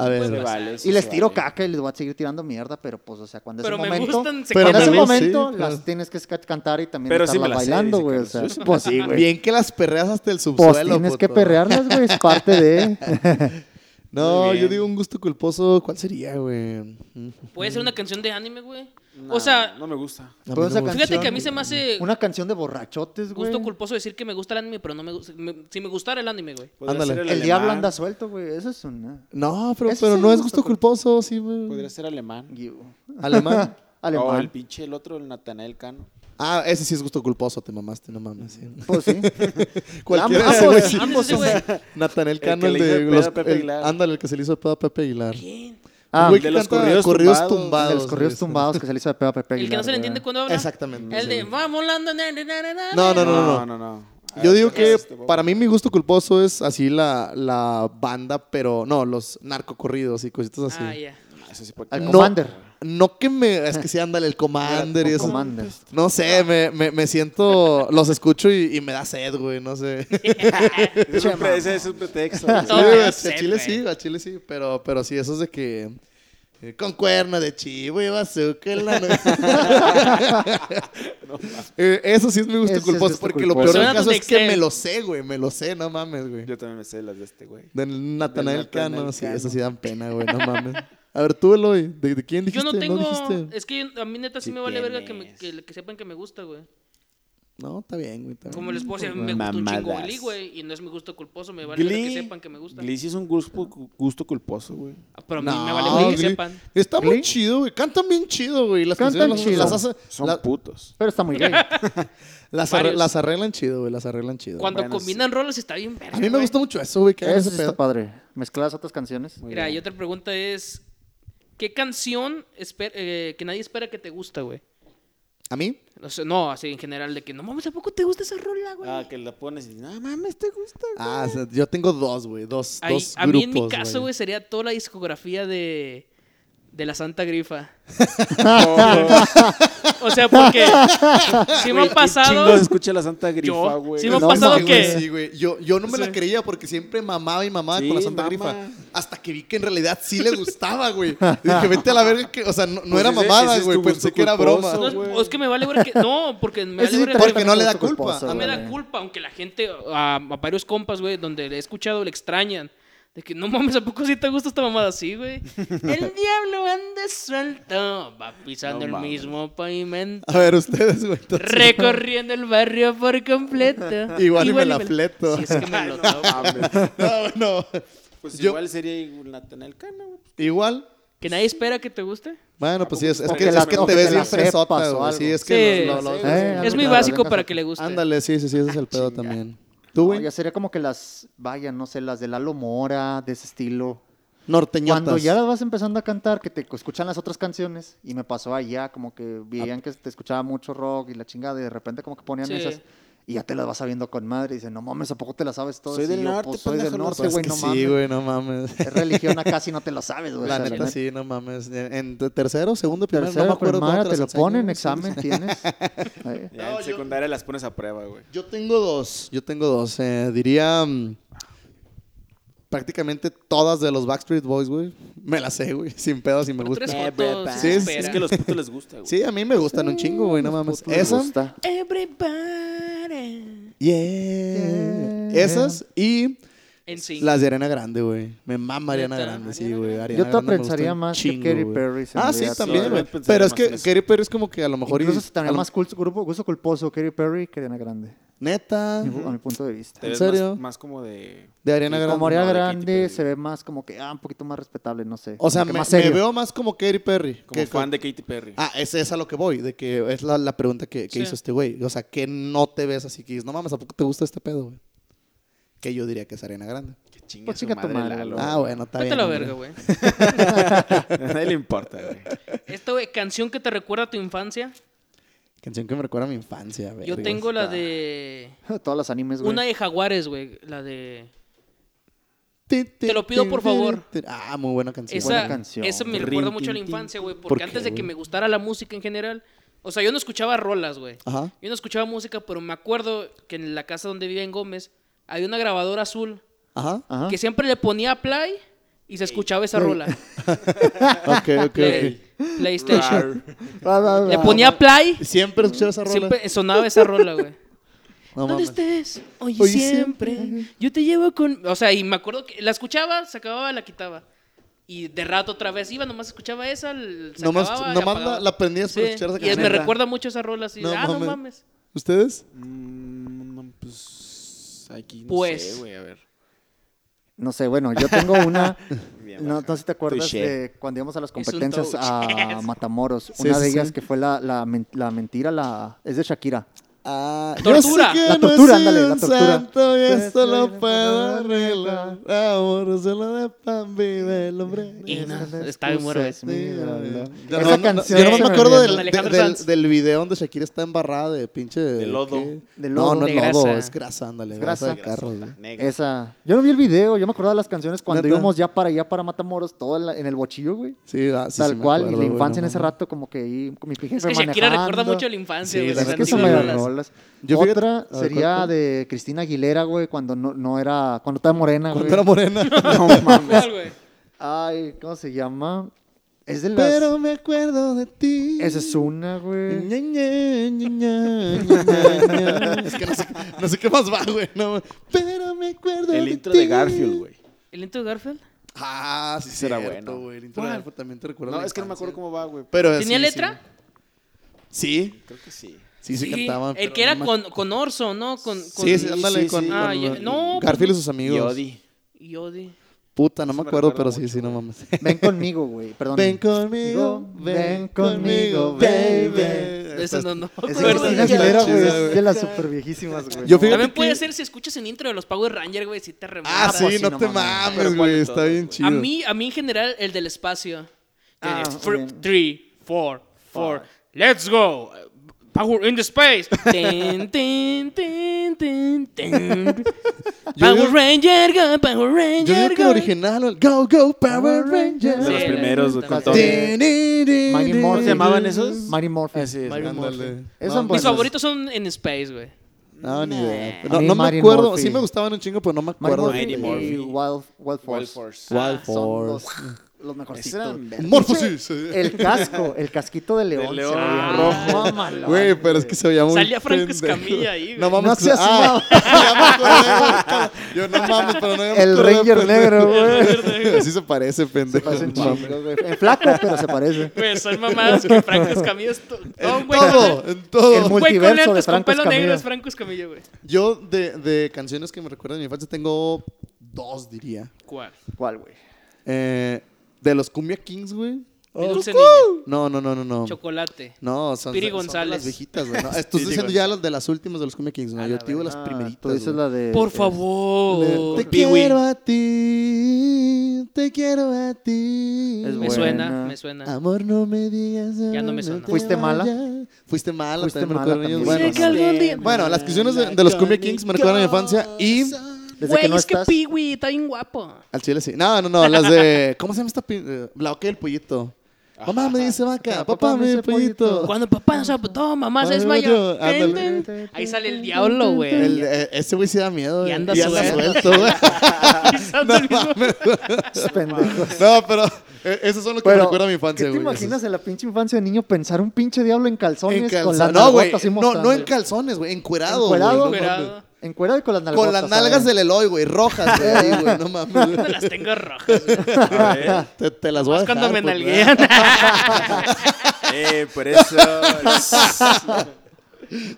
[SPEAKER 3] A
[SPEAKER 2] Pues
[SPEAKER 3] ver,
[SPEAKER 4] Se vale, sí
[SPEAKER 2] Y les
[SPEAKER 4] se
[SPEAKER 2] tiro
[SPEAKER 4] vale.
[SPEAKER 2] caca y les voy a seguir tirando mierda, pero pues, o sea, cuando es
[SPEAKER 1] Pero
[SPEAKER 2] el
[SPEAKER 1] me
[SPEAKER 2] momento.
[SPEAKER 1] gustan, se
[SPEAKER 2] Cuando
[SPEAKER 3] Pero
[SPEAKER 2] es
[SPEAKER 1] cambian.
[SPEAKER 2] el
[SPEAKER 3] me gustan,
[SPEAKER 2] momento,
[SPEAKER 3] sí,
[SPEAKER 2] las
[SPEAKER 3] claro.
[SPEAKER 2] tienes que ca- cantar y también
[SPEAKER 4] Pero sí
[SPEAKER 2] estarla
[SPEAKER 4] me las sé,
[SPEAKER 2] bailando,
[SPEAKER 4] dice
[SPEAKER 2] güey. O sea,
[SPEAKER 4] Carlos.
[SPEAKER 2] pues sí, güey.
[SPEAKER 3] bien que las perreas hasta el subsuelo.
[SPEAKER 2] Pues tienes que
[SPEAKER 3] puto.
[SPEAKER 2] perrearlas, güey, es parte de. eh.
[SPEAKER 3] No,
[SPEAKER 4] Muy bien.
[SPEAKER 3] yo digo un gusto culposo. ¿Cuál sería, güey?
[SPEAKER 2] Pues
[SPEAKER 3] Mm.
[SPEAKER 1] Puede ser una canción de anime, güey.
[SPEAKER 4] No,
[SPEAKER 1] O sea,
[SPEAKER 4] no me gusta.
[SPEAKER 3] A mí
[SPEAKER 2] Pon Pues, esa
[SPEAKER 3] me gusta.
[SPEAKER 1] fíjate que a mí se me hace
[SPEAKER 2] Una canción de borrachotes, güey.
[SPEAKER 1] gusto culposo decir que me gusta el anime, pero no me gusta. me- si me gustara el anime, güey.
[SPEAKER 4] Podría
[SPEAKER 3] Ándale.
[SPEAKER 4] ser
[SPEAKER 2] El
[SPEAKER 4] alemán,
[SPEAKER 2] diablo anda suelto, güey. Eso es una.
[SPEAKER 3] No, pero,
[SPEAKER 2] Ese
[SPEAKER 3] pero
[SPEAKER 2] sí
[SPEAKER 3] no
[SPEAKER 2] me
[SPEAKER 3] es
[SPEAKER 2] gusta
[SPEAKER 3] gusto culposo, sí,
[SPEAKER 4] Podría
[SPEAKER 3] güey.
[SPEAKER 4] ser alemán.
[SPEAKER 3] Alemán.
[SPEAKER 4] O
[SPEAKER 2] uh, Alemán.
[SPEAKER 4] el pinche, el otro, el Natanael Cano.
[SPEAKER 3] Ah, ese sí es gusto culposo, te mamaste, no mames. sí.
[SPEAKER 2] Pues sí.
[SPEAKER 3] Cualquiera
[SPEAKER 2] Ambos,
[SPEAKER 3] de ese güey, sí.
[SPEAKER 1] ambos, sí, güey.
[SPEAKER 3] Natanael
[SPEAKER 4] que
[SPEAKER 3] Cano, el
[SPEAKER 4] le hizo
[SPEAKER 3] de
[SPEAKER 4] el pedo
[SPEAKER 3] los-
[SPEAKER 4] a Pepe
[SPEAKER 3] el-
[SPEAKER 4] Aguilar.
[SPEAKER 3] Ándale, el que se le hizo el pedo a Pepe Aguilar.
[SPEAKER 1] ¿Quién?
[SPEAKER 2] Ah,
[SPEAKER 3] Güey
[SPEAKER 2] el
[SPEAKER 3] que
[SPEAKER 4] de los
[SPEAKER 3] canta
[SPEAKER 4] corridos tumbados.
[SPEAKER 2] de los
[SPEAKER 3] güey,
[SPEAKER 2] corridos
[SPEAKER 3] sí.
[SPEAKER 2] tumbados que se le hizo de pedo a Pepe
[SPEAKER 1] El que no se le
[SPEAKER 2] Aguilar,
[SPEAKER 1] entiende
[SPEAKER 2] güey.
[SPEAKER 1] cuando habla.
[SPEAKER 3] Exactamente.
[SPEAKER 1] El de
[SPEAKER 3] sí.
[SPEAKER 1] va volando. na, na, na, na, na,
[SPEAKER 3] No, no,
[SPEAKER 1] na.
[SPEAKER 3] no, no.
[SPEAKER 4] no. no.
[SPEAKER 3] Yo
[SPEAKER 4] Ah,
[SPEAKER 3] digo que
[SPEAKER 4] este, bobo.
[SPEAKER 3] para mí mi gusto culposo es así la, la banda, pero no, los narcocorridos y cositas así.
[SPEAKER 1] Ah, ya.
[SPEAKER 4] Ah, eso sí puede
[SPEAKER 2] Al
[SPEAKER 4] quedar.
[SPEAKER 2] Commander.
[SPEAKER 3] No que me... Es que sí, ándale, el Commander y
[SPEAKER 2] O
[SPEAKER 3] eso.
[SPEAKER 2] Commander.
[SPEAKER 3] No sé, me, me, me siento... Los escucho y, y me da sed, güey, no sé.
[SPEAKER 4] Ese es un pre- ese es un pretexto. güey.
[SPEAKER 1] No, me
[SPEAKER 3] Sí,
[SPEAKER 1] da
[SPEAKER 3] a
[SPEAKER 1] sed,
[SPEAKER 3] Chile
[SPEAKER 1] güey.
[SPEAKER 3] sí, a Chile sí, pero, pero sí, eso es de que... eh, Con cuerno de chivo y bazooka en la noche. Eh, Eso sí es mi gusto
[SPEAKER 2] Ese es
[SPEAKER 3] culposo,
[SPEAKER 2] gusto
[SPEAKER 3] porque
[SPEAKER 2] culposo.
[SPEAKER 3] lo peor
[SPEAKER 1] Suena
[SPEAKER 3] del
[SPEAKER 1] tu
[SPEAKER 3] caso es que
[SPEAKER 1] Excel.
[SPEAKER 3] me lo sé, güey. Me lo sé, no mames, güey.
[SPEAKER 4] Yo también me sé las de este güey.
[SPEAKER 3] De Natanael
[SPEAKER 4] Natanael
[SPEAKER 3] Cano, sí,
[SPEAKER 4] Cano.
[SPEAKER 3] esas sí dan pena, güey, no mames. A ver, tú, Eloy, ¿de, de quién
[SPEAKER 1] Yo
[SPEAKER 3] dijiste?
[SPEAKER 1] no
[SPEAKER 3] no eh,
[SPEAKER 1] tengo.
[SPEAKER 3] dijiste?
[SPEAKER 1] es que a mí neta sí
[SPEAKER 4] Sí
[SPEAKER 1] me vale verga que, me-
[SPEAKER 4] tienes.
[SPEAKER 1] que- que sepan que me gusta, güey.
[SPEAKER 3] No, está bien, güey. está
[SPEAKER 1] Como
[SPEAKER 3] bien.
[SPEAKER 1] les puedo decir, a mí me
[SPEAKER 3] Pues,
[SPEAKER 1] gusta un chingo
[SPEAKER 4] Mamadas.
[SPEAKER 1] Glee, güey. Y no es mi gusto culposo, me vale verga que sepan que me gusta.
[SPEAKER 4] Glee sí es un gusto, gusto culposo, güey.
[SPEAKER 1] Ah, Pero a mí
[SPEAKER 3] No,
[SPEAKER 1] me vale verga que
[SPEAKER 3] Glee.
[SPEAKER 1] sepan.
[SPEAKER 3] Está muy
[SPEAKER 2] ¿Glee?
[SPEAKER 3] chido, güey. Cantan bien chido, güey. Las
[SPEAKER 2] Cantan
[SPEAKER 3] canciones las- las,
[SPEAKER 2] chido.
[SPEAKER 3] hace-
[SPEAKER 4] Son
[SPEAKER 3] la-
[SPEAKER 4] putos.
[SPEAKER 2] Pero está muy gay.
[SPEAKER 3] las, arre-
[SPEAKER 1] Varios.
[SPEAKER 3] las arreglan chido, güey. Las arreglan chido.
[SPEAKER 1] Cuando
[SPEAKER 4] Bueno,
[SPEAKER 1] combinan rolas está bien verga.
[SPEAKER 3] A mí me
[SPEAKER 1] güey.
[SPEAKER 3] gusta mucho eso, güey. Que hagan
[SPEAKER 2] Eso
[SPEAKER 3] ese
[SPEAKER 2] sí
[SPEAKER 3] pedo.
[SPEAKER 2] está padre. Mezcladas otras canciones.
[SPEAKER 1] Mira, y otra pregunta es: ¿Qué canción esper- eh, que nadie espera que te gusta, güey?
[SPEAKER 3] ¿A mí?
[SPEAKER 1] O sea, no, así en general, de que no mames, ¿a poco te gusta esa rola, güey?
[SPEAKER 4] Ah, que la pones y no mames, te gusta.
[SPEAKER 3] Ah, o sea, yo tengo dos, güey. Dos,
[SPEAKER 1] Ahí-
[SPEAKER 3] dos
[SPEAKER 1] a
[SPEAKER 3] grupos,
[SPEAKER 1] mí en mi caso, güey,
[SPEAKER 3] güey.
[SPEAKER 1] sería toda la discografía de, de la Santa Grifa. O sea, porque sí me ha pasado.
[SPEAKER 4] Chingos, escucha la Santa Grifa,
[SPEAKER 1] Yo-
[SPEAKER 4] güey.
[SPEAKER 1] sí me ha
[SPEAKER 3] No,
[SPEAKER 1] pasado
[SPEAKER 3] mames,
[SPEAKER 1] que-
[SPEAKER 3] güey, sí, güey. Yo, yo no me la
[SPEAKER 1] Sí.
[SPEAKER 3] creía porque siempre mamaba y mamaba
[SPEAKER 4] Sí,
[SPEAKER 3] con la Santa
[SPEAKER 4] mama.
[SPEAKER 3] Grifa. Hasta que vi que en realidad sí le gustaba, güey. Y Dije, vete a la verga. Que, o sea, no, no
[SPEAKER 4] Pues
[SPEAKER 3] era
[SPEAKER 4] ese- ese
[SPEAKER 3] mamada,
[SPEAKER 4] es tu
[SPEAKER 3] güey.
[SPEAKER 4] gusto
[SPEAKER 3] Pensé que era
[SPEAKER 4] culposo,
[SPEAKER 3] broma.
[SPEAKER 1] No, es-
[SPEAKER 4] güey.
[SPEAKER 1] o es que me vale verga que. No, porque me
[SPEAKER 3] Ese
[SPEAKER 1] vale
[SPEAKER 3] sí,
[SPEAKER 1] verga
[SPEAKER 3] porque
[SPEAKER 1] que-
[SPEAKER 3] no le da
[SPEAKER 2] Gusto
[SPEAKER 3] culpa.
[SPEAKER 2] culposo,
[SPEAKER 1] A mí Ah, me da
[SPEAKER 2] güey.
[SPEAKER 1] culpa, aunque la gente, a, a varios compas, güey, donde le he escuchado, le extrañan. De que no mames, ¿a poco sí te gusta esta mamada así, güey? El diablo anda suelto, va pisando
[SPEAKER 4] No
[SPEAKER 1] el
[SPEAKER 4] mames.
[SPEAKER 1] mismo pavimento,
[SPEAKER 3] A ver, ustedes, güey. entonces-
[SPEAKER 1] recorriendo el barrio por completo.
[SPEAKER 3] Igual y me la fleto.
[SPEAKER 1] Sí, es que me lo
[SPEAKER 4] No mames.
[SPEAKER 3] No, no.
[SPEAKER 4] Pues
[SPEAKER 3] Yo-
[SPEAKER 4] igual sería Natanel Cano, güey.
[SPEAKER 3] Igual.
[SPEAKER 1] Que nadie espera que te guste.
[SPEAKER 3] Bueno, pues sí, es, es
[SPEAKER 4] O
[SPEAKER 3] que,
[SPEAKER 4] que
[SPEAKER 3] es
[SPEAKER 4] la-
[SPEAKER 3] que
[SPEAKER 4] o
[SPEAKER 3] te
[SPEAKER 4] que
[SPEAKER 3] ves
[SPEAKER 4] te
[SPEAKER 2] la
[SPEAKER 3] bien fresota,
[SPEAKER 2] sepas o
[SPEAKER 3] güey. Sí,
[SPEAKER 2] algo.
[SPEAKER 3] es que
[SPEAKER 1] Sí,
[SPEAKER 3] lo- lo-
[SPEAKER 4] sí,
[SPEAKER 3] lo-
[SPEAKER 4] sí.
[SPEAKER 3] lo-
[SPEAKER 1] es muy
[SPEAKER 2] no,
[SPEAKER 1] básico
[SPEAKER 2] vengas
[SPEAKER 1] para
[SPEAKER 2] a-
[SPEAKER 1] que le guste.
[SPEAKER 3] Ándale, sí, sí, sí, ese es el pedo
[SPEAKER 1] chinga.
[SPEAKER 3] también. ¿Tú, güey?
[SPEAKER 2] No, ya sería como que las, vaya, no sé, las de Lalo Mora, de ese estilo.
[SPEAKER 3] Norteñotas.
[SPEAKER 2] Cuando ya las vas empezando a cantar, que te escuchan las otras canciones, y me pasó allá, como que
[SPEAKER 3] Ah.
[SPEAKER 2] veían que te escuchaba mucho rock y la chingada, y de repente como que ponían
[SPEAKER 1] Sí.
[SPEAKER 2] esas, y ya te las vas sabiendo con madre, y dicen, no mames, ¿a poco te las sabes todas?
[SPEAKER 4] Soy
[SPEAKER 2] Y
[SPEAKER 4] del
[SPEAKER 2] yo,
[SPEAKER 4] norte,
[SPEAKER 2] pues, soy del
[SPEAKER 4] pendejo, no
[SPEAKER 2] norte,
[SPEAKER 4] sabes
[SPEAKER 2] güey,
[SPEAKER 3] que
[SPEAKER 2] no
[SPEAKER 3] sí,
[SPEAKER 2] mames.
[SPEAKER 3] güey, no mames.
[SPEAKER 2] Es religión acá si no te lo sabes, güey. o
[SPEAKER 3] La
[SPEAKER 2] sea,
[SPEAKER 3] neta sí, no mames. En en tercero, segundo, primero, no me
[SPEAKER 2] Tercera,
[SPEAKER 3] acuerdo
[SPEAKER 2] primaria,
[SPEAKER 3] cuándo
[SPEAKER 2] te lo
[SPEAKER 3] las enseñan,
[SPEAKER 2] ponen,
[SPEAKER 3] güey, sí,
[SPEAKER 2] examen tienes. Ahí.
[SPEAKER 4] Ya
[SPEAKER 3] No,
[SPEAKER 4] en
[SPEAKER 3] yo-
[SPEAKER 4] secundaria las pones a prueba, güey.
[SPEAKER 3] Yo tengo dos. Yo tengo dos. Eh, diría mm, prácticamente todas de los Backstreet Boys, güey. Me las sé, güey. Sin pedos y me
[SPEAKER 1] Pero tú eres
[SPEAKER 3] gusta.
[SPEAKER 4] Eh,
[SPEAKER 1] joto,
[SPEAKER 4] bepa.
[SPEAKER 1] sí,
[SPEAKER 3] Sí,
[SPEAKER 1] espera.
[SPEAKER 4] Es que a los putos les gusta, güey.
[SPEAKER 3] Sí, a mí me gustan un chingo, güey. No mames.
[SPEAKER 2] Puto, Pues, me
[SPEAKER 3] Esa.
[SPEAKER 2] gusta.
[SPEAKER 1] Everybody.
[SPEAKER 3] Yeah. Esas y
[SPEAKER 1] En sí.
[SPEAKER 3] las de Arena Grande, güey. Me mama Ariana
[SPEAKER 1] Neta,
[SPEAKER 3] Grande, sí,
[SPEAKER 1] Ariana
[SPEAKER 3] güey.
[SPEAKER 1] Grande.
[SPEAKER 2] Yo
[SPEAKER 3] Ariana
[SPEAKER 2] te
[SPEAKER 3] Grande me gusta
[SPEAKER 2] pensaría
[SPEAKER 3] un
[SPEAKER 2] más
[SPEAKER 3] chingo,
[SPEAKER 2] que Katy
[SPEAKER 3] güey.
[SPEAKER 2] Perry. en
[SPEAKER 3] Ah, sí,
[SPEAKER 2] realidad.
[SPEAKER 3] también,
[SPEAKER 4] Sí,
[SPEAKER 3] güey.
[SPEAKER 4] yo pensaría
[SPEAKER 3] Pero es
[SPEAKER 4] más
[SPEAKER 3] que
[SPEAKER 4] en eso.
[SPEAKER 3] Katy Perry es como que a lo mejor...
[SPEAKER 2] Incluso
[SPEAKER 3] y-
[SPEAKER 2] se tendría
[SPEAKER 3] a lo-
[SPEAKER 2] más cult- grupo, gusto culposo Katy Perry que Ariana Grande,
[SPEAKER 3] Neta.
[SPEAKER 2] a mi- a mi punto de vista.
[SPEAKER 4] Te ves
[SPEAKER 3] ¿En serio?
[SPEAKER 4] Más, más como de.
[SPEAKER 3] De Ariana
[SPEAKER 4] Sí,
[SPEAKER 3] Grande.
[SPEAKER 2] Como Ariana
[SPEAKER 4] no, de Katy
[SPEAKER 2] Grande
[SPEAKER 4] Perry.
[SPEAKER 2] se ve más como que, ah, un poquito más respetable, no sé.
[SPEAKER 3] O sea,
[SPEAKER 2] como
[SPEAKER 3] me,
[SPEAKER 2] que más
[SPEAKER 3] me
[SPEAKER 2] seria.
[SPEAKER 3] veo más como Katy Perry.
[SPEAKER 4] Como
[SPEAKER 3] que-
[SPEAKER 4] fan de Katy Perry.
[SPEAKER 3] Ah, es, es a lo que voy, de que es la, la pregunta que, que
[SPEAKER 1] Sí.
[SPEAKER 3] hizo este güey. O sea, que no te ves así que dices, no mames, ¿a poco te gusta este pedo, güey? Que yo diría que es Arena Grande.
[SPEAKER 4] que chingue
[SPEAKER 2] pues
[SPEAKER 4] su
[SPEAKER 2] chinga tu
[SPEAKER 4] madre,
[SPEAKER 2] madre,
[SPEAKER 4] Lalo.
[SPEAKER 3] Ah, bueno, está
[SPEAKER 1] Vete a
[SPEAKER 3] bien.
[SPEAKER 1] la
[SPEAKER 3] hombre.
[SPEAKER 1] verga, güey.
[SPEAKER 4] A nadie le importa, güey.
[SPEAKER 1] Esta, güey, canción que te recuerda a tu infancia.
[SPEAKER 3] Canción que me recuerda a mi infancia,
[SPEAKER 1] Yo
[SPEAKER 3] verga.
[SPEAKER 1] tengo la de.
[SPEAKER 2] Todos los animes, güey.
[SPEAKER 1] Una de Jaguares, güey. La de.
[SPEAKER 3] Ti, ti,
[SPEAKER 1] Te lo pido,
[SPEAKER 3] ti,
[SPEAKER 1] por
[SPEAKER 3] ti,
[SPEAKER 1] favor.
[SPEAKER 3] ti. Ah, muy buena canción.
[SPEAKER 1] Esa,
[SPEAKER 2] buena canción.
[SPEAKER 1] esa me
[SPEAKER 4] Rin,
[SPEAKER 1] recuerda mucho a la
[SPEAKER 4] tin, tin.
[SPEAKER 1] infancia, güey.
[SPEAKER 3] ¿Por
[SPEAKER 1] Porque
[SPEAKER 3] qué,
[SPEAKER 1] antes de que
[SPEAKER 3] güey?
[SPEAKER 1] me gustara la música en general. O sea, yo no escuchaba rolas, güey.
[SPEAKER 3] Ajá.
[SPEAKER 1] Yo no escuchaba música, pero me acuerdo que en la casa donde vivía en Gómez había una grabadora azul
[SPEAKER 3] Ajá.
[SPEAKER 2] Ajá.
[SPEAKER 1] que siempre le ponía play y se escuchaba esa rola.
[SPEAKER 3] Ok, ok,
[SPEAKER 1] Play,
[SPEAKER 3] ok.
[SPEAKER 1] PlayStation.
[SPEAKER 4] Rar.
[SPEAKER 2] Bla, bla, bla.
[SPEAKER 1] Le ponía play,
[SPEAKER 3] Siempre escuchaba esa rola.
[SPEAKER 1] siempre sonaba esa rola, güey.
[SPEAKER 3] No
[SPEAKER 1] ¿Dónde
[SPEAKER 3] mames.
[SPEAKER 1] estés? Hoy y
[SPEAKER 3] Hoy y
[SPEAKER 1] siempre.
[SPEAKER 3] siempre.
[SPEAKER 1] Yo te llevo con. O sea, y me acuerdo que la escuchaba, se acababa, la quitaba. Y de rato otra vez iba, nomás escuchaba esa, l- se
[SPEAKER 3] Nomás,
[SPEAKER 1] acababa. y
[SPEAKER 3] nomás
[SPEAKER 1] apagaba.
[SPEAKER 3] la, la aprendías por
[SPEAKER 1] Sí,
[SPEAKER 3] escuchar esa
[SPEAKER 1] Y
[SPEAKER 3] canción.
[SPEAKER 1] me recuerda mucho esa rola así.
[SPEAKER 3] No
[SPEAKER 1] de, ah, no
[SPEAKER 3] mames.
[SPEAKER 1] mames.
[SPEAKER 3] ¿Ustedes?
[SPEAKER 4] Mm, pues. Aquí no
[SPEAKER 1] Pues.
[SPEAKER 4] sé, güey, a ver.
[SPEAKER 2] No sé, bueno, yo tengo una.
[SPEAKER 4] Bien
[SPEAKER 2] No,
[SPEAKER 4] baja.
[SPEAKER 2] no sé si te acuerdas
[SPEAKER 4] Touché.
[SPEAKER 2] de cuando íbamos a las
[SPEAKER 1] un
[SPEAKER 2] competencias
[SPEAKER 1] touch.
[SPEAKER 2] a Matamoros.
[SPEAKER 3] Sí,
[SPEAKER 2] una
[SPEAKER 3] sí,
[SPEAKER 2] de
[SPEAKER 3] sí.
[SPEAKER 2] ellas que fue la, la, men- la mentira, la es de Shakira.
[SPEAKER 3] Ah,
[SPEAKER 1] Tortura.
[SPEAKER 3] yo sé
[SPEAKER 2] La
[SPEAKER 3] que no he
[SPEAKER 2] tortura,
[SPEAKER 3] sido
[SPEAKER 2] ándale, la
[SPEAKER 3] un
[SPEAKER 2] tortura.
[SPEAKER 3] santo y esto
[SPEAKER 2] Pues,
[SPEAKER 3] lo
[SPEAKER 2] mira,
[SPEAKER 3] puedo
[SPEAKER 2] para
[SPEAKER 3] arreglar. Amor, solo de pan vive el hombre.
[SPEAKER 1] Y no,
[SPEAKER 3] ah,
[SPEAKER 2] Esas
[SPEAKER 1] está bien muerto.
[SPEAKER 2] excusas, mi dolor.
[SPEAKER 3] Yo
[SPEAKER 2] Esa
[SPEAKER 3] no- no-
[SPEAKER 2] canción
[SPEAKER 3] yo no
[SPEAKER 2] se
[SPEAKER 3] me acuerdo
[SPEAKER 2] olvida.
[SPEAKER 3] del,
[SPEAKER 1] De
[SPEAKER 3] de-
[SPEAKER 1] Alejandro
[SPEAKER 3] del,
[SPEAKER 1] Sanz.
[SPEAKER 3] del video donde Shakira está embarrada de pinche. De
[SPEAKER 4] lodo.
[SPEAKER 3] ¿qué?
[SPEAKER 2] De
[SPEAKER 3] No,
[SPEAKER 2] lodo.
[SPEAKER 3] no
[SPEAKER 1] De
[SPEAKER 3] es lodo,
[SPEAKER 1] grasa.
[SPEAKER 3] es grasa, ándale.
[SPEAKER 2] Es
[SPEAKER 3] grasa,
[SPEAKER 2] grasa.
[SPEAKER 3] de carro. güey.
[SPEAKER 4] Negra.
[SPEAKER 2] Esa. Yo no vi el video, yo me acordaba de las canciones cuando
[SPEAKER 3] Neta.
[SPEAKER 2] íbamos ya para allá para Matamoros, todo en, la- en el bochillo, güey.
[SPEAKER 3] Sí, ah, sí, sí
[SPEAKER 2] Tal
[SPEAKER 3] me
[SPEAKER 2] cual,
[SPEAKER 3] acuerdo,
[SPEAKER 2] y
[SPEAKER 3] güey,
[SPEAKER 2] la infancia
[SPEAKER 3] no
[SPEAKER 2] en ese
[SPEAKER 3] mames.
[SPEAKER 2] rato como que ahí mi
[SPEAKER 1] Es que Shakira recuerda mucho a la infancia,
[SPEAKER 3] Sí,
[SPEAKER 1] güey.
[SPEAKER 3] la
[SPEAKER 1] esas
[SPEAKER 3] neta
[SPEAKER 2] Es que
[SPEAKER 3] sí,
[SPEAKER 2] se
[SPEAKER 1] antiguas
[SPEAKER 2] me
[SPEAKER 3] güey.
[SPEAKER 1] rolas.
[SPEAKER 2] rolas.
[SPEAKER 3] Yo fíjate- a
[SPEAKER 2] Otra
[SPEAKER 3] ver, ¿cuál,
[SPEAKER 2] sería
[SPEAKER 3] cuál?
[SPEAKER 2] de Cristina Aguilera, güey, cuando no, no era, cuando estaba morena,
[SPEAKER 3] Cuando
[SPEAKER 2] güey.
[SPEAKER 3] era morena.
[SPEAKER 4] No mames.
[SPEAKER 1] ¿Cuál, güey?
[SPEAKER 2] Ay, ¿cómo se llama? Es de las...
[SPEAKER 3] Pero me acuerdo de ti.
[SPEAKER 2] Esa es una, güey.
[SPEAKER 3] Ña, Ña, Ña, Ña, Ña, Ña. Es que no sé, no sé qué más va, güey. no, pero me acuerdo.
[SPEAKER 4] El intro de
[SPEAKER 3] ti.
[SPEAKER 4] Garfield, güey.
[SPEAKER 1] ¿El lento de Garfield?
[SPEAKER 3] Ah, sí,
[SPEAKER 4] Ese era
[SPEAKER 3] será
[SPEAKER 4] bueno.
[SPEAKER 3] bueno. El intro de
[SPEAKER 1] ¿Cuál?
[SPEAKER 3] Garfield también te recuerda.
[SPEAKER 4] No,
[SPEAKER 3] la
[SPEAKER 4] es que no me acuerdo
[SPEAKER 3] infancia.
[SPEAKER 4] cómo va, güey.
[SPEAKER 3] Pero
[SPEAKER 1] ¿Tenía
[SPEAKER 3] sí,
[SPEAKER 1] letra?
[SPEAKER 3] Sí,
[SPEAKER 4] Creo que sí.
[SPEAKER 3] sí, sí, sí, cantaban.
[SPEAKER 1] El
[SPEAKER 3] pero
[SPEAKER 1] que era
[SPEAKER 3] no me-
[SPEAKER 1] con, con Orso, ¿no? Con, con
[SPEAKER 3] Sí, sí, ándale,
[SPEAKER 4] sí,
[SPEAKER 3] con,
[SPEAKER 4] sí.
[SPEAKER 3] con-
[SPEAKER 1] Ah, ya- no,
[SPEAKER 3] Garfield y sus amigos.
[SPEAKER 4] Y Odi.
[SPEAKER 1] y Odi.
[SPEAKER 3] Puta, no
[SPEAKER 4] Eso
[SPEAKER 3] me
[SPEAKER 4] me
[SPEAKER 3] acuerdo, pero
[SPEAKER 4] recuerda
[SPEAKER 3] sí,
[SPEAKER 4] mucho,
[SPEAKER 3] sí, no mames.
[SPEAKER 2] Ven conmigo, güey. Perdón.
[SPEAKER 3] Ven conmigo, ven conmigo, baby.
[SPEAKER 1] De ese no, no.
[SPEAKER 2] Es de
[SPEAKER 3] Pero-
[SPEAKER 2] Cristina
[SPEAKER 3] Pero-
[SPEAKER 2] Aguilera, güey.
[SPEAKER 3] Chida,
[SPEAKER 2] Es de las super viejísimas, güey.
[SPEAKER 3] Yo
[SPEAKER 2] No,
[SPEAKER 3] fíjate-
[SPEAKER 1] También
[SPEAKER 3] que-
[SPEAKER 1] puede ser si escuchas el intro de los Power Rangers, güey, si te remonta.
[SPEAKER 3] Ah,
[SPEAKER 2] Ah, pues
[SPEAKER 3] sí,
[SPEAKER 2] sí,
[SPEAKER 3] no
[SPEAKER 2] no
[SPEAKER 3] te
[SPEAKER 2] mames.
[SPEAKER 4] Pero
[SPEAKER 3] mames,
[SPEAKER 4] ¿cuál
[SPEAKER 3] güey.
[SPEAKER 4] de
[SPEAKER 3] Está
[SPEAKER 4] todos,
[SPEAKER 3] bien
[SPEAKER 4] güey?
[SPEAKER 3] chido.
[SPEAKER 1] a mí, a mí en general, el del espacio. Que
[SPEAKER 2] Ah,
[SPEAKER 1] es
[SPEAKER 2] muy
[SPEAKER 1] fr-
[SPEAKER 2] bien.
[SPEAKER 1] three, four, four, let's go.
[SPEAKER 5] Power in the space.
[SPEAKER 1] Tin, tin, tin, tin, tin.
[SPEAKER 3] Yo
[SPEAKER 1] Power
[SPEAKER 3] digo-
[SPEAKER 1] Ranger, go, Power
[SPEAKER 3] Yo
[SPEAKER 1] Ranger.
[SPEAKER 3] digo que el
[SPEAKER 1] go.
[SPEAKER 3] original, el Go Go Power Rangers.
[SPEAKER 4] De los
[SPEAKER 1] Sí,
[SPEAKER 4] primeros,
[SPEAKER 2] la-
[SPEAKER 4] con
[SPEAKER 2] la-
[SPEAKER 4] todo.
[SPEAKER 2] Sí. Mighty
[SPEAKER 3] Mighty
[SPEAKER 2] Morphin.
[SPEAKER 4] ¿Cómo se llamaban esos?
[SPEAKER 2] Mighty Morphin.
[SPEAKER 4] Así es.
[SPEAKER 1] Mario
[SPEAKER 3] Ándale.
[SPEAKER 1] Morphin. Mis
[SPEAKER 2] Esos son
[SPEAKER 3] No, pues,
[SPEAKER 2] buenos.
[SPEAKER 1] favoritos son en Space, güey.
[SPEAKER 3] No, ni idea.
[SPEAKER 2] A
[SPEAKER 3] No,
[SPEAKER 2] mí
[SPEAKER 3] no me
[SPEAKER 2] Mighty
[SPEAKER 3] acuerdo.
[SPEAKER 2] Morphin.
[SPEAKER 3] Sí me gustaban un chingo, pero no me
[SPEAKER 2] Mighty
[SPEAKER 3] acuerdo.
[SPEAKER 2] Morphin
[SPEAKER 4] Mighty
[SPEAKER 2] y
[SPEAKER 4] Morphin.
[SPEAKER 2] Wild, Wild Force.
[SPEAKER 4] Wild Force.
[SPEAKER 3] Wild
[SPEAKER 2] Ah, Son los,
[SPEAKER 3] Force.
[SPEAKER 2] los
[SPEAKER 4] Esos
[SPEAKER 2] mejorcitos.
[SPEAKER 4] eran verdes.
[SPEAKER 3] Morphosis.
[SPEAKER 2] El casco, el casquito de león.
[SPEAKER 4] león
[SPEAKER 2] se veía
[SPEAKER 3] Ah,
[SPEAKER 1] rojo.
[SPEAKER 2] bien mamalón,
[SPEAKER 3] Güey, pero es que se veía muy
[SPEAKER 1] Salía Franco
[SPEAKER 3] pendejo.
[SPEAKER 1] Escamilla ahí, güey.
[SPEAKER 3] No mames.
[SPEAKER 2] No
[SPEAKER 3] que-
[SPEAKER 2] seas
[SPEAKER 3] ah, ya me acordé, güey. Yo no mames, pero no ya me
[SPEAKER 2] El
[SPEAKER 3] acordé,
[SPEAKER 2] Ranger negro, güey.
[SPEAKER 3] pendejo. Sí se parece, pendejo.
[SPEAKER 2] Parece un
[SPEAKER 3] No mames.
[SPEAKER 2] chingo, güey. Es Flaco, pero se parece.
[SPEAKER 1] Güey, son mamadas que Franco Escamilla es to- todo,
[SPEAKER 3] En
[SPEAKER 1] güey.
[SPEAKER 3] todo, en
[SPEAKER 2] El
[SPEAKER 3] todo.
[SPEAKER 2] mu-
[SPEAKER 1] Güey, con
[SPEAKER 2] multiverso
[SPEAKER 1] lentes,
[SPEAKER 2] de
[SPEAKER 1] con
[SPEAKER 2] Franco
[SPEAKER 1] pelo negro
[SPEAKER 2] Escamilla.
[SPEAKER 1] es Franco Escamilla, güey.
[SPEAKER 3] Yo de, de canciones que me recuerdan a mi infancia tengo dos, diría.
[SPEAKER 1] ¿Cuál?
[SPEAKER 2] ¿Cuál, güey?
[SPEAKER 3] Eh, de los Cumbia Kings, güey.
[SPEAKER 2] Oh,
[SPEAKER 1] Mi dulce niña.
[SPEAKER 3] No, no, no, no, no.
[SPEAKER 1] Chocolate.
[SPEAKER 3] No, son,
[SPEAKER 1] Piri
[SPEAKER 3] son
[SPEAKER 1] González.
[SPEAKER 3] las viejitas, güey. No, estoy
[SPEAKER 4] Piri
[SPEAKER 3] diciendo ya las de las últimas de los Cumbia Kings,
[SPEAKER 1] A
[SPEAKER 3] ¿no?
[SPEAKER 1] la Oh,
[SPEAKER 3] Yo te digo las
[SPEAKER 2] Ah,
[SPEAKER 3] primeritas.
[SPEAKER 2] Tú dices
[SPEAKER 3] güey.
[SPEAKER 2] la de.
[SPEAKER 1] Por
[SPEAKER 2] eh,
[SPEAKER 1] favor.
[SPEAKER 3] Te
[SPEAKER 1] Pee-wee.
[SPEAKER 3] quiero a ti, te quiero a ti.
[SPEAKER 2] Es
[SPEAKER 1] Me
[SPEAKER 2] buena.
[SPEAKER 1] suena, me suena.
[SPEAKER 3] Amor, no me digas.
[SPEAKER 1] Ya no me
[SPEAKER 3] te
[SPEAKER 1] suena.
[SPEAKER 2] ¿Fuiste mala?
[SPEAKER 3] vayas. Fuiste mala,
[SPEAKER 2] Fuiste
[SPEAKER 3] también me
[SPEAKER 2] mala
[SPEAKER 3] recuerdan ellos.
[SPEAKER 2] también.
[SPEAKER 3] Bueno,
[SPEAKER 2] Sé que
[SPEAKER 1] algún día-
[SPEAKER 3] bueno, las canciones de, de los Cumbia Kings me recuerdan a mi infancia y
[SPEAKER 2] Desde
[SPEAKER 1] Güey,
[SPEAKER 2] que no
[SPEAKER 1] es que
[SPEAKER 2] estás.
[SPEAKER 1] Piwi está bien guapo.
[SPEAKER 3] al chile sí. No, no, no, las de ¿cómo se llama esta pin- eh, la vaca del pollito? Mamá me dice vaca, papá me dice pollito.
[SPEAKER 1] Cuando papá no sabe, todo, mamá se
[SPEAKER 3] Ay,
[SPEAKER 1] desmaya.
[SPEAKER 3] yo,
[SPEAKER 1] Ten,
[SPEAKER 3] ándale.
[SPEAKER 1] ten. Ahí sale el diablo, güey.
[SPEAKER 3] El- eh, ese güey sí da miedo.
[SPEAKER 1] Y
[SPEAKER 3] eh.
[SPEAKER 1] anda suelto.
[SPEAKER 3] suelto, güey.
[SPEAKER 1] Pisando el mismo-
[SPEAKER 2] pendejo.
[SPEAKER 3] No, pero eh, esos son los que me
[SPEAKER 2] Pero,
[SPEAKER 3] recuerdan a mi infancia,
[SPEAKER 2] ¿Qué
[SPEAKER 3] güey.
[SPEAKER 2] te imaginas en la pinche infancia de niño pensar un pinche diablo en calzones
[SPEAKER 3] En
[SPEAKER 2] con las
[SPEAKER 3] calzones. No, güey.
[SPEAKER 2] nalgotas así
[SPEAKER 3] No, no en
[SPEAKER 2] mostrando?
[SPEAKER 3] calzones, güey. Encuerado, güey.
[SPEAKER 2] Encuerado.
[SPEAKER 3] no mames.
[SPEAKER 1] Encuerado.
[SPEAKER 2] Encuerado y con las nalgotas. Ah,
[SPEAKER 3] Con las nalgas
[SPEAKER 2] ¿sabes?
[SPEAKER 3] del Eloy, güey. Rojas, güey. ahí, güey, No mames. güey.
[SPEAKER 1] Las tengo rojas. güey.
[SPEAKER 4] A ver.
[SPEAKER 3] Te, te las voy a
[SPEAKER 1] Más
[SPEAKER 3] dejar.
[SPEAKER 1] cuando me
[SPEAKER 3] pues,
[SPEAKER 1] nalguean.
[SPEAKER 4] Eh, por eso.
[SPEAKER 3] ¿verdad?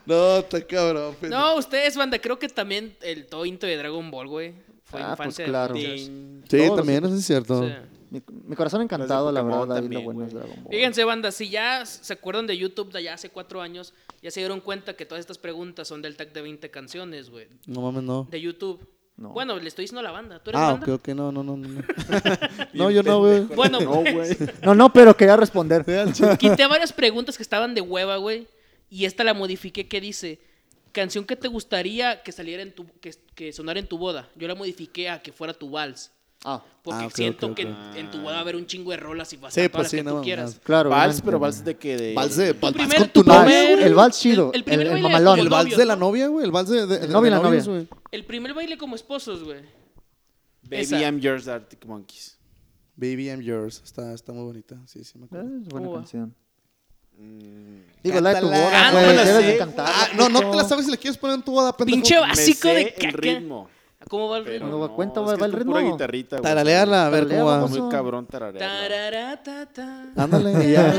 [SPEAKER 3] No, está cabrón. pues.
[SPEAKER 1] No, ustedes, banda, creo que también el Tointo de Dragon Ball, güey. Fue
[SPEAKER 2] Ah,
[SPEAKER 1] infancia
[SPEAKER 2] pues claro.
[SPEAKER 1] de muchos.
[SPEAKER 4] Ting.
[SPEAKER 3] Sí,
[SPEAKER 2] Todos
[SPEAKER 3] también, eso es cierto.
[SPEAKER 1] Sí.
[SPEAKER 2] Mi, mi corazón encantado, la
[SPEAKER 4] Pokémon
[SPEAKER 2] verdad, ahí lo
[SPEAKER 4] también,
[SPEAKER 2] bueno
[SPEAKER 4] güey.
[SPEAKER 2] es Dragon Ball.
[SPEAKER 1] Fíjense, banda, si ya se acuerdan de YouTube de allá hace cuatro años, ya se dieron cuenta que todas estas preguntas son del tag de 20 canciones, güey.
[SPEAKER 3] No mames, no.
[SPEAKER 1] De YouTube.
[SPEAKER 2] No.
[SPEAKER 1] Bueno, le estoy diciendo a la banda. ¿Tú eres
[SPEAKER 3] Ah,
[SPEAKER 1] banda?
[SPEAKER 3] ok, ok. No, no, no. No, no. No, yo no, güey.
[SPEAKER 1] Bueno, pues,
[SPEAKER 2] No, no, pero quería responder.
[SPEAKER 1] quité varias preguntas que estaban de hueva, güey. Y esta la modifiqué que dice, canción que te gustaría que saliera en tu, que, que sonara en tu boda. Yo la modifiqué a que fuera tu vals.
[SPEAKER 2] Ah,
[SPEAKER 1] Porque
[SPEAKER 3] Ah, ok,
[SPEAKER 1] siento
[SPEAKER 3] ok, ok.
[SPEAKER 1] que en- en, tu boda va a haber un chingo de rolas y vas
[SPEAKER 3] Sí,
[SPEAKER 1] a
[SPEAKER 3] pues
[SPEAKER 1] todas las
[SPEAKER 3] sí,
[SPEAKER 1] que
[SPEAKER 3] no
[SPEAKER 1] tú
[SPEAKER 3] mames,
[SPEAKER 1] quieras.
[SPEAKER 2] claro.
[SPEAKER 4] Vals,
[SPEAKER 2] no
[SPEAKER 4] pero
[SPEAKER 2] entiendo.
[SPEAKER 4] vals de que de.
[SPEAKER 3] Vals de... Vals,
[SPEAKER 1] primer-
[SPEAKER 3] con
[SPEAKER 1] tu
[SPEAKER 3] tu
[SPEAKER 2] Vals,
[SPEAKER 3] novia.
[SPEAKER 1] primer-
[SPEAKER 2] el vals chido,
[SPEAKER 1] el- el
[SPEAKER 2] el,
[SPEAKER 1] primer
[SPEAKER 2] el
[SPEAKER 1] baile de
[SPEAKER 2] mamalón.
[SPEAKER 1] tu
[SPEAKER 3] El vals
[SPEAKER 1] novio.
[SPEAKER 3] de la novia, güey. El vals de... de- de
[SPEAKER 2] novio y la
[SPEAKER 3] novios,
[SPEAKER 2] novia.
[SPEAKER 3] güey.
[SPEAKER 1] El primer baile como esposos, güey.
[SPEAKER 4] Baby
[SPEAKER 1] Esa.
[SPEAKER 4] I'm Yours de Arctic Monkeys.
[SPEAKER 3] Baby, I'm yours. Está, está muy bonita. Sí, sí, me acuerdo.
[SPEAKER 2] Eh, Es buena
[SPEAKER 1] ¿Cómo va?
[SPEAKER 2] canción.
[SPEAKER 4] Mm,
[SPEAKER 2] Digo, la de tu
[SPEAKER 3] Cántala.
[SPEAKER 2] boda,
[SPEAKER 1] Ah, no
[SPEAKER 2] güey.
[SPEAKER 1] me la
[SPEAKER 2] Debes
[SPEAKER 1] sé.
[SPEAKER 2] de cantar.
[SPEAKER 3] Ah, no, no te la sabes si la quieres poner en tu boda, pendejo.
[SPEAKER 1] Pinche básico
[SPEAKER 4] me sé
[SPEAKER 1] de
[SPEAKER 4] el
[SPEAKER 1] caca.
[SPEAKER 4] ritmo.
[SPEAKER 1] ¿Cómo va el
[SPEAKER 4] Pero
[SPEAKER 1] ritmo?
[SPEAKER 2] no, cuenta,
[SPEAKER 4] es
[SPEAKER 2] va-
[SPEAKER 4] que
[SPEAKER 2] va
[SPEAKER 4] es
[SPEAKER 2] el
[SPEAKER 4] con pura
[SPEAKER 2] ritmo.
[SPEAKER 4] guitarrita, güey.
[SPEAKER 3] Taraléala, a ver
[SPEAKER 2] Taralea,
[SPEAKER 3] cómo va.
[SPEAKER 2] vamos.
[SPEAKER 4] Muy cabrón tararearla.
[SPEAKER 1] Tararatatá.
[SPEAKER 3] Ándale, Ah, ya.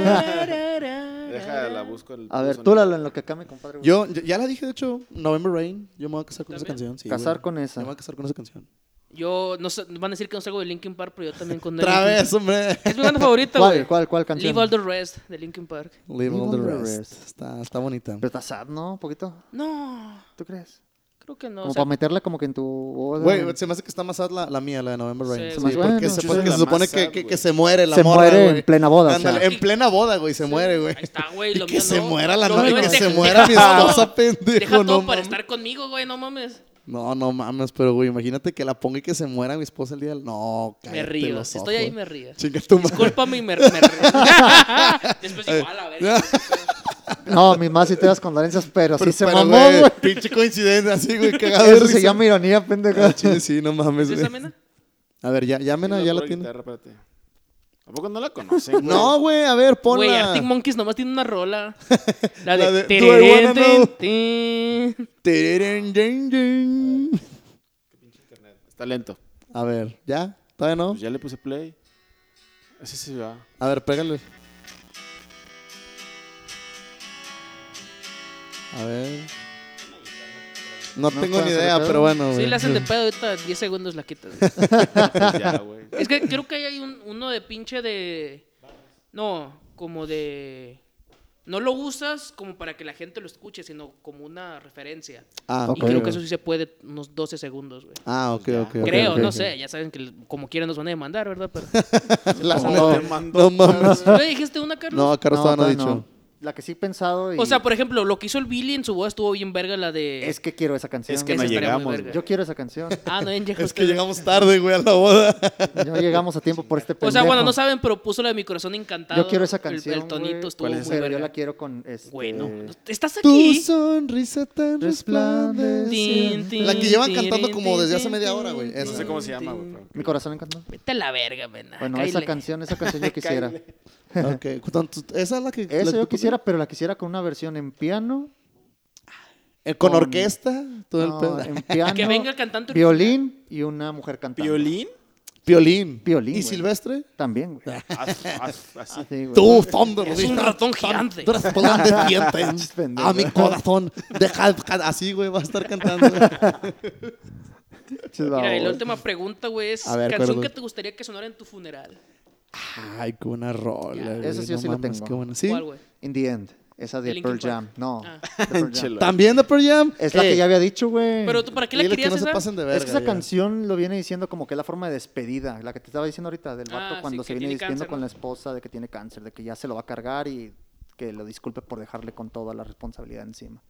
[SPEAKER 4] Deja, la busco. el
[SPEAKER 2] A
[SPEAKER 4] puro
[SPEAKER 2] ver,
[SPEAKER 4] sonido.
[SPEAKER 2] tú Lalo, en lo que acá mi compadre. güey.
[SPEAKER 3] Yo, yo- ya la dije, de hecho, November Rain. Yo me voy a casar con esa
[SPEAKER 1] ¿También?
[SPEAKER 3] canción. Sí,
[SPEAKER 2] Casar
[SPEAKER 3] güey.
[SPEAKER 2] con
[SPEAKER 3] Yo
[SPEAKER 2] esa.
[SPEAKER 3] me voy a casar con esa canción.
[SPEAKER 1] Yo, no sé, van a decir que no salgo de Linkin Park, pero yo también con
[SPEAKER 3] Otra
[SPEAKER 1] Linkin
[SPEAKER 3] vez, hombre.
[SPEAKER 1] Park. Es mi banda favorita, güey.
[SPEAKER 2] ¿Cuál, cuál, cuál canción?
[SPEAKER 1] Leave All the Rest de Linkin Park.
[SPEAKER 3] Leave all the rest. Está, está bonita.
[SPEAKER 2] Pero está sad, ¿no? Un poquito.
[SPEAKER 1] No,
[SPEAKER 2] ¿Tú crees?
[SPEAKER 1] creo que no.
[SPEAKER 2] Como
[SPEAKER 1] o sea,
[SPEAKER 2] para meterla como que en tu boda.
[SPEAKER 3] Güey, se me hace que está más sad la, la mía, la de November
[SPEAKER 1] Sí,
[SPEAKER 3] Rain. Sí,
[SPEAKER 2] güey.
[SPEAKER 3] porque
[SPEAKER 2] Bueno,
[SPEAKER 3] se,
[SPEAKER 2] sí.
[SPEAKER 3] porque se
[SPEAKER 4] La
[SPEAKER 3] supone
[SPEAKER 4] más
[SPEAKER 3] que, que,
[SPEAKER 4] sad,
[SPEAKER 3] que
[SPEAKER 4] güey.
[SPEAKER 3] se muere la
[SPEAKER 2] se
[SPEAKER 3] morra,
[SPEAKER 2] muere
[SPEAKER 3] güey.
[SPEAKER 2] en plena boda. o sea.
[SPEAKER 3] Ándale, en plena boda, güey, se muere, güey.
[SPEAKER 1] Ahí está, güey.
[SPEAKER 3] Y
[SPEAKER 1] lo
[SPEAKER 3] que
[SPEAKER 1] mío
[SPEAKER 3] se
[SPEAKER 1] no.
[SPEAKER 3] muera la
[SPEAKER 1] Lo
[SPEAKER 3] novia,
[SPEAKER 1] mío
[SPEAKER 3] que
[SPEAKER 1] es
[SPEAKER 3] se
[SPEAKER 1] deja-
[SPEAKER 3] muera mi
[SPEAKER 1] deja todo-
[SPEAKER 3] esposa,
[SPEAKER 1] Deja
[SPEAKER 3] pendejo.
[SPEAKER 1] todo
[SPEAKER 3] No,
[SPEAKER 1] para
[SPEAKER 3] mames.
[SPEAKER 1] estar conmigo, güey, no mames.
[SPEAKER 3] no, no mames, pero güey, imagínate que la ponga y que se muera mi esposa el día del... No, cállate
[SPEAKER 1] me río.
[SPEAKER 3] los
[SPEAKER 1] Si estoy
[SPEAKER 3] ojos.
[SPEAKER 1] ahí, me río.
[SPEAKER 3] Chinga tu madre.
[SPEAKER 1] Discúlpame y me, me río. Después igual, a ver.
[SPEAKER 2] No, mi más si te das condolencias, pero sí se
[SPEAKER 3] Pero,
[SPEAKER 2] mamó, güey.
[SPEAKER 3] Pinche coincidencia, así, güey, cagado de
[SPEAKER 2] Eso se
[SPEAKER 3] risa.
[SPEAKER 2] llama ironía, pendejo.
[SPEAKER 3] Ah, chile, sí, no mames,
[SPEAKER 1] ¿Es
[SPEAKER 3] güey.
[SPEAKER 1] esa mena?
[SPEAKER 3] A ver, ya, ya, mena,
[SPEAKER 4] Sí,
[SPEAKER 3] ya
[SPEAKER 4] pura
[SPEAKER 3] la tiene.
[SPEAKER 4] guitarra, espérate. ¿A poco no la conocen? güey?
[SPEAKER 3] No, güey, a ver, ponla.
[SPEAKER 1] Güey, Arctic Monkeys nomás tiene una rola. La de.
[SPEAKER 3] La de Do I Wanna Know?
[SPEAKER 1] tin, tin.
[SPEAKER 3] Tererén, yen, yen.
[SPEAKER 4] Está lento.
[SPEAKER 3] A ver, ¿ya? ¿Todavía no?
[SPEAKER 4] Pues ya le puse play. Así se va.
[SPEAKER 3] A ver, pégale. A ver. No,
[SPEAKER 2] No
[SPEAKER 3] tengo
[SPEAKER 2] puedo
[SPEAKER 3] ni
[SPEAKER 2] hacer
[SPEAKER 3] idea,
[SPEAKER 2] pedo.
[SPEAKER 3] pero bueno,
[SPEAKER 1] Sí,
[SPEAKER 3] güey.
[SPEAKER 1] le hacen de pedo ahorita 10 segundos la quitas. güey.
[SPEAKER 4] Pues ya, güey.
[SPEAKER 1] Es que creo que ahí hay un- uno de pinche de. No, como de. No lo usas como para que la gente lo escuche, sino como una referencia.
[SPEAKER 3] Ah,
[SPEAKER 2] Y
[SPEAKER 3] ok.
[SPEAKER 1] Y creo que eso sí se puede unos 12 segundos, güey.
[SPEAKER 3] Ah, ok, ok. ok,
[SPEAKER 1] creo,
[SPEAKER 3] ok,
[SPEAKER 1] no
[SPEAKER 3] ok.
[SPEAKER 1] sé. Ya saben que l- como quieran nos van a demandar, ¿verdad? Pero...
[SPEAKER 3] La-
[SPEAKER 4] Como
[SPEAKER 3] no,
[SPEAKER 4] te
[SPEAKER 3] no
[SPEAKER 4] mandó,
[SPEAKER 3] mames.
[SPEAKER 1] ¿Tú le dijiste una, Carlos?
[SPEAKER 3] No, Carlos
[SPEAKER 2] No,
[SPEAKER 3] todavía no ha
[SPEAKER 2] todavía
[SPEAKER 3] dicho.
[SPEAKER 2] la que sí he pensado. y-
[SPEAKER 1] O sea, pues, por ejemplo, lo que hizo el Billy en su voz estuvo bien verga la de.
[SPEAKER 2] Es que quiero esa canción.
[SPEAKER 4] Es que no
[SPEAKER 1] Esa estaría
[SPEAKER 4] llegamos,
[SPEAKER 1] muy verga.
[SPEAKER 2] Yo quiero esa canción.
[SPEAKER 1] Ah, no, en
[SPEAKER 3] Es que llegamos tarde, güey, a la boda.
[SPEAKER 2] No llegamos a tiempo por este pendejo.
[SPEAKER 1] O sea, bueno, no saben, pero puso la de mi corazón encantado.
[SPEAKER 2] Yo quiero esa
[SPEAKER 1] El-
[SPEAKER 2] canción.
[SPEAKER 1] El, tonito
[SPEAKER 2] güey.
[SPEAKER 1] estuvo
[SPEAKER 2] Pero
[SPEAKER 1] muy verga.
[SPEAKER 2] Yo la quiero con este...
[SPEAKER 1] Bueno, pues, estás
[SPEAKER 3] Tu
[SPEAKER 1] aquí.
[SPEAKER 3] sonrisa tan
[SPEAKER 1] Tin,
[SPEAKER 3] resplandece.
[SPEAKER 1] tin,
[SPEAKER 3] La que llevan
[SPEAKER 1] tin,
[SPEAKER 3] cantando
[SPEAKER 1] tin,
[SPEAKER 3] como
[SPEAKER 1] tin,
[SPEAKER 3] desde hace
[SPEAKER 1] tin,
[SPEAKER 3] media
[SPEAKER 1] tin,
[SPEAKER 3] hora, güey.
[SPEAKER 1] tin,
[SPEAKER 3] Esa.
[SPEAKER 4] No sé cómo se llama, güey. pero-
[SPEAKER 2] Mi corazón encantado.
[SPEAKER 1] Vete a la verga, ven. ah,
[SPEAKER 2] Bueno, esa
[SPEAKER 1] cáele.
[SPEAKER 2] canción, esa canción yo quisiera.
[SPEAKER 3] Ok, entonces, esa es la que... la
[SPEAKER 2] Esa
[SPEAKER 3] que
[SPEAKER 2] yo
[SPEAKER 3] tú-
[SPEAKER 2] quisiera, pero la quisiera con una versión en piano.
[SPEAKER 3] Eh, Con
[SPEAKER 2] con-
[SPEAKER 3] orquesta, todo
[SPEAKER 2] no,
[SPEAKER 3] el pedo.
[SPEAKER 2] en piano.
[SPEAKER 1] Que venga el cantante original.
[SPEAKER 2] Violín y una mujer cantando.
[SPEAKER 4] ¿Violín?
[SPEAKER 3] Violín.
[SPEAKER 2] Violín,
[SPEAKER 3] ¿Y
[SPEAKER 2] güey.
[SPEAKER 3] Silvestre?
[SPEAKER 2] También, güey.
[SPEAKER 4] As- as- Así.
[SPEAKER 2] Sí, güey.
[SPEAKER 3] Ah. Tú, Thunder.
[SPEAKER 1] Es un ratón gigante.
[SPEAKER 3] Resplandeciente
[SPEAKER 2] Pendejo.
[SPEAKER 3] a mi corazón. Deja, así, güey, va a estar cantando.
[SPEAKER 2] Chis,
[SPEAKER 1] Mira, y la
[SPEAKER 2] babos.
[SPEAKER 1] última pregunta, güey, es
[SPEAKER 3] A ver,
[SPEAKER 1] canción
[SPEAKER 3] acuerdo.
[SPEAKER 1] que te gustaría que sonara en tu funeral.
[SPEAKER 3] Ay, qué buena rola,
[SPEAKER 1] Ya,
[SPEAKER 3] güey,
[SPEAKER 2] esa sí yo sí la tengo.
[SPEAKER 3] qué buena. ¿Sí?
[SPEAKER 1] ¿Cuál, güey?
[SPEAKER 2] In the end. Esa de
[SPEAKER 1] Linkin
[SPEAKER 2] Pearl
[SPEAKER 1] Park.
[SPEAKER 2] Jam. No.
[SPEAKER 1] Ah.
[SPEAKER 2] de Pearl Jam.
[SPEAKER 3] También de Pearl Jam.
[SPEAKER 2] Es la
[SPEAKER 3] Eh,
[SPEAKER 2] que ya había dicho, güey.
[SPEAKER 1] Pero tú, ¿para qué la
[SPEAKER 3] dile que
[SPEAKER 1] querías
[SPEAKER 3] no se
[SPEAKER 1] esa?
[SPEAKER 3] pasen de verga.
[SPEAKER 2] es que esa
[SPEAKER 3] ya.
[SPEAKER 2] canción lo viene diciendo como que es la forma de despedida, la que te estaba diciendo ahorita del
[SPEAKER 1] Ah,
[SPEAKER 2] vato
[SPEAKER 1] sí,
[SPEAKER 2] cuando
[SPEAKER 1] que
[SPEAKER 2] se viene
[SPEAKER 1] tiene
[SPEAKER 2] despidiendo
[SPEAKER 1] cáncer,
[SPEAKER 2] con
[SPEAKER 1] ¿no?
[SPEAKER 2] la esposa de que tiene cáncer, de que ya se lo va a cargar y que lo disculpe por dejarle con toda la responsabilidad encima.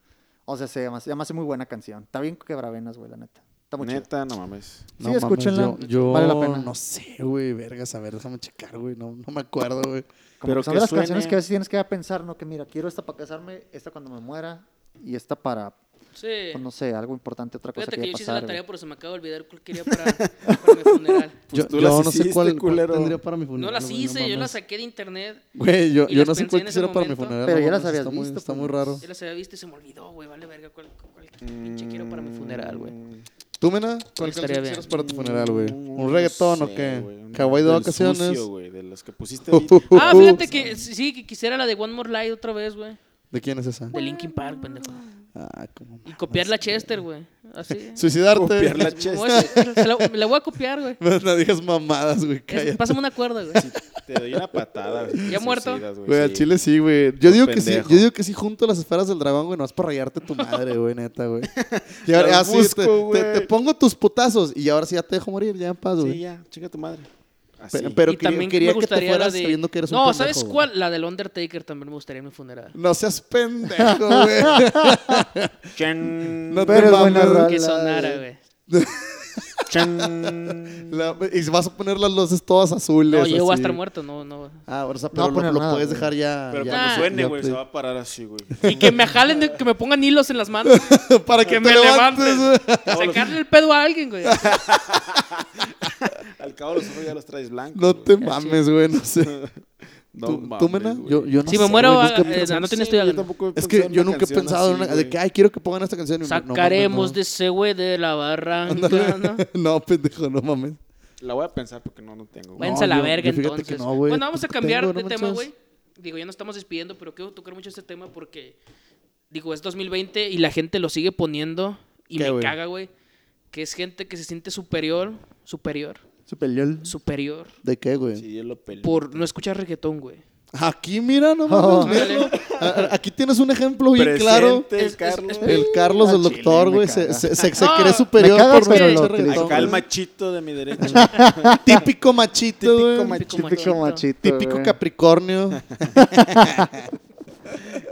[SPEAKER 2] O sea, se llama, se llama así muy buena canción. Está bien quebravenas, güey, la neta. Está muy chida.
[SPEAKER 4] Neta, no mames.
[SPEAKER 2] Sí, escúchenla.
[SPEAKER 3] yo, yo
[SPEAKER 2] Vale la pena.
[SPEAKER 3] No sé, güey, vergas. A ver, déjame checar, güey. No, no me acuerdo, güey.
[SPEAKER 2] Como
[SPEAKER 4] Pero
[SPEAKER 2] que son
[SPEAKER 4] que
[SPEAKER 2] de las
[SPEAKER 4] suene.
[SPEAKER 2] canciones que a veces tienes que pensar, ¿no? Que mira, quiero esta para casarme, esta cuando me muera y esta para,
[SPEAKER 1] Sí.
[SPEAKER 2] pues, no sé, algo importante, otra cosa
[SPEAKER 1] Fíjate que
[SPEAKER 2] que vaya
[SPEAKER 1] yo
[SPEAKER 2] a
[SPEAKER 1] hice la
[SPEAKER 2] pasar.
[SPEAKER 1] tarea,
[SPEAKER 2] güey.
[SPEAKER 1] pero se me acaba de olvidar cuál quería para, para mi funeral.
[SPEAKER 4] Pues
[SPEAKER 3] yo
[SPEAKER 4] tú
[SPEAKER 3] yo
[SPEAKER 4] las
[SPEAKER 3] no sé
[SPEAKER 4] hiciste,
[SPEAKER 3] cuál, cuál
[SPEAKER 4] culero.
[SPEAKER 3] tendría para mi funeral.
[SPEAKER 1] No las
[SPEAKER 3] güey,
[SPEAKER 1] hice, yo
[SPEAKER 3] mames.
[SPEAKER 1] las saqué de internet.
[SPEAKER 3] Güey, yo,
[SPEAKER 1] y
[SPEAKER 3] yo
[SPEAKER 1] las
[SPEAKER 3] no sé
[SPEAKER 1] pensé
[SPEAKER 3] cuál
[SPEAKER 1] en ese
[SPEAKER 3] quisiera para mi
[SPEAKER 1] momento.
[SPEAKER 3] funeral.
[SPEAKER 2] Pero
[SPEAKER 3] no
[SPEAKER 2] ya las
[SPEAKER 3] mames,
[SPEAKER 2] habías
[SPEAKER 3] está muy-
[SPEAKER 2] visto,
[SPEAKER 3] Está muy
[SPEAKER 2] pues.
[SPEAKER 3] raro.
[SPEAKER 1] Yo las había visto y se me olvidó, güey. Vale, verga, cuál, cuál pinche quiero para mi funeral, güey.
[SPEAKER 3] ¿Tú, Mena? ¿Cuál
[SPEAKER 1] Estaría
[SPEAKER 3] canción
[SPEAKER 1] bien.
[SPEAKER 3] quisieras para tu funeral, güey?
[SPEAKER 4] Mm, No
[SPEAKER 3] ¿Un reggaetón
[SPEAKER 4] sé,
[SPEAKER 3] o qué?
[SPEAKER 4] güey, un-
[SPEAKER 3] ¿Kawaii de
[SPEAKER 4] del
[SPEAKER 3] vacaciones?
[SPEAKER 4] sucio, güey, de los que pusiste. ahorita.
[SPEAKER 1] Ah,
[SPEAKER 3] Uh, uh.
[SPEAKER 1] fíjate que sí, que quisiera la de One More Light otra vez, güey.
[SPEAKER 3] ¿De quién es esa?
[SPEAKER 1] De Linkin Park, pendejo.
[SPEAKER 3] Ah, como...
[SPEAKER 1] Y copiar la Chester, güey. Así.
[SPEAKER 3] Suicidarte.
[SPEAKER 4] Copiar la
[SPEAKER 1] Me
[SPEAKER 4] chest.
[SPEAKER 1] voy a- se la, me la voy a copiar, güey.
[SPEAKER 3] No digas mamadas, güey.
[SPEAKER 1] Es-
[SPEAKER 3] Cállate.
[SPEAKER 1] Pásame una cuerda, güey.
[SPEAKER 4] Te doy una patada. güey,
[SPEAKER 1] ¿Ya
[SPEAKER 4] te
[SPEAKER 1] muerto?
[SPEAKER 4] suicidas,
[SPEAKER 3] Güey, al
[SPEAKER 4] sí.
[SPEAKER 3] chile sí, güey. Yo digo que sí,
[SPEAKER 4] pendejo.
[SPEAKER 3] yo digo que sí, junto a las esferas del dragón, güey, no es para rayarte tu madre, güey, neta, güey. Y ahora,
[SPEAKER 4] Las
[SPEAKER 3] así,
[SPEAKER 4] busco,
[SPEAKER 3] te- te,
[SPEAKER 4] güey.
[SPEAKER 3] te pongo tus putazos y ahora sí ya te dejo morir, ya en paz,
[SPEAKER 4] Sí,
[SPEAKER 3] güey.
[SPEAKER 4] ya, chinga tu madre. Así.
[SPEAKER 3] Pe- Pero
[SPEAKER 1] y
[SPEAKER 3] quería-
[SPEAKER 1] también
[SPEAKER 3] quería
[SPEAKER 1] me
[SPEAKER 3] que te
[SPEAKER 1] gustaría la
[SPEAKER 3] fueras
[SPEAKER 1] de...
[SPEAKER 3] sabiendo que eres un
[SPEAKER 1] No,
[SPEAKER 3] pendejo,
[SPEAKER 1] ¿sabes
[SPEAKER 3] güey.
[SPEAKER 1] cuál? La del Undertaker también me gustaría en mi funeral.
[SPEAKER 3] No seas pendejo, güey.
[SPEAKER 4] Chan,
[SPEAKER 3] No te
[SPEAKER 2] Pero es buena
[SPEAKER 3] mames.
[SPEAKER 2] rola.
[SPEAKER 1] Que
[SPEAKER 2] la-
[SPEAKER 1] sonara, güey.
[SPEAKER 4] chan.
[SPEAKER 3] La- y vas a poner las luces todas azules.
[SPEAKER 1] No, yo voy a
[SPEAKER 3] así.
[SPEAKER 1] estar muerto, no, no.
[SPEAKER 3] Ah, o sea,
[SPEAKER 2] No va
[SPEAKER 3] pero
[SPEAKER 2] a
[SPEAKER 3] lo,
[SPEAKER 2] poner
[SPEAKER 3] lo
[SPEAKER 2] nada,
[SPEAKER 3] puedes
[SPEAKER 2] güey.
[SPEAKER 3] dejar ya.
[SPEAKER 4] Pero
[SPEAKER 3] ya
[SPEAKER 1] Ah.
[SPEAKER 4] cuando suene,
[SPEAKER 3] ya
[SPEAKER 4] güey,
[SPEAKER 3] te-
[SPEAKER 4] se va a parar así, güey.
[SPEAKER 1] Y que me jalen, de- que me pongan hilos en las manos.
[SPEAKER 3] Para que,
[SPEAKER 1] Que
[SPEAKER 3] te
[SPEAKER 1] me
[SPEAKER 3] levantes, güey.
[SPEAKER 1] levanten. Sacarle el pedo a alguien, güey.
[SPEAKER 4] Al cabo los ojos ya los traes blancos.
[SPEAKER 3] No
[SPEAKER 4] güey.
[SPEAKER 3] te mames, güey, no sé.
[SPEAKER 4] No
[SPEAKER 3] ¿Tú,
[SPEAKER 4] mames,
[SPEAKER 3] tú, Mena?
[SPEAKER 4] güey.
[SPEAKER 3] Yo, yo no
[SPEAKER 1] Si
[SPEAKER 3] sé,
[SPEAKER 1] me muero,
[SPEAKER 3] güey,
[SPEAKER 1] ah,
[SPEAKER 3] nunca he
[SPEAKER 1] eh,
[SPEAKER 3] pensado-
[SPEAKER 1] no tienes
[SPEAKER 4] Sí,
[SPEAKER 1] tú ya
[SPEAKER 4] yo
[SPEAKER 1] ganado.
[SPEAKER 4] tampoco he
[SPEAKER 3] Es
[SPEAKER 4] pensado
[SPEAKER 3] que
[SPEAKER 4] en
[SPEAKER 3] yo
[SPEAKER 4] una
[SPEAKER 3] nunca he
[SPEAKER 4] canción
[SPEAKER 3] pensado en
[SPEAKER 4] así,
[SPEAKER 3] una- de
[SPEAKER 4] güey.
[SPEAKER 3] que, ay, quiero que pongan esta canción. y no- no mames,
[SPEAKER 1] Sacaremos
[SPEAKER 3] no.
[SPEAKER 1] de ese güey de la barranca. ¿no?
[SPEAKER 3] No, pendejo, no mames.
[SPEAKER 4] La voy a pensar porque no, no tengo. güey.
[SPEAKER 3] Bueno.
[SPEAKER 1] Váyanse a la
[SPEAKER 3] yo-
[SPEAKER 1] verga
[SPEAKER 3] yo fíjate que
[SPEAKER 1] entonces.
[SPEAKER 3] no, güey.
[SPEAKER 1] bueno, vamos a
[SPEAKER 3] Tampoco
[SPEAKER 1] cambiar
[SPEAKER 3] tengo,
[SPEAKER 1] de
[SPEAKER 3] no
[SPEAKER 1] tema,
[SPEAKER 3] manches.
[SPEAKER 1] güey. Digo, ya no estamos despidiendo, pero quiero tocar mucho este tema porque, digo, es 2020 y la gente lo sigue poniendo y
[SPEAKER 3] ¿Qué,
[SPEAKER 1] me
[SPEAKER 3] güey?
[SPEAKER 1] caga, güey. Que es gente que se siente superior, superior,
[SPEAKER 3] Superior.
[SPEAKER 1] superior
[SPEAKER 3] ¿De qué, güey?
[SPEAKER 4] Sí, yo lo pelé.
[SPEAKER 1] por no escuchar reggaetón, güey.
[SPEAKER 3] Aquí, mira, no mames.
[SPEAKER 1] Ándale.
[SPEAKER 3] velo. A- a- Aquí tienes un ejemplo bien
[SPEAKER 4] Presente,
[SPEAKER 3] claro.
[SPEAKER 1] Es- es-
[SPEAKER 4] Carlos.
[SPEAKER 1] es-
[SPEAKER 3] El Carlos,
[SPEAKER 2] Ah,
[SPEAKER 3] el
[SPEAKER 2] chile,
[SPEAKER 3] doctor,
[SPEAKER 2] me
[SPEAKER 3] güey, se,
[SPEAKER 2] caga.
[SPEAKER 3] se, se- se
[SPEAKER 1] Ah,
[SPEAKER 3] cree
[SPEAKER 1] me
[SPEAKER 3] superior
[SPEAKER 2] caga,
[SPEAKER 3] por no
[SPEAKER 1] pero
[SPEAKER 3] escuchar
[SPEAKER 2] lo
[SPEAKER 3] reggaetón,
[SPEAKER 4] Acá el
[SPEAKER 3] güey.
[SPEAKER 4] machito de mi derecha.
[SPEAKER 3] Típico machito,
[SPEAKER 4] Típico
[SPEAKER 3] güey.
[SPEAKER 4] machito.
[SPEAKER 2] Típico machito.
[SPEAKER 3] Típico
[SPEAKER 2] güey.
[SPEAKER 3] capricornio.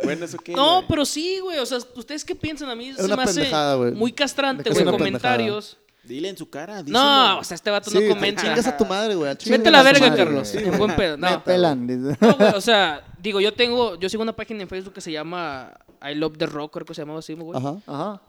[SPEAKER 4] bueno, eso qué.
[SPEAKER 1] No,
[SPEAKER 4] güey?
[SPEAKER 1] pero sí, güey. O sea, ¿ustedes qué piensan? A mí se
[SPEAKER 3] una
[SPEAKER 1] me hace
[SPEAKER 3] pendejada, güey.
[SPEAKER 1] muy castrante,
[SPEAKER 3] Es
[SPEAKER 1] güey,
[SPEAKER 3] una
[SPEAKER 1] comentarios.
[SPEAKER 4] Dile en su cara.
[SPEAKER 1] No,
[SPEAKER 4] díselo.
[SPEAKER 1] o sea, este vato
[SPEAKER 3] Sí,
[SPEAKER 1] no
[SPEAKER 3] te
[SPEAKER 1] comenta.
[SPEAKER 3] chingas a tu madre, güey. al chile.
[SPEAKER 1] Vete a la
[SPEAKER 2] Chinga su
[SPEAKER 1] verga,
[SPEAKER 2] madre,
[SPEAKER 1] Carlos.
[SPEAKER 2] güey.
[SPEAKER 1] en buen pedo. No,
[SPEAKER 2] Me pelan. dice.
[SPEAKER 1] No, güey, o sea, digo, yo tengo, yo sigo una página en Facebook que se llama I Love the Rock, creo que se llamaba así, güey.
[SPEAKER 3] Ajá.
[SPEAKER 2] Ajá.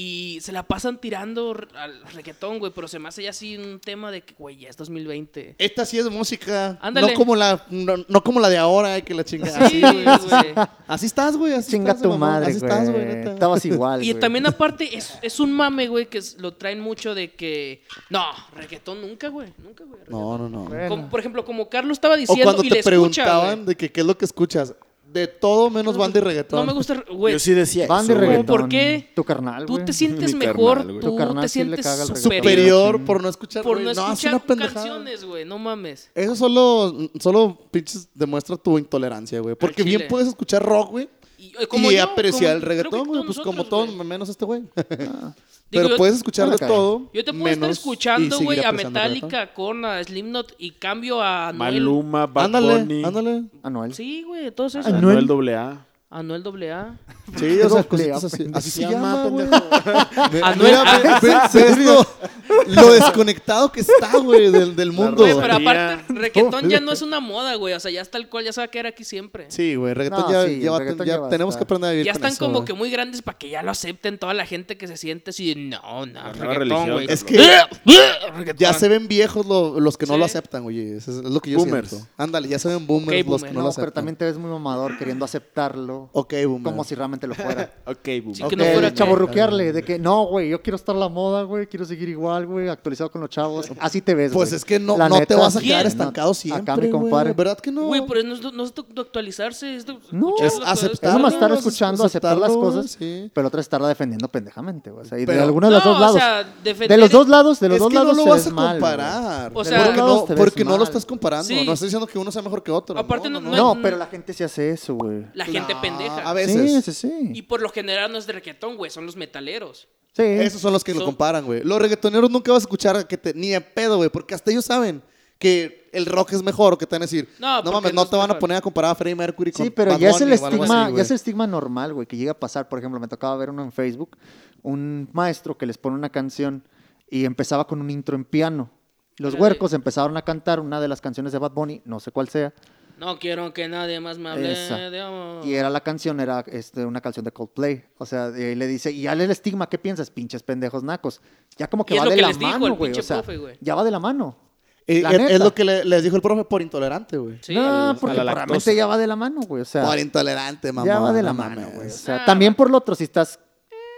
[SPEAKER 1] Y se la pasan tirando r- al reggaetón, güey, pero se me hace ya así un tema de que, güey, ya es 2020.
[SPEAKER 3] Esta sí es música.
[SPEAKER 1] Ándale.
[SPEAKER 3] No como la, no, no como la de ahora, eh, que la chingada.
[SPEAKER 1] Sí, güey.
[SPEAKER 3] Así estás, güey. Así
[SPEAKER 2] Chinga
[SPEAKER 3] estás,
[SPEAKER 2] tu
[SPEAKER 3] mamón,
[SPEAKER 2] madre,
[SPEAKER 3] Así estás, güey.
[SPEAKER 2] güey.
[SPEAKER 3] neta.
[SPEAKER 2] Estabas igual,
[SPEAKER 1] Y
[SPEAKER 2] güey.
[SPEAKER 1] también aparte es, es un mame, güey, que es- lo traen mucho de que, no, reggaetón nunca, güey, nunca, güey. reggaetón.
[SPEAKER 3] No, no, no.
[SPEAKER 2] Bueno.
[SPEAKER 1] Como- por ejemplo, como Carlos estaba
[SPEAKER 3] O
[SPEAKER 1] diciendo
[SPEAKER 3] cuando
[SPEAKER 1] y
[SPEAKER 3] te
[SPEAKER 1] le escucha,
[SPEAKER 3] preguntaban
[SPEAKER 1] güey.
[SPEAKER 3] de que qué es lo que escuchas. De todo menos banda y reggaetón.
[SPEAKER 1] No me gusta, güey.
[SPEAKER 4] Yo sí decía
[SPEAKER 2] Banda y
[SPEAKER 4] eso, güey.
[SPEAKER 2] reggaetón.
[SPEAKER 1] ¿Por qué?
[SPEAKER 2] Tu carnal,
[SPEAKER 1] Tú
[SPEAKER 2] güey.
[SPEAKER 1] te sientes
[SPEAKER 4] Mi
[SPEAKER 1] mejor,
[SPEAKER 4] carnal, güey.
[SPEAKER 1] tú
[SPEAKER 2] Tu carnal
[SPEAKER 1] te
[SPEAKER 2] sí le
[SPEAKER 1] sientes
[SPEAKER 2] caga el reggaetón.
[SPEAKER 1] superior
[SPEAKER 3] superior por no escuchar
[SPEAKER 1] por
[SPEAKER 3] güey.
[SPEAKER 1] no
[SPEAKER 3] es
[SPEAKER 1] escuchar
[SPEAKER 3] una pendejada.
[SPEAKER 1] canciones, güey, no mames.
[SPEAKER 3] Eso solo, solo pinches demuestra tu intolerancia, güey. Porque
[SPEAKER 1] chile.
[SPEAKER 3] bien puedes escuchar rock, güey.
[SPEAKER 1] Y, eh, como
[SPEAKER 3] y
[SPEAKER 1] yo,
[SPEAKER 3] apreciar
[SPEAKER 1] como-
[SPEAKER 3] el
[SPEAKER 1] creo
[SPEAKER 3] reggaetón,
[SPEAKER 1] que
[SPEAKER 3] güey, pues
[SPEAKER 1] todos
[SPEAKER 3] como
[SPEAKER 1] nosotros,
[SPEAKER 3] todos,
[SPEAKER 1] güey.
[SPEAKER 3] menos este güey.
[SPEAKER 1] Digo,
[SPEAKER 3] Pero
[SPEAKER 1] yo-
[SPEAKER 3] puedes escuchar
[SPEAKER 2] Ah,
[SPEAKER 3] de
[SPEAKER 2] cabrón.
[SPEAKER 3] todo.
[SPEAKER 1] Yo te puedo estar
[SPEAKER 3] menos y
[SPEAKER 1] escuchando,
[SPEAKER 3] seguir
[SPEAKER 1] güey, a
[SPEAKER 3] apreciando el reggaetón.
[SPEAKER 1] Metallica con a Slipknot y cambio a Anuel.
[SPEAKER 5] Maluma, Bad
[SPEAKER 3] Ándale,
[SPEAKER 5] Bunny,
[SPEAKER 3] ándale.
[SPEAKER 2] Anuel.
[SPEAKER 1] Sí, güey, todos esos.
[SPEAKER 2] Anuel.
[SPEAKER 5] Anuel AA.
[SPEAKER 1] Anuel AA.
[SPEAKER 3] Sí, o sea,
[SPEAKER 2] Doble
[SPEAKER 3] cositas
[SPEAKER 2] A,
[SPEAKER 3] así.
[SPEAKER 2] pendejo.
[SPEAKER 3] Así se llama, güey.
[SPEAKER 1] Anuel, ah,
[SPEAKER 3] Mira, ve- ve- ve esto, lo desconectado que está, güey, del, del mundo.
[SPEAKER 1] Güey,
[SPEAKER 5] Todo.
[SPEAKER 1] pero aparte,
[SPEAKER 5] Todo.
[SPEAKER 1] reggaetón ya no es una moda, güey. O sea, ya está el cual, ya se va a quedar aquí siempre.
[SPEAKER 3] Sí, güey,
[SPEAKER 2] No,
[SPEAKER 3] reggaetón ya,
[SPEAKER 2] sí,
[SPEAKER 3] ya
[SPEAKER 2] el
[SPEAKER 3] va-
[SPEAKER 2] reggaetón
[SPEAKER 3] ya
[SPEAKER 2] ya va a
[SPEAKER 3] tenemos que
[SPEAKER 2] estar.
[SPEAKER 3] aprender a vivir
[SPEAKER 1] Ya
[SPEAKER 3] con
[SPEAKER 1] están
[SPEAKER 3] eso,
[SPEAKER 1] como
[SPEAKER 3] güey.
[SPEAKER 1] que muy grandes para que ya lo acepten toda la gente que se siente así. de, No, no,
[SPEAKER 5] nueva
[SPEAKER 1] reggaetón,
[SPEAKER 5] religión,
[SPEAKER 1] güey.
[SPEAKER 3] Es que ya
[SPEAKER 1] Reggaetón.
[SPEAKER 3] se ven viejos lo- los que no
[SPEAKER 1] Sí.
[SPEAKER 3] lo aceptan, oye. Eso Es, es lo que yo
[SPEAKER 5] Boomers.
[SPEAKER 3] siento. Ándale, ya se ven boomers
[SPEAKER 1] Ok,
[SPEAKER 3] los
[SPEAKER 1] boomer.
[SPEAKER 3] que
[SPEAKER 2] No,
[SPEAKER 3] no, lo
[SPEAKER 2] pero
[SPEAKER 3] aceptan.
[SPEAKER 2] también te ves muy mamador queriendo aceptarlo
[SPEAKER 3] Ok, boomer.
[SPEAKER 2] como si realmente lo fuera.
[SPEAKER 5] Ok, boom.
[SPEAKER 1] Sí, que no
[SPEAKER 2] Ok,
[SPEAKER 1] fuera
[SPEAKER 2] chavorruquearle, de que no, güey, yo quiero estar a la moda, güey, quiero seguir igual, güey, actualizado con los chavos. Así te ves,
[SPEAKER 3] Pues
[SPEAKER 2] güey.
[SPEAKER 3] es que no,
[SPEAKER 2] La
[SPEAKER 3] no te
[SPEAKER 2] neta,
[SPEAKER 3] vas a
[SPEAKER 1] ¿quién?
[SPEAKER 3] quedar
[SPEAKER 1] No,
[SPEAKER 3] estancado siempre,
[SPEAKER 2] acá mi compadre.
[SPEAKER 3] güey. ¿Verdad que no?
[SPEAKER 1] Güey, pero no, es- no es de escualizarse, es de
[SPEAKER 2] No,
[SPEAKER 1] escuchar
[SPEAKER 3] Es
[SPEAKER 1] lo que-
[SPEAKER 3] aceptar.
[SPEAKER 2] Es más estar
[SPEAKER 3] ¿no?
[SPEAKER 2] escuchando, aceptar las
[SPEAKER 3] Aceptarlo,
[SPEAKER 2] cosas,
[SPEAKER 3] sí.
[SPEAKER 2] pero otra estarla defendiendo pendejamente, güey. O sea, y de
[SPEAKER 3] Pero-
[SPEAKER 2] alguno de los
[SPEAKER 1] No,
[SPEAKER 2] dos lados.
[SPEAKER 1] O sea, defender-
[SPEAKER 2] de los dos lados, de los
[SPEAKER 3] es
[SPEAKER 2] dos
[SPEAKER 3] que
[SPEAKER 2] lados
[SPEAKER 3] no
[SPEAKER 2] se
[SPEAKER 3] lo vas a
[SPEAKER 2] ves mal, güey.
[SPEAKER 3] comparar.
[SPEAKER 1] O
[SPEAKER 3] O
[SPEAKER 1] sea-
[SPEAKER 3] sea, porque
[SPEAKER 2] Por
[SPEAKER 3] no,
[SPEAKER 2] lados te ves
[SPEAKER 3] porque no lo
[SPEAKER 2] mal.
[SPEAKER 3] estás comparando.
[SPEAKER 1] Sí.
[SPEAKER 3] No estoy diciendo que uno sea mejor que otro.
[SPEAKER 1] Aparte no-
[SPEAKER 2] No, pero la gente se hace eso, güey.
[SPEAKER 1] La gente
[SPEAKER 3] No,
[SPEAKER 1] pendeja.
[SPEAKER 3] A
[SPEAKER 2] Sí,
[SPEAKER 3] veces.
[SPEAKER 2] sí, sí.
[SPEAKER 1] Y por lo general no es de reggaetón, güey, son los metaleros.
[SPEAKER 2] Sí.
[SPEAKER 3] Esos son los que lo
[SPEAKER 1] Son-
[SPEAKER 3] comparan, güey. Los reggaetoneros nunca vas a escuchar a que te, ni a pedo, güey, porque hasta ellos saben que el rock es mejor o que te van a decir,
[SPEAKER 1] No,
[SPEAKER 3] no,
[SPEAKER 1] porque
[SPEAKER 3] mames,
[SPEAKER 1] no
[SPEAKER 3] no,
[SPEAKER 1] es
[SPEAKER 3] te van
[SPEAKER 1] mejor".
[SPEAKER 3] a poner a comparar a Freddie Mercury con
[SPEAKER 2] Sí, pero
[SPEAKER 3] Bad
[SPEAKER 2] ya es el
[SPEAKER 3] Bunny o algo
[SPEAKER 2] estigma,
[SPEAKER 3] así,
[SPEAKER 2] ya es el
[SPEAKER 3] güey.
[SPEAKER 2] estigma normal, güey, que llega a pasar. Por ejemplo, me tocaba ver uno en Facebook, un maestro que les pone una canción y empezaba con un intro en piano. Los
[SPEAKER 1] Ándale.
[SPEAKER 2] huercos empezaron a cantar una de las canciones de Bad Bunny, no sé cuál sea,
[SPEAKER 1] No quiero que nadie más me hable
[SPEAKER 2] Esa.
[SPEAKER 1] de amor.
[SPEAKER 2] y era la canción, era este, una canción de Coldplay. O sea, y ahí le dice, y ya el estigma, ¿qué piensas, pinches pendejos nacos? Ya como que
[SPEAKER 1] Y es
[SPEAKER 2] va
[SPEAKER 1] lo
[SPEAKER 2] de
[SPEAKER 1] que
[SPEAKER 2] la
[SPEAKER 1] les dijo
[SPEAKER 2] mano,
[SPEAKER 1] el
[SPEAKER 2] güey.
[SPEAKER 1] pinche
[SPEAKER 2] O sea,
[SPEAKER 1] profe, güey.
[SPEAKER 2] ya va de la mano.
[SPEAKER 3] Eh,
[SPEAKER 2] La
[SPEAKER 3] eh,
[SPEAKER 2] neta.
[SPEAKER 3] es lo que le- les dijo el profe por intolerante, güey.
[SPEAKER 1] Sí,
[SPEAKER 2] no,
[SPEAKER 1] al-
[SPEAKER 2] porque
[SPEAKER 5] a la lactosa.
[SPEAKER 2] realmente ya va de la mano, güey. O sea,
[SPEAKER 3] Por intolerante, mamá.
[SPEAKER 2] ya va de
[SPEAKER 3] no
[SPEAKER 2] la
[SPEAKER 3] mames.
[SPEAKER 2] mano, güey. O sea,
[SPEAKER 1] Ah,
[SPEAKER 2] también por lo otro, si estás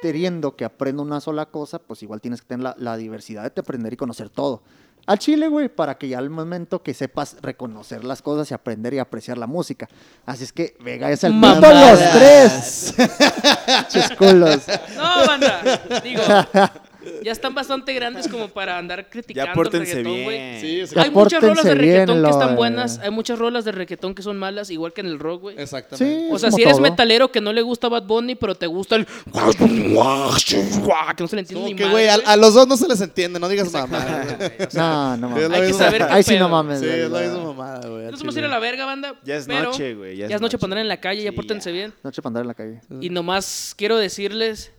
[SPEAKER 2] queriendo que aprenda una sola cosa, pues igual tienes que tener la, la diversidad de te aprender y conocer todo. Al chile, güey, para que ya al momento que sepas reconocer las cosas y aprender y apreciar la música. Así es que Vega es el
[SPEAKER 1] Mamadas.
[SPEAKER 2] punto los tres. Chisculos.
[SPEAKER 1] No, banda. Digo, ya están bastante grandes como para andar criticando
[SPEAKER 5] Ya
[SPEAKER 1] el
[SPEAKER 5] pórtense
[SPEAKER 1] reggaetón,
[SPEAKER 5] bien.
[SPEAKER 1] güey.
[SPEAKER 4] Sí, o sea,
[SPEAKER 2] Ya
[SPEAKER 1] Hay muchas rolas de
[SPEAKER 2] pórtense bien,
[SPEAKER 1] reggaetón que
[SPEAKER 2] lo-
[SPEAKER 1] están buenas, hay muchas rolas de reggaetón que son malas, igual que en el rock, güey.
[SPEAKER 3] Exactamente.
[SPEAKER 2] Sí.
[SPEAKER 1] O
[SPEAKER 2] Es
[SPEAKER 1] sea,
[SPEAKER 2] como
[SPEAKER 1] si eres
[SPEAKER 2] todo.
[SPEAKER 1] metalero que no le gusta Bad Bunny, pero te gusta el... ah, Que no se le entiende
[SPEAKER 3] Como
[SPEAKER 1] ni
[SPEAKER 3] que,
[SPEAKER 1] madre,
[SPEAKER 3] güey, a,
[SPEAKER 1] güey.
[SPEAKER 3] a los dos no se les entiende, no digas mamá.
[SPEAKER 2] No, no mames.
[SPEAKER 3] Es la Hay que misma-
[SPEAKER 1] saber qué
[SPEAKER 2] Ahí sí
[SPEAKER 1] pedo.
[SPEAKER 2] no mames.
[SPEAKER 3] Sí,
[SPEAKER 2] güey,
[SPEAKER 3] es la
[SPEAKER 2] la-
[SPEAKER 3] misma mamada, güey. al
[SPEAKER 1] Entonces vamos a
[SPEAKER 3] chile.
[SPEAKER 1] ir a la verga, banda.
[SPEAKER 5] Ya es
[SPEAKER 1] pero
[SPEAKER 5] noche, güey,
[SPEAKER 1] Ya, es noche para andar en la calle, ya
[SPEAKER 5] Sí,
[SPEAKER 1] pórtense bien.
[SPEAKER 2] Noche para andar en la calle.
[SPEAKER 1] Y nomás quiero decirles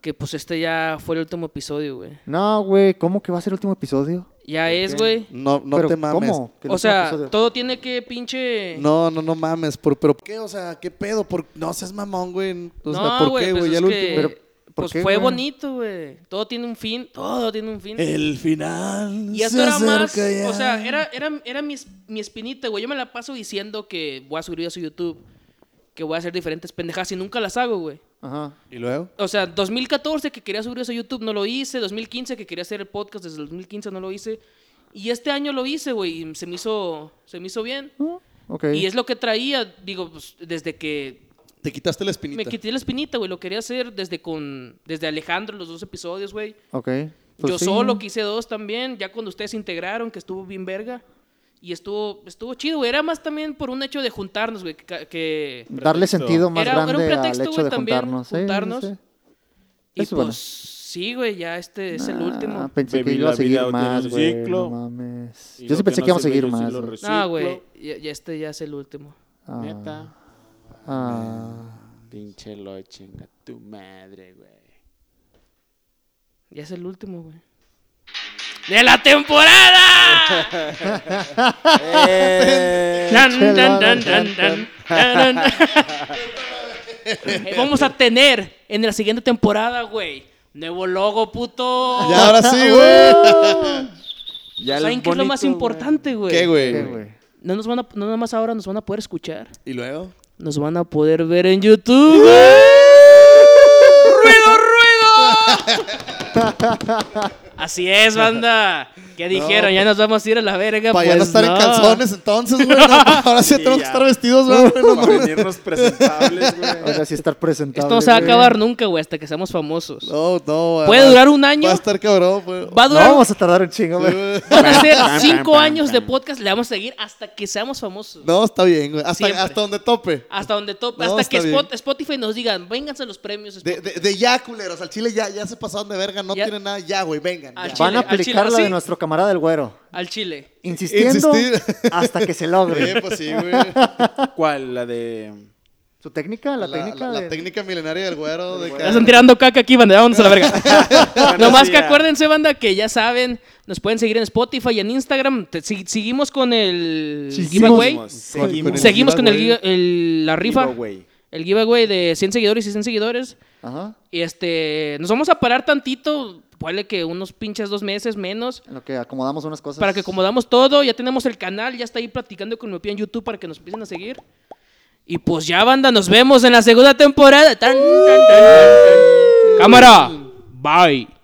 [SPEAKER 1] que pues este ya fue el último episodio, güey.
[SPEAKER 2] No, güey, ¿cómo que va a ser el último episodio?
[SPEAKER 1] Ya es, güey.
[SPEAKER 3] No, no
[SPEAKER 2] Pero,
[SPEAKER 3] te mames.
[SPEAKER 2] ¿cómo? ¿Que el
[SPEAKER 1] O
[SPEAKER 2] último
[SPEAKER 1] sea,
[SPEAKER 2] episodio?
[SPEAKER 1] todo tiene que pinche...
[SPEAKER 3] No, no, no mames. Por, ¿Pero por qué? O sea, ¿qué pedo? Por, no seas mamón, güey. O sea,
[SPEAKER 1] no,
[SPEAKER 3] ¿por
[SPEAKER 1] güey,
[SPEAKER 3] qué,
[SPEAKER 1] pues
[SPEAKER 3] güey? Ya
[SPEAKER 1] es
[SPEAKER 3] el
[SPEAKER 1] que...
[SPEAKER 3] último. Pero
[SPEAKER 2] ¿por
[SPEAKER 1] pues
[SPEAKER 2] qué,
[SPEAKER 1] fue
[SPEAKER 2] güey?
[SPEAKER 1] bonito, güey. Todo tiene un fin, todo tiene un fin.
[SPEAKER 3] El final.
[SPEAKER 1] y esto
[SPEAKER 3] se
[SPEAKER 1] era más,
[SPEAKER 3] acerca ya.
[SPEAKER 1] o sea, era, era, era mi, es- mi espinita, güey. Yo me la paso diciendo que voy a subir videos a YouTube, que voy a hacer diferentes pendejadas y nunca las hago, güey.
[SPEAKER 2] Ajá.
[SPEAKER 3] ¿Y luego?
[SPEAKER 1] O sea, 2014 que quería subir eso a YouTube no lo hice, 2015 que quería hacer el podcast desde el 2015 no lo hice y este año lo hice, güey, y se me hizo se me hizo bien.
[SPEAKER 2] Ah, Ok.
[SPEAKER 1] Y es lo que traía, digo, pues, desde que
[SPEAKER 3] Te quitaste la espinita.
[SPEAKER 1] me quité la espinita, güey, lo quería hacer desde con desde Alejandro los dos episodios, güey.
[SPEAKER 2] Ok. pues
[SPEAKER 1] Yo
[SPEAKER 2] sí.
[SPEAKER 1] solo que hice dos también, ya cuando ustedes se integraron que estuvo bien verga. Y estuvo, estuvo chido, güey. Era más también por un hecho de juntarnos, güey. Que, ca- que-
[SPEAKER 2] Darle
[SPEAKER 5] Pretexto.
[SPEAKER 2] sentido más
[SPEAKER 1] Era- era un
[SPEAKER 2] grande
[SPEAKER 1] pretexto,
[SPEAKER 2] al hecho
[SPEAKER 1] güey,
[SPEAKER 2] de
[SPEAKER 1] también,
[SPEAKER 2] juntarnos. Sí, sí,
[SPEAKER 1] juntarnos.
[SPEAKER 2] sí.
[SPEAKER 1] y pues,
[SPEAKER 2] Eso es bueno.
[SPEAKER 1] sí, güey, ya este es el
[SPEAKER 2] Ah,
[SPEAKER 1] último.
[SPEAKER 2] Pensé que
[SPEAKER 5] Baby,
[SPEAKER 2] iba a
[SPEAKER 5] la
[SPEAKER 2] seguir
[SPEAKER 5] vida tiene
[SPEAKER 2] más,
[SPEAKER 5] un
[SPEAKER 2] güey. No
[SPEAKER 5] ciclo.
[SPEAKER 2] mames.
[SPEAKER 5] Y
[SPEAKER 2] Yo
[SPEAKER 5] lo
[SPEAKER 2] sí pensé
[SPEAKER 5] no
[SPEAKER 2] que íbamos a
[SPEAKER 5] sirve,
[SPEAKER 2] seguir
[SPEAKER 5] yo sí
[SPEAKER 2] más.
[SPEAKER 5] lo
[SPEAKER 2] güey.
[SPEAKER 5] reciclo.
[SPEAKER 1] No, güey, ya, ya este ya es el último.
[SPEAKER 2] Ah,
[SPEAKER 5] Neta.
[SPEAKER 2] ah.
[SPEAKER 5] Pinche lo chinga tu madre, güey.
[SPEAKER 1] Ya es el último, güey. ¡De la temporada! Tan, tan, tan, tan, tan, tan, tan. Eh, Vamos a tener en la siguiente temporada, güey. Nuevo logo, puto.
[SPEAKER 3] Ya, ahora sí, güey.
[SPEAKER 5] Ya
[SPEAKER 1] ¿Saben qué es lo más importante, güey?
[SPEAKER 3] ¿Qué,
[SPEAKER 2] ¿Qué,
[SPEAKER 3] güey?
[SPEAKER 2] güey?
[SPEAKER 1] No nos van a, no nada más ahora nos van a poder escuchar.
[SPEAKER 3] ¿Y luego?
[SPEAKER 1] Nos van a poder ver ¿eh? en YouTube, güey. ¡Ruido, ruido! Así es, banda. ¿Qué dijeron? ya nos vamos a ir a la verga.
[SPEAKER 3] Para
[SPEAKER 1] pues
[SPEAKER 3] pues, ya no estar en calzones, entonces, güey. no, pues, ahora sí,
[SPEAKER 4] Sí,
[SPEAKER 3] tenemos que
[SPEAKER 4] ya.
[SPEAKER 3] estar vestidos, güey.
[SPEAKER 1] Uh.
[SPEAKER 4] Para venirnos presentables, güey.
[SPEAKER 2] Ahora sí estar presentable.
[SPEAKER 1] Esto no se va a
[SPEAKER 2] güey.
[SPEAKER 1] acabar nunca, güey, hasta que seamos famosos.
[SPEAKER 3] No, no, güey.
[SPEAKER 1] Puede
[SPEAKER 3] va-
[SPEAKER 1] durar un año.
[SPEAKER 3] Va a estar cabrón, güey.
[SPEAKER 1] Va a
[SPEAKER 2] No,
[SPEAKER 1] durar.
[SPEAKER 2] vamos a tardar un chingo, güey.
[SPEAKER 1] van a ser cinco
[SPEAKER 5] pam,
[SPEAKER 1] años de
[SPEAKER 5] pam.
[SPEAKER 1] podcast. Le vamos a seguir hasta que seamos famosos.
[SPEAKER 3] No, está bien, güey. Hasta,
[SPEAKER 1] Siempre.
[SPEAKER 3] hasta donde tope.
[SPEAKER 1] Hasta donde top,
[SPEAKER 3] No,
[SPEAKER 1] hasta que
[SPEAKER 3] está
[SPEAKER 1] Spot-
[SPEAKER 3] bien.
[SPEAKER 1] Spotify nos digan, vénganse los premios.
[SPEAKER 3] De,
[SPEAKER 1] Spotify".
[SPEAKER 3] de, de ya, culeros. Al chile ya, ya se pasaron de verga. No
[SPEAKER 1] Ya.
[SPEAKER 3] tienen nada ya, güey. Vengan.
[SPEAKER 1] Al
[SPEAKER 3] ya.
[SPEAKER 1] chile.
[SPEAKER 2] Van a
[SPEAKER 1] al chile,
[SPEAKER 2] aplicar la
[SPEAKER 1] así.
[SPEAKER 2] de nuestro camarada del güero.
[SPEAKER 1] Al Chile.
[SPEAKER 2] Insistiendo
[SPEAKER 3] Insistir.
[SPEAKER 2] hasta que se
[SPEAKER 3] Eh,
[SPEAKER 2] logre.
[SPEAKER 3] pues sí, güey.
[SPEAKER 4] ¿Cuál? La de.
[SPEAKER 2] ¿Su técnica? ¿La, técnica?
[SPEAKER 3] la,
[SPEAKER 2] de-
[SPEAKER 3] técnica milenaria del güero. De
[SPEAKER 1] Ya
[SPEAKER 3] que...
[SPEAKER 1] están tirando caca aquí, banda. Vámonos a la verga. Nomás
[SPEAKER 4] sí,
[SPEAKER 1] que
[SPEAKER 4] ya.
[SPEAKER 1] acuérdense, banda, que ya saben, nos pueden seguir en Spotify y en Instagram. Te- si- seguimos con el
[SPEAKER 2] Seguimos.
[SPEAKER 1] giveaway.
[SPEAKER 4] Seguimos,
[SPEAKER 3] Con el
[SPEAKER 1] Seguimos con el,
[SPEAKER 3] giveaway.
[SPEAKER 1] giga- el- la rifa.
[SPEAKER 4] Giveaway.
[SPEAKER 1] El giveaway de 100 seguidores y 100 seguidores.
[SPEAKER 2] Ajá.
[SPEAKER 1] Y este, nos vamos a parar tantito, puede que unos pinches dos meses menos.
[SPEAKER 2] En lo que acomodamos unas cosas.
[SPEAKER 1] Para que acomodamos todo, ya tenemos el canal, ya está ahí platicando con mi pía en YouTube para que nos empiecen a seguir. Y pues ya, banda, nos vemos en la segunda temporada. Tan, tan, tan, tan, tan. Cámara, bye.